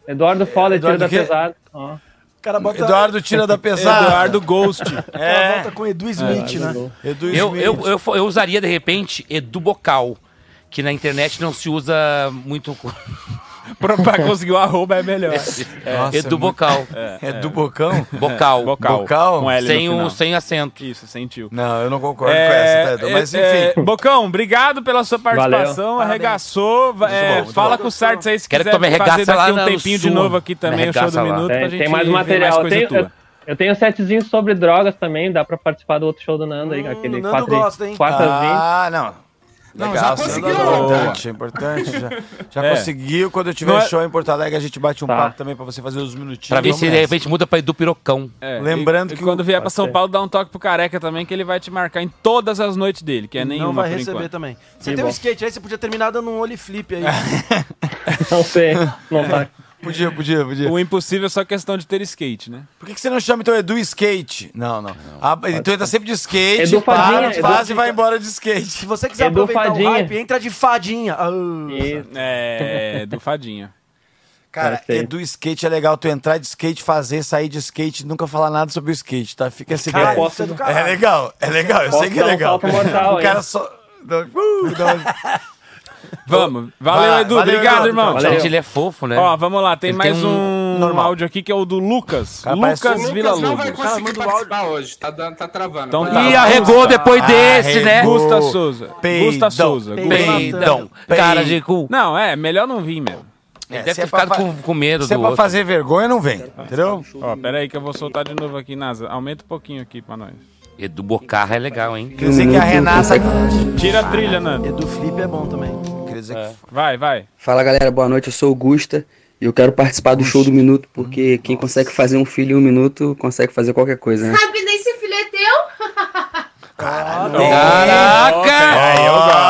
[SPEAKER 12] Eduardo Foley, tira
[SPEAKER 8] Eduardo
[SPEAKER 12] da
[SPEAKER 8] quê?
[SPEAKER 12] pesada. Ó.
[SPEAKER 4] cara bota-
[SPEAKER 8] Eduardo tira da pesada. É.
[SPEAKER 5] Eduardo Ghost.
[SPEAKER 4] Ela volta com Edu Smith,
[SPEAKER 3] É.
[SPEAKER 4] né?
[SPEAKER 8] Edu
[SPEAKER 3] Eu, eu, eu, fo- eu usaria, de repente, Edu Bocal, que na internet não se usa muito. com-
[SPEAKER 5] pra, pra conseguir o arroba é melhor.
[SPEAKER 3] É, Edu Bocal.
[SPEAKER 8] É do Bocão?
[SPEAKER 3] Bocal.
[SPEAKER 5] Bocal. Com L no
[SPEAKER 3] Sem,
[SPEAKER 5] final.
[SPEAKER 3] o, sem acento.
[SPEAKER 5] Isso, sem tio.
[SPEAKER 8] Não, eu não concordo
[SPEAKER 5] É,
[SPEAKER 8] com essa, tá, Edu? Mas enfim.
[SPEAKER 5] é, Bocão, obrigado pela sua participação.
[SPEAKER 8] Valeu.
[SPEAKER 5] Arregaçou. Va-
[SPEAKER 8] Muito
[SPEAKER 5] é,
[SPEAKER 8] bom, muito
[SPEAKER 5] fala
[SPEAKER 8] bom.
[SPEAKER 5] com o Sartes aí se
[SPEAKER 3] Quero que
[SPEAKER 5] quiser
[SPEAKER 3] tu me
[SPEAKER 5] fazer
[SPEAKER 3] arregaça
[SPEAKER 5] daqui
[SPEAKER 3] lá
[SPEAKER 5] um
[SPEAKER 3] no
[SPEAKER 5] tempinho de
[SPEAKER 3] sul.
[SPEAKER 5] novo aqui também,
[SPEAKER 3] Me
[SPEAKER 5] o show do
[SPEAKER 3] arregaça lá.
[SPEAKER 5] minuto. pra
[SPEAKER 12] É, Tem,
[SPEAKER 5] gente
[SPEAKER 12] tem é, mais
[SPEAKER 5] ver
[SPEAKER 12] material.
[SPEAKER 5] coisa
[SPEAKER 12] eu, tenho, eu,
[SPEAKER 5] tua.
[SPEAKER 12] eu tenho setzinho sobre drogas também, dá pra participar do outro show do Nando aí, aquele
[SPEAKER 4] Nando
[SPEAKER 12] quatro,
[SPEAKER 4] gosta, hein?
[SPEAKER 8] Ah, não.
[SPEAKER 1] Não, já
[SPEAKER 8] Legal, sim.
[SPEAKER 1] conseguiu.
[SPEAKER 8] É importante, é importante. Já, já
[SPEAKER 3] É.
[SPEAKER 8] conseguiu. Quando eu tiver
[SPEAKER 3] Não é-
[SPEAKER 8] show em Porto Alegre, a gente bate um
[SPEAKER 3] Tá.
[SPEAKER 8] papo também pra você fazer os minutinhos.
[SPEAKER 3] Pra ver
[SPEAKER 8] Vamos
[SPEAKER 3] se é de
[SPEAKER 8] nessa.
[SPEAKER 3] repente muda pra Edu Pirocão.
[SPEAKER 5] É,
[SPEAKER 8] Lembrando
[SPEAKER 5] e- e
[SPEAKER 8] que o-
[SPEAKER 5] quando vier pra
[SPEAKER 8] Pode
[SPEAKER 5] São
[SPEAKER 8] ser.
[SPEAKER 5] Paulo, dá um toque pro Careca também, que ele vai te marcar em todas as noites dele, que é nenhuma
[SPEAKER 4] não vai
[SPEAKER 5] por
[SPEAKER 4] receber
[SPEAKER 5] enquanto.
[SPEAKER 4] também. Você
[SPEAKER 5] Que
[SPEAKER 4] tem um
[SPEAKER 5] bom.
[SPEAKER 4] skate aí, você podia terminar dando um olho flip aí.
[SPEAKER 12] Não sei, não tá.
[SPEAKER 8] Podia, podia, podia.
[SPEAKER 5] O impossível é só questão de ter skate, né?
[SPEAKER 8] Por que, que você não chama então Edu Skate? Não, não. Ah, então ele tá sempre de skate,
[SPEAKER 5] Edu Fadinha,
[SPEAKER 8] para,
[SPEAKER 5] Edu
[SPEAKER 8] faz e
[SPEAKER 5] Fadinha.
[SPEAKER 8] vai embora de skate. Se
[SPEAKER 4] você quiser
[SPEAKER 8] Edu
[SPEAKER 4] aproveitar
[SPEAKER 8] Fadinha.
[SPEAKER 4] o hype, entra de fadinha. Ah,
[SPEAKER 5] É, do Fadinha.
[SPEAKER 8] Cara, Edu Skate é legal tu entrar de skate, fazer, sair de skate e nunca falar nada sobre o skate, tá? Fica essa
[SPEAKER 4] Cara,
[SPEAKER 8] ideia.
[SPEAKER 4] isso é do caralho.
[SPEAKER 8] é legal, é legal, eu
[SPEAKER 4] Posso
[SPEAKER 8] sei que é
[SPEAKER 4] dar um
[SPEAKER 8] legal.
[SPEAKER 4] salto mortal,
[SPEAKER 8] o cara
[SPEAKER 4] hein?
[SPEAKER 8] só. dá- uh, dá uma-
[SPEAKER 5] Vamos.
[SPEAKER 8] Vai
[SPEAKER 5] Valeu,
[SPEAKER 8] lá,
[SPEAKER 5] Edu.
[SPEAKER 8] valeu,
[SPEAKER 5] Obrigado,
[SPEAKER 8] Edu.
[SPEAKER 5] irmão.
[SPEAKER 8] Valeu. Gente,
[SPEAKER 3] ele é fofo, né?
[SPEAKER 5] Ó, vamos lá. Tem
[SPEAKER 3] Ele tem
[SPEAKER 5] mais
[SPEAKER 3] um-
[SPEAKER 5] um,
[SPEAKER 3] normal.
[SPEAKER 5] áudio aqui que é o do Lucas.
[SPEAKER 1] Cara,
[SPEAKER 5] Lucas,
[SPEAKER 1] parece- o
[SPEAKER 5] Vila
[SPEAKER 1] não
[SPEAKER 5] Lobos.
[SPEAKER 1] vai conseguir participar hoje. Tá, dando- tá travando.
[SPEAKER 5] Então
[SPEAKER 1] Pode
[SPEAKER 5] tá.
[SPEAKER 1] dar.
[SPEAKER 5] Ih,
[SPEAKER 3] arregou depois desse, né?
[SPEAKER 5] Gusta Souza.
[SPEAKER 3] Peidão.
[SPEAKER 5] Gusta Souza. Gusta-
[SPEAKER 3] Peidão. Cara de cu. É,
[SPEAKER 5] Não, é, melhor não vir mesmo.
[SPEAKER 3] Ele deve
[SPEAKER 8] é
[SPEAKER 3] ter ficado com, com medo do outro.
[SPEAKER 8] vergonha, não vem, entendeu?
[SPEAKER 5] Ó, pera aí que eu vou soltar de novo aqui, Nasa. Aumenta um pouquinho aqui pra nós.
[SPEAKER 3] Edu Bocarra é legal, hein?
[SPEAKER 8] Quer dizer que a Renata.
[SPEAKER 5] Tira a
[SPEAKER 14] Ah,
[SPEAKER 5] trilha, Nando.
[SPEAKER 4] Edu Flip é bom também.
[SPEAKER 8] Quer dizer que.
[SPEAKER 5] Vai, vai.
[SPEAKER 14] Fala galera, boa noite. Eu sou o Gusta e eu quero participar do show do minuto porque quem consegue fazer um filho em um minuto consegue fazer qualquer coisa, né?
[SPEAKER 15] Sabe nem se filho é teu?
[SPEAKER 8] Caraca!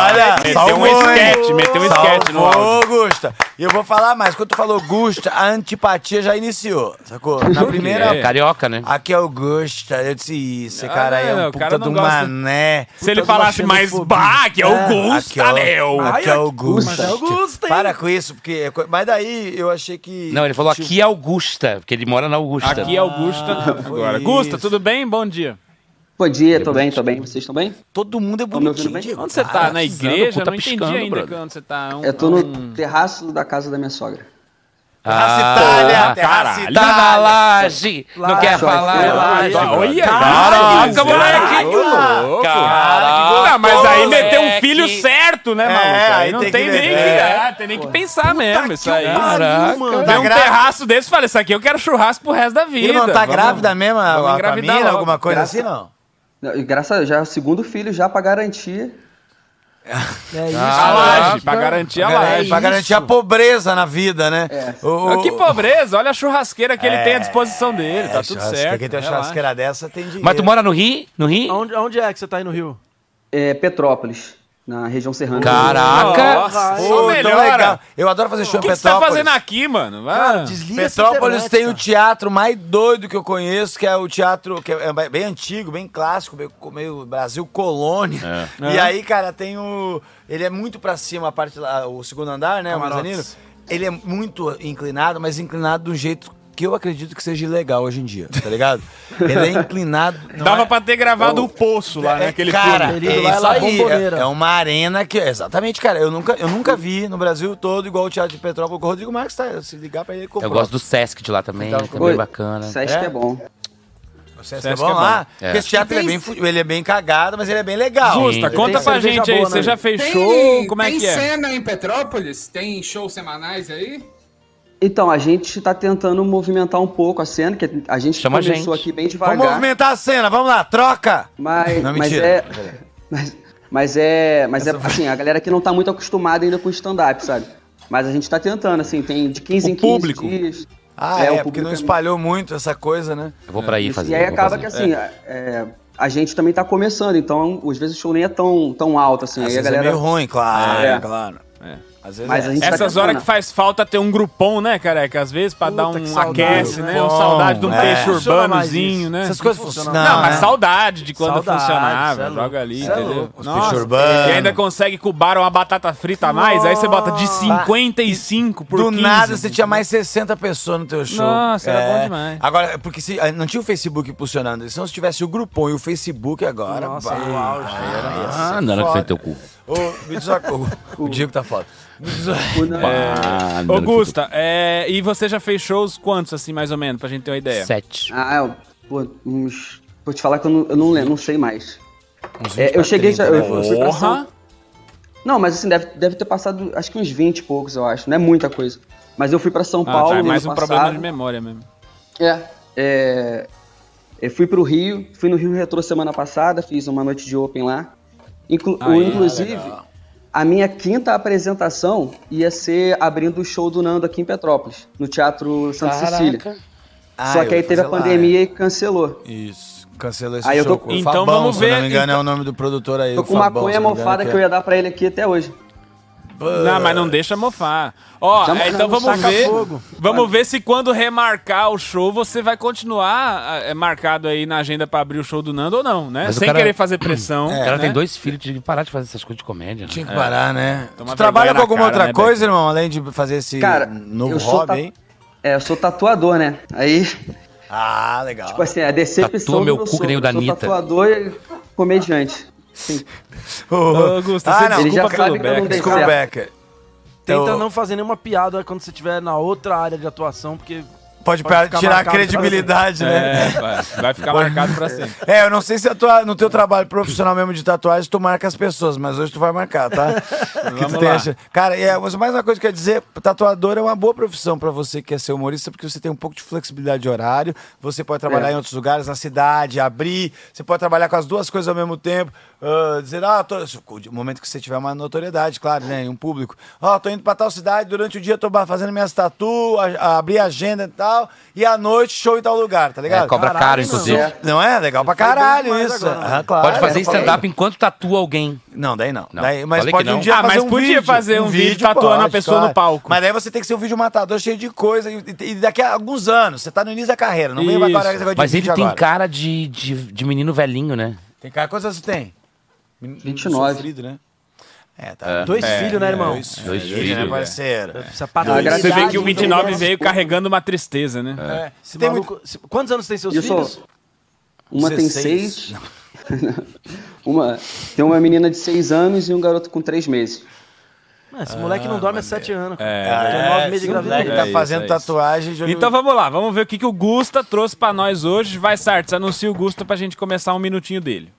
[SPEAKER 8] Olha,
[SPEAKER 5] Meteu
[SPEAKER 8] salvou,
[SPEAKER 5] um esquete,
[SPEAKER 8] hein?
[SPEAKER 5] meteu um esquete no
[SPEAKER 8] Salvou,
[SPEAKER 5] áudio.
[SPEAKER 8] Gusta. E eu vou falar mais. Quando tu falou Gusta, a antipatia já iniciou, sacou? Na
[SPEAKER 3] Por quê?
[SPEAKER 8] primeira...
[SPEAKER 3] É carioca, né?
[SPEAKER 8] Aqui é o Gusta. Eu disse, isso, esse
[SPEAKER 5] Ah,
[SPEAKER 8] cara aí é
[SPEAKER 5] não,
[SPEAKER 8] um
[SPEAKER 5] o
[SPEAKER 8] puta
[SPEAKER 5] cara
[SPEAKER 8] do
[SPEAKER 5] não gosta-
[SPEAKER 8] mané. um
[SPEAKER 5] Se ele falasse mais, bah, que é o Gusta, meu.
[SPEAKER 8] né? Ah, Aqui é
[SPEAKER 5] Ai,
[SPEAKER 8] o
[SPEAKER 5] Gusta,
[SPEAKER 8] Gusta. Para com isso, porque... é co- Mas daí eu achei que... um
[SPEAKER 3] Não, ele falou aqui é Augusta, porque ele mora na Augusta.
[SPEAKER 5] Aqui é Augusta.
[SPEAKER 8] Ah,
[SPEAKER 5] agora. Gusta, tudo bem? Bom dia.
[SPEAKER 14] Bom dia, tô bem, tô bem. Vocês estão bem?
[SPEAKER 8] Todo mundo é
[SPEAKER 14] bonitinho. Bem?
[SPEAKER 5] Onde você tá? Na igreja? Não entendi ainda
[SPEAKER 14] brother.
[SPEAKER 5] onde você tá. É um-
[SPEAKER 14] Eu tô no terraço da casa da minha sogra.
[SPEAKER 3] Ah,
[SPEAKER 5] é
[SPEAKER 8] Itália,
[SPEAKER 3] caralho.
[SPEAKER 8] terraça
[SPEAKER 3] Tá na
[SPEAKER 8] Itália.
[SPEAKER 3] laje, não
[SPEAKER 8] Laje,
[SPEAKER 3] quer
[SPEAKER 8] só
[SPEAKER 3] falar.
[SPEAKER 8] que
[SPEAKER 3] é laje.
[SPEAKER 8] laje,
[SPEAKER 3] Olha,
[SPEAKER 5] Caralho,
[SPEAKER 3] caraca, moleque.
[SPEAKER 5] louco.
[SPEAKER 3] Caraca, é
[SPEAKER 5] Ah, mas aí
[SPEAKER 3] moleque.
[SPEAKER 5] meteu um filho certo, né,
[SPEAKER 3] É,
[SPEAKER 5] maluco?
[SPEAKER 3] aí
[SPEAKER 5] Aí não
[SPEAKER 3] tem
[SPEAKER 5] tem,
[SPEAKER 3] que
[SPEAKER 5] nem que,
[SPEAKER 3] ver.
[SPEAKER 8] É.
[SPEAKER 5] ah, tem nem que pensar mesmo isso aí.
[SPEAKER 8] pariu,
[SPEAKER 5] Caraca.
[SPEAKER 8] mano. Tá
[SPEAKER 5] Tem um
[SPEAKER 8] grávida?
[SPEAKER 5] terraço desse, falei, isso aqui eu quero churrasco pro resto da vida.
[SPEAKER 8] Irmão, tá grávida mesmo a- a
[SPEAKER 5] engravidar
[SPEAKER 8] Camila,
[SPEAKER 5] logo.
[SPEAKER 8] alguma coisa
[SPEAKER 14] Graças-
[SPEAKER 8] assim, não?
[SPEAKER 14] Não, e Graças a já é o segundo filho já pra garantir.
[SPEAKER 8] É
[SPEAKER 14] isso.
[SPEAKER 5] A laje, pra garantir a laje.
[SPEAKER 8] Pra garantir a pobreza na vida, né?
[SPEAKER 5] Ah, Que pobreza, olha a churrasqueira que ele
[SPEAKER 8] É,
[SPEAKER 5] tem à disposição dele, tá tudo
[SPEAKER 8] churrasqueira,
[SPEAKER 5] certo.
[SPEAKER 8] quem tem uma
[SPEAKER 5] relaxa.
[SPEAKER 8] churrasqueira dessa tem dinheiro.
[SPEAKER 3] Mas tu mora no Rio? No Rio?
[SPEAKER 4] Onde, onde é que você tá aí no Rio?
[SPEAKER 14] É, Petrópolis, na região serrana.
[SPEAKER 3] Caraca!
[SPEAKER 5] Nossa,
[SPEAKER 8] Pô, então é
[SPEAKER 5] só
[SPEAKER 8] tão
[SPEAKER 5] melhora.
[SPEAKER 8] legal. Eu adoro fazer show
[SPEAKER 5] O que
[SPEAKER 8] em
[SPEAKER 5] que você tá
[SPEAKER 8] Petrópolis.
[SPEAKER 5] fazendo aqui, mano? Vai.
[SPEAKER 8] Ah, Petrópolis tem o teatro mais doido que eu conheço, que é o teatro que é bem antigo, bem clássico, meio, meio Brasil colônia. E
[SPEAKER 5] É.
[SPEAKER 8] aí, cara, tem o. Ele é muito pra cima, a parte lá, o segundo andar, né? O
[SPEAKER 4] Camarotes.
[SPEAKER 8] mezanino. Ele é muito inclinado, mas inclinado de um jeito que eu acredito que seja ilegal hoje em dia, tá ligado? Ele é inclinado. não
[SPEAKER 5] Dava
[SPEAKER 8] é-
[SPEAKER 5] pra ter gravado o poço lá, né?
[SPEAKER 8] é,
[SPEAKER 5] Aquele
[SPEAKER 8] cara,
[SPEAKER 5] filme.
[SPEAKER 8] é isso aí. É, é uma arena que. Exatamente, cara. Eu nunca, eu nunca vi no Brasil todo igual o Teatro de Petrópolis. O Rodrigo Marques tá. Se ligar pra ele, ele comprou.
[SPEAKER 3] Eu gosto do Sesc de lá também,
[SPEAKER 8] Então,
[SPEAKER 3] também
[SPEAKER 8] oi,
[SPEAKER 3] bacana.
[SPEAKER 8] Sesc é
[SPEAKER 14] bom.
[SPEAKER 8] O Sesc
[SPEAKER 3] Sesc
[SPEAKER 8] é bom
[SPEAKER 3] é bom.
[SPEAKER 8] lá.
[SPEAKER 3] É.
[SPEAKER 8] Porque esse teatro ele é, bem, fu- ele é bem cagado, mas ele é bem legal.
[SPEAKER 5] Justa,
[SPEAKER 8] Ele
[SPEAKER 5] conta
[SPEAKER 8] tem
[SPEAKER 5] pra
[SPEAKER 8] cerveja
[SPEAKER 5] gente aí,
[SPEAKER 8] boa,
[SPEAKER 5] você
[SPEAKER 8] né?
[SPEAKER 5] já fez
[SPEAKER 1] Tem-
[SPEAKER 5] show? Como é
[SPEAKER 1] tem
[SPEAKER 5] que é?
[SPEAKER 1] cena em Petrópolis? Tem shows semanais aí?
[SPEAKER 14] Então, a gente tá tentando movimentar um pouco a cena, que a gente
[SPEAKER 8] Chama a
[SPEAKER 14] começou
[SPEAKER 8] gente.
[SPEAKER 14] aqui bem devagar.
[SPEAKER 8] Vamos movimentar a cena, vamos lá, troca!
[SPEAKER 14] Mas,
[SPEAKER 8] Não,
[SPEAKER 14] mas
[SPEAKER 8] mentira.
[SPEAKER 14] é. Mas, mas é. Mas é assim, a galera que não tá muito acostumada ainda com stand-up, sabe? Mas a gente tá tentando, assim, tem de 15 em 15
[SPEAKER 8] público.
[SPEAKER 14] dias.
[SPEAKER 8] Ah, é,
[SPEAKER 14] o
[SPEAKER 8] porque
[SPEAKER 14] público
[SPEAKER 8] não
[SPEAKER 14] é
[SPEAKER 8] espalhou muito essa coisa, né?
[SPEAKER 3] Eu vou pra aí fazer.
[SPEAKER 14] E aí
[SPEAKER 3] vou
[SPEAKER 14] acaba
[SPEAKER 3] fazer.
[SPEAKER 14] que assim, é, a gente também tá começando, então às vezes o show nem é tão, tão alto assim.
[SPEAKER 8] Às
[SPEAKER 14] aí a
[SPEAKER 8] vezes é
[SPEAKER 14] galera...
[SPEAKER 8] meio ruim, claro,
[SPEAKER 14] É.
[SPEAKER 8] claro. É. Às vezes
[SPEAKER 14] Mas
[SPEAKER 8] é.
[SPEAKER 14] a gente tá
[SPEAKER 5] Essas horas que faz falta ter um grupom, né, careca? Às vezes pra dar um
[SPEAKER 8] saudade,
[SPEAKER 5] aquece,
[SPEAKER 8] né?
[SPEAKER 5] né? Um
[SPEAKER 8] Bom,
[SPEAKER 5] saudade de um
[SPEAKER 8] é.
[SPEAKER 5] peixe
[SPEAKER 8] Funciona mais isso.
[SPEAKER 5] urbanozinho, né?
[SPEAKER 8] Essas coisas
[SPEAKER 5] Não
[SPEAKER 8] funcionam
[SPEAKER 5] Não,
[SPEAKER 8] mais,
[SPEAKER 5] mas
[SPEAKER 8] né?
[SPEAKER 5] saudade de quando
[SPEAKER 8] Saudade, cê é
[SPEAKER 5] funcionava.
[SPEAKER 8] louco,
[SPEAKER 5] Joga ali,
[SPEAKER 8] cê é
[SPEAKER 5] entendeu?
[SPEAKER 8] louco. Os peixe urbano.
[SPEAKER 5] E ainda consegue cubar uma batata frita a mais, aí você bota
[SPEAKER 8] Ah.
[SPEAKER 5] de 55 por
[SPEAKER 8] Do
[SPEAKER 5] 15.
[SPEAKER 8] nada você tinha mais 60 pessoas no teu show. É.
[SPEAKER 5] Nossa, era bom demais.
[SPEAKER 8] Agora, porque se, ah, não tinha o Facebook funcionando. Se não tivesse o Groupon e o Facebook agora.
[SPEAKER 4] Nossa,
[SPEAKER 8] pá,
[SPEAKER 4] era o auge.
[SPEAKER 8] era isso.
[SPEAKER 3] Ah, não era que foi teu cu.
[SPEAKER 8] Ô, me diz uma coisa. O Diego tá foda. Me diz uma...
[SPEAKER 3] Ah, não era que foi teu cu.
[SPEAKER 5] Augusta, é, e você já fez shows quantos, assim, mais ou menos, pra gente ter uma
[SPEAKER 8] é.
[SPEAKER 5] ideia?
[SPEAKER 3] Sete.
[SPEAKER 14] Ah, eu, pô, uns. Vou te falar que eu não, eu não lembro, não sei mais.
[SPEAKER 8] Uns
[SPEAKER 14] É,
[SPEAKER 8] 20
[SPEAKER 14] eu cheguei
[SPEAKER 8] pra
[SPEAKER 14] já. Eu,
[SPEAKER 8] 30,
[SPEAKER 14] eu
[SPEAKER 8] né?
[SPEAKER 14] fui pra
[SPEAKER 5] Porra!
[SPEAKER 14] São- Não, mas assim, deve, deve ter passado acho que uns 20 e poucos, eu acho. Não é muita coisa. Mas eu fui pra São
[SPEAKER 5] Ah,
[SPEAKER 8] é
[SPEAKER 14] Paulo.
[SPEAKER 5] tá,
[SPEAKER 14] no
[SPEAKER 5] mais um
[SPEAKER 14] ano
[SPEAKER 5] problema de
[SPEAKER 14] passado.
[SPEAKER 5] memória mesmo.
[SPEAKER 14] É. é eu fui pro Rio, fui no Rio Retro semana passada, fiz uma noite de open lá. Inclu-
[SPEAKER 5] Aí,
[SPEAKER 14] inclusive, a minha quinta apresentação ia ser abrindo o show do Nando aqui em Petrópolis, no Teatro Santa
[SPEAKER 8] Caraca.
[SPEAKER 14] Cecília.
[SPEAKER 8] Ah,
[SPEAKER 14] Só que
[SPEAKER 8] eu
[SPEAKER 14] aí
[SPEAKER 8] ia
[SPEAKER 14] teve a
[SPEAKER 8] fazer lá, é.
[SPEAKER 14] pandemia e cancelou.
[SPEAKER 8] Isso. Cancelou esse
[SPEAKER 14] Aí eu
[SPEAKER 8] show.
[SPEAKER 14] tô-
[SPEAKER 8] com o
[SPEAKER 14] Então
[SPEAKER 8] Fabão,
[SPEAKER 14] vamos
[SPEAKER 8] Se
[SPEAKER 14] ver,
[SPEAKER 8] não me engano,
[SPEAKER 14] então-
[SPEAKER 8] é o nome do produtor aí.
[SPEAKER 14] Tô
[SPEAKER 8] o
[SPEAKER 14] com
[SPEAKER 8] Fabão,
[SPEAKER 14] maconha
[SPEAKER 8] se não me engano, é.
[SPEAKER 14] mofada que eu ia dar pra ele aqui até hoje.
[SPEAKER 5] Não, mas não deixa mofar. Ó,
[SPEAKER 14] Chama-
[SPEAKER 5] é, então
[SPEAKER 14] não,
[SPEAKER 5] vamos
[SPEAKER 14] saca
[SPEAKER 5] ver.
[SPEAKER 14] fogo.
[SPEAKER 5] Vamos ver se quando remarcar o show você vai continuar é, marcado aí na agenda pra abrir o show do Nando ou não, né?
[SPEAKER 3] Mas o
[SPEAKER 5] Sem
[SPEAKER 3] cara-
[SPEAKER 5] querer fazer pressão.
[SPEAKER 3] O
[SPEAKER 5] né?
[SPEAKER 3] cara tem dois filhos, tinha que parar de fazer essas coisas de comédia.
[SPEAKER 8] Tinha que
[SPEAKER 3] É.
[SPEAKER 8] parar, né?
[SPEAKER 3] Tomar
[SPEAKER 8] tu trabalha
[SPEAKER 3] vergonha
[SPEAKER 8] com
[SPEAKER 3] na
[SPEAKER 8] alguma
[SPEAKER 3] cara,
[SPEAKER 8] outra
[SPEAKER 3] né, Beto?
[SPEAKER 8] coisa, irmão? Além de fazer esse
[SPEAKER 14] Cara,
[SPEAKER 8] novo
[SPEAKER 14] eu sou
[SPEAKER 8] hobby,
[SPEAKER 14] ta-
[SPEAKER 8] hein?
[SPEAKER 14] É, eu sou tatuador, né? Aí,
[SPEAKER 8] Ah, legal.
[SPEAKER 14] tipo assim, é a decepção
[SPEAKER 3] Tatua
[SPEAKER 14] do
[SPEAKER 3] meu
[SPEAKER 14] meu
[SPEAKER 3] cu que
[SPEAKER 14] sogro.
[SPEAKER 3] nem o
[SPEAKER 14] Eu
[SPEAKER 3] da
[SPEAKER 14] sou
[SPEAKER 3] Anitta.
[SPEAKER 14] tatuador e comediante. Sim.
[SPEAKER 8] Ô, Augusto, você
[SPEAKER 14] Ele já
[SPEAKER 8] desculpa
[SPEAKER 14] sabe que eu não
[SPEAKER 8] pelo Becker.
[SPEAKER 14] dei
[SPEAKER 8] Ah, Desculpa,
[SPEAKER 14] certo.
[SPEAKER 8] Becker.
[SPEAKER 4] Tenta
[SPEAKER 8] Eu-
[SPEAKER 4] não fazer nenhuma piada quando você estiver na outra área de atuação, porque.
[SPEAKER 8] Pode,
[SPEAKER 4] ficar
[SPEAKER 8] tirar a
[SPEAKER 4] marcado pra
[SPEAKER 8] credibilidade,
[SPEAKER 4] sempre.
[SPEAKER 8] né?
[SPEAKER 5] É, vai, vai ficar marcado pra sempre.
[SPEAKER 8] É, eu não sei se a tua- no teu trabalho profissional mesmo de tatuagem tu marca as pessoas, mas hoje tu vai marcar, tá? que
[SPEAKER 5] Vamos
[SPEAKER 8] tu tem
[SPEAKER 5] lá.
[SPEAKER 8] essa- Cara, é, mas mais uma coisa que eu ia dizer, tatuador é uma boa profissão pra você que quer ser humorista, porque você tem um pouco de flexibilidade de horário, você pode trabalhar
[SPEAKER 14] É.
[SPEAKER 8] em outros lugares, na cidade, abrir, você pode trabalhar com as duas coisas ao mesmo tempo, ah, dizer, ah, tô... o momento que você tiver uma notoriedade, claro, né, em um público, ó, tô indo pra tal cidade, durante o dia tô ba- fazendo minhas tatu, a, a- abrir agenda e tal, e à noite show em tal lugar, tá ligado?
[SPEAKER 3] É, cobra caro, Caralho, inclusive. não.
[SPEAKER 8] Não é? Legal pra
[SPEAKER 3] Foi bem
[SPEAKER 8] caralho
[SPEAKER 3] demais
[SPEAKER 8] isso.
[SPEAKER 3] agora, né?
[SPEAKER 8] Ah, claro.
[SPEAKER 3] Pode fazer
[SPEAKER 8] Eu
[SPEAKER 3] stand-up enquanto tatua alguém.
[SPEAKER 8] Não, daí não.
[SPEAKER 3] Não,
[SPEAKER 8] Daí- mas
[SPEAKER 3] falei que
[SPEAKER 8] pode um
[SPEAKER 3] não.
[SPEAKER 8] dia
[SPEAKER 5] Ah,
[SPEAKER 8] fazer
[SPEAKER 5] mas
[SPEAKER 8] um
[SPEAKER 5] podia
[SPEAKER 8] vídeo.
[SPEAKER 5] fazer um vídeo tatuando a pessoa no palco.
[SPEAKER 8] Mas daí você tem que ser um vídeo matador cheio de coisa. E, e daqui a alguns anos, você tá no início da carreira. Não vem agora esse negócio de
[SPEAKER 3] Mas ele
[SPEAKER 8] vídeo
[SPEAKER 3] tem
[SPEAKER 8] agora.
[SPEAKER 3] cara de, de, de menino velhinho, né?
[SPEAKER 8] Tem cara, quantas você tem?
[SPEAKER 14] 29.
[SPEAKER 8] Sofrido, né? É, tá.
[SPEAKER 3] É.
[SPEAKER 4] Dois
[SPEAKER 5] É,
[SPEAKER 4] filhos, né, irmão?
[SPEAKER 8] Dois,
[SPEAKER 3] Dois
[SPEAKER 8] filhos,
[SPEAKER 3] filhos,
[SPEAKER 8] né,
[SPEAKER 3] é.
[SPEAKER 8] parceiro?
[SPEAKER 4] Precisa paternidade,
[SPEAKER 5] Você vê que o
[SPEAKER 4] então,
[SPEAKER 5] 29
[SPEAKER 4] né?
[SPEAKER 5] veio carregando uma tristeza, né?
[SPEAKER 4] É. Esse
[SPEAKER 8] Você tem
[SPEAKER 4] maluco- se- Quantos anos tem seus
[SPEAKER 14] Eu sou-
[SPEAKER 4] filhos?
[SPEAKER 14] Uma tem
[SPEAKER 8] 16.
[SPEAKER 14] seis. uma, tem uma menina de seis anos e um garoto com três meses.
[SPEAKER 4] Ah, esse moleque não dorme há sete anos. cara.
[SPEAKER 5] É,
[SPEAKER 4] Tem nove meses de gravidez.
[SPEAKER 5] É isso, é isso. Então vamos lá, vamos ver o que, que o Gusta trouxe pra nós hoje. Vai, Sartes, anuncia o Gusta pra gente começar um minutinho dele.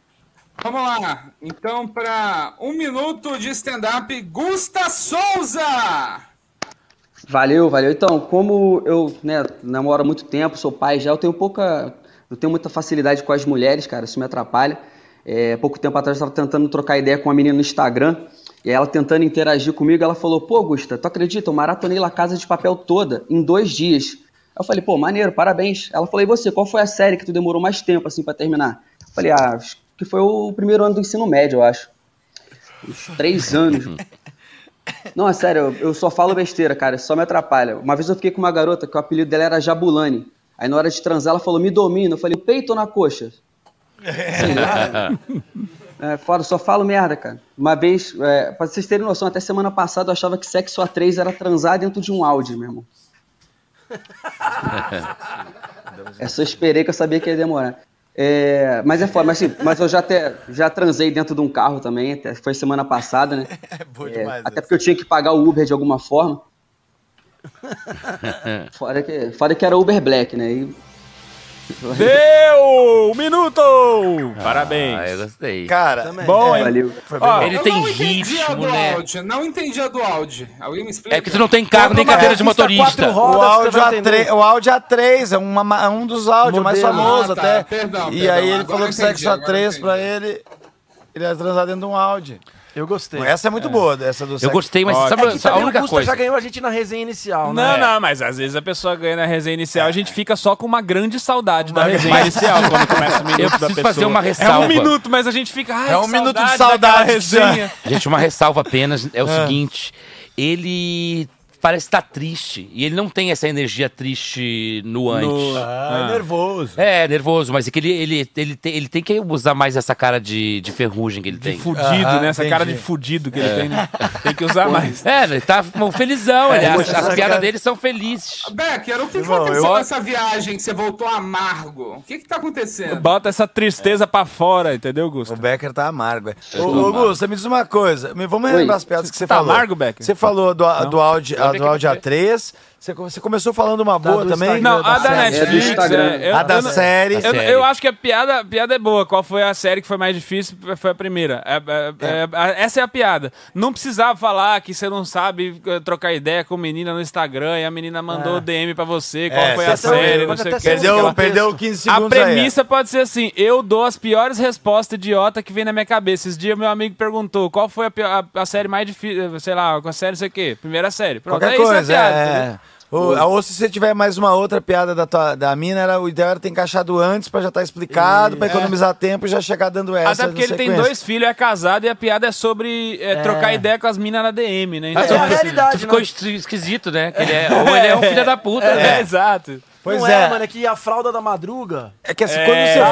[SPEAKER 1] Vamos lá. Então, para um minuto de stand-up, Gusta Souza!
[SPEAKER 14] Valeu, valeu. Então, como eu né, namoro há muito tempo, sou pai já, eu tenho pouca. Não tenho muita facilidade com as mulheres, cara, isso me atrapalha. É, pouco tempo atrás eu estava tentando trocar ideia com uma menina no Instagram, e ela tentando interagir comigo, ela falou: Pô, Gusta, tu acredita? Eu maratonei La Casa de Papel toda, em dois dias. Eu falei: Pô, maneiro, parabéns. Ela falou: E você, qual foi a série que tu demorou mais tempo, assim, pra terminar? Eu falei: Ah, acho que foi o primeiro ano do ensino médio, eu acho. Uns três anos, não, é sério, eu, eu só falo besteira, cara, isso só me atrapalha. Uma vez eu fiquei com uma garota que o apelido dela era Jabulani. Aí na hora de transar ela falou, me domina. Eu falei, peito ou na coxa? É, fora, só falo merda, cara. Uma vez, é, pra vocês terem noção, até semana passada eu achava que sexo a três era transar dentro de um Audi, meu irmão. É só esperei que eu sabia que ia demorar. É, mas é foda, mas, assim, mas eu já até já transei dentro de um carro também, até, foi semana passada, né? É boa
[SPEAKER 8] demais
[SPEAKER 14] Até porque eu tinha que pagar o Uber de alguma forma. Fora que, fora que era Uber Black, né? E-
[SPEAKER 5] Deu! Um minuto! Parabéns.
[SPEAKER 3] Ah, eu gostei.
[SPEAKER 8] Cara,
[SPEAKER 5] bom,
[SPEAKER 1] É,
[SPEAKER 5] hein?
[SPEAKER 14] Valeu.
[SPEAKER 5] Ó,
[SPEAKER 1] Eu não entendi a do
[SPEAKER 3] né?
[SPEAKER 1] Audi, não entendi a do Audi. Alguém me explica? é
[SPEAKER 3] É porque tu não tem carro nem cadeira de motorista.
[SPEAKER 8] o, áudio A3, o áudio A3 é uma, ma- é um dos áudios mais
[SPEAKER 1] Modelo.
[SPEAKER 8] famosos
[SPEAKER 1] Ah, tá.
[SPEAKER 8] até.
[SPEAKER 1] Perdão, perdão.
[SPEAKER 8] e aí ele
[SPEAKER 1] Agora
[SPEAKER 8] falou
[SPEAKER 1] eu
[SPEAKER 8] que
[SPEAKER 1] entendi,
[SPEAKER 8] sexo
[SPEAKER 1] agora eu
[SPEAKER 8] A3
[SPEAKER 1] entendi.
[SPEAKER 8] pra ele, ele ia transar dentro de um áudio.
[SPEAKER 4] Eu gostei.
[SPEAKER 8] Essa é muito
[SPEAKER 4] É.
[SPEAKER 8] boa, essa do sexo.
[SPEAKER 4] Ó, é que também o Gusta já ganhou a gente na resenha inicial, né?
[SPEAKER 5] Não, não, mas às vezes a pessoa ganha na resenha inicial, a gente fica só com uma grande saudade da
[SPEAKER 4] Mas-
[SPEAKER 5] resenha
[SPEAKER 4] mas-
[SPEAKER 5] inicial quando começa o minuto
[SPEAKER 3] Eu
[SPEAKER 5] da
[SPEAKER 3] preciso
[SPEAKER 5] pessoa.
[SPEAKER 3] fazer uma
[SPEAKER 5] É um
[SPEAKER 3] ressalva.
[SPEAKER 5] minuto, mas a gente fica. Ai,
[SPEAKER 8] É um
[SPEAKER 5] que
[SPEAKER 8] minuto de
[SPEAKER 5] daquela
[SPEAKER 8] saudade,
[SPEAKER 5] resenha.
[SPEAKER 3] Gente, uma ressalva apenas é o
[SPEAKER 5] Ah.
[SPEAKER 3] seguinte: ele parece estar triste. E ele não tem essa energia triste no antes.
[SPEAKER 8] Ah, nervoso.
[SPEAKER 3] É, nervoso, mas é que ele, ele, ele, tem, ele tem que usar mais essa cara de, de ferrugem que ele tem.
[SPEAKER 5] Fudido, né? Essa cara de fudido que ele
[SPEAKER 3] É.
[SPEAKER 5] tem, né? Tem que usar mais.
[SPEAKER 3] É, ele tá um felizão,
[SPEAKER 5] É,
[SPEAKER 3] ele acha-
[SPEAKER 5] mostrar
[SPEAKER 3] as
[SPEAKER 5] essa
[SPEAKER 3] piadas
[SPEAKER 5] cara.
[SPEAKER 3] dele são felizes.
[SPEAKER 1] Beck, era o que, que
[SPEAKER 5] Irmão,
[SPEAKER 1] aconteceu
[SPEAKER 5] eu-
[SPEAKER 1] com essa viagem que você voltou amargo? O que que tá acontecendo?
[SPEAKER 5] Bota essa tristeza pra fora, entendeu, Gusto? O
[SPEAKER 8] Becker tá amargo.
[SPEAKER 5] Ô,
[SPEAKER 8] Ô, ô Gusta, me diz uma coisa. Me- Vamos relembrar as piadas que você
[SPEAKER 5] tá
[SPEAKER 8] falou.
[SPEAKER 5] amargo, Becker?
[SPEAKER 8] Você falou do, a- do áudio, a,
[SPEAKER 5] Vamos ver
[SPEAKER 8] do
[SPEAKER 5] que-
[SPEAKER 8] áudio A3. Você, co- você começou falando
[SPEAKER 1] Tá
[SPEAKER 8] uma boa
[SPEAKER 5] do
[SPEAKER 8] também?
[SPEAKER 5] Instagram, Não, a da
[SPEAKER 8] série.
[SPEAKER 5] Netflix. é, eu-
[SPEAKER 8] a da
[SPEAKER 5] eu não-
[SPEAKER 8] série.
[SPEAKER 5] Eu, eu acho que a piada, a piada é boa. Qual foi a série que foi mais difícil? Foi a primeira. É, é, é, a- essa é a piada. Não precisava falar que você não sabe eh, trocar ideia com menina no Instagram e a menina mandou
[SPEAKER 8] É.
[SPEAKER 5] o DM pra você. Qual
[SPEAKER 8] É,
[SPEAKER 5] foi a
[SPEAKER 8] você também,
[SPEAKER 5] série?
[SPEAKER 8] pode
[SPEAKER 5] Não sei
[SPEAKER 8] até
[SPEAKER 5] o que.
[SPEAKER 8] ser um Perdeu-
[SPEAKER 5] sei lá.
[SPEAKER 8] perdeu 15
[SPEAKER 5] A
[SPEAKER 8] segundos aí, é.
[SPEAKER 5] premissa pode ser assim: eu dou as piores respostas idiota que vem na minha cabeça. Esses dias meu amigo perguntou qual foi a, pi- a- a série mais difícil, sei lá, com a série não sei o quê. Primeira série. Pronto, é
[SPEAKER 8] Qualquer
[SPEAKER 5] isso
[SPEAKER 8] coisa,
[SPEAKER 5] a piada,
[SPEAKER 8] é.
[SPEAKER 5] entendeu?
[SPEAKER 8] Ou, ou se você tiver mais uma outra piada da, tua- da mina, era, o ideal era ter encaixado antes pra já estar explicado, pra economizar tempo e já chegar dando É, essa.
[SPEAKER 5] é. Até porque
[SPEAKER 8] na
[SPEAKER 5] ele tem
[SPEAKER 8] sequência.
[SPEAKER 5] dois filhos, é casado e a piada é sobre é,
[SPEAKER 8] É.
[SPEAKER 5] trocar ideia com as minas na DM, né?
[SPEAKER 3] Mas tu-
[SPEAKER 4] realidade,
[SPEAKER 3] tu ficou
[SPEAKER 4] né?
[SPEAKER 3] esqui- esquisito, né? Que ele é- ou ele é um filho da puta,
[SPEAKER 4] É.
[SPEAKER 3] né?
[SPEAKER 4] É,
[SPEAKER 5] exato.
[SPEAKER 8] Pois
[SPEAKER 4] não
[SPEAKER 8] é.
[SPEAKER 4] é, mano, é que a fralda da madruga. Ah,
[SPEAKER 8] É que assim, quando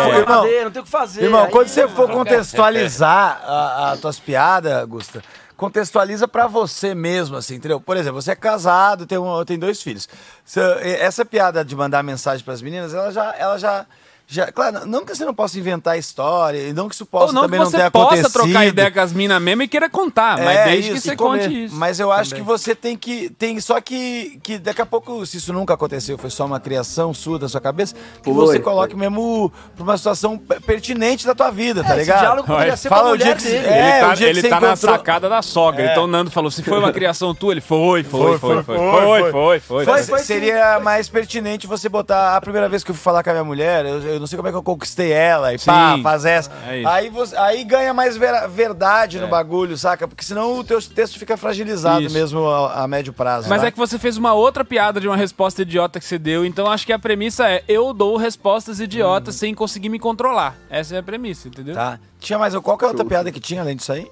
[SPEAKER 8] você for. irmão,
[SPEAKER 4] não tem o que fazer.
[SPEAKER 8] irmão,
[SPEAKER 4] aí,
[SPEAKER 8] quando você
[SPEAKER 4] mano.
[SPEAKER 5] um.
[SPEAKER 8] for contextualizar a- a- as tuas piadas, Gusta, contextualiza pra você mesmo, assim, entendeu? Por exemplo, você é casado, tem, um, tem dois filhos. Você- essa piada de mandar mensagem pras meninas, ela já. Ela já já, claro, não que você não possa inventar história, e não que isso possa
[SPEAKER 5] Ou não que
[SPEAKER 8] também não
[SPEAKER 5] você
[SPEAKER 8] tenha
[SPEAKER 5] possa
[SPEAKER 8] acontecido.
[SPEAKER 5] trocar ideia com as minas mesmo e queira contar, Ah,
[SPEAKER 8] É
[SPEAKER 5] mas desde que você conte isso.
[SPEAKER 8] Mas eu acho que você tem que. Tem, só que, que daqui a pouco, se isso nunca aconteceu, foi só uma criação sua da sua cabeça, que
[SPEAKER 14] Foi,
[SPEAKER 8] você
[SPEAKER 14] foi.
[SPEAKER 8] coloque mesmo pra uma situação pe- pertinente da tua vida, tá
[SPEAKER 4] É, esse
[SPEAKER 8] ligado?
[SPEAKER 4] diálogo poderia
[SPEAKER 8] Olha,
[SPEAKER 4] ser com a
[SPEAKER 8] o dia
[SPEAKER 4] mulher
[SPEAKER 8] que se-
[SPEAKER 4] dele.
[SPEAKER 8] é,
[SPEAKER 5] ele tá,
[SPEAKER 8] o dia que
[SPEAKER 5] ele
[SPEAKER 8] você
[SPEAKER 5] tá na
[SPEAKER 8] encontrou-
[SPEAKER 5] sacada da sogra.
[SPEAKER 8] É.
[SPEAKER 5] Então o Nando falou: se foi uma criação tua, ele foi, foi, foi, foi, foi, foi, foi.
[SPEAKER 8] Mas Seria mais pertinente você botar a primeira vez que eu fui falar com a minha mulher, eu, eu não sei como é que eu conquistei ela, e pá,
[SPEAKER 5] Sim.
[SPEAKER 8] faz essa.
[SPEAKER 5] É isso.
[SPEAKER 8] aí, você- aí ganha mais vera- verdade no
[SPEAKER 5] É.
[SPEAKER 8] bagulho, saca? Porque senão o teu texto fica fragilizado
[SPEAKER 5] Isso.
[SPEAKER 8] mesmo a, a médio prazo.
[SPEAKER 5] Mas
[SPEAKER 8] né?
[SPEAKER 5] é que você fez uma outra piada de uma resposta idiota que você deu, então acho que a premissa é: eu dou respostas idiotas sem conseguir me controlar. Essa é a premissa, entendeu?
[SPEAKER 8] Hum. Tá. Tinha mais qual que é a outra piada que tinha além disso aí?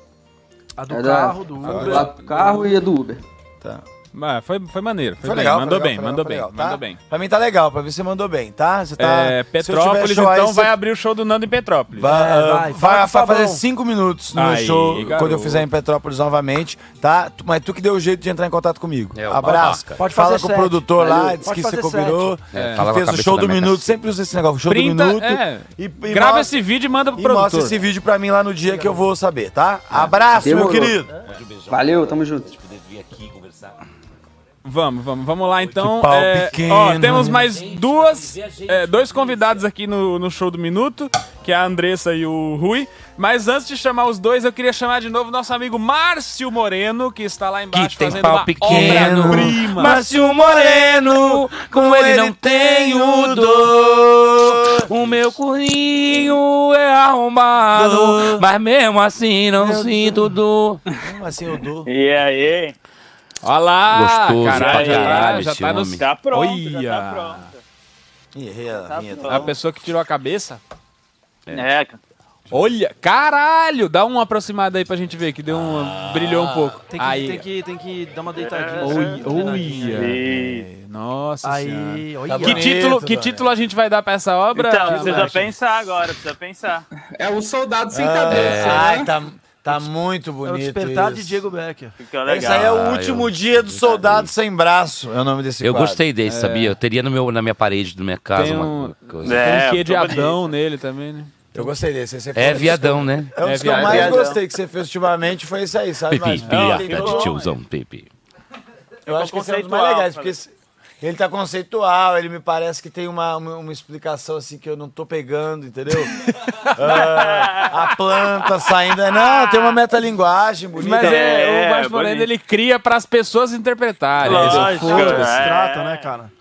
[SPEAKER 4] A
[SPEAKER 5] do carro, do
[SPEAKER 14] a
[SPEAKER 5] Uber.
[SPEAKER 14] Do carro e a do Uber.
[SPEAKER 8] Tá.
[SPEAKER 5] Mas Ah, foi, foi maneiro, foi,
[SPEAKER 8] Foi
[SPEAKER 5] bem,
[SPEAKER 8] legal,
[SPEAKER 5] mandou
[SPEAKER 8] foi
[SPEAKER 5] bem,
[SPEAKER 8] legal, foi legal,
[SPEAKER 5] mandou
[SPEAKER 8] foi
[SPEAKER 5] bem,
[SPEAKER 8] legal, tá?
[SPEAKER 5] mandou bem.
[SPEAKER 8] Pra mim tá legal, pra ver se você mandou bem, tá? Você tá
[SPEAKER 5] É,
[SPEAKER 8] se eu tiver
[SPEAKER 5] Petrópolis,
[SPEAKER 8] show aí,
[SPEAKER 5] então,
[SPEAKER 8] você-
[SPEAKER 5] vai abrir o show do Nando em Petrópolis.
[SPEAKER 8] Vai,
[SPEAKER 5] É,
[SPEAKER 8] vai,
[SPEAKER 5] fala com o
[SPEAKER 8] vai fazer
[SPEAKER 5] Fabão.
[SPEAKER 8] cinco minutos no meu
[SPEAKER 5] Aí,
[SPEAKER 8] show
[SPEAKER 5] garoto.
[SPEAKER 8] quando eu fizer em Petrópolis novamente, tá? Tu- Mas tu que deu o jeito de entrar em contato comigo.
[SPEAKER 3] É, o
[SPEAKER 8] Abraço.
[SPEAKER 3] babaca.
[SPEAKER 8] Pode
[SPEAKER 3] Pode
[SPEAKER 8] fala
[SPEAKER 3] fazer
[SPEAKER 8] com o
[SPEAKER 3] sete.
[SPEAKER 8] produtor lá,
[SPEAKER 3] Valeu.
[SPEAKER 8] diz
[SPEAKER 3] Pode
[SPEAKER 8] que você
[SPEAKER 3] fazer
[SPEAKER 8] combinou,
[SPEAKER 3] sete. É,
[SPEAKER 8] que
[SPEAKER 3] fala com a
[SPEAKER 8] fez o
[SPEAKER 3] cabeça
[SPEAKER 8] show
[SPEAKER 3] da
[SPEAKER 8] do
[SPEAKER 3] minha
[SPEAKER 8] minuto, sempre usa esse negócio, show
[SPEAKER 5] Printa,
[SPEAKER 8] do minuto.
[SPEAKER 5] é.
[SPEAKER 8] E, e
[SPEAKER 5] Grava
[SPEAKER 8] mostra-
[SPEAKER 5] esse vídeo e manda pro
[SPEAKER 8] e
[SPEAKER 5] produtor. É.
[SPEAKER 8] mostra esse vídeo pra mim lá no dia que eu vou saber, tá? Abraço, meu
[SPEAKER 14] Demorou.
[SPEAKER 8] querido.
[SPEAKER 14] Valeu, tamo junto.
[SPEAKER 3] pensar.
[SPEAKER 5] Vamos, vamos, vamos lá então.
[SPEAKER 3] pau
[SPEAKER 5] É, ó,
[SPEAKER 3] pequeno.
[SPEAKER 5] temos mais
[SPEAKER 3] Gente,
[SPEAKER 5] duas, é, dois convidados aqui no, no show do minuto, que é a Andressa e o Rui. Mas antes de chamar os dois, eu queria chamar de novo nosso amigo Márcio Moreno, que está lá embaixo
[SPEAKER 3] tem
[SPEAKER 5] fazendo
[SPEAKER 3] pau
[SPEAKER 5] uma
[SPEAKER 3] pequeno.
[SPEAKER 5] obra-prima.
[SPEAKER 3] Márcio Moreno, com ele não tenho dor. O meu currinho é arrombado, mas mesmo assim não sinto dor.
[SPEAKER 8] Como assim eu dou?
[SPEAKER 11] E aí?
[SPEAKER 5] Olha lá!
[SPEAKER 3] Gostoso pra
[SPEAKER 5] já tá-
[SPEAKER 3] caralho
[SPEAKER 5] já
[SPEAKER 3] esse
[SPEAKER 5] tá no-
[SPEAKER 3] homem.
[SPEAKER 5] Tá pronto, já tá
[SPEAKER 11] Olha.
[SPEAKER 5] pronto.
[SPEAKER 8] Errei a
[SPEAKER 4] Tá
[SPEAKER 8] vinheta.
[SPEAKER 5] A pessoa que tirou a cabeça?
[SPEAKER 11] É. cara.
[SPEAKER 5] Olha, caralho! Dá uma aproximada aí pra gente ver, que deu um. brilhou um pouco.
[SPEAKER 4] Ah, Tem que,
[SPEAKER 5] aí.
[SPEAKER 4] tem que, tem que dar uma deitadinha. né?
[SPEAKER 5] Oi,
[SPEAKER 4] uma treinadinha.
[SPEAKER 5] oi, Nossa
[SPEAKER 4] Aí,
[SPEAKER 5] senhora.
[SPEAKER 4] olha.
[SPEAKER 5] que título, que título a gente vai dar pra essa obra?
[SPEAKER 11] Então,
[SPEAKER 5] Título,
[SPEAKER 11] precisa
[SPEAKER 5] acho.
[SPEAKER 11] pensar agora, precisa pensar.
[SPEAKER 1] É o soldado
[SPEAKER 8] sem Ah, cabeça, é. né? Ai, tá- Tá muito bonito.
[SPEAKER 4] É Despertar
[SPEAKER 8] isso.
[SPEAKER 4] de Diego Becker.
[SPEAKER 8] Esse aí é
[SPEAKER 4] Ah,
[SPEAKER 8] o último dia do soldado sem braço. É o nome desse
[SPEAKER 3] Eu
[SPEAKER 8] quadro.
[SPEAKER 3] gostei desse,
[SPEAKER 8] É.
[SPEAKER 3] sabia? Eu teria no meu, na minha parede da minha casa
[SPEAKER 8] Tem
[SPEAKER 3] uma
[SPEAKER 8] um-
[SPEAKER 3] coisa.
[SPEAKER 5] Tem um quê de
[SPEAKER 8] ficou
[SPEAKER 5] Adão nele também, né?
[SPEAKER 8] Eu gostei desse. esse foi
[SPEAKER 3] É
[SPEAKER 8] um dos
[SPEAKER 3] viadão,
[SPEAKER 8] que-
[SPEAKER 3] né?
[SPEAKER 8] É um
[SPEAKER 3] É
[SPEAKER 8] dos que eu mais
[SPEAKER 3] viadão.
[SPEAKER 8] gostei que você fez ultimamente, foi esse aí, sabe?
[SPEAKER 3] Pipi,
[SPEAKER 8] Mas-
[SPEAKER 3] piada
[SPEAKER 8] Não,
[SPEAKER 3] de tiozão, pipi.
[SPEAKER 8] Eu acho que esse é um dos mais
[SPEAKER 11] Conceitual,
[SPEAKER 8] legais,
[SPEAKER 11] falei.
[SPEAKER 8] porque esse- ele tá conceitual, ele me parece que tem uma, uma, uma explicação assim que eu não tô pegando, entendeu? Ah, a planta saindo. é, Não, tem uma metalinguagem bonita.
[SPEAKER 5] Mas é, o Vasco Moreno, ele cria pras pessoas interpretarem.
[SPEAKER 8] Lógico,
[SPEAKER 5] entendeu? Foda-se.
[SPEAKER 8] é.
[SPEAKER 4] Abstrata, né, cara?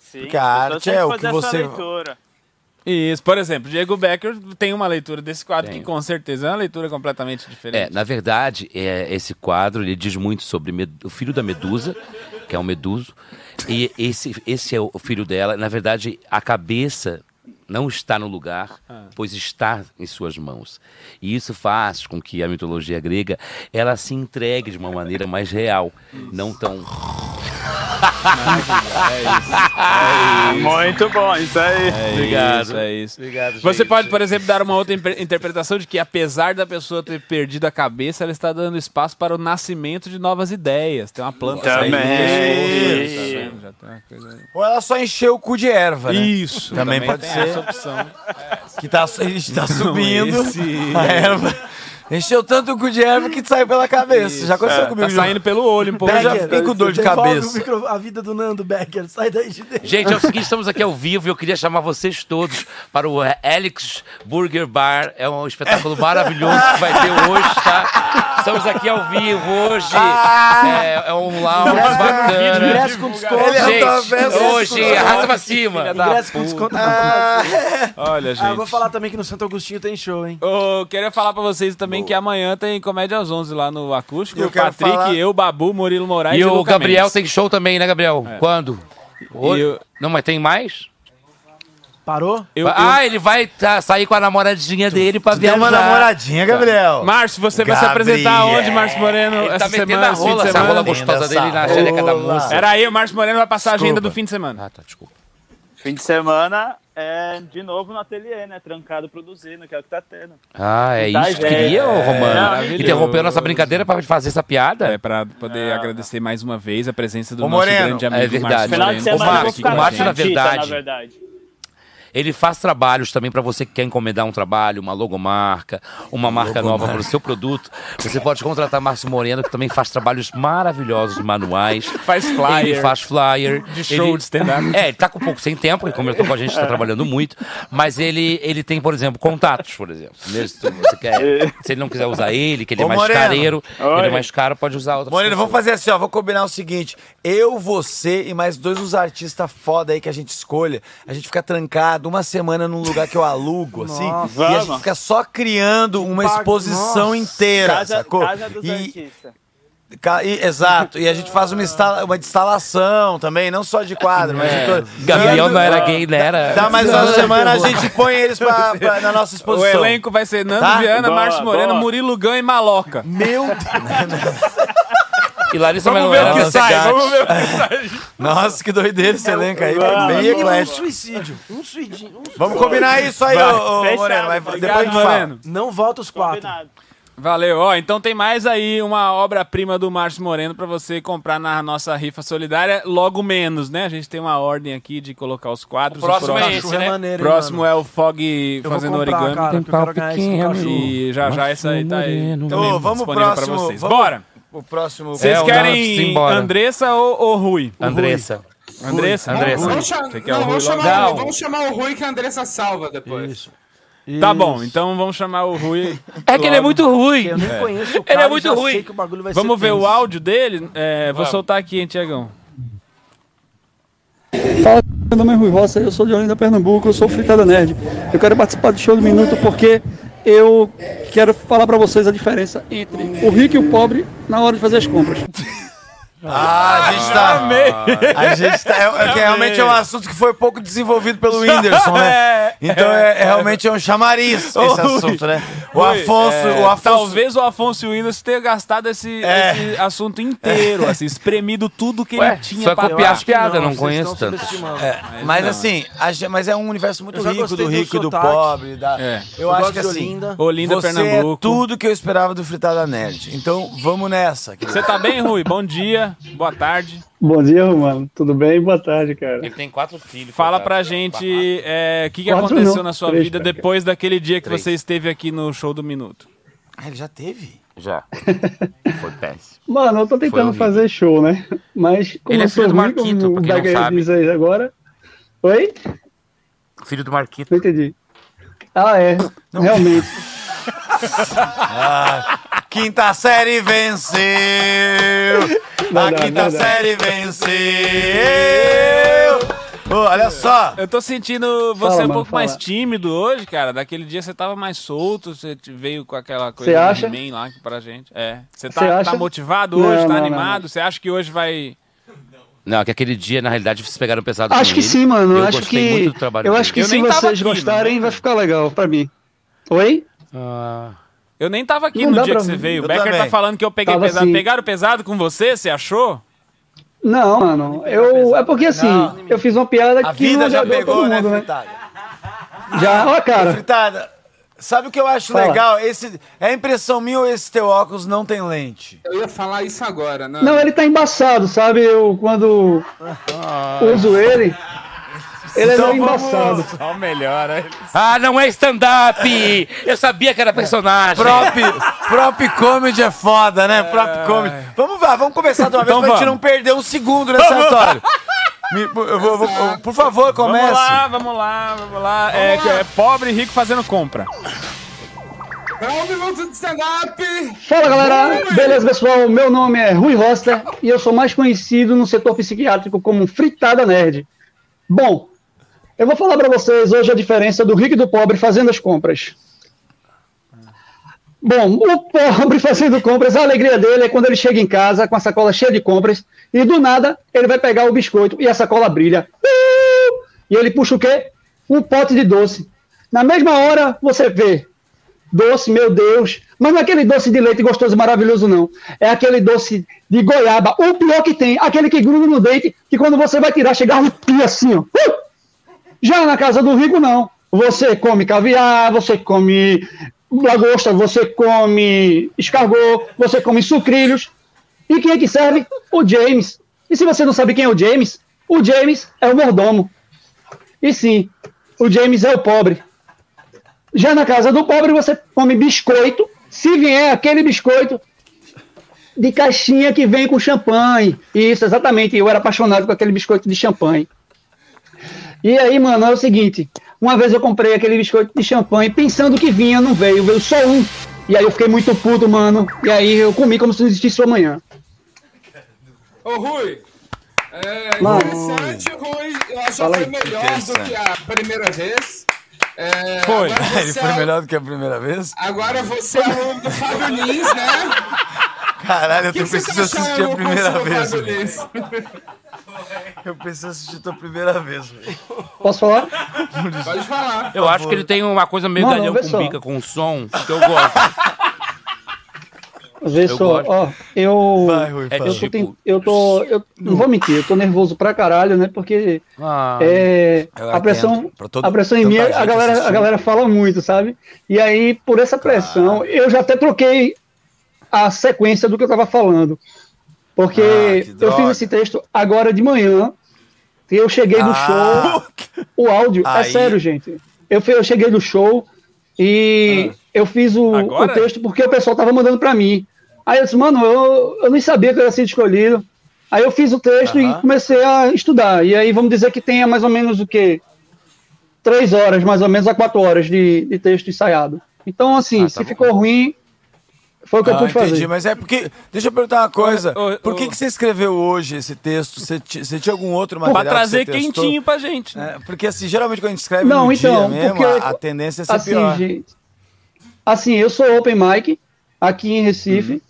[SPEAKER 11] Sim,
[SPEAKER 8] Porque a arte é o que você.
[SPEAKER 5] Isso, por exemplo, Diego Becker tem uma leitura desse quadro que com certeza é uma leitura completamente
[SPEAKER 3] É,
[SPEAKER 5] diferente.
[SPEAKER 3] na verdade, é, esse quadro ele diz muito sobre Med- o filho da Medusa, que é um meduso, e esse, esse é o filho dela. Na verdade, a cabeça não está no lugar, pois está em suas mãos. E isso faz com que a mitologia grega ela se entregue de uma maneira mais real, não tão é
[SPEAKER 11] Muito bom, isso aí.
[SPEAKER 5] Obrigado. Ah, é isso.
[SPEAKER 11] Obrigado,
[SPEAKER 5] Você pode, por exemplo, dar uma outra impre- interpretação de que, apesar da pessoa ter perdido a cabeça, ela está dando espaço para o nascimento de novas ideias. Tem uma planta
[SPEAKER 8] Também.
[SPEAKER 5] saindo. Tá vendo? Já tem uma coisa-
[SPEAKER 8] Ou ela só encheu o cu de erva, né?
[SPEAKER 5] Isso.
[SPEAKER 8] Também,
[SPEAKER 5] também
[SPEAKER 8] pode
[SPEAKER 5] tem
[SPEAKER 8] ser.
[SPEAKER 5] essa opção.
[SPEAKER 8] Que tá, a gente tá
[SPEAKER 5] Então,
[SPEAKER 8] subindo.
[SPEAKER 5] esse-
[SPEAKER 8] A erva. Encheu tanto o cu de erva que saiu pela cabeça. Já aconteceu
[SPEAKER 5] É,
[SPEAKER 8] comigo.
[SPEAKER 5] Tá
[SPEAKER 8] já.
[SPEAKER 5] saindo pelo olho um pouco.
[SPEAKER 8] Eu já fiquei com dor de
[SPEAKER 4] Devolve o
[SPEAKER 8] cabeça.
[SPEAKER 4] micro- a vida do Nando Becker. Sai daí de dentro.
[SPEAKER 3] Gente, é o seguinte, estamos aqui ao vivo e eu queria chamar vocês todos para o eh, Alex Burger Bar. É um espetáculo maravilhoso que vai ter hoje, tá? Estamos aqui ao vivo hoje.
[SPEAKER 4] Ah!
[SPEAKER 3] É, é um lounge
[SPEAKER 4] Ingresso com-
[SPEAKER 3] bacana.
[SPEAKER 4] ingresso com desconto. Ele atravessa
[SPEAKER 3] Gente,
[SPEAKER 4] com
[SPEAKER 3] hoje,
[SPEAKER 4] desconto.
[SPEAKER 3] arrasa pra cima.
[SPEAKER 4] Ingresso com desconto.
[SPEAKER 5] Olha,
[SPEAKER 4] Ah, eu
[SPEAKER 5] gente.
[SPEAKER 4] vou falar também que no Santo Agostinho tem show, hein?
[SPEAKER 5] Eu queria falar pra vocês também que amanhã tem Comédia às 11 lá no Acústico.
[SPEAKER 4] Eu
[SPEAKER 5] o
[SPEAKER 4] quero
[SPEAKER 5] Patrick,
[SPEAKER 4] falar-
[SPEAKER 5] eu, Babu, Murilo Moraes e,
[SPEAKER 3] E o
[SPEAKER 5] Luca
[SPEAKER 3] Gabriel
[SPEAKER 5] Mendes. É.
[SPEAKER 3] tem show também, né, Gabriel? Quando? Hoje?
[SPEAKER 5] eu-
[SPEAKER 3] Não, mas tem mais?
[SPEAKER 4] Parou?
[SPEAKER 5] Eu-
[SPEAKER 3] ah, ele vai tá, sair com a namoradinha dele pra
[SPEAKER 5] tem
[SPEAKER 3] viajar.
[SPEAKER 5] uma namoradinha, Gabriel. Márcio, você vai se apresentar
[SPEAKER 3] Gabriel.
[SPEAKER 5] onde, Márcio Moreno?
[SPEAKER 3] Ele tá
[SPEAKER 5] essa
[SPEAKER 3] metendo
[SPEAKER 5] semana,
[SPEAKER 3] a
[SPEAKER 5] esse fim de
[SPEAKER 3] rola, essa
[SPEAKER 5] semana?
[SPEAKER 3] rola gostosa dele na xereca da moça.
[SPEAKER 5] Pera aí, o Márcio Moreno vai passar a agenda
[SPEAKER 3] Desculpa.
[SPEAKER 5] do fim de semana. Ah, tá, desculpa.
[SPEAKER 11] Fim de semana é de novo no ateliê, né? Trancado produzindo, que é o que tá tendo.
[SPEAKER 3] Ah, é
[SPEAKER 11] Tá, É,
[SPEAKER 3] isso que
[SPEAKER 11] gente.
[SPEAKER 3] queria, ô, Romano?
[SPEAKER 5] maravilhoso.
[SPEAKER 3] Interrompeu nossa brincadeira pra fazer essa piada?
[SPEAKER 5] É, pra poder agradecer mais uma vez a presença do
[SPEAKER 3] Ô,
[SPEAKER 5] nosso
[SPEAKER 3] Moreno.
[SPEAKER 5] grande amigo
[SPEAKER 3] É verdade.
[SPEAKER 5] Márcio
[SPEAKER 3] Final de
[SPEAKER 5] Moreno.
[SPEAKER 3] semana eu vou
[SPEAKER 5] Márcio,
[SPEAKER 3] ficar
[SPEAKER 5] com
[SPEAKER 3] na
[SPEAKER 5] a
[SPEAKER 3] Márcio, na
[SPEAKER 5] gente.
[SPEAKER 3] verdade.
[SPEAKER 11] Na verdade.
[SPEAKER 3] Ele faz trabalhos também para você que quer encomendar um trabalho, uma logomarca, uma marca nova para o seu produto. Você pode contratar Márcio Moreno, que também faz trabalhos maravilhosos manuais.
[SPEAKER 5] Faz flyer.
[SPEAKER 3] Ele faz flyer.
[SPEAKER 5] De show
[SPEAKER 3] Ele-
[SPEAKER 5] de stand-up.
[SPEAKER 3] É, ele tá com um pouco sem tempo, ele comentou com a gente, está trabalhando muito. Mas ele, ele tem, por exemplo, contatos, por exemplo. Entendeu? Se, você quer- se ele não quiser usar ele, que ele é
[SPEAKER 8] Ô,
[SPEAKER 3] mais
[SPEAKER 8] Moreno.
[SPEAKER 3] careiro, ele
[SPEAKER 8] Oi.
[SPEAKER 3] é mais caro, pode usar outras
[SPEAKER 8] Moreno,
[SPEAKER 3] pessoas.
[SPEAKER 8] vamos fazer assim, ó. Vou combinar o seguinte: eu, você e mais dois dos artistas foda aí que a gente escolha. A gente fica trancado uma semana num lugar que eu alugo, assim.
[SPEAKER 11] Nossa.
[SPEAKER 8] E a gente
[SPEAKER 11] Vamos.
[SPEAKER 8] fica só criando uma
[SPEAKER 11] Pago-
[SPEAKER 8] exposição
[SPEAKER 11] Nossa.
[SPEAKER 8] inteira,
[SPEAKER 11] Casa-
[SPEAKER 8] sacou?
[SPEAKER 11] Casa dos artistas.
[SPEAKER 8] ca- e- exato, e a gente faz uma, instala, uma instalação também, não só de quadro, mas de todo-
[SPEAKER 3] É, Gabriel
[SPEAKER 8] Nando-
[SPEAKER 3] não era gay, né? Era...
[SPEAKER 8] Dá mais uma semana, a gente põe eles pra, pra- na
[SPEAKER 5] O
[SPEAKER 8] nossa exposição.
[SPEAKER 5] elenco vai ser Nando
[SPEAKER 8] Tá?
[SPEAKER 5] Viana,
[SPEAKER 8] Boa,
[SPEAKER 5] Márcio Moreno,
[SPEAKER 8] boa.
[SPEAKER 5] Murilo Gan e Maloca.
[SPEAKER 4] Meu
[SPEAKER 3] E Larissa
[SPEAKER 5] Vamos ver
[SPEAKER 3] Manoela,
[SPEAKER 5] o que
[SPEAKER 3] Nancy
[SPEAKER 5] sai,
[SPEAKER 3] Gatti.
[SPEAKER 5] vamos ver o que
[SPEAKER 8] Nossa, que doideira
[SPEAKER 11] É
[SPEAKER 8] esse elenco aí. tá
[SPEAKER 4] Mínimo
[SPEAKER 8] Bem
[SPEAKER 4] um
[SPEAKER 8] eclético.
[SPEAKER 4] suicídio. Um suicídio. um
[SPEAKER 8] Vamos
[SPEAKER 4] suicídio.
[SPEAKER 8] combinar isso aí,
[SPEAKER 5] Vai.
[SPEAKER 8] ô, ô,
[SPEAKER 5] Fechado,
[SPEAKER 8] Moreno. vai-
[SPEAKER 5] obrigado,
[SPEAKER 8] depois a gente fala.
[SPEAKER 5] Moreno.
[SPEAKER 4] Não volta os quatro.
[SPEAKER 5] Valeu, ó. Então tem mais aí uma obra-prima do Márcio Moreno pra você comprar na nossa rifa solidária, logo menos, né? A gente tem uma ordem aqui de colocar os quadros.
[SPEAKER 3] O próximo é
[SPEAKER 5] próximo-
[SPEAKER 3] esse, né? É maneiro,
[SPEAKER 4] hein,
[SPEAKER 5] próximo é o Fog
[SPEAKER 4] vou
[SPEAKER 5] fazendo
[SPEAKER 4] comprar,
[SPEAKER 5] origami.
[SPEAKER 4] cara, Tem porque eu pau quero ganhar esse pequeno. cachorro.
[SPEAKER 5] E já já essa aí tá aí.
[SPEAKER 8] Ô, vamos pro
[SPEAKER 5] disponível pra
[SPEAKER 8] próximo,
[SPEAKER 5] vocês.
[SPEAKER 8] vamos-
[SPEAKER 5] Bora!
[SPEAKER 8] o próximo.
[SPEAKER 5] Vocês
[SPEAKER 8] É, o Nantes
[SPEAKER 5] querem
[SPEAKER 8] embora.
[SPEAKER 5] Andressa ou, ou Rui? O
[SPEAKER 3] Andressa.
[SPEAKER 5] Rui. Andressa? Andressa.
[SPEAKER 1] Vamos, chamar-
[SPEAKER 5] Você quer
[SPEAKER 1] não,
[SPEAKER 5] o Rui
[SPEAKER 1] vamos,
[SPEAKER 5] logo?
[SPEAKER 1] chamar,
[SPEAKER 5] Não.
[SPEAKER 1] vamos chamar o Rui que a Andressa salva depois.
[SPEAKER 5] Tá bom, então vamos chamar o Rui.
[SPEAKER 1] É que ele é muito
[SPEAKER 5] ruim.
[SPEAKER 1] Eu nem
[SPEAKER 4] conheço o
[SPEAKER 5] ele
[SPEAKER 4] cara
[SPEAKER 5] é
[SPEAKER 4] e
[SPEAKER 5] muito
[SPEAKER 4] já
[SPEAKER 5] ruim.
[SPEAKER 4] sei que o bagulho vai ser
[SPEAKER 5] vamos ver
[SPEAKER 4] tenso.
[SPEAKER 5] o áudio dele? É, vou
[SPEAKER 4] Vamos.
[SPEAKER 5] soltar aqui, hein, Tiagão.
[SPEAKER 15] Fala, meu nome é Rui Roça, eu sou de Olinda, Pernambuco, eu sou Fritada Nerd. Eu quero participar do show do Minuto porque eu quero falar pra vocês a diferença entre o rico e o pobre na hora de fazer as compras.
[SPEAKER 8] Ah, a gente tá. A gente tá. É, é que realmente é um assunto que foi pouco desenvolvido pelo
[SPEAKER 3] É.
[SPEAKER 8] Whindersson, né? Então é, é realmente é um chamariz esse
[SPEAKER 5] Ô, Rui.
[SPEAKER 8] assunto, né? O
[SPEAKER 5] Rui,
[SPEAKER 8] Afonso.
[SPEAKER 5] é,
[SPEAKER 8] o Afonso
[SPEAKER 5] Talvez o Afonso Willis tenha gastado esse,
[SPEAKER 8] É.
[SPEAKER 5] esse assunto inteiro, assim, espremido tudo que
[SPEAKER 3] Ué,
[SPEAKER 5] ele tinha
[SPEAKER 3] só
[SPEAKER 5] pra
[SPEAKER 3] copiar
[SPEAKER 5] dar.
[SPEAKER 3] as piadas, não, conheço tanto.
[SPEAKER 8] É, mas assim, a gen- mas é um universo muito
[SPEAKER 5] Eu já
[SPEAKER 8] rico
[SPEAKER 5] gostei
[SPEAKER 8] do
[SPEAKER 5] do
[SPEAKER 8] rico e do
[SPEAKER 5] sotaque.
[SPEAKER 8] pobre. Da...
[SPEAKER 5] É.
[SPEAKER 8] Eu,
[SPEAKER 5] Eu
[SPEAKER 8] acho
[SPEAKER 5] gosto
[SPEAKER 8] que
[SPEAKER 5] de
[SPEAKER 8] assim.
[SPEAKER 5] Olinda. Olinda,
[SPEAKER 8] você
[SPEAKER 5] Pernambuco.
[SPEAKER 8] É tudo que eu esperava do Fritada Nerd. Então vamos nessa. querido.
[SPEAKER 5] Você tá bem, Rui? Bom dia, boa tarde.
[SPEAKER 15] Bom dia, mano. Tudo bem? Boa tarde, cara.
[SPEAKER 3] Tem quatro filhos.
[SPEAKER 5] Fala pra gente é, o que, que
[SPEAKER 15] Quatro
[SPEAKER 5] aconteceu
[SPEAKER 15] não,
[SPEAKER 5] na sua
[SPEAKER 15] três,
[SPEAKER 5] vida
[SPEAKER 15] cara.
[SPEAKER 5] depois daquele dia que
[SPEAKER 15] Três.
[SPEAKER 5] você esteve aqui no show do Minuto.
[SPEAKER 8] Ah, ele já teve?
[SPEAKER 3] Já. Foi péssimo.
[SPEAKER 15] Mano, eu tô tentando fazer show, né? Mas como
[SPEAKER 3] Ele é
[SPEAKER 15] eu sou
[SPEAKER 3] filho do
[SPEAKER 15] ruim,
[SPEAKER 3] Marquito,
[SPEAKER 15] como o
[SPEAKER 3] pra quem não
[SPEAKER 15] Daguerre
[SPEAKER 3] sabe.
[SPEAKER 15] diz aí agora. Oi?
[SPEAKER 3] Filho do Marquito.
[SPEAKER 15] Não entendi. Ah, é. Realmente.
[SPEAKER 8] Ah, quinta série venceu!
[SPEAKER 15] Não
[SPEAKER 8] a
[SPEAKER 15] dá,
[SPEAKER 8] quinta
[SPEAKER 15] não dá.
[SPEAKER 8] série venceu! Ô, olha só!
[SPEAKER 5] Eu tô sentindo você
[SPEAKER 15] Fala,
[SPEAKER 5] um
[SPEAKER 15] mano,
[SPEAKER 5] pouco mais
[SPEAKER 15] fala.
[SPEAKER 5] tímido hoje, cara. Daquele dia você tava mais solto, você te- veio com aquela coisa
[SPEAKER 15] Cê
[SPEAKER 5] do
[SPEAKER 15] acha?
[SPEAKER 5] He-Man lá aqui pra gente. É. Você
[SPEAKER 15] Cê
[SPEAKER 5] tá,
[SPEAKER 15] acha?
[SPEAKER 5] tá motivado
[SPEAKER 15] Não,
[SPEAKER 5] hoje,
[SPEAKER 15] não,
[SPEAKER 5] tá
[SPEAKER 15] não,
[SPEAKER 5] animado? Você acha que hoje vai.
[SPEAKER 3] Não, é que aquele dia, na realidade, vocês pegaram pesado
[SPEAKER 15] Acho
[SPEAKER 3] com
[SPEAKER 15] que
[SPEAKER 3] ele.
[SPEAKER 15] sim, mano.
[SPEAKER 3] Eu
[SPEAKER 15] acho
[SPEAKER 3] gostei
[SPEAKER 15] que
[SPEAKER 3] muito do trabalho
[SPEAKER 15] eu
[SPEAKER 3] dele.
[SPEAKER 15] acho que se vocês
[SPEAKER 3] né?
[SPEAKER 15] gostarem vai ficar legal pra mim. Oi?
[SPEAKER 5] Eu nem tava aqui
[SPEAKER 15] Não
[SPEAKER 5] no
[SPEAKER 15] dá
[SPEAKER 5] dia
[SPEAKER 15] pra
[SPEAKER 5] que você
[SPEAKER 15] ver.
[SPEAKER 5] veio. O
[SPEAKER 15] Eu
[SPEAKER 5] Becker tá
[SPEAKER 15] também.
[SPEAKER 5] falando que eu peguei
[SPEAKER 15] Tava assim.
[SPEAKER 5] pesado.
[SPEAKER 15] sim.
[SPEAKER 5] Pegaram pesado com você? Você achou?
[SPEAKER 15] Não, mano. Eu é porque assim, eu fiz uma piada
[SPEAKER 8] A
[SPEAKER 15] que
[SPEAKER 8] vida
[SPEAKER 15] não
[SPEAKER 8] já
[SPEAKER 15] agradou a
[SPEAKER 8] pegou,
[SPEAKER 15] todo
[SPEAKER 8] né,
[SPEAKER 15] mundo, né?
[SPEAKER 8] Fritada?
[SPEAKER 15] Já, ó, cara.
[SPEAKER 8] Fritada, sabe o que eu acho
[SPEAKER 15] Fala.
[SPEAKER 8] legal? Esse, é a impressão minha ou esse teu óculos não tem lente?
[SPEAKER 1] Eu ia falar isso agora, né?
[SPEAKER 15] Não, ele tá embaçado, sabe? Eu quando
[SPEAKER 8] Ah.
[SPEAKER 15] uso ele, ele
[SPEAKER 8] Então
[SPEAKER 15] é meio embaçado.
[SPEAKER 5] Só melhor, né?
[SPEAKER 3] Ah, não é stand-up! Eu sabia que era personagem.
[SPEAKER 8] Prop, prop comedy é foda, né? Prop comedy. Vamos lá, vamos começar de uma vez
[SPEAKER 3] Então
[SPEAKER 8] pra gente
[SPEAKER 3] vamos.
[SPEAKER 8] não perder um segundo nesse
[SPEAKER 5] Vamos.
[SPEAKER 8] atório. Me- eu vou- vou- eu- por favor, comece.
[SPEAKER 5] Vamos lá, vamos lá, vamos lá. É,
[SPEAKER 1] Vamos lá.
[SPEAKER 5] é pobre e rico fazendo compra.
[SPEAKER 1] É um minuto de stand-up!
[SPEAKER 15] Fala galera, beleza pessoal? Meu nome é Rui Roster e eu sou mais conhecido no setor psiquiátrico como Fritada Nerd. Bom, eu vou falar pra vocês hoje a diferença do rico e do pobre fazendo as compras. Bom, o pobre fazendo compras, a alegria dele é quando ele chega em casa com a sacola cheia de compras e do nada ele vai pegar o biscoito e a sacola brilha. Uh! E ele puxa o quê? Um pote de doce. Na mesma hora você vê doce, meu Deus. Mas não é aquele doce de leite gostoso e maravilhoso, não. É aquele doce de goiaba, o pior que tem, aquele que gruda no dente, que quando você vai tirar, chega arrepia assim, ó. Uh! Já na casa do rico, não. Você come caviar, você come lagosta, você come escargot, você come sucrilhos. E quem é que serve? O James. E se você não sabe quem é o James, o James é o mordomo. E sim, o James é o pobre. Já na casa do pobre você come biscoito, se vier aquele biscoito de caixinha que vem com champanhe. Isso, exatamente. Eu era apaixonado com aquele biscoito de champanhe. E aí, mano, é o seguinte: uma vez eu comprei aquele biscoito de champanhe pensando que vinha, não veio, veio só um. E aí eu fiquei muito puto, mano. E aí eu comi como se não existisse o amanhã.
[SPEAKER 1] Ô, Rui! É
[SPEAKER 15] Mano.
[SPEAKER 1] interessante, Rui. Eu acho
[SPEAKER 15] Fala
[SPEAKER 1] que foi
[SPEAKER 15] aí.
[SPEAKER 1] melhor do
[SPEAKER 8] Interessante.
[SPEAKER 1] que a primeira vez. É, agora
[SPEAKER 8] Ele
[SPEAKER 1] você
[SPEAKER 8] foi
[SPEAKER 1] é-
[SPEAKER 8] melhor do que a primeira vez?
[SPEAKER 1] Agora você é aluno do Fábio Lins, né?
[SPEAKER 8] Caralho, eu
[SPEAKER 1] Que que você
[SPEAKER 8] preciso
[SPEAKER 1] tá achando
[SPEAKER 8] assistir a
[SPEAKER 1] do
[SPEAKER 8] primeira
[SPEAKER 1] Fábio
[SPEAKER 8] vez.
[SPEAKER 1] Lins?
[SPEAKER 8] velho. Eu preciso assistir a tua primeira vez. velho.
[SPEAKER 15] Posso falar?
[SPEAKER 1] Pode falar.
[SPEAKER 3] Eu acho que ele tem uma coisa meio
[SPEAKER 15] Mano,
[SPEAKER 3] galhão
[SPEAKER 15] vê
[SPEAKER 3] com
[SPEAKER 15] só.
[SPEAKER 3] bica, com som, que eu gosto.
[SPEAKER 15] Vê
[SPEAKER 3] Eu
[SPEAKER 15] só,
[SPEAKER 3] gosto.
[SPEAKER 15] ó, eu.
[SPEAKER 3] É
[SPEAKER 15] eu, tô
[SPEAKER 3] tipo-
[SPEAKER 15] ten- eu tô. Eu não vou mentir, eu tô nervoso pra caralho, né? Porque
[SPEAKER 3] Ah,
[SPEAKER 15] é,
[SPEAKER 3] eu
[SPEAKER 15] a, pressão,
[SPEAKER 3] entendo. Pra todo-
[SPEAKER 15] a pressão em mim,
[SPEAKER 3] tanta
[SPEAKER 15] a
[SPEAKER 3] gente
[SPEAKER 15] galera, a
[SPEAKER 3] assistindo.
[SPEAKER 15] galera fala muito, sabe? E aí, por essa pressão, eu já até troquei a sequência do que eu tava falando. Porque eu
[SPEAKER 8] Ah, droga.
[SPEAKER 15] fiz esse texto agora de manhã, e eu cheguei do
[SPEAKER 8] Ah.
[SPEAKER 15] show. O áudio, é
[SPEAKER 8] Aí.
[SPEAKER 15] sério, gente. Eu, fui- eu cheguei do show e eu fiz o, o
[SPEAKER 8] Ah.
[SPEAKER 5] Agora?
[SPEAKER 15] texto porque o pessoal tava mandando pra mim. Aí eu disse, mano, eu, eu nem sabia que eu ia ser escolhido. Aí eu fiz o texto e
[SPEAKER 16] Aham.
[SPEAKER 15] comecei a estudar. E aí vamos dizer que tenha mais ou menos o quê? Três horas, mais ou menos, a quatro horas de, de texto ensaiado. Então, assim, se ficou ruim, foi o que eu
[SPEAKER 8] Ah,
[SPEAKER 15] pude
[SPEAKER 8] entendi,
[SPEAKER 15] fazer.
[SPEAKER 8] mas é porque. Deixa eu perguntar uma coisa.
[SPEAKER 15] Ô, ô,
[SPEAKER 8] Por que,
[SPEAKER 15] ô.
[SPEAKER 8] que você escreveu hoje esse texto? Você, ti- você tinha algum outro
[SPEAKER 15] Pra
[SPEAKER 8] material? que
[SPEAKER 5] trazer
[SPEAKER 8] você testou?
[SPEAKER 5] quentinho pra gente, né?
[SPEAKER 8] É, porque assim, geralmente quando a gente escreve
[SPEAKER 15] Não,
[SPEAKER 8] no
[SPEAKER 15] então,
[SPEAKER 8] dia mesmo,
[SPEAKER 15] porque-
[SPEAKER 8] a, a tendência é ser
[SPEAKER 15] assim,
[SPEAKER 8] pior.
[SPEAKER 15] gente, assim, eu sou open mic aqui em Recife.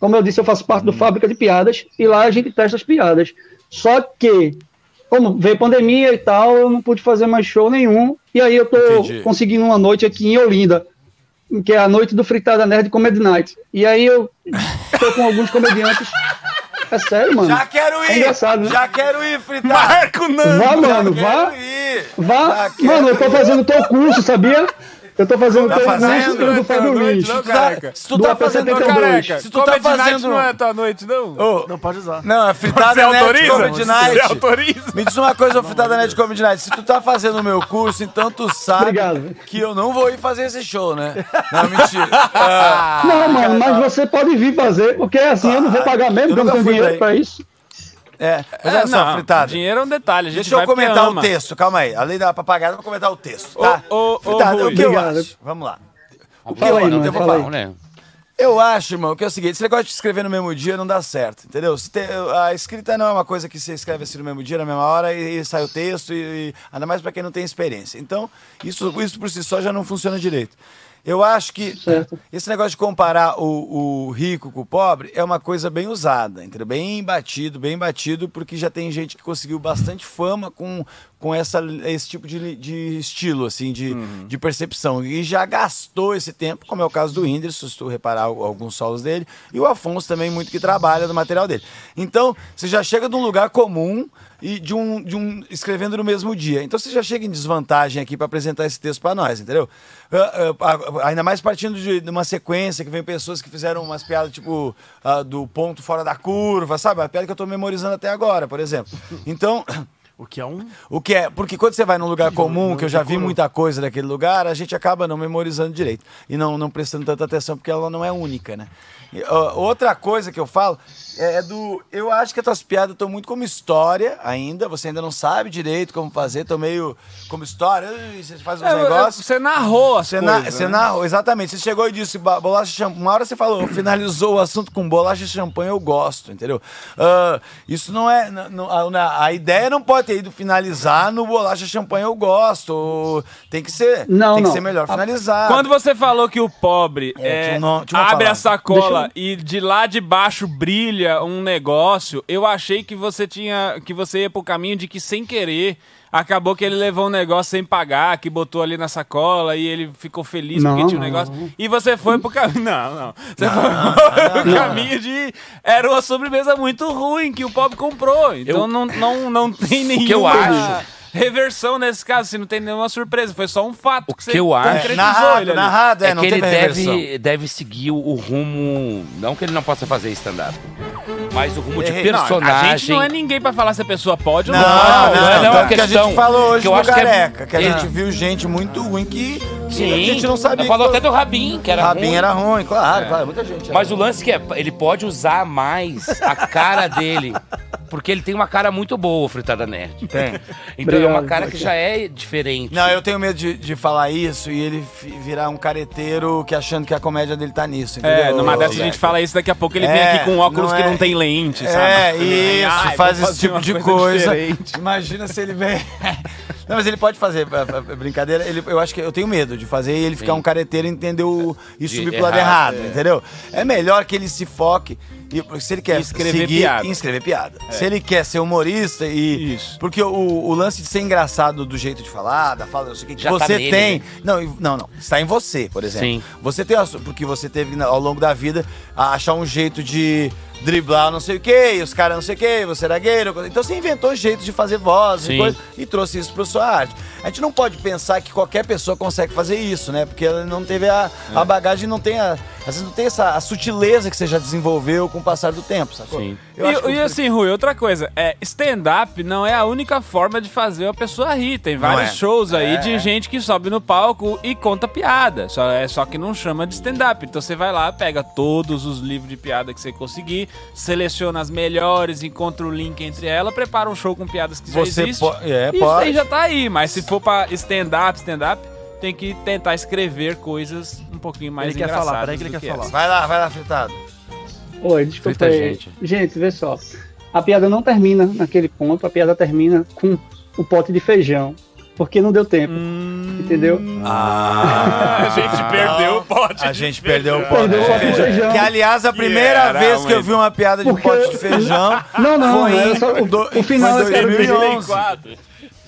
[SPEAKER 15] Como eu disse, eu faço parte do Fábrica de Piadas e lá a gente testa as piadas. Só que, como veio pandemia e tal, eu não pude fazer mais show nenhum. E aí eu tô
[SPEAKER 8] Entendi.
[SPEAKER 15] conseguindo uma noite aqui em Olinda, que é a noite do Fritada Nerd Comedy Night. E aí eu tô com alguns comediantes. É sério, mano.
[SPEAKER 8] Já quero ir!
[SPEAKER 15] É engraçado, né?
[SPEAKER 8] Já quero ir, fritar!
[SPEAKER 5] Marco
[SPEAKER 15] Vá, mano, vá. Vá. Mano, eu tô fazendo teu curso, sabia? Eu tô fazendo
[SPEAKER 8] Tá
[SPEAKER 15] teu
[SPEAKER 8] fazendo?
[SPEAKER 15] curso do Fábio Luiz.
[SPEAKER 8] Se tu tá, se tu tá fazendo
[SPEAKER 15] teu
[SPEAKER 8] se tu tá fazendo
[SPEAKER 5] tua noite, é não?
[SPEAKER 8] não pode usar. Não, é fritada
[SPEAKER 5] Você
[SPEAKER 8] net
[SPEAKER 5] autoriza?
[SPEAKER 8] Comedy
[SPEAKER 5] Você
[SPEAKER 8] Night.
[SPEAKER 5] autoriza?
[SPEAKER 8] Me diz uma coisa, ô, fritada é net comedy night. Se tu tá fazendo o meu curso, então tu sabe que eu não vou ir fazer esse show, né? Não, mentira. Ah,
[SPEAKER 15] Não, mano, mas você pode vir fazer, porque assim, eu não vou pagar mesmo, porque eu não tenho dinheiro pra isso.
[SPEAKER 8] É, mas
[SPEAKER 5] É,
[SPEAKER 8] olha só,
[SPEAKER 5] não,
[SPEAKER 8] fritada.
[SPEAKER 5] Dinheiro é um detalhe, a gente
[SPEAKER 8] Deixa eu
[SPEAKER 5] vai porque
[SPEAKER 8] comentar o
[SPEAKER 5] ama.
[SPEAKER 8] texto, calma aí. Além da papagada, eu vou comentar o texto, tá?
[SPEAKER 5] Ô, ô, ô,
[SPEAKER 8] fritada,
[SPEAKER 5] Rui.
[SPEAKER 8] o que eu
[SPEAKER 5] Obrigado.
[SPEAKER 8] acho? Vamos lá. O que
[SPEAKER 3] Fala
[SPEAKER 8] eu
[SPEAKER 3] aí,
[SPEAKER 8] acho?
[SPEAKER 3] mano,
[SPEAKER 8] Eu vou
[SPEAKER 3] fala
[SPEAKER 8] falar.
[SPEAKER 3] aí. Né?
[SPEAKER 8] Eu acho, irmão, que é o seguinte: esse negócio de escrever no mesmo dia não dá certo, entendeu? Se te- a escrita não é uma coisa que você escreve assim no mesmo dia, na mesma hora, e, e sai o texto, e, e- ainda mais pra quem não tem experiência. Então, isso, isso por si só já não funciona direito. Eu acho que esse negócio de comparar o, o rico com o pobre é uma coisa bem usada, entendeu? Bem batido, bem batido, porque já tem gente que conseguiu bastante fama com, com essa, esse tipo de, li- de estilo, assim, de, de percepção. E já gastou esse tempo, como é o caso do Whindersson, se tu reparar al- alguns solos dele, e o Afonso também muito que trabalha no material dele. Então, você já chega de um lugar comum e de um, de um escrevendo no mesmo dia. Então você já chega em desvantagem aqui para apresentar esse texto para nós, entendeu? Ah, ah, ah, ainda mais partindo de, de uma sequência que vem pessoas que fizeram umas piadas tipo ah, do ponto fora da curva, sabe? A piada que eu tô memorizando até agora, por exemplo. Então. O que é um? O que é? Porque quando você vai num lugar comum, que eu já vi muita coisa daquele lugar, a gente acaba não memorizando direito e não, não prestando tanta atenção porque ela não é única, né? E, ó, outra coisa que eu falo é, é do. Eu acho que as tuas piadas estão muito como história ainda. Você ainda não sabe direito como fazer, estão meio como história. ui, Você faz uns
[SPEAKER 5] É,
[SPEAKER 8] negócios.
[SPEAKER 5] você narrou as
[SPEAKER 8] Você, na-
[SPEAKER 5] coisas.
[SPEAKER 8] você
[SPEAKER 5] né?
[SPEAKER 8] narrou, exatamente. Você chegou e disse "Ba- bolacha e champanhe. Uma hora você falou, finalizou o assunto com bolacha e champanhe, eu gosto, entendeu? Ah, isso não é. n- n- a, na- a ideia não pode ter ido finalizar no bolacha e champanhe, eu gosto. ou- Tem que ser.
[SPEAKER 5] Não,
[SPEAKER 8] tem
[SPEAKER 5] não.
[SPEAKER 8] que ser melhor finalizar.
[SPEAKER 5] Quando você falou que o pobre é,
[SPEAKER 8] tinha um nome- tinha uma
[SPEAKER 5] abre
[SPEAKER 8] palavra.
[SPEAKER 5] a sacola
[SPEAKER 8] Deixa
[SPEAKER 5] e de lá de baixo brilha um negócio, eu achei que você tinha que você ia pro caminho de que sem querer acabou que ele levou um negócio sem pagar, que botou ali na sacola e ele ficou feliz
[SPEAKER 15] Não,
[SPEAKER 5] porque tinha um
[SPEAKER 15] não.
[SPEAKER 5] negócio. E você foi pro caminho não, não. Você foi pro caminho de era uma sobremesa muito ruim que o pobre comprou. Então
[SPEAKER 3] Eu-
[SPEAKER 5] não, não não tem
[SPEAKER 3] O
[SPEAKER 5] nenhuma
[SPEAKER 3] que eu acho.
[SPEAKER 5] Reversão nesse caso, se não tem nenhuma surpresa, foi só um fato.
[SPEAKER 3] O que eu acho.
[SPEAKER 5] ele ali.
[SPEAKER 3] é que ele deve, deve seguir o, o rumo. Não que ele não possa fazer stand-up. Mas o
[SPEAKER 8] É,
[SPEAKER 3] rumo de
[SPEAKER 5] Errei. Não,
[SPEAKER 3] personagem.
[SPEAKER 5] a gente não é ninguém pra falar se a pessoa pode né? ou não.
[SPEAKER 3] Não,
[SPEAKER 8] Ah, não,
[SPEAKER 3] não é uma
[SPEAKER 8] tanto que a
[SPEAKER 3] questão
[SPEAKER 8] gente falou hoje
[SPEAKER 3] que eu
[SPEAKER 8] no
[SPEAKER 3] acho que é-
[SPEAKER 8] Careca, que, a
[SPEAKER 3] É.
[SPEAKER 8] gente viu gente muito ruim que
[SPEAKER 3] Sim.
[SPEAKER 8] a gente não sabia.
[SPEAKER 3] Falou
[SPEAKER 8] que-
[SPEAKER 3] até do Rabin, que era
[SPEAKER 8] Rabin
[SPEAKER 3] ruim.
[SPEAKER 8] era ruim, claro,
[SPEAKER 3] É.
[SPEAKER 8] claro, muita gente.
[SPEAKER 3] Mas o lance que é, ele pode usar mais a cara dele. Porque ele tem uma cara muito boa, o Fritada Nerd.
[SPEAKER 8] Tem.
[SPEAKER 3] Então é uma
[SPEAKER 8] Obrigado.
[SPEAKER 3] cara que já é diferente.
[SPEAKER 8] Não, eu tenho medo de, de falar isso e ele fi- virar um careteiro que achando que a comédia dele tá nisso, entendeu?
[SPEAKER 5] É, numa dessas a gente fala isso, daqui a pouco ele vem
[SPEAKER 8] É,
[SPEAKER 5] aqui com um óculos
[SPEAKER 8] não
[SPEAKER 5] que
[SPEAKER 8] é-
[SPEAKER 5] não tem lente, sabe?
[SPEAKER 8] É, isso,
[SPEAKER 5] Ai,
[SPEAKER 8] faz
[SPEAKER 5] vou
[SPEAKER 8] esse
[SPEAKER 5] fazer
[SPEAKER 8] tipo
[SPEAKER 5] uma
[SPEAKER 8] de coisa.
[SPEAKER 5] diferente.
[SPEAKER 8] Imagina se ele vem. Não, mas ele pode fazer é, é, brincadeira. Ele, eu acho que eu tenho medo de fazer e ele ficar um careteiro e entender o, e
[SPEAKER 5] De
[SPEAKER 8] subir pro lado
[SPEAKER 5] errado,
[SPEAKER 8] errado,
[SPEAKER 5] é.
[SPEAKER 8] entendeu? É melhor que ele se foque. E, se ele quer
[SPEAKER 5] escrever
[SPEAKER 8] seguir,
[SPEAKER 5] piada. É.
[SPEAKER 8] em escrever piada. Se ele quer ser humorista e. Porque o, o lance de ser engraçado do jeito de falar, da fala, não sei o que, que
[SPEAKER 3] Já tá
[SPEAKER 8] você
[SPEAKER 3] nele,
[SPEAKER 8] tem.
[SPEAKER 3] né?
[SPEAKER 8] Não, e- não, não. Está em você, por exemplo.
[SPEAKER 3] Sim.
[SPEAKER 8] Você tem a su- porque você teve na- ao longo da vida a achar um jeito de driblar não sei o que, os caras não sei o que, você era gay, não- então você inventou jeitos de fazer voz e,
[SPEAKER 3] Sim.
[SPEAKER 8] coisa, e trouxe isso para sua arte. A gente
[SPEAKER 3] É.
[SPEAKER 8] não pode pensar que qualquer pessoa consegue fazer isso, né? Porque ela não teve a, a bagagem, não tem a, a Às vezes não tem essa a sutileza que você já desenvolveu com o passar do tempo, sacou? Sim.
[SPEAKER 5] E, e assim, Rui, outra coisa, é, stand-up não é a única forma de fazer uma pessoa rir. Tem
[SPEAKER 8] Não
[SPEAKER 5] vários
[SPEAKER 8] é.
[SPEAKER 5] shows aí
[SPEAKER 8] É,
[SPEAKER 5] de
[SPEAKER 8] é.
[SPEAKER 5] gente que sobe no palco e conta piada. Só, é só que não chama de stand-up. Então você vai lá, pega todos os livros de piada que você conseguir, seleciona as melhores, encontra o link entre elas, prepara um show com piadas que já
[SPEAKER 8] Você
[SPEAKER 5] existe.
[SPEAKER 8] po- é,
[SPEAKER 5] Isso
[SPEAKER 8] pode.
[SPEAKER 5] aí já tá aí, mas se for pra stand-up, stand-up, tem que tentar escrever coisas um pouquinho mais
[SPEAKER 4] Ele quer falar,
[SPEAKER 5] engraçadas
[SPEAKER 4] peraí que ele
[SPEAKER 5] do
[SPEAKER 4] quer falar.
[SPEAKER 5] essa.
[SPEAKER 8] Vai lá, vai lá, fritado.
[SPEAKER 15] Oi, desculpa
[SPEAKER 5] Frita a
[SPEAKER 15] aí.
[SPEAKER 5] gente.
[SPEAKER 15] Gente. vê só. A piada não termina naquele ponto, a piada termina com o pote de feijão. Porque não deu tempo.
[SPEAKER 8] Hum.
[SPEAKER 15] Entendeu?
[SPEAKER 8] a gente
[SPEAKER 5] perdeu o pote.
[SPEAKER 8] A gente perdeu o pote.
[SPEAKER 15] Perdeu o pote de feijão.
[SPEAKER 8] Que, aliás, a
[SPEAKER 15] É. Que
[SPEAKER 8] primeira
[SPEAKER 15] era
[SPEAKER 8] vez que eu
[SPEAKER 15] uma-
[SPEAKER 8] vi uma piada de pote de feijão.
[SPEAKER 15] Não, não,
[SPEAKER 8] foi
[SPEAKER 15] era
[SPEAKER 8] em
[SPEAKER 15] só- o-
[SPEAKER 8] do-
[SPEAKER 15] o final
[SPEAKER 8] foi em
[SPEAKER 15] eu quero dizer.
[SPEAKER 8] 2011.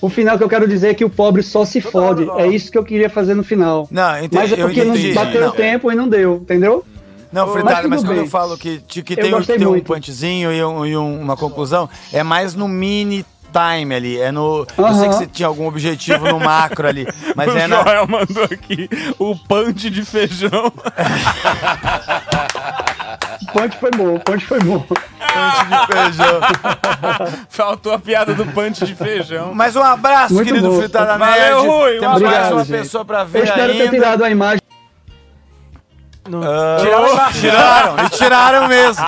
[SPEAKER 15] O final que eu quero dizer é que o pobre só se fode. É isso que eu queria fazer no final.
[SPEAKER 8] Não, entendi,
[SPEAKER 15] Mas é
[SPEAKER 8] eu
[SPEAKER 15] porque
[SPEAKER 8] entendi.
[SPEAKER 15] não bateu
[SPEAKER 8] Não.
[SPEAKER 15] o tempo e não deu, entendeu?
[SPEAKER 8] Não, Fritada,
[SPEAKER 15] tudo
[SPEAKER 8] mas, quando
[SPEAKER 15] bem.
[SPEAKER 8] eu falo que, ti- que
[SPEAKER 15] Eu
[SPEAKER 8] tem, um,
[SPEAKER 15] gostei
[SPEAKER 8] tem um
[SPEAKER 15] muito.
[SPEAKER 8] punchzinho e, um- e um- uma conclusão, é mais no mini time ali. É no. Eu sei que
[SPEAKER 5] Aham.
[SPEAKER 8] você tinha algum objetivo no macro ali, mas
[SPEAKER 5] o
[SPEAKER 8] é na.
[SPEAKER 5] Joel mandou aqui o punch de feijão.
[SPEAKER 15] O ponte foi bom, o ponte foi bom.
[SPEAKER 8] punch de feijão.
[SPEAKER 5] Faltou a piada do punch de feijão.
[SPEAKER 8] Mas um abraço,
[SPEAKER 15] Muito
[SPEAKER 8] querido
[SPEAKER 15] bom.
[SPEAKER 8] Fritada Nerd.
[SPEAKER 5] Valeu, Rui, um
[SPEAKER 8] Temos mais
[SPEAKER 5] abraço,
[SPEAKER 8] uma
[SPEAKER 5] gente.
[SPEAKER 8] pessoa pra ver
[SPEAKER 15] Eu espero
[SPEAKER 8] ainda.
[SPEAKER 15] ter tirado a imagem.
[SPEAKER 8] Ah,
[SPEAKER 4] Tiraram a imagem.
[SPEAKER 8] tiraram, e tiraram mesmo.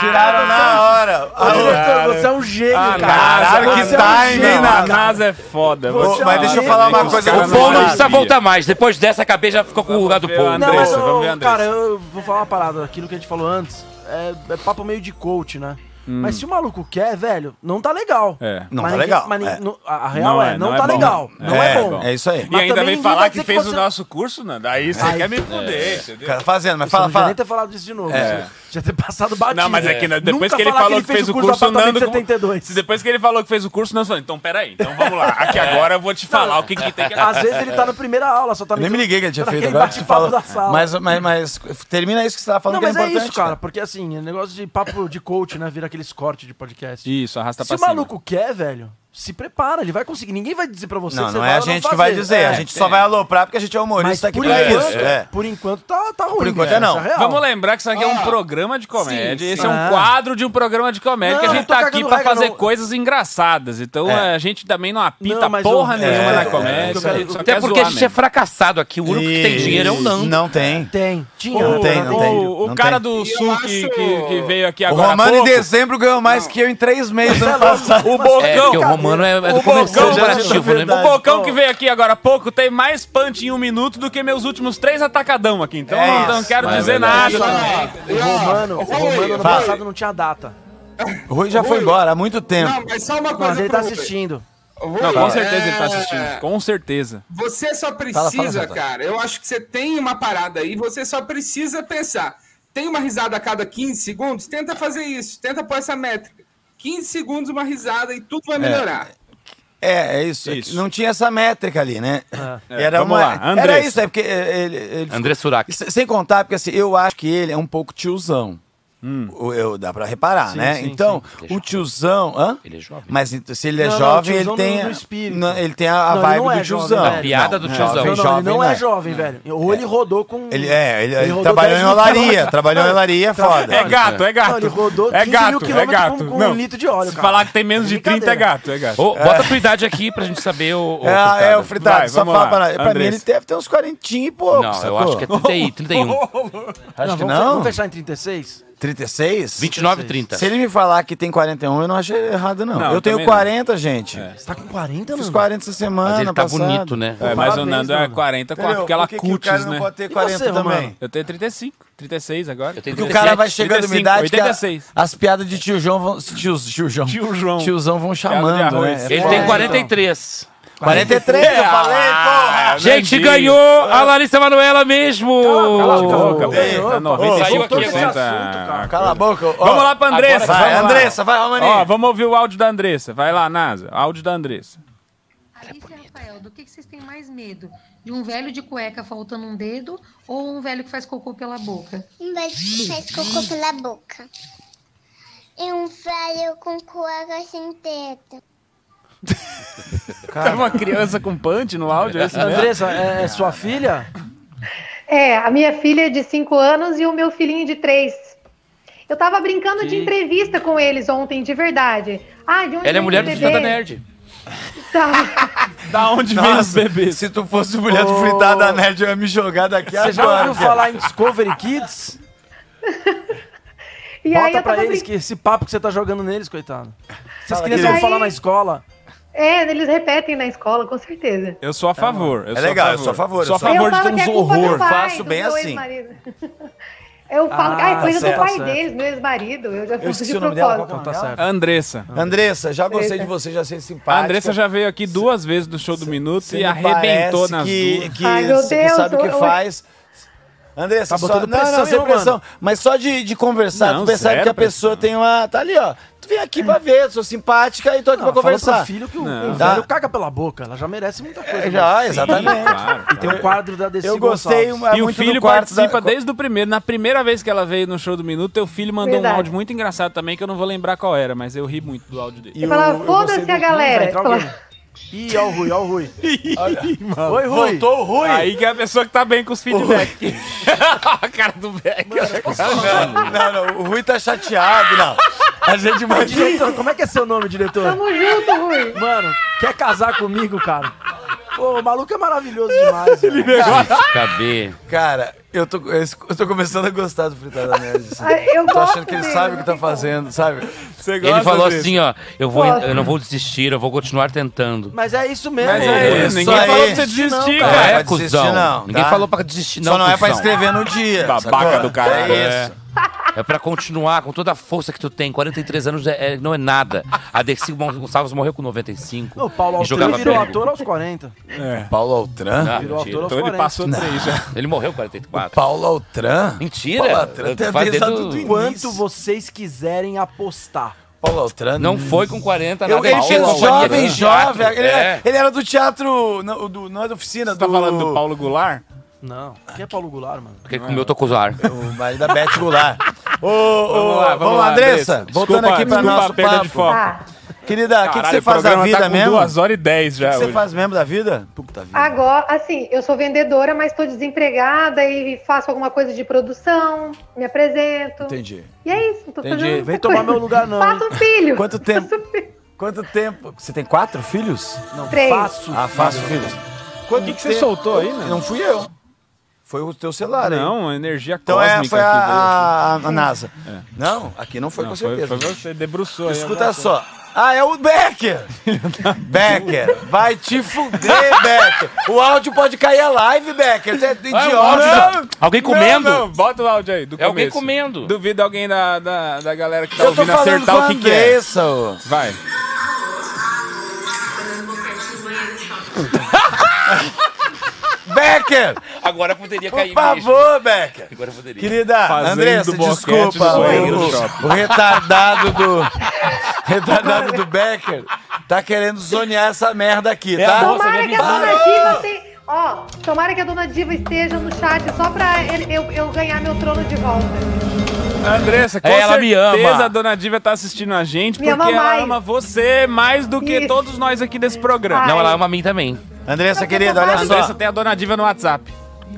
[SPEAKER 8] Tiraram na hora.
[SPEAKER 4] Ô, diretor, você é um gênio,
[SPEAKER 15] Ah,
[SPEAKER 4] cara.
[SPEAKER 8] Caralho, que
[SPEAKER 4] Você é um
[SPEAKER 8] time, hein,
[SPEAKER 4] gênio,
[SPEAKER 8] na-
[SPEAKER 5] A NASA é foda.
[SPEAKER 8] Ô,
[SPEAKER 5] você
[SPEAKER 8] mas
[SPEAKER 5] é
[SPEAKER 8] deixa eu
[SPEAKER 5] um
[SPEAKER 8] falar uma
[SPEAKER 5] gênio.
[SPEAKER 8] coisa,
[SPEAKER 5] Os
[SPEAKER 3] O
[SPEAKER 5] caras
[SPEAKER 3] povo não
[SPEAKER 5] não
[SPEAKER 3] precisa
[SPEAKER 5] sabem.
[SPEAKER 3] voltar mais. Depois dessa, a cabeça já ficou com o lugar do
[SPEAKER 5] ver a
[SPEAKER 3] povo.
[SPEAKER 4] Não, mas,
[SPEAKER 5] Andressa, vamos ver a
[SPEAKER 4] eu,
[SPEAKER 5] Andressa.
[SPEAKER 4] cara, eu vou falar uma parada. Aquilo que a gente falou antes é, é papo meio de coach, né?
[SPEAKER 5] Hum.
[SPEAKER 4] Mas se o maluco quer, velho, não tá legal.
[SPEAKER 5] É.
[SPEAKER 8] Não
[SPEAKER 4] Mas
[SPEAKER 8] tá
[SPEAKER 4] ninguém-
[SPEAKER 8] legal,
[SPEAKER 4] mas nin-
[SPEAKER 8] é.
[SPEAKER 4] não- a a real é, não, tá
[SPEAKER 8] bom.
[SPEAKER 4] legal. Não é, bom.
[SPEAKER 8] É isso aí.
[SPEAKER 5] E ainda
[SPEAKER 4] também
[SPEAKER 5] vem
[SPEAKER 4] ninguém
[SPEAKER 5] falar
[SPEAKER 4] vai
[SPEAKER 5] que
[SPEAKER 4] dizer que
[SPEAKER 5] fez o
[SPEAKER 4] você-
[SPEAKER 5] nosso curso, Nanda. Aí você
[SPEAKER 4] Ai,
[SPEAKER 5] quer me
[SPEAKER 4] é.
[SPEAKER 5] fuder, entendeu?
[SPEAKER 8] Cara, fazendo, mas
[SPEAKER 4] Você
[SPEAKER 8] fala,
[SPEAKER 4] não devia
[SPEAKER 8] fala.
[SPEAKER 4] nem ter falado disso de novo.
[SPEAKER 5] É.
[SPEAKER 4] você Já ter passado batido.
[SPEAKER 5] Não, mas é que né, depois
[SPEAKER 4] Nunca
[SPEAKER 5] que ele
[SPEAKER 4] falar
[SPEAKER 5] falou que, fez o curso, o
[SPEAKER 4] do apartamento
[SPEAKER 5] Nando...
[SPEAKER 4] 72.
[SPEAKER 5] Se Depois que ele falou que fez o curso, o Nando falou, então peraí, então vamos lá. Aqui agora eu vou te falar o que, que tem que
[SPEAKER 4] É. Às vezes ele tá na primeira aula, só tá
[SPEAKER 8] Eu nem me liguei que ele tinha
[SPEAKER 4] Pra
[SPEAKER 8] feito
[SPEAKER 4] quem
[SPEAKER 8] agora
[SPEAKER 4] bate
[SPEAKER 8] que você
[SPEAKER 4] papo
[SPEAKER 8] falou.
[SPEAKER 4] da sala.
[SPEAKER 8] Mas, mas, mas termina isso que você tava falando
[SPEAKER 4] Não,
[SPEAKER 8] que é
[SPEAKER 4] mas é,
[SPEAKER 8] importante.
[SPEAKER 4] isso, cara, porque assim, é negócio de papo de coach, né? Vira aqueles cortes de podcast.
[SPEAKER 5] Isso, arrasta
[SPEAKER 4] Se
[SPEAKER 5] pra
[SPEAKER 4] o maluco quer, velho, se prepara, ele vai conseguir. Ninguém vai dizer pra você
[SPEAKER 8] Não,
[SPEAKER 4] que
[SPEAKER 8] não
[SPEAKER 4] você
[SPEAKER 8] é
[SPEAKER 4] vai
[SPEAKER 8] a
[SPEAKER 4] ou não
[SPEAKER 8] gente que vai
[SPEAKER 4] fazer.
[SPEAKER 8] dizer.
[SPEAKER 4] É.
[SPEAKER 8] a gente só vai aloprar porque a gente é
[SPEAKER 4] Mas tá
[SPEAKER 8] humorista aqui
[SPEAKER 4] por
[SPEAKER 8] pra
[SPEAKER 4] enquanto,
[SPEAKER 8] isso. É.
[SPEAKER 4] por enquanto tá, tá ruim.
[SPEAKER 8] Por enquanto
[SPEAKER 4] velho,
[SPEAKER 8] é não. Ah.
[SPEAKER 4] essa a real.
[SPEAKER 5] Vamos lembrar que isso aqui é um programa de comédia.
[SPEAKER 4] Sim,
[SPEAKER 5] Esse
[SPEAKER 4] sim.
[SPEAKER 5] é um
[SPEAKER 4] Ah.
[SPEAKER 5] quadro de um programa de comédia
[SPEAKER 4] Não,
[SPEAKER 5] que a
[SPEAKER 4] eu
[SPEAKER 5] gente
[SPEAKER 4] tô
[SPEAKER 5] tá
[SPEAKER 4] cagando
[SPEAKER 5] aqui pra
[SPEAKER 4] regra,
[SPEAKER 5] fazer
[SPEAKER 4] não.
[SPEAKER 5] coisas engraçadas. Então
[SPEAKER 3] É.
[SPEAKER 5] a gente também não apita
[SPEAKER 4] mas
[SPEAKER 5] porra
[SPEAKER 4] o-
[SPEAKER 5] nenhuma
[SPEAKER 4] é,
[SPEAKER 5] na
[SPEAKER 4] é,
[SPEAKER 5] comédia.
[SPEAKER 4] o que eu
[SPEAKER 5] a
[SPEAKER 4] quero-
[SPEAKER 5] gente só
[SPEAKER 3] Até
[SPEAKER 5] quer
[SPEAKER 3] porque a
[SPEAKER 5] zoar né?
[SPEAKER 3] gente é
[SPEAKER 5] mesmo.
[SPEAKER 3] fracassado aqui. O único que tem dinheiro é o não.
[SPEAKER 8] Não tem.
[SPEAKER 4] Tem. Tinha.
[SPEAKER 8] Não tem, não tem.
[SPEAKER 5] O, o
[SPEAKER 8] Não
[SPEAKER 5] cara
[SPEAKER 8] tem.
[SPEAKER 5] do Sul que, que- que veio aqui
[SPEAKER 8] O
[SPEAKER 5] agora. há
[SPEAKER 8] Romano em
[SPEAKER 5] pouco,
[SPEAKER 8] dezembro ganhou mais que eu em três meses
[SPEAKER 4] é
[SPEAKER 8] ano passado. É
[SPEAKER 5] O Bocão.
[SPEAKER 3] né? É,
[SPEAKER 4] tá
[SPEAKER 3] porque o Romano é- é do
[SPEAKER 5] o
[SPEAKER 3] comercial
[SPEAKER 5] Bocão,
[SPEAKER 3] interativo, né?
[SPEAKER 5] o Bocão que veio aqui agora há pouco tem mais punch em um minuto do que meus últimos três atacadão aqui. Então
[SPEAKER 4] É
[SPEAKER 5] não,
[SPEAKER 4] isso.
[SPEAKER 5] não quero
[SPEAKER 4] Mas é
[SPEAKER 5] dizer
[SPEAKER 4] verdade.
[SPEAKER 5] nada. também.
[SPEAKER 4] O Romano, o Romano ano
[SPEAKER 8] Fala.
[SPEAKER 4] passado não tinha data.
[SPEAKER 8] O Rui já foi embora há muito tempo.
[SPEAKER 1] Não, mas só uma coisa
[SPEAKER 4] Mas ele
[SPEAKER 1] pro
[SPEAKER 4] tá
[SPEAKER 1] Rui.
[SPEAKER 4] assistindo.
[SPEAKER 1] Rui,
[SPEAKER 5] Não,
[SPEAKER 1] é,
[SPEAKER 5] com certeza ele tá assistindo. Com certeza.
[SPEAKER 1] Você só precisa,
[SPEAKER 5] Fala, fala, Jota.
[SPEAKER 1] cara. Eu acho que você tem uma parada aí, você só precisa pensar. Tem uma risada a cada 15 segundos? Tenta fazer isso, tenta pôr essa métrica. 15 segundos, uma risada e tudo vai
[SPEAKER 8] É.
[SPEAKER 1] melhorar.
[SPEAKER 8] É, é isso. É que Não tinha essa métrica ali, né?
[SPEAKER 3] É,
[SPEAKER 8] Era
[SPEAKER 3] vamos
[SPEAKER 8] uma.
[SPEAKER 3] lá,
[SPEAKER 8] Era
[SPEAKER 3] Andressa.
[SPEAKER 8] isso, é porque é, ele. ele-
[SPEAKER 3] André Surak.
[SPEAKER 8] S- Sem contar, porque assim, eu acho que ele é um pouco tiozão.
[SPEAKER 4] Hum.
[SPEAKER 8] O- Eu, dá pra reparar,
[SPEAKER 3] Sim,
[SPEAKER 8] né?
[SPEAKER 3] sim,
[SPEAKER 8] então, o tiozão. Hã?
[SPEAKER 3] Ele é jovem.
[SPEAKER 8] Mas então, se ele é
[SPEAKER 4] é Não, não,
[SPEAKER 8] jovem, ele
[SPEAKER 4] tiozão
[SPEAKER 8] tem.
[SPEAKER 4] no- no espírito.
[SPEAKER 8] não, ele tem a,
[SPEAKER 4] Não,
[SPEAKER 8] a
[SPEAKER 4] ele
[SPEAKER 8] vibe
[SPEAKER 4] não é
[SPEAKER 8] do
[SPEAKER 4] jovem,
[SPEAKER 8] tiozão.
[SPEAKER 4] velho. A
[SPEAKER 3] piada do tiozão.
[SPEAKER 8] Jovem,
[SPEAKER 4] Não, não,
[SPEAKER 8] jovem, né?
[SPEAKER 4] ele não é jovem, velho. Ou ele rodou com.
[SPEAKER 8] Ele é, ele, ele
[SPEAKER 4] rodou
[SPEAKER 8] trabalhou
[SPEAKER 4] 10
[SPEAKER 8] em
[SPEAKER 4] mil
[SPEAKER 8] olaria.
[SPEAKER 4] quilômetros.
[SPEAKER 8] Trabalhou em
[SPEAKER 4] Não,
[SPEAKER 8] olaria, é foda.
[SPEAKER 5] É gato, é gato.
[SPEAKER 4] Não, ele rodou
[SPEAKER 5] é
[SPEAKER 4] 15
[SPEAKER 5] gato,
[SPEAKER 4] mil
[SPEAKER 5] é
[SPEAKER 4] quilômetros
[SPEAKER 5] gato.
[SPEAKER 4] com- com um
[SPEAKER 5] Não.
[SPEAKER 4] litro de óleo,
[SPEAKER 5] Se
[SPEAKER 4] cara.
[SPEAKER 5] falar que tem menos de 30, é
[SPEAKER 4] Brincadeira.
[SPEAKER 5] gato, é gato.
[SPEAKER 3] Ô, bota a tua idade aqui pra gente saber o. o
[SPEAKER 8] Ah,
[SPEAKER 3] Fritada.
[SPEAKER 8] é, o fritado.
[SPEAKER 3] Vai,
[SPEAKER 8] só
[SPEAKER 3] vamos
[SPEAKER 8] fala pra,
[SPEAKER 3] lá.
[SPEAKER 8] pra mim, ele
[SPEAKER 3] Andressa.
[SPEAKER 8] deve ter uns 40 e pouco.
[SPEAKER 3] Não,
[SPEAKER 8] sacou?
[SPEAKER 3] eu acho que é 30 e 31.
[SPEAKER 8] Acho que
[SPEAKER 4] vamos,
[SPEAKER 8] não.
[SPEAKER 4] Vamos fechar em 36?
[SPEAKER 8] 36?
[SPEAKER 4] 29, 30.
[SPEAKER 8] Se ele me falar que tem 41, eu não achei errado, não.
[SPEAKER 5] Não,
[SPEAKER 8] eu tenho
[SPEAKER 5] também não.
[SPEAKER 8] 40, gente.
[SPEAKER 4] Você tá com 40,
[SPEAKER 8] Fiz
[SPEAKER 4] Nando?
[SPEAKER 8] 40 essa semana.
[SPEAKER 3] Mas ele tá
[SPEAKER 8] passada.
[SPEAKER 3] bonito, né?
[SPEAKER 5] É, mas o Nando é 40 com
[SPEAKER 8] Entendeu?
[SPEAKER 5] aquela
[SPEAKER 8] Por que que o
[SPEAKER 5] cutis,
[SPEAKER 8] cara não
[SPEAKER 5] né?
[SPEAKER 8] pode ter E 40 você, também? Romano?
[SPEAKER 5] Eu tenho 35, 36 agora.
[SPEAKER 8] Porque o cara vai chegando numa idade que a- as piadas de tio João vão... Tio, tio João.
[SPEAKER 5] Tio João.
[SPEAKER 8] Tiozão vão
[SPEAKER 5] Piada de
[SPEAKER 8] chamando, né?
[SPEAKER 5] arroz.
[SPEAKER 8] É
[SPEAKER 3] Ele
[SPEAKER 8] foda,
[SPEAKER 3] tem
[SPEAKER 8] então. Ah,
[SPEAKER 3] 43.
[SPEAKER 8] 43, eu falei, porra!
[SPEAKER 3] É, Gente,
[SPEAKER 5] Nandinho.
[SPEAKER 3] ganhou a Larissa Manoela mesmo! assim,
[SPEAKER 5] Cala a boca, velho. Tá 90
[SPEAKER 3] Saiu
[SPEAKER 5] aqui
[SPEAKER 3] aqui
[SPEAKER 5] agora.
[SPEAKER 8] tá. Cala a boca. ó.
[SPEAKER 5] Vamos lá pra Andressa.
[SPEAKER 8] Agora Vai,
[SPEAKER 5] vamos lá.
[SPEAKER 8] Andressa, vai, Romaninho.
[SPEAKER 5] Ó, vamos ouvir o áudio da Andressa. Vai lá, NASA. Áudio da Andressa.
[SPEAKER 16] Alice e Rafael, do que que vocês têm mais medo? De um velho de cueca faltando um dedo ou um velho que faz cocô pela boca?
[SPEAKER 17] Um velho que faz cocô pela boca. E um velho com cueca sem teto.
[SPEAKER 5] Tá uma criança com punch no áudio? É isso mesmo?
[SPEAKER 4] Andressa, é, é sua filha?
[SPEAKER 18] É, a minha filha de 5 anos e o meu filhinho de 3. Eu tava brincando de entrevista com eles ontem, de verdade. Ah, de onde
[SPEAKER 3] Ela é
[SPEAKER 18] vem
[SPEAKER 3] mulher do
[SPEAKER 18] esse
[SPEAKER 3] Fritada
[SPEAKER 18] bebê?
[SPEAKER 3] Nerd.
[SPEAKER 18] Tá.
[SPEAKER 5] Da onde
[SPEAKER 8] vem os bebês? Se tu fosse mulher do fritada nerd, eu ia me jogar daqui
[SPEAKER 4] Você já
[SPEAKER 8] agora,
[SPEAKER 4] ouviu
[SPEAKER 8] cara.
[SPEAKER 4] falar em Discovery Kids?
[SPEAKER 18] E
[SPEAKER 4] Bota
[SPEAKER 18] aí eu
[SPEAKER 4] pra
[SPEAKER 18] tava
[SPEAKER 4] eles
[SPEAKER 18] brincando.
[SPEAKER 4] que esse papo que você tá jogando neles, coitado. Essas
[SPEAKER 5] Fala,
[SPEAKER 4] crianças
[SPEAKER 5] querido.
[SPEAKER 4] vão falar
[SPEAKER 5] Aí-
[SPEAKER 4] na escola.
[SPEAKER 18] É, eles repetem na escola, com certeza.
[SPEAKER 5] Eu sou a favor. eu
[SPEAKER 8] É
[SPEAKER 5] sou
[SPEAKER 8] legal,
[SPEAKER 5] a
[SPEAKER 8] eu sou a favor, eu
[SPEAKER 5] Sou a
[SPEAKER 8] sou a
[SPEAKER 5] favor de ter
[SPEAKER 8] favor. Eu falo que é
[SPEAKER 5] uns
[SPEAKER 8] culpa do
[SPEAKER 5] horror.
[SPEAKER 8] pai, Faço bem
[SPEAKER 18] do
[SPEAKER 8] assim.
[SPEAKER 18] ex-marido. Eu falo,
[SPEAKER 8] Ah,
[SPEAKER 18] ah, é coisa
[SPEAKER 8] tá certo,
[SPEAKER 18] do pai
[SPEAKER 8] tá
[SPEAKER 18] deles, do ex-marido. Eu já
[SPEAKER 8] Eu
[SPEAKER 18] faço
[SPEAKER 8] esqueci
[SPEAKER 18] de
[SPEAKER 8] o nome dela, qual
[SPEAKER 18] propósito.
[SPEAKER 8] que é o nome
[SPEAKER 3] tá
[SPEAKER 8] dela?
[SPEAKER 5] Andressa.
[SPEAKER 8] Andressa, já gostei
[SPEAKER 18] Andressa.
[SPEAKER 8] de você, já sei simpática.
[SPEAKER 5] A Andressa já veio aqui duas vezes no show do Minuto
[SPEAKER 8] Você
[SPEAKER 5] e
[SPEAKER 8] me
[SPEAKER 5] arrebentou
[SPEAKER 8] parece
[SPEAKER 5] nas
[SPEAKER 8] que,
[SPEAKER 5] duas.
[SPEAKER 8] Que, que sabe o que faz. Andressa,
[SPEAKER 5] Tá
[SPEAKER 8] só-
[SPEAKER 5] botando
[SPEAKER 8] não,
[SPEAKER 5] pressão,
[SPEAKER 8] não, sem
[SPEAKER 5] hein,
[SPEAKER 8] pressão.
[SPEAKER 5] mano?
[SPEAKER 8] Mas só de, de conversar,
[SPEAKER 5] Não,
[SPEAKER 8] tu percebe
[SPEAKER 5] zero
[SPEAKER 8] que a pessoa tem uma... Tá ali, ó. Tu vem aqui pra ver, sou simpática e tô aqui
[SPEAKER 4] Ela
[SPEAKER 8] pra
[SPEAKER 4] falou
[SPEAKER 8] conversar.
[SPEAKER 4] pro filho que o,
[SPEAKER 8] Não.
[SPEAKER 4] o
[SPEAKER 8] Tá.
[SPEAKER 4] velho caga pela boca. Ela já merece muita coisa. né?
[SPEAKER 8] É, já,
[SPEAKER 4] Sim,
[SPEAKER 8] exatamente. é
[SPEAKER 4] claro, E tem um quadro da Desi Gonçalves.
[SPEAKER 5] e o filho participa desde o primeiro. Na primeira vez que ela veio no show do Minuto, teu filho mandou um
[SPEAKER 18] Verdade.
[SPEAKER 5] áudio muito engraçado também, que eu não vou lembrar qual era, mas eu ri muito do áudio dele.
[SPEAKER 18] E fala, foda-se a galera.
[SPEAKER 4] entrar
[SPEAKER 18] Fala,
[SPEAKER 4] alguém. Ih, ó o Rui, ó o Rui.
[SPEAKER 5] Ih, mano.
[SPEAKER 4] Oi, Rui.
[SPEAKER 5] Voltou o Rui. Aí que é a pessoa que tá bem com os feedback. a cara do Beck.
[SPEAKER 8] Não, não, o Rui tá chateado, não. A gente
[SPEAKER 4] Ô,
[SPEAKER 8] vai...
[SPEAKER 4] diretor, como é que é seu nome, diretor?
[SPEAKER 18] Tamo junto, Rui.
[SPEAKER 4] Mano, quer casar comigo, cara? Pô, o maluco é maravilhoso demais. Ele
[SPEAKER 3] Cadê?
[SPEAKER 8] Cara, eu tô, eu tô começando a gostar do Fritada Nerd. assim.
[SPEAKER 18] Ah, eu
[SPEAKER 8] tô
[SPEAKER 18] gosto
[SPEAKER 8] achando que ele
[SPEAKER 18] dele,
[SPEAKER 8] sabe o que tá fazendo, sabe?
[SPEAKER 3] Ele falou assim, ó, eu, vou,
[SPEAKER 8] Gosto.
[SPEAKER 3] eu não vou desistir, eu vou continuar tentando.
[SPEAKER 4] Mas é isso mesmo.
[SPEAKER 8] Mas é isso, ninguém falou pra você desistir, cara.
[SPEAKER 3] É,
[SPEAKER 8] Pra
[SPEAKER 3] cuzão.
[SPEAKER 8] desistir, não,
[SPEAKER 3] Ninguém
[SPEAKER 8] tá?
[SPEAKER 3] falou pra desistir, não,
[SPEAKER 8] Só não é pra
[SPEAKER 3] cuzão.
[SPEAKER 8] escrever no dia,
[SPEAKER 3] Babaca
[SPEAKER 8] sacou?
[SPEAKER 3] do caralho.
[SPEAKER 8] É isso.
[SPEAKER 3] É pra continuar com toda a força que tu tem. 43 anos é- é- não é nada. A Dercy Gonçalves morreu com 95.
[SPEAKER 4] O Paulo
[SPEAKER 3] e jogava
[SPEAKER 4] Altran virou
[SPEAKER 3] bem. É.
[SPEAKER 4] ator aos 40.
[SPEAKER 8] Paulo Altran?
[SPEAKER 3] Não,
[SPEAKER 4] Virou ator
[SPEAKER 3] mentira.
[SPEAKER 4] aos
[SPEAKER 3] Então ele
[SPEAKER 4] 40.
[SPEAKER 3] passou três, né? Ele morreu 44.
[SPEAKER 8] Paulo Altran?
[SPEAKER 3] Mentira.
[SPEAKER 5] né?
[SPEAKER 8] Paulo Altran tem
[SPEAKER 3] Faz desde
[SPEAKER 8] desde
[SPEAKER 3] o-
[SPEAKER 8] do
[SPEAKER 4] Quanto vocês quiserem apostar.
[SPEAKER 8] Paulo Altran.
[SPEAKER 3] Não foi com 40,
[SPEAKER 8] Eu,
[SPEAKER 3] nada.
[SPEAKER 8] ele fez
[SPEAKER 3] Paulo Altran.
[SPEAKER 8] jovem, jovem. Ele,
[SPEAKER 3] É.
[SPEAKER 8] era, ele era do teatro. Não, do, não é da oficina. Você do... tá falando do
[SPEAKER 5] Paulo Goulart?
[SPEAKER 4] Não. Quem é Paulo Goulart, mano?
[SPEAKER 3] Porque comeu tocuzar.
[SPEAKER 8] O marido da Beth Goulart. Ô, ô,
[SPEAKER 3] Vamos lá, vamos
[SPEAKER 8] vamos lá,
[SPEAKER 3] lá,
[SPEAKER 8] Andressa.
[SPEAKER 3] Andressa.
[SPEAKER 8] Voltando
[SPEAKER 5] Desculpa-
[SPEAKER 8] aqui pra
[SPEAKER 5] desculpa a
[SPEAKER 8] nosso
[SPEAKER 5] perda
[SPEAKER 8] papo.
[SPEAKER 5] de foco.
[SPEAKER 3] Tá.
[SPEAKER 18] Ah.
[SPEAKER 8] Querida, o que, que
[SPEAKER 5] Caralho,
[SPEAKER 8] você
[SPEAKER 5] o
[SPEAKER 8] faz da
[SPEAKER 5] programa tá
[SPEAKER 8] vida
[SPEAKER 5] com
[SPEAKER 8] mesmo?
[SPEAKER 5] duas horas e dez
[SPEAKER 8] O
[SPEAKER 5] já
[SPEAKER 8] que que você
[SPEAKER 5] hoje.
[SPEAKER 8] faz mesmo da vida? Puta vida.
[SPEAKER 18] Agora, assim, eu sou vendedora, mas tô desempregada e faço alguma coisa de produção, me apresento.
[SPEAKER 8] Entendi.
[SPEAKER 18] E é isso, tô fazendo.
[SPEAKER 8] Entendi.
[SPEAKER 18] muita coisa. Faço um filho.
[SPEAKER 8] Quanto tempo? Quanto tempo? Você tem quatro filhos? Não,
[SPEAKER 18] Três.
[SPEAKER 4] faço
[SPEAKER 8] Ah, faço filhos. Quanto
[SPEAKER 5] que que você soltou aí, né?
[SPEAKER 8] Não fui eu. Foi o teu celular aí.
[SPEAKER 5] Não, a energia
[SPEAKER 8] Então é,
[SPEAKER 5] cósmica
[SPEAKER 8] foi
[SPEAKER 5] aqui veio
[SPEAKER 8] a,
[SPEAKER 5] aqui.
[SPEAKER 8] a- a NASA.
[SPEAKER 5] É.
[SPEAKER 8] Não, aqui não foi
[SPEAKER 5] Não,
[SPEAKER 8] com
[SPEAKER 5] foi-
[SPEAKER 8] certeza.
[SPEAKER 5] foi você, debruçou aí
[SPEAKER 8] Escuta
[SPEAKER 5] alguma
[SPEAKER 8] só. Ah, é o Becker! Becker, vai te fuder, Becker! O áudio pode cair a live, Becker! Você é idiota!
[SPEAKER 5] Ah, Não, Não, não, bota o áudio aí. Do
[SPEAKER 3] É alguém
[SPEAKER 5] começo.
[SPEAKER 3] comendo.
[SPEAKER 5] Duvido alguém da, da, da galera que tá
[SPEAKER 8] Eu tô
[SPEAKER 5] ouvindo
[SPEAKER 8] falando
[SPEAKER 5] acertar
[SPEAKER 8] com a
[SPEAKER 5] o que, que é.
[SPEAKER 8] Andressa, ô.
[SPEAKER 5] Vai.
[SPEAKER 8] Becker!
[SPEAKER 3] Agora poderia
[SPEAKER 8] Por
[SPEAKER 3] cair
[SPEAKER 8] favor, Becker!
[SPEAKER 3] Agora poderia.
[SPEAKER 8] Querida,
[SPEAKER 3] Fazendo
[SPEAKER 8] Andressa,
[SPEAKER 3] boquete
[SPEAKER 8] desculpa.
[SPEAKER 3] do
[SPEAKER 8] o-
[SPEAKER 3] banheiro
[SPEAKER 8] o-
[SPEAKER 3] do shopping.
[SPEAKER 8] o retardado do. retardado do Becker tá querendo zonear essa merda aqui,
[SPEAKER 5] É
[SPEAKER 8] tá?
[SPEAKER 18] Tomara que a dona Diva tem. Ó, tomara que a dona Diva esteja no chat só pra ele- eu, eu ganhar meu trono de volta.
[SPEAKER 5] Andressa, com
[SPEAKER 3] Ela me
[SPEAKER 5] certeza
[SPEAKER 3] ama.
[SPEAKER 5] a dona Diva tá assistindo a gente
[SPEAKER 18] Me
[SPEAKER 5] porque
[SPEAKER 18] ama
[SPEAKER 5] ela
[SPEAKER 18] mais.
[SPEAKER 5] ama você mais do que todos nós aqui desse programa.
[SPEAKER 3] Não, ela ama a mim também.
[SPEAKER 8] Andressa, querida, olha
[SPEAKER 5] Andressa
[SPEAKER 8] só.
[SPEAKER 5] tem a dona Diva no WhatsApp.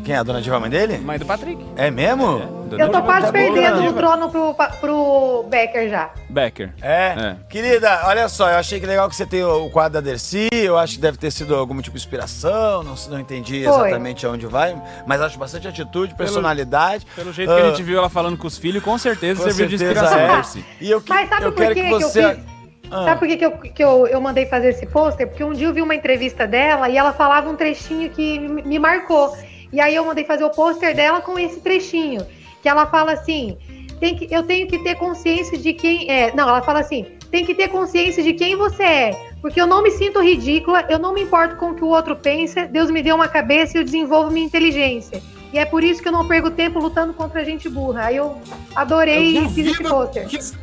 [SPEAKER 8] Quem é a dona Diva, a mãe dele?
[SPEAKER 5] Mãe do Patrick.
[SPEAKER 8] É mesmo?
[SPEAKER 18] Eu
[SPEAKER 8] Tipo,
[SPEAKER 18] tô
[SPEAKER 8] tá
[SPEAKER 18] quase perdendo o
[SPEAKER 8] Diva.
[SPEAKER 18] trono pro, pa- pro Becker já.
[SPEAKER 5] Becker.
[SPEAKER 8] É. Querida, olha só, eu achei que legal que você tem o o quadro da Dercy, eu acho que deve ter sido algum tipo de inspiração, não, não entendi
[SPEAKER 18] Foi.
[SPEAKER 8] exatamente aonde vai, mas acho bastante atitude, personalidade. Ah,
[SPEAKER 5] Pelo jeito que a gente viu ela falando com os filhos, com certeza
[SPEAKER 8] com
[SPEAKER 5] serviu de
[SPEAKER 8] certeza
[SPEAKER 5] inspiração, né?
[SPEAKER 8] é.
[SPEAKER 5] Dercy.
[SPEAKER 8] E eu, que-
[SPEAKER 18] Mas sabe
[SPEAKER 8] eu
[SPEAKER 18] por
[SPEAKER 8] quero
[SPEAKER 18] que,
[SPEAKER 8] que
[SPEAKER 18] que eu
[SPEAKER 8] você... Ah.
[SPEAKER 18] fiz? Sabe por que, que, eu, que eu, eu mandei fazer esse pôster? Porque um dia eu vi uma entrevista dela e ela falava um trechinho que me me marcou. E aí eu mandei fazer o pôster dela com esse trechinho. Que ela fala assim: tem que, eu tenho que ter consciência de quem é. Não, ela fala assim: tem que ter consciência de quem você é. Porque eu não me sinto ridícula, eu não me importo com o que o outro pensa, Deus me deu uma cabeça e eu desenvolvo minha inteligência. E é por isso que eu não perco tempo lutando contra gente burra. Aí eu adorei
[SPEAKER 1] Eu
[SPEAKER 18] e fiz esse
[SPEAKER 1] duvido
[SPEAKER 18] pôster.
[SPEAKER 1] que Isso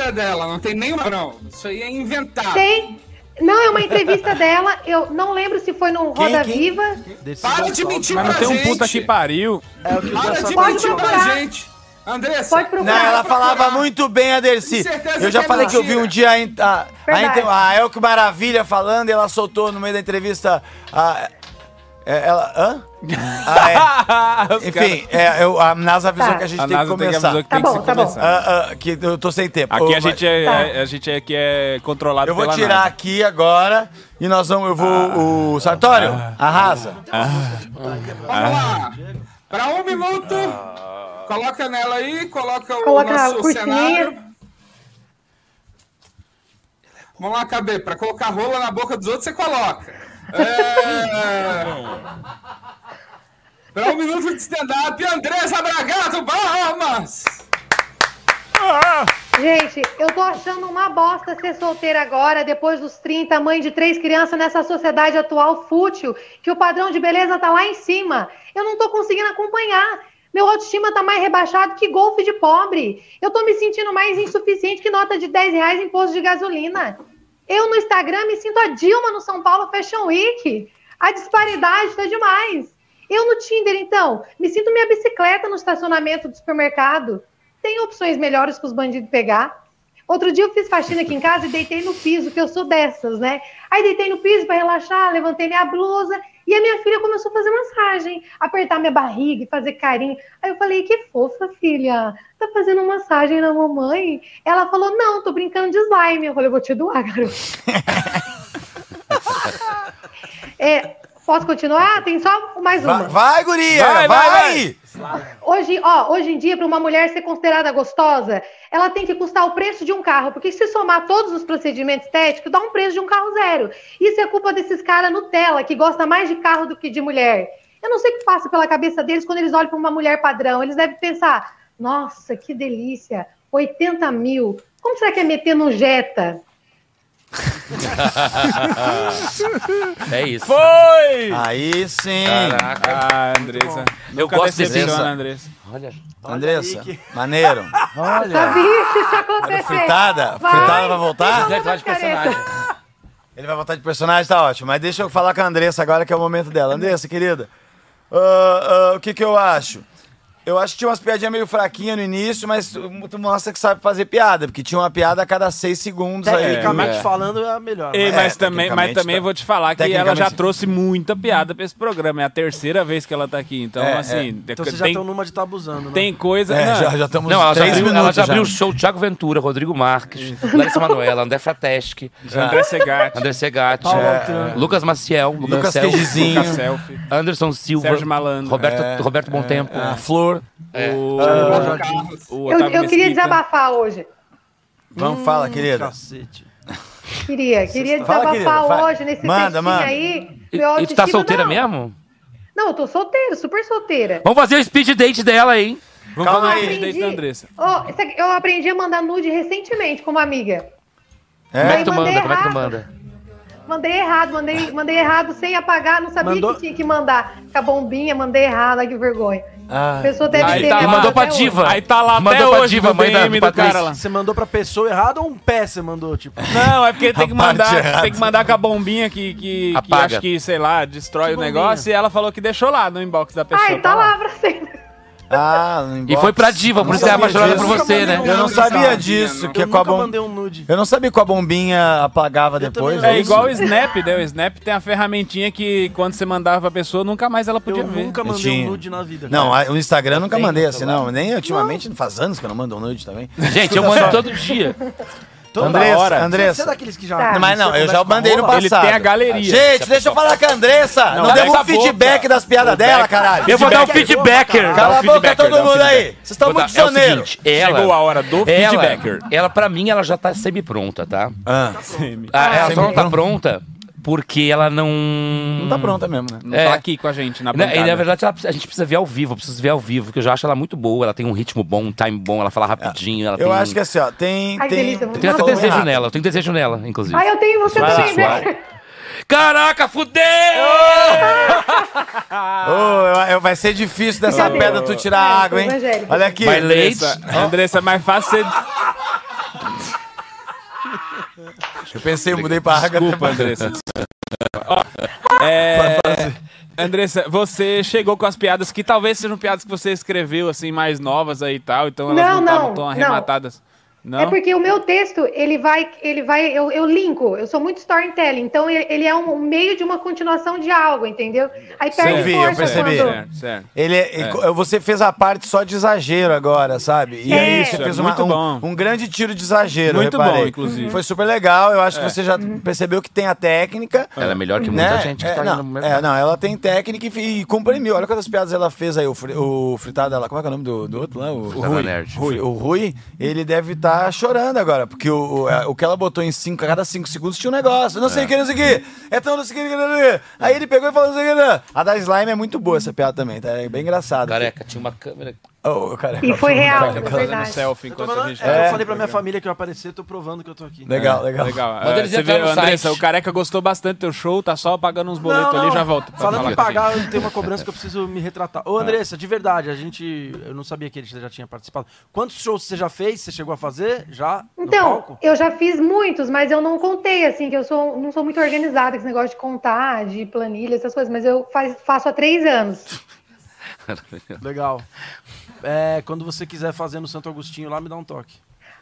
[SPEAKER 1] é dela, não tem nenhuma não. Isso aí é inventado.
[SPEAKER 18] Tem. Não, é uma entrevista dela. Eu não lembro se foi no Roda
[SPEAKER 1] quem?
[SPEAKER 18] Viva.
[SPEAKER 1] Para de mentir
[SPEAKER 5] Mas não
[SPEAKER 1] pra
[SPEAKER 5] tem um
[SPEAKER 1] gente.
[SPEAKER 5] puta que pariu.
[SPEAKER 8] É
[SPEAKER 1] Para de
[SPEAKER 18] Pode
[SPEAKER 1] mentir pra
[SPEAKER 18] procurar.
[SPEAKER 1] gente. Andressa.
[SPEAKER 18] Pode
[SPEAKER 8] Não, ela falava muito bem a Dercy.
[SPEAKER 1] Com certeza
[SPEAKER 8] Eu já
[SPEAKER 1] que é
[SPEAKER 8] falei que eu vi
[SPEAKER 1] mentira.
[SPEAKER 8] um dia a, in- a, a,
[SPEAKER 1] Verdade.
[SPEAKER 8] inter- a Elke Maravilha falando e ela soltou no meio da entrevista a, É, ela. Hã? Ah, é. Enfim, é, eu- a NASA avisou
[SPEAKER 5] Tá.
[SPEAKER 8] que a gente
[SPEAKER 5] A
[SPEAKER 8] tem que
[SPEAKER 5] NASA tem que
[SPEAKER 8] começar.
[SPEAKER 5] avisar que tem Tá que bom, se tá bom. começar.
[SPEAKER 8] Ah, ah, que eu tô sem tempo.
[SPEAKER 5] Aqui
[SPEAKER 8] Ô,
[SPEAKER 5] a
[SPEAKER 8] mas-
[SPEAKER 1] Tá.
[SPEAKER 5] gente é, é- a gente é, aqui é controlado
[SPEAKER 8] Eu vou
[SPEAKER 5] pela
[SPEAKER 8] tirar
[SPEAKER 5] NASA. Ah.
[SPEAKER 8] aqui agora e nós vamos. Eu vou. o Sartório, arrasa. Ah.
[SPEAKER 1] Vamos lá. Para um minuto. Coloca nela aí, coloca o
[SPEAKER 18] Coloca a
[SPEAKER 1] nosso
[SPEAKER 18] cortininha.
[SPEAKER 1] cenário. Vamos lá, KB. Para colocar rola na boca dos outros, você coloca. Para um minuto de stand-up, Andressa Bragato Palmas! Ah!
[SPEAKER 18] Gente, eu tô achando uma bosta ser solteira agora, depois dos 30, mãe de três crianças, nessa sociedade atual fútil, que o padrão de beleza tá lá em cima. Eu não tô conseguindo acompanhar. Meu autoestima tá mais rebaixado que golfe de pobre. Eu tô me sentindo mais insuficiente que nota de 10 reais em posto de gasolina. Eu no Instagram me sinto a Dilma no São Paulo Fashion Week. A disparidade tá demais. Eu no Tinder, então, me sinto minha bicicleta no estacionamento do supermercado. Tem opções melhores para os bandidos pegar. Outro dia eu fiz faxina aqui em casa e deitei no piso, que eu sou dessas, né? Aí deitei no piso para relaxar, levantei minha blusa e a minha filha começou a fazer massagem, apertar minha barriga e fazer carinho. Aí eu falei: "Que fofa, filha. Tá fazendo massagem na mamãe?" Ela falou: "Não, tô brincando de slime". Eu falei: "Vou te doar, garoto". É, posso continuar? Tem só mais uma.
[SPEAKER 8] Vai, vai, guria! Vai, vai!
[SPEAKER 18] Hoje, ó, hoje em dia, para uma mulher ser considerada gostosa, ela tem que custar o preço de um carro, porque se somar todos os procedimentos estéticos, dá um preço de um carro zero. Isso é culpa desses caras Nutella, que gosta mais de carro do que de mulher. Eu não sei o que passa pela cabeça deles quando eles olham para uma mulher padrão. Eles devem pensar: nossa, que delícia, 80 mil. Como será que é meter no Jetta?
[SPEAKER 5] Ah.
[SPEAKER 3] é isso.
[SPEAKER 5] Foi!
[SPEAKER 8] Aí sim.
[SPEAKER 3] Caraca.
[SPEAKER 5] Ah, Andressa.
[SPEAKER 3] Eu
[SPEAKER 5] Nunca
[SPEAKER 3] gosto desse-
[SPEAKER 5] decepciona, Andressa.
[SPEAKER 3] Olha.
[SPEAKER 8] Andressa, maneiro.
[SPEAKER 18] Eu sabia que isso ia acontecer.
[SPEAKER 8] Fritada?
[SPEAKER 18] Vai,
[SPEAKER 8] Fritada vai voltar?
[SPEAKER 18] vocês vão botar careta.
[SPEAKER 8] Ele vai voltar de personagem, tá ótimo. Mas deixa eu falar com a Andressa agora, que é o momento dela. Andressa, querida, ah, ah, o que que eu acho? Eu acho que tinha umas piadinhas meio fraquinhas no início, mas tu, tu mostra que sabe fazer piada, porque tinha uma piada a cada seis segundos
[SPEAKER 18] Tá
[SPEAKER 8] aí.
[SPEAKER 4] Tecnicamente
[SPEAKER 8] É.
[SPEAKER 4] falando, é a melhor.
[SPEAKER 5] Ei,
[SPEAKER 4] É,
[SPEAKER 5] mas também, mas
[SPEAKER 8] tecnicamente
[SPEAKER 5] também
[SPEAKER 8] tá-
[SPEAKER 5] vou te falar que ela já
[SPEAKER 8] tecnicamente-
[SPEAKER 5] trouxe muita piada pra esse programa. É a terceira vez que ela tá aqui. Então,
[SPEAKER 4] É, é.
[SPEAKER 5] assim,
[SPEAKER 4] Então vocês já
[SPEAKER 5] tem,
[SPEAKER 4] estão numa de tá abusando, né?
[SPEAKER 5] tem coisa. não.
[SPEAKER 3] Não, ela É, já
[SPEAKER 8] três
[SPEAKER 3] abriu, ela
[SPEAKER 8] minutos
[SPEAKER 3] já
[SPEAKER 8] já.
[SPEAKER 3] abriu o show Thiago Ventura, Rodrigo Marques, Larissa Manoela, André Frateschi,
[SPEAKER 5] Já. André Segatti.
[SPEAKER 3] André Segatti,
[SPEAKER 5] Paulo
[SPEAKER 3] É.
[SPEAKER 5] Altran.
[SPEAKER 3] Lucas Maciel,
[SPEAKER 8] Lucas
[SPEAKER 3] Lucas Self,
[SPEAKER 8] Queijizinho.
[SPEAKER 3] Lucas
[SPEAKER 5] Selfie,
[SPEAKER 3] Anderson Silva,
[SPEAKER 5] Sérgio Malandro.
[SPEAKER 3] Roberto,
[SPEAKER 5] É.
[SPEAKER 3] Roberto Bontempo,
[SPEAKER 5] É.
[SPEAKER 8] Flor,
[SPEAKER 3] é.
[SPEAKER 5] O,
[SPEAKER 8] Ah.
[SPEAKER 5] o
[SPEAKER 18] Eu,
[SPEAKER 5] Otávio
[SPEAKER 18] eu queria
[SPEAKER 5] Mesquita.
[SPEAKER 18] desabafar hoje.
[SPEAKER 8] Vamos, fala, querida.
[SPEAKER 18] Queria, queria
[SPEAKER 8] Fala,
[SPEAKER 18] desabafar
[SPEAKER 8] querida, fala.
[SPEAKER 18] hoje nesse
[SPEAKER 8] Manda,
[SPEAKER 18] textinho
[SPEAKER 8] manda.
[SPEAKER 18] aí.
[SPEAKER 3] E,
[SPEAKER 18] Meu
[SPEAKER 3] e tu tá
[SPEAKER 18] autoestima,
[SPEAKER 3] solteira
[SPEAKER 18] não.
[SPEAKER 3] mesmo?
[SPEAKER 18] Não, eu tô solteira, super solteira.
[SPEAKER 3] Vamos fazer o speed date dela, hein?
[SPEAKER 5] Vamos
[SPEAKER 18] Eu
[SPEAKER 5] fazer o speed date da Andressa.
[SPEAKER 18] Ó, isso aqui- eu aprendi a mandar nude recentemente com uma amiga.
[SPEAKER 3] Como é que tu
[SPEAKER 18] Mas mandei
[SPEAKER 3] manda? Como é que tu
[SPEAKER 18] errado.
[SPEAKER 3] manda?
[SPEAKER 18] Mandei errado, mandei, mandei errado sem apagar, não sabia
[SPEAKER 3] Mandou-
[SPEAKER 18] que tinha que mandar. Com a bombinha, mandei errado, ai que vergonha.
[SPEAKER 5] Ah.
[SPEAKER 8] A
[SPEAKER 18] pessoa deve ter
[SPEAKER 3] E
[SPEAKER 18] errado
[SPEAKER 3] mandou pra
[SPEAKER 18] até hoje.
[SPEAKER 3] diva.
[SPEAKER 5] Aí tá lá
[SPEAKER 3] mandou
[SPEAKER 5] até
[SPEAKER 3] pra
[SPEAKER 5] hoje
[SPEAKER 3] diva,
[SPEAKER 5] no
[SPEAKER 3] mãe da,
[SPEAKER 5] DM
[SPEAKER 3] do
[SPEAKER 5] do
[SPEAKER 3] Patrícia.
[SPEAKER 5] cara lá.
[SPEAKER 4] Você mandou pra pessoa errada ou um pé você mandou, tipo?
[SPEAKER 5] Não, é porque tem que
[SPEAKER 4] A parte
[SPEAKER 5] mandar,
[SPEAKER 4] errada.
[SPEAKER 5] tem que mandar com a bombinha que, que, que
[SPEAKER 4] Apaga.
[SPEAKER 5] acho que, sei lá, destrói
[SPEAKER 4] Que
[SPEAKER 5] o
[SPEAKER 4] bombinha?
[SPEAKER 5] negócio. E ela falou que deixou lá no inbox da pessoa.
[SPEAKER 18] Ai, tá lá pra sempre.
[SPEAKER 8] Ah, no
[SPEAKER 3] E
[SPEAKER 8] inbox.
[SPEAKER 3] foi pra diva,
[SPEAKER 8] Eu
[SPEAKER 3] por
[SPEAKER 8] não
[SPEAKER 3] isso que ela é
[SPEAKER 8] sabia
[SPEAKER 3] apaixonada
[SPEAKER 8] disso.
[SPEAKER 3] por você, né?
[SPEAKER 8] Eu não sabia disso. Que é com a bom-
[SPEAKER 4] um nude.
[SPEAKER 8] Eu não sabia que a bombinha apagava depois.
[SPEAKER 5] É
[SPEAKER 8] isso?
[SPEAKER 5] igual o Snap, né? O Snap tem a ferramentinha que quando você mandava pra pessoa, nunca mais ela podia ver.
[SPEAKER 4] nunca mandei um
[SPEAKER 8] Tinha.
[SPEAKER 4] nude na vida.
[SPEAKER 8] Não,
[SPEAKER 4] cara.
[SPEAKER 8] a- o Instagram eu nunca
[SPEAKER 4] tenho
[SPEAKER 8] mandei
[SPEAKER 4] no
[SPEAKER 8] assim,
[SPEAKER 4] celular.
[SPEAKER 8] não. Nem ultimamente, faz anos que eu não mando um nude também.
[SPEAKER 3] Gente, eu
[SPEAKER 8] Escuta
[SPEAKER 3] mando
[SPEAKER 8] só.
[SPEAKER 3] todo dia.
[SPEAKER 8] Toda Andressa, hora. Andressa.
[SPEAKER 4] Você é daqueles que já.
[SPEAKER 8] Não, Mas não,
[SPEAKER 4] você
[SPEAKER 8] eu
[SPEAKER 4] conversa
[SPEAKER 8] já
[SPEAKER 4] com a
[SPEAKER 8] mandei no
[SPEAKER 4] rola?
[SPEAKER 8] passado. Gente, deixa eu falar com a Andressa. Não,
[SPEAKER 4] Não,
[SPEAKER 8] deu
[SPEAKER 4] cala
[SPEAKER 8] um
[SPEAKER 4] a boca.
[SPEAKER 8] feedback das piadas
[SPEAKER 4] Feedback.
[SPEAKER 8] dela, caralho.
[SPEAKER 3] Eu vou dar um feedbacker. um
[SPEAKER 8] Cala a boca todo mundo aí. Vocês estão
[SPEAKER 3] Vou dar-
[SPEAKER 8] muito
[SPEAKER 3] é o
[SPEAKER 8] soneiros.
[SPEAKER 3] seguinte, ela-
[SPEAKER 5] Chegou a hora do
[SPEAKER 3] ela,
[SPEAKER 5] feedbacker.
[SPEAKER 3] Ela, pra mim, ela já tá semi-pronta, tá?
[SPEAKER 8] Ah.
[SPEAKER 3] Ah, ela só não tá
[SPEAKER 8] Semi-pronta.
[SPEAKER 3] pronta porque ela não...
[SPEAKER 8] Não tá é- pronta mesmo, né?
[SPEAKER 5] Não tá aqui com a gente na
[SPEAKER 3] Na, e na
[SPEAKER 5] bancada.
[SPEAKER 3] verdade, ela- a gente precisa ver ao vivo, eu preciso ver ao vivo, porque eu já acho ela muito boa, ela tem um ritmo bom, um time bom, ela fala rapidinho, ela
[SPEAKER 8] Eu
[SPEAKER 3] tem-
[SPEAKER 8] acho que assim, ó, tem.
[SPEAKER 18] Ai, que
[SPEAKER 8] tem
[SPEAKER 18] delícia,
[SPEAKER 3] Eu tenho até desejo nela, eu tenho desejo nela, inclusive.
[SPEAKER 18] Ai, Ah, eu tenho você
[SPEAKER 3] Vai lá,
[SPEAKER 18] também,
[SPEAKER 3] suave.
[SPEAKER 18] né?
[SPEAKER 3] Caraca, fudeu!
[SPEAKER 8] Ô, eu- eu- vai ser difícil dessa
[SPEAKER 5] Ô.
[SPEAKER 8] pedra tu tirar a água, hein?
[SPEAKER 18] É, evangélico.
[SPEAKER 8] Olha aqui.
[SPEAKER 5] Mas, Andressa, Andressa, é mais fácil você
[SPEAKER 8] Eu pensei, eu mudei pra água.
[SPEAKER 5] Desculpa, Andressa. Ó, é, Andressa, você chegou com as piadas que talvez sejam piadas que você escreveu, assim, mais novas aí e tal, então elas não
[SPEAKER 18] Não,
[SPEAKER 5] estavam
[SPEAKER 18] não,
[SPEAKER 5] tão
[SPEAKER 18] não.
[SPEAKER 5] arrematadas. Não?
[SPEAKER 18] É porque o meu texto, ele vai, ele vai, eu, eu linko, eu sou muito storytelling, então ele, ele é um meio de uma continuação de algo, entendeu? Aí
[SPEAKER 8] Eu
[SPEAKER 18] perde
[SPEAKER 8] vi, eu
[SPEAKER 18] tá força
[SPEAKER 8] percebi.
[SPEAKER 18] quando...
[SPEAKER 8] Ele é-
[SPEAKER 5] É.
[SPEAKER 8] Você fez a parte só de exagero agora, sabe? E
[SPEAKER 5] É.
[SPEAKER 8] aí
[SPEAKER 5] Isso,
[SPEAKER 8] você
[SPEAKER 5] é
[SPEAKER 8] fez uma-
[SPEAKER 5] muito bom.
[SPEAKER 8] um, um grande tiro de exagero.
[SPEAKER 5] Muito bom,
[SPEAKER 8] reparei.
[SPEAKER 5] inclusive.
[SPEAKER 8] Foi super legal. Eu acho que
[SPEAKER 5] É.
[SPEAKER 8] você já percebeu que tem a técnica.
[SPEAKER 3] Ela é melhor que muita gente que
[SPEAKER 8] é,
[SPEAKER 3] tá indo
[SPEAKER 8] não,
[SPEAKER 3] no
[SPEAKER 8] é, não, ela tem técnica e, fi- e comprimiu. Olha quantas piadas ela fez aí. O, fri- o fritado dela. Como é que é o nome do, do outro lá? O, o
[SPEAKER 3] Fritada
[SPEAKER 8] Rui.
[SPEAKER 3] Nerd.
[SPEAKER 8] Rui. O Rui, ele deve estar chorando agora, porque o, é, o, a- o que ela botou em cinco, a cada cinco segundos tinha um negócio. Não sei o
[SPEAKER 3] É.
[SPEAKER 8] que, não sei o que. É tão não sei o que. não sei o que. Aí ele pegou e falou não sei o que. não. A da Slime é muito boa essa piada também, tá? É bem engraçado.
[SPEAKER 3] Careca, tinha uma câmera.
[SPEAKER 8] Oh, careca.
[SPEAKER 18] E foi real,
[SPEAKER 8] Careca.
[SPEAKER 5] é
[SPEAKER 18] foi verdade.
[SPEAKER 5] tá selfie
[SPEAKER 4] Eu, tô
[SPEAKER 5] enquanto
[SPEAKER 4] falando-
[SPEAKER 5] a gente
[SPEAKER 4] é,
[SPEAKER 5] tá
[SPEAKER 4] eu
[SPEAKER 5] no
[SPEAKER 4] falei pra minha
[SPEAKER 5] programa.
[SPEAKER 4] família que eu apareci, eu tô provando que eu tô aqui.
[SPEAKER 8] Legal,
[SPEAKER 5] É,
[SPEAKER 8] legal.
[SPEAKER 5] legal.
[SPEAKER 4] Manda
[SPEAKER 5] É,
[SPEAKER 4] eles
[SPEAKER 5] você vê,
[SPEAKER 4] entrarem no
[SPEAKER 5] Andressa,
[SPEAKER 4] site.
[SPEAKER 5] o careca gostou bastante do teu show, tá só pagando uns boletos
[SPEAKER 4] Não,
[SPEAKER 5] ali e
[SPEAKER 4] não.
[SPEAKER 5] já volta. pra
[SPEAKER 4] Falando
[SPEAKER 5] falar É.
[SPEAKER 4] em
[SPEAKER 5] com a gente.
[SPEAKER 4] pagar, eu tenho uma cobrança que eu preciso me retratar. Ô, Andressa, de verdade, a gente. Eu não sabia que ele já tinha participado. Quantos shows você já fez? Você chegou a fazer? Já? No palco?
[SPEAKER 18] Então, eu já fiz muitos, mas eu não contei, assim, que eu sou, não sou muito organizada com esse negócio de contar, de planilha, essas coisas, mas eu faz- faço há três anos.
[SPEAKER 4] Legal. É, quando você quiser fazer no Santo Agostinho lá, me dá um toque.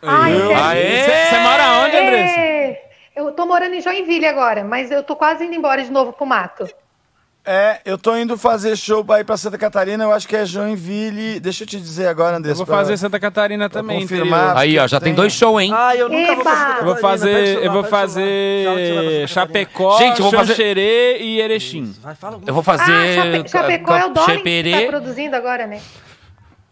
[SPEAKER 18] Ai, eu quero-
[SPEAKER 5] Você- você mora onde, Andressa?
[SPEAKER 18] É, Eu tô morando em Joinville agora, mas eu tô quase indo embora de novo pro mato.
[SPEAKER 8] É, eu tô indo fazer show pra ir pra Santa Catarina, eu acho que é Joinville. Deixa eu te dizer agora, André.
[SPEAKER 5] Eu vou fazer Santa Catarina também,
[SPEAKER 8] confirmar,
[SPEAKER 5] interior.
[SPEAKER 3] Aí, ó, já tem dois shows, hein?
[SPEAKER 4] Ah, eu nunca vou pra Santa
[SPEAKER 5] Eu vou fazer, eu vou fazer Chapecó,
[SPEAKER 3] Gente, eu vou fazer-
[SPEAKER 5] Xanxerê e Erechim.
[SPEAKER 3] Eu vou fazer.
[SPEAKER 5] Tá,
[SPEAKER 18] Chape- Chapecó é o Dolin que tá
[SPEAKER 3] Cheperê.
[SPEAKER 18] produzindo agora, né?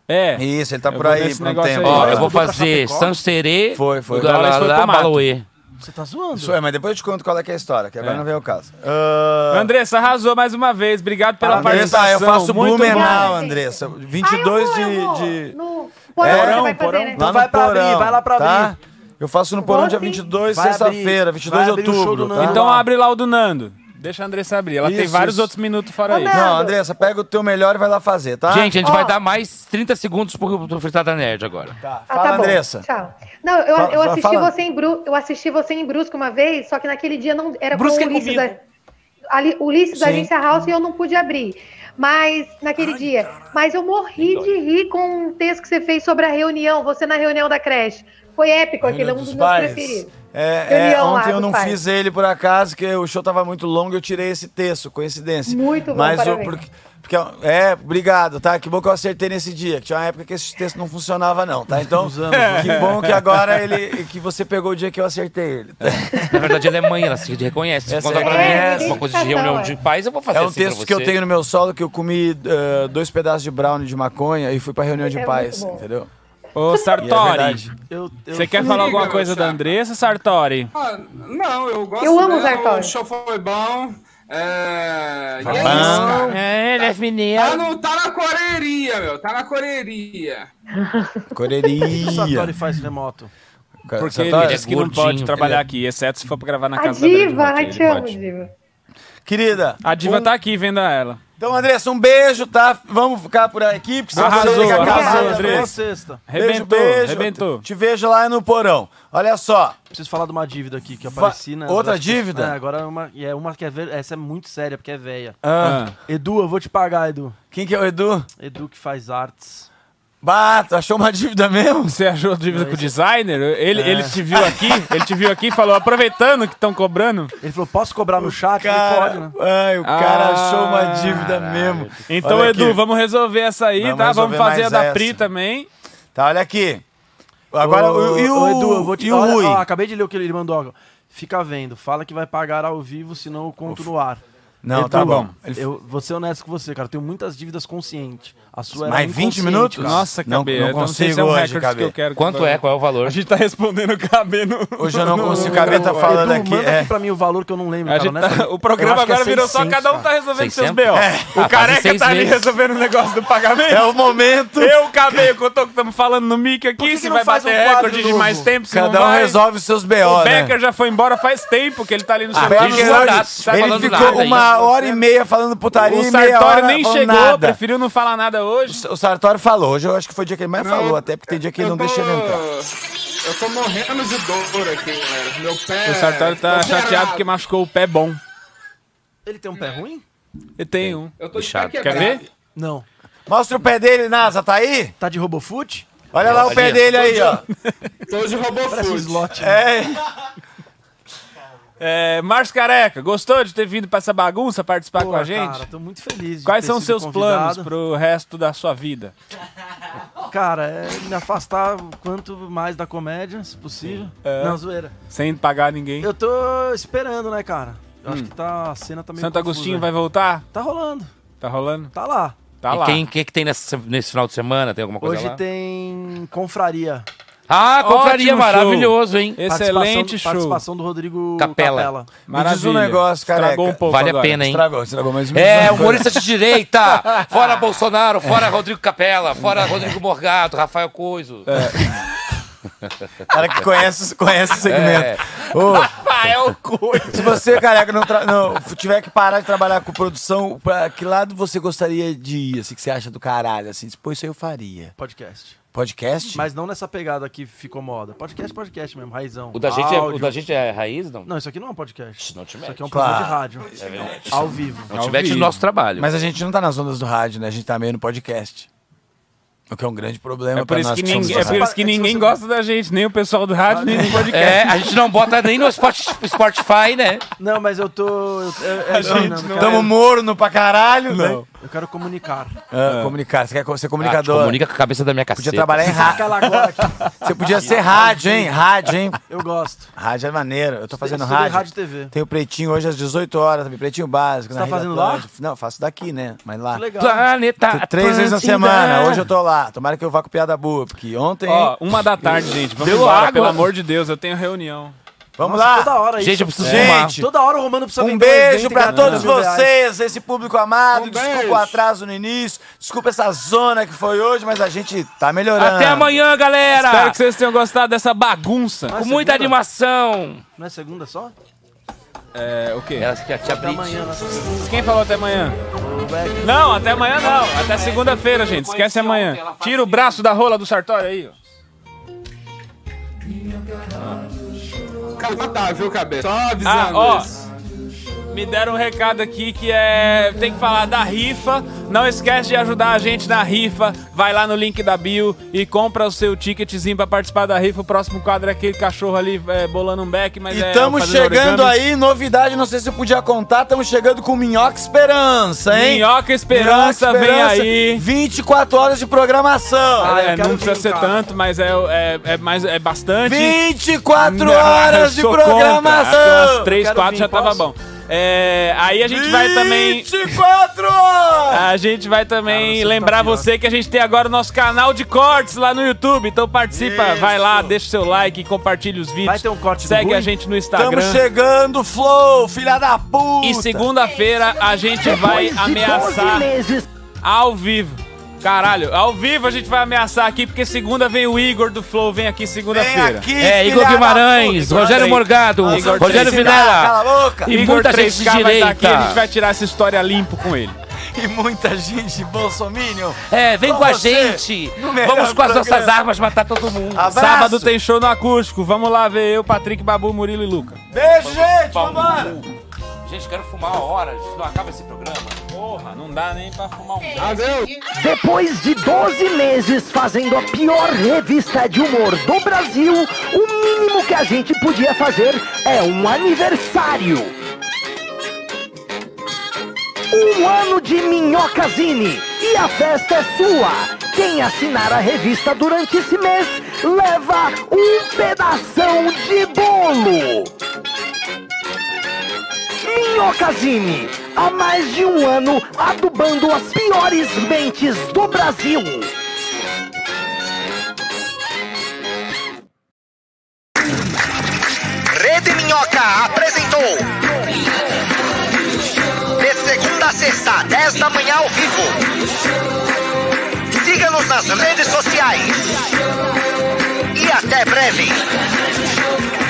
[SPEAKER 5] É.
[SPEAKER 8] Isso, ele tá
[SPEAKER 5] Eu
[SPEAKER 8] por
[SPEAKER 5] vou
[SPEAKER 8] aí
[SPEAKER 5] nesse
[SPEAKER 8] por um
[SPEAKER 5] negócio aí.
[SPEAKER 8] tempo.
[SPEAKER 3] Ó,
[SPEAKER 5] Dólares
[SPEAKER 3] eu vou
[SPEAKER 5] mudou pra
[SPEAKER 3] fazer
[SPEAKER 5] Chapecó?
[SPEAKER 3] Sancerê.
[SPEAKER 8] Foi, foi.
[SPEAKER 3] Lá,
[SPEAKER 8] Dólares
[SPEAKER 3] lá,
[SPEAKER 8] foi pro mato.
[SPEAKER 3] Baloê.
[SPEAKER 4] Você tá zoando?
[SPEAKER 8] Isso é, mas depois eu te conto qual é, que é a história, que agora
[SPEAKER 5] É.
[SPEAKER 8] não vem o caso. Ah,
[SPEAKER 5] Andressa arrasou mais uma vez. Obrigado pela
[SPEAKER 8] Andressa, tá, eu
[SPEAKER 5] participação.
[SPEAKER 8] faço
[SPEAKER 5] Muito
[SPEAKER 8] Blumenau,
[SPEAKER 5] bom.
[SPEAKER 8] Andressa. 22
[SPEAKER 5] Ah, eu vou, eu vou.
[SPEAKER 8] de. de...
[SPEAKER 18] No porão
[SPEAKER 8] É,
[SPEAKER 18] você vai fazer, né?
[SPEAKER 8] Lá no
[SPEAKER 4] então vai pra
[SPEAKER 8] porão,
[SPEAKER 4] abrir, vai lá pra
[SPEAKER 8] tá?
[SPEAKER 4] abrir.
[SPEAKER 8] Eu faço no porão dia 22, sexta-feira, 22 de outubro. tá?
[SPEAKER 5] Então abre lá o do Nando. Deixa a Andressa abrir. Ela tem
[SPEAKER 8] Isso,
[SPEAKER 5] vários
[SPEAKER 8] isso.
[SPEAKER 5] outros minutos fora isso.
[SPEAKER 8] Não, Andressa, pega o teu melhor e vai lá fazer, tá?
[SPEAKER 3] Gente, a gente vai dar mais 30 segundos pro, pro Fritada Nerd agora.
[SPEAKER 8] Tá.
[SPEAKER 18] Ah,
[SPEAKER 8] Fala,
[SPEAKER 18] tá bom.
[SPEAKER 8] Andressa.
[SPEAKER 18] Tchau. Não, eu,
[SPEAKER 8] Fa-
[SPEAKER 18] eu
[SPEAKER 8] fa-
[SPEAKER 18] assisti
[SPEAKER 8] fala.
[SPEAKER 18] você em Bru, eu assisti você em Brusque uma vez, só que naquele dia não era
[SPEAKER 9] Brusque é
[SPEAKER 18] com o Ulisses,
[SPEAKER 9] comigo.
[SPEAKER 18] da, ali, Ulisses da
[SPEAKER 9] Sim.
[SPEAKER 18] agência House e eu não pude abrir. Mas naquele dia, mas eu morri de rir com um texto que você fez sobre a reunião, você na reunião da creche. Foi épico, aquele é um
[SPEAKER 8] dos
[SPEAKER 18] dos meus
[SPEAKER 8] pais.
[SPEAKER 18] preferidos.
[SPEAKER 8] É, é,
[SPEAKER 18] Reunião lá
[SPEAKER 8] ontem eu
[SPEAKER 18] dos
[SPEAKER 8] não
[SPEAKER 18] pais.
[SPEAKER 8] fiz ele por acaso, que o show tava muito longo, eu tirei esse texto, coincidência.
[SPEAKER 18] Muito bom,
[SPEAKER 8] Mas eu,
[SPEAKER 18] parabéns.
[SPEAKER 8] porque, porque eu- é, obrigado, tá? Que bom que eu acertei nesse dia, que tinha uma época que esse texto não funcionava não, tá? Então,
[SPEAKER 4] né?
[SPEAKER 3] anos, né?
[SPEAKER 8] que bom que agora ele que você pegou o dia que eu acertei ele. tá?
[SPEAKER 3] Na verdade, ela é mãe, ela se reconhece.
[SPEAKER 8] Essa
[SPEAKER 3] Conta
[SPEAKER 8] é-
[SPEAKER 3] pra
[SPEAKER 8] é,
[SPEAKER 3] mim. Uma coisa de reunião de pais, eu vou fazer
[SPEAKER 8] É um
[SPEAKER 3] assim pra
[SPEAKER 8] texto que eu
[SPEAKER 3] você.
[SPEAKER 8] tenho no meu solo que eu comi eh, dois pedaços de brownie de maconha e fui pra reunião de
[SPEAKER 5] É
[SPEAKER 8] paz,
[SPEAKER 5] muito bom.
[SPEAKER 8] entendeu?
[SPEAKER 18] é
[SPEAKER 5] Ô, Sartori.
[SPEAKER 8] é verdade.
[SPEAKER 5] Você quer falar alguma coisa da Andressa, Sartori?
[SPEAKER 1] Ah, não, eu gosto
[SPEAKER 5] Eu amo o
[SPEAKER 1] dela,
[SPEAKER 5] Zartório.
[SPEAKER 1] o show foi bom. É, e é
[SPEAKER 5] Foi
[SPEAKER 1] isso,
[SPEAKER 5] bom.
[SPEAKER 1] cara.
[SPEAKER 3] É, ele é mineiro.
[SPEAKER 1] Ah, não, tá na correria, meu. Tá na correria.
[SPEAKER 4] O que o Sartori
[SPEAKER 8] Coreria.
[SPEAKER 4] faz remoto?
[SPEAKER 5] Porque
[SPEAKER 8] Sartori-
[SPEAKER 5] ele
[SPEAKER 8] Ele é
[SPEAKER 5] disse que não
[SPEAKER 8] gordinho,
[SPEAKER 5] pode trabalhar
[SPEAKER 8] ele é-
[SPEAKER 5] aqui, exceto se for pra gravar na
[SPEAKER 18] A
[SPEAKER 5] casa da Grande
[SPEAKER 18] diva,
[SPEAKER 5] Rock,
[SPEAKER 18] ai,
[SPEAKER 5] ele
[SPEAKER 18] te amo,
[SPEAKER 5] pode.
[SPEAKER 18] diva.
[SPEAKER 8] Querida.
[SPEAKER 5] A diva tá aqui, venda ela.
[SPEAKER 8] Então, Andressa, um beijo, tá? Vamos ficar por aqui, porque senão
[SPEAKER 5] Arrasou,
[SPEAKER 8] você fica
[SPEAKER 5] arrasou,
[SPEAKER 8] acabada, tá
[SPEAKER 5] Andressa.
[SPEAKER 8] bom?
[SPEAKER 4] Sexta.
[SPEAKER 8] Beijo, beijo. Te vejo lá no porão. Olha só.
[SPEAKER 4] Preciso falar de uma dívida aqui que apareci na.
[SPEAKER 8] Outra
[SPEAKER 4] acho que-
[SPEAKER 8] dívida?
[SPEAKER 4] É, agora é uma. E é uma que é ver... Essa é muito séria, porque é velha.
[SPEAKER 8] Ah.
[SPEAKER 4] Edu, eu vou te pagar, Edu.
[SPEAKER 8] Quem que é o Edu?
[SPEAKER 4] Edu que faz artes.
[SPEAKER 8] Bata, achou uma dívida mesmo?
[SPEAKER 5] Você achou a dívida com o designer? Ele,
[SPEAKER 4] É.
[SPEAKER 5] ele te viu aqui, ele te viu aqui e falou, aproveitando que estão cobrando.
[SPEAKER 4] Ele falou, posso cobrar no chat?
[SPEAKER 5] cara-
[SPEAKER 4] Ele pode, né?
[SPEAKER 8] Ai, o cara
[SPEAKER 5] Ah,
[SPEAKER 8] achou uma dívida mesmo.
[SPEAKER 5] Então,
[SPEAKER 8] Olha
[SPEAKER 5] Edu,
[SPEAKER 8] aqui.
[SPEAKER 5] vamos resolver essa aí,
[SPEAKER 8] Vamos
[SPEAKER 5] tá? Vamos
[SPEAKER 8] resolver
[SPEAKER 5] fazer a
[SPEAKER 8] mais
[SPEAKER 5] da
[SPEAKER 8] essa.
[SPEAKER 5] Pri também.
[SPEAKER 8] Tá, olha aqui. Agora, o, e o,
[SPEAKER 4] Ô, Edu, eu vou te
[SPEAKER 8] e o
[SPEAKER 4] olha,
[SPEAKER 8] Rui?
[SPEAKER 4] ó, acabei de ler o que ele mandou. ó. Fica vendo, fala que vai pagar ao vivo, senão eu conto no ar.
[SPEAKER 8] Não, tá bom. Ele-
[SPEAKER 4] Eu vou ser honesto com você, cara. Eu tenho muitas dívidas conscientes. A sua era
[SPEAKER 8] Mais 20
[SPEAKER 4] inconsciente,
[SPEAKER 8] minutos?
[SPEAKER 4] cara.
[SPEAKER 8] não, não é consigo
[SPEAKER 5] um é
[SPEAKER 8] hoje, KB.
[SPEAKER 3] é o valor? A
[SPEAKER 5] gente tá respondendo o KB no...
[SPEAKER 8] Hoje eu não
[SPEAKER 4] no-
[SPEAKER 8] consigo. O KB tá
[SPEAKER 4] Edu,
[SPEAKER 8] falando aqui.
[SPEAKER 4] Manda
[SPEAKER 8] é.
[SPEAKER 4] aqui pra mim o valor que eu não lembro,
[SPEAKER 8] A
[SPEAKER 4] cara,
[SPEAKER 8] gente
[SPEAKER 4] né,
[SPEAKER 8] tá-
[SPEAKER 4] Felipe?
[SPEAKER 5] O programa
[SPEAKER 4] Eu acho que é
[SPEAKER 5] agora virou só
[SPEAKER 4] 600,
[SPEAKER 5] cada um tá
[SPEAKER 4] cara.
[SPEAKER 5] resolvendo seus
[SPEAKER 4] 600?
[SPEAKER 5] B.O.
[SPEAKER 4] É.
[SPEAKER 5] O
[SPEAKER 4] Ah, fazem
[SPEAKER 5] careca
[SPEAKER 4] seis
[SPEAKER 5] tá ali
[SPEAKER 4] meses.
[SPEAKER 5] resolvendo o negócio do pagamento.
[SPEAKER 4] É o momento.
[SPEAKER 5] Eu, KB, o Cotô, que estamos falando no mic aqui,
[SPEAKER 4] que
[SPEAKER 5] se
[SPEAKER 4] não
[SPEAKER 5] vai
[SPEAKER 4] faz
[SPEAKER 5] bater
[SPEAKER 4] um quadro
[SPEAKER 5] recorde de
[SPEAKER 4] novo?
[SPEAKER 5] mais tempo, se
[SPEAKER 8] Cada
[SPEAKER 5] não
[SPEAKER 8] um
[SPEAKER 5] vai.
[SPEAKER 8] resolve os seus
[SPEAKER 5] O
[SPEAKER 8] B.O., né?
[SPEAKER 5] Becker já foi embora faz tempo que ele tá ali no
[SPEAKER 8] Ah,
[SPEAKER 5] seu
[SPEAKER 8] Becker
[SPEAKER 5] vídeo,
[SPEAKER 8] hoje-
[SPEAKER 5] tá
[SPEAKER 8] ele
[SPEAKER 5] falando
[SPEAKER 8] ficou
[SPEAKER 5] nada aí.
[SPEAKER 8] uma hora e meia falando putaria
[SPEAKER 5] O
[SPEAKER 8] e meia
[SPEAKER 5] Sartori
[SPEAKER 8] hora
[SPEAKER 5] nem
[SPEAKER 8] falando
[SPEAKER 5] chegou,
[SPEAKER 8] nada.
[SPEAKER 5] preferiu não falar nada hoje.
[SPEAKER 8] O Sartori falou, hoje eu acho que foi o dia que ele mais falou, até porque tem dia que ele não deixa ele entrar.
[SPEAKER 1] Eu tô morrendo de dor aqui, galera. Meu pé.
[SPEAKER 5] O Sartori tá
[SPEAKER 1] tô
[SPEAKER 5] chateado
[SPEAKER 1] zerado.
[SPEAKER 5] porque machucou o pé bom.
[SPEAKER 4] Ele tem um pé ruim?
[SPEAKER 5] Ele tem um.
[SPEAKER 1] Eu tô de
[SPEAKER 5] pé Quer ver?
[SPEAKER 4] Não.
[SPEAKER 8] Mostra o pé dele, Nasa, tá aí?
[SPEAKER 4] Tá de Robofoot?
[SPEAKER 8] Olha lá o pé dele aí, ó.
[SPEAKER 1] Tô de robô
[SPEAKER 5] Parece um
[SPEAKER 1] food.
[SPEAKER 5] slot,
[SPEAKER 8] né?
[SPEAKER 5] É, Márcio Careca, gostou de ter vindo pra essa bagunça participar com a gente?
[SPEAKER 4] Cara, tô muito feliz. de
[SPEAKER 5] Quais
[SPEAKER 4] ter
[SPEAKER 5] são
[SPEAKER 4] sido
[SPEAKER 5] seus planos
[SPEAKER 4] convidado.
[SPEAKER 5] pro resto da sua vida?
[SPEAKER 4] Cara, é me afastar o quanto mais da comédia, se possível.
[SPEAKER 5] É.
[SPEAKER 4] Não, zoeira.
[SPEAKER 5] Sem pagar ninguém.
[SPEAKER 4] Eu tô esperando, né, cara? Eu acho
[SPEAKER 5] Hum.
[SPEAKER 4] que tá, a cena tá meio
[SPEAKER 5] Santo
[SPEAKER 4] confusa.
[SPEAKER 5] Agostinho vai voltar?
[SPEAKER 4] Tá rolando.
[SPEAKER 5] Tá rolando?
[SPEAKER 4] Tá lá.
[SPEAKER 5] Tá
[SPEAKER 3] e
[SPEAKER 5] lá.
[SPEAKER 3] tem- o que, que tem nessa- nesse final de semana? Tem alguma coisa
[SPEAKER 4] Hoje
[SPEAKER 3] lá?
[SPEAKER 4] tem confraria.
[SPEAKER 3] Ah, confraria maravilhoso, hein?
[SPEAKER 4] Participação- Participação do Rodrigo Capela.
[SPEAKER 3] Capela.
[SPEAKER 8] Me diz um negócio, cara.
[SPEAKER 5] um
[SPEAKER 3] vale a pena, hein?
[SPEAKER 8] Estragou, estragou. um Mas me diz uma
[SPEAKER 3] É,
[SPEAKER 8] coisa.
[SPEAKER 3] humorista de direita! Fora Bolsonaro, fora Rodrigo Capela, fora Rodrigo Morgado, Rafael Coiso.
[SPEAKER 8] É. cara que conhece, conhece o segmento.
[SPEAKER 3] É.
[SPEAKER 8] Ô,
[SPEAKER 3] Rafael Coiso.
[SPEAKER 8] se você, careca, não, tra- não tiver que parar de trabalhar com produção, pra que lado você gostaria de ir, assim, que você acha do caralho, assim? Pô, isso aí eu faria.
[SPEAKER 4] Podcast.
[SPEAKER 8] Podcast?
[SPEAKER 4] Mas não nessa pegada que ficou moda. Podcast, podcast mesmo, raizão.
[SPEAKER 3] O da, gente é, o
[SPEAKER 4] Áudio.
[SPEAKER 3] da gente é raiz, não?
[SPEAKER 4] Não, isso aqui não é um podcast.
[SPEAKER 3] Não te
[SPEAKER 4] Isso
[SPEAKER 3] mete.
[SPEAKER 4] aqui é um
[SPEAKER 8] Claro.
[SPEAKER 4] programa de rádio.
[SPEAKER 3] É verdade.
[SPEAKER 4] Ao vivo.
[SPEAKER 3] Não te mete no nosso trabalho.
[SPEAKER 8] Mas a gente não tá nas ondas do rádio, né? A gente tá meio no podcast. O que é um grande problema
[SPEAKER 5] É por,
[SPEAKER 8] pra
[SPEAKER 5] isso
[SPEAKER 8] nós
[SPEAKER 5] que
[SPEAKER 8] que somos
[SPEAKER 5] ninguém, é
[SPEAKER 8] do
[SPEAKER 5] por isso que
[SPEAKER 8] rádio.
[SPEAKER 5] ninguém gosta da gente, nem o pessoal do rádio, nem do podcast.
[SPEAKER 3] É, a gente não bota nem no Spot- Spotify, né?
[SPEAKER 4] Não, mas eu tô. Eu, é- é
[SPEAKER 8] A
[SPEAKER 4] isso,
[SPEAKER 8] gente
[SPEAKER 4] não, eu
[SPEAKER 8] não-
[SPEAKER 4] quero-
[SPEAKER 8] Tamo morno pra caralho, né?
[SPEAKER 4] Eu quero comunicar.
[SPEAKER 8] Ah,
[SPEAKER 3] É.
[SPEAKER 8] Comunicar. Você quer co- ser comunicador?
[SPEAKER 3] Ah, comunica com a cabeça da minha caceta.
[SPEAKER 8] Podia trabalhar em rádio.
[SPEAKER 4] Cala é agora aqui.
[SPEAKER 8] Você podia ser rádio, hein? Rádio, hein?
[SPEAKER 4] Eu gosto.
[SPEAKER 8] Rádio é maneiro. Eu tô fazendo
[SPEAKER 4] Estudei
[SPEAKER 8] rádio.
[SPEAKER 4] rádio e TV.
[SPEAKER 8] Tem o Pretinho hoje às 18 horas também. Pretinho básico.
[SPEAKER 4] Você tá
[SPEAKER 8] na Rede
[SPEAKER 4] fazendo lá?
[SPEAKER 8] Atlântica. Não, faço daqui, né? Mas lá.
[SPEAKER 4] legal.
[SPEAKER 3] Tá, Planeta
[SPEAKER 8] Três vezes na
[SPEAKER 3] Atlântida.
[SPEAKER 8] semana. Hoje eu tô lá. Tomara que eu vá com piada boa, porque ontem.
[SPEAKER 5] Ó, uma da tarde, gente. Vamos
[SPEAKER 8] Deu
[SPEAKER 5] embora,
[SPEAKER 8] água.
[SPEAKER 5] pelo amor de Deus, eu tenho reunião.
[SPEAKER 8] Vamos
[SPEAKER 4] Nossa,
[SPEAKER 8] lá.
[SPEAKER 4] Toda hora isso.
[SPEAKER 8] Gente, eu preciso
[SPEAKER 4] Gente,
[SPEAKER 8] fumar.
[SPEAKER 4] Toda hora o Romano precisa
[SPEAKER 8] Um
[SPEAKER 4] vender
[SPEAKER 8] beijo
[SPEAKER 4] evento e
[SPEAKER 8] pra
[SPEAKER 4] ganhar
[SPEAKER 8] todos
[SPEAKER 4] 30 mil reais.
[SPEAKER 8] vocês, esse público amado.
[SPEAKER 4] Um
[SPEAKER 8] desculpa
[SPEAKER 4] beijo.
[SPEAKER 8] o atraso no início, desculpa essa zona que foi hoje, mas a gente tá melhorando.
[SPEAKER 5] Até amanhã, galera! Espero que
[SPEAKER 8] você...
[SPEAKER 5] vocês tenham gostado dessa bagunça.
[SPEAKER 3] Com muita animação.
[SPEAKER 4] Não é segunda só?
[SPEAKER 5] É, o quê?
[SPEAKER 3] Elas que te
[SPEAKER 4] Até amanhã. né?
[SPEAKER 5] Quem falou até amanhã? Não, até amanhã não. Até segunda-feira, gente. Esquece amanhã. Tira o braço da rola do Sartório aí, ó.
[SPEAKER 1] Calma tá, viu, cabeça? Só
[SPEAKER 5] Ah,
[SPEAKER 1] avisando
[SPEAKER 5] ó.
[SPEAKER 1] isso.
[SPEAKER 5] Me deram um recado aqui que é. Tem que falar da rifa. Não esquece de ajudar a gente na rifa. Vai lá no link da bio e compra o seu ticketzinho pra participar da rifa. O próximo quadro é aquele cachorro ali é, bolando um beck, mas
[SPEAKER 8] E
[SPEAKER 5] é.
[SPEAKER 8] estamos
[SPEAKER 5] fazendo
[SPEAKER 8] chegando
[SPEAKER 5] origami.
[SPEAKER 8] aí, novidade, não sei se eu podia contar, estamos chegando com Minhoca Esperança, hein?
[SPEAKER 5] Minhoca Esperança, vem aí.
[SPEAKER 8] 24 horas de programação.
[SPEAKER 5] É, não precisa ser tanto, mas é, é, é mais, é bastante.
[SPEAKER 8] 24
[SPEAKER 5] Não, eu
[SPEAKER 8] horas de
[SPEAKER 5] sou contra. Acho que
[SPEAKER 8] programação.
[SPEAKER 5] Umas 3, 4 já tava bom. É, aí a gente vai também.
[SPEAKER 8] 24 horas!
[SPEAKER 5] A gente vai também lembrar você que a gente tem agora o nosso canal de cortes lá no YouTube. Então participa, vai lá, deixa o seu like, compartilha os vídeos. Vai ter um corte Segue
[SPEAKER 8] Rui?
[SPEAKER 5] a gente no Instagram.
[SPEAKER 8] Estamos chegando, Flow, filha da puta.
[SPEAKER 5] E segunda-feira a gente vai
[SPEAKER 8] Depois de
[SPEAKER 5] ameaçar
[SPEAKER 8] 12 meses.
[SPEAKER 5] ao vivo. Caralho, ao vivo a gente vai ameaçar aqui, porque segunda vem o Igor do Flow, vem aqui segunda-feira.
[SPEAKER 8] aqui,
[SPEAKER 3] É, Igor Guimarães, Rogério Morgado,
[SPEAKER 5] Igor
[SPEAKER 3] Rogério
[SPEAKER 5] 3K,
[SPEAKER 8] cala a
[SPEAKER 3] Vinela.
[SPEAKER 8] boca.
[SPEAKER 3] E
[SPEAKER 5] Igor
[SPEAKER 3] muita gente
[SPEAKER 5] 3K
[SPEAKER 3] de
[SPEAKER 5] vai estar aqui, a gente
[SPEAKER 3] direita.
[SPEAKER 5] vai tirar essa história limpo com ele.
[SPEAKER 8] E muita gente, Bolsominion.
[SPEAKER 3] É, vem com a
[SPEAKER 8] você,
[SPEAKER 3] gente.
[SPEAKER 8] no melhor
[SPEAKER 3] Vamos com as nossas
[SPEAKER 8] programa.
[SPEAKER 3] armas matar todo mundo.
[SPEAKER 5] Sábado tem show no acústico. Vamos lá ver eu, Patrick, Babu, Murilo e Luca.
[SPEAKER 8] Beijo, gente.
[SPEAKER 3] Vambora. Gente, quero fumar horas. Não acaba esse programa.
[SPEAKER 5] Porra, não dá nem pra fumar um.
[SPEAKER 19] Depois de 12 meses fazendo a pior revista de humor do Brasil, o mínimo que a gente podia fazer é um aniversário. Um ano de Minhocazine e a festa é sua. Quem assinar a revista durante esse mês leva um pedação de bolo. Minhocazine, há mais de um ano adubando as piores mentes do Brasil.
[SPEAKER 7] Rede Minhoca apresentou. De segunda a sexta, 10 da manhã ao vivo. Siga-nos nas redes sociais. E até breve.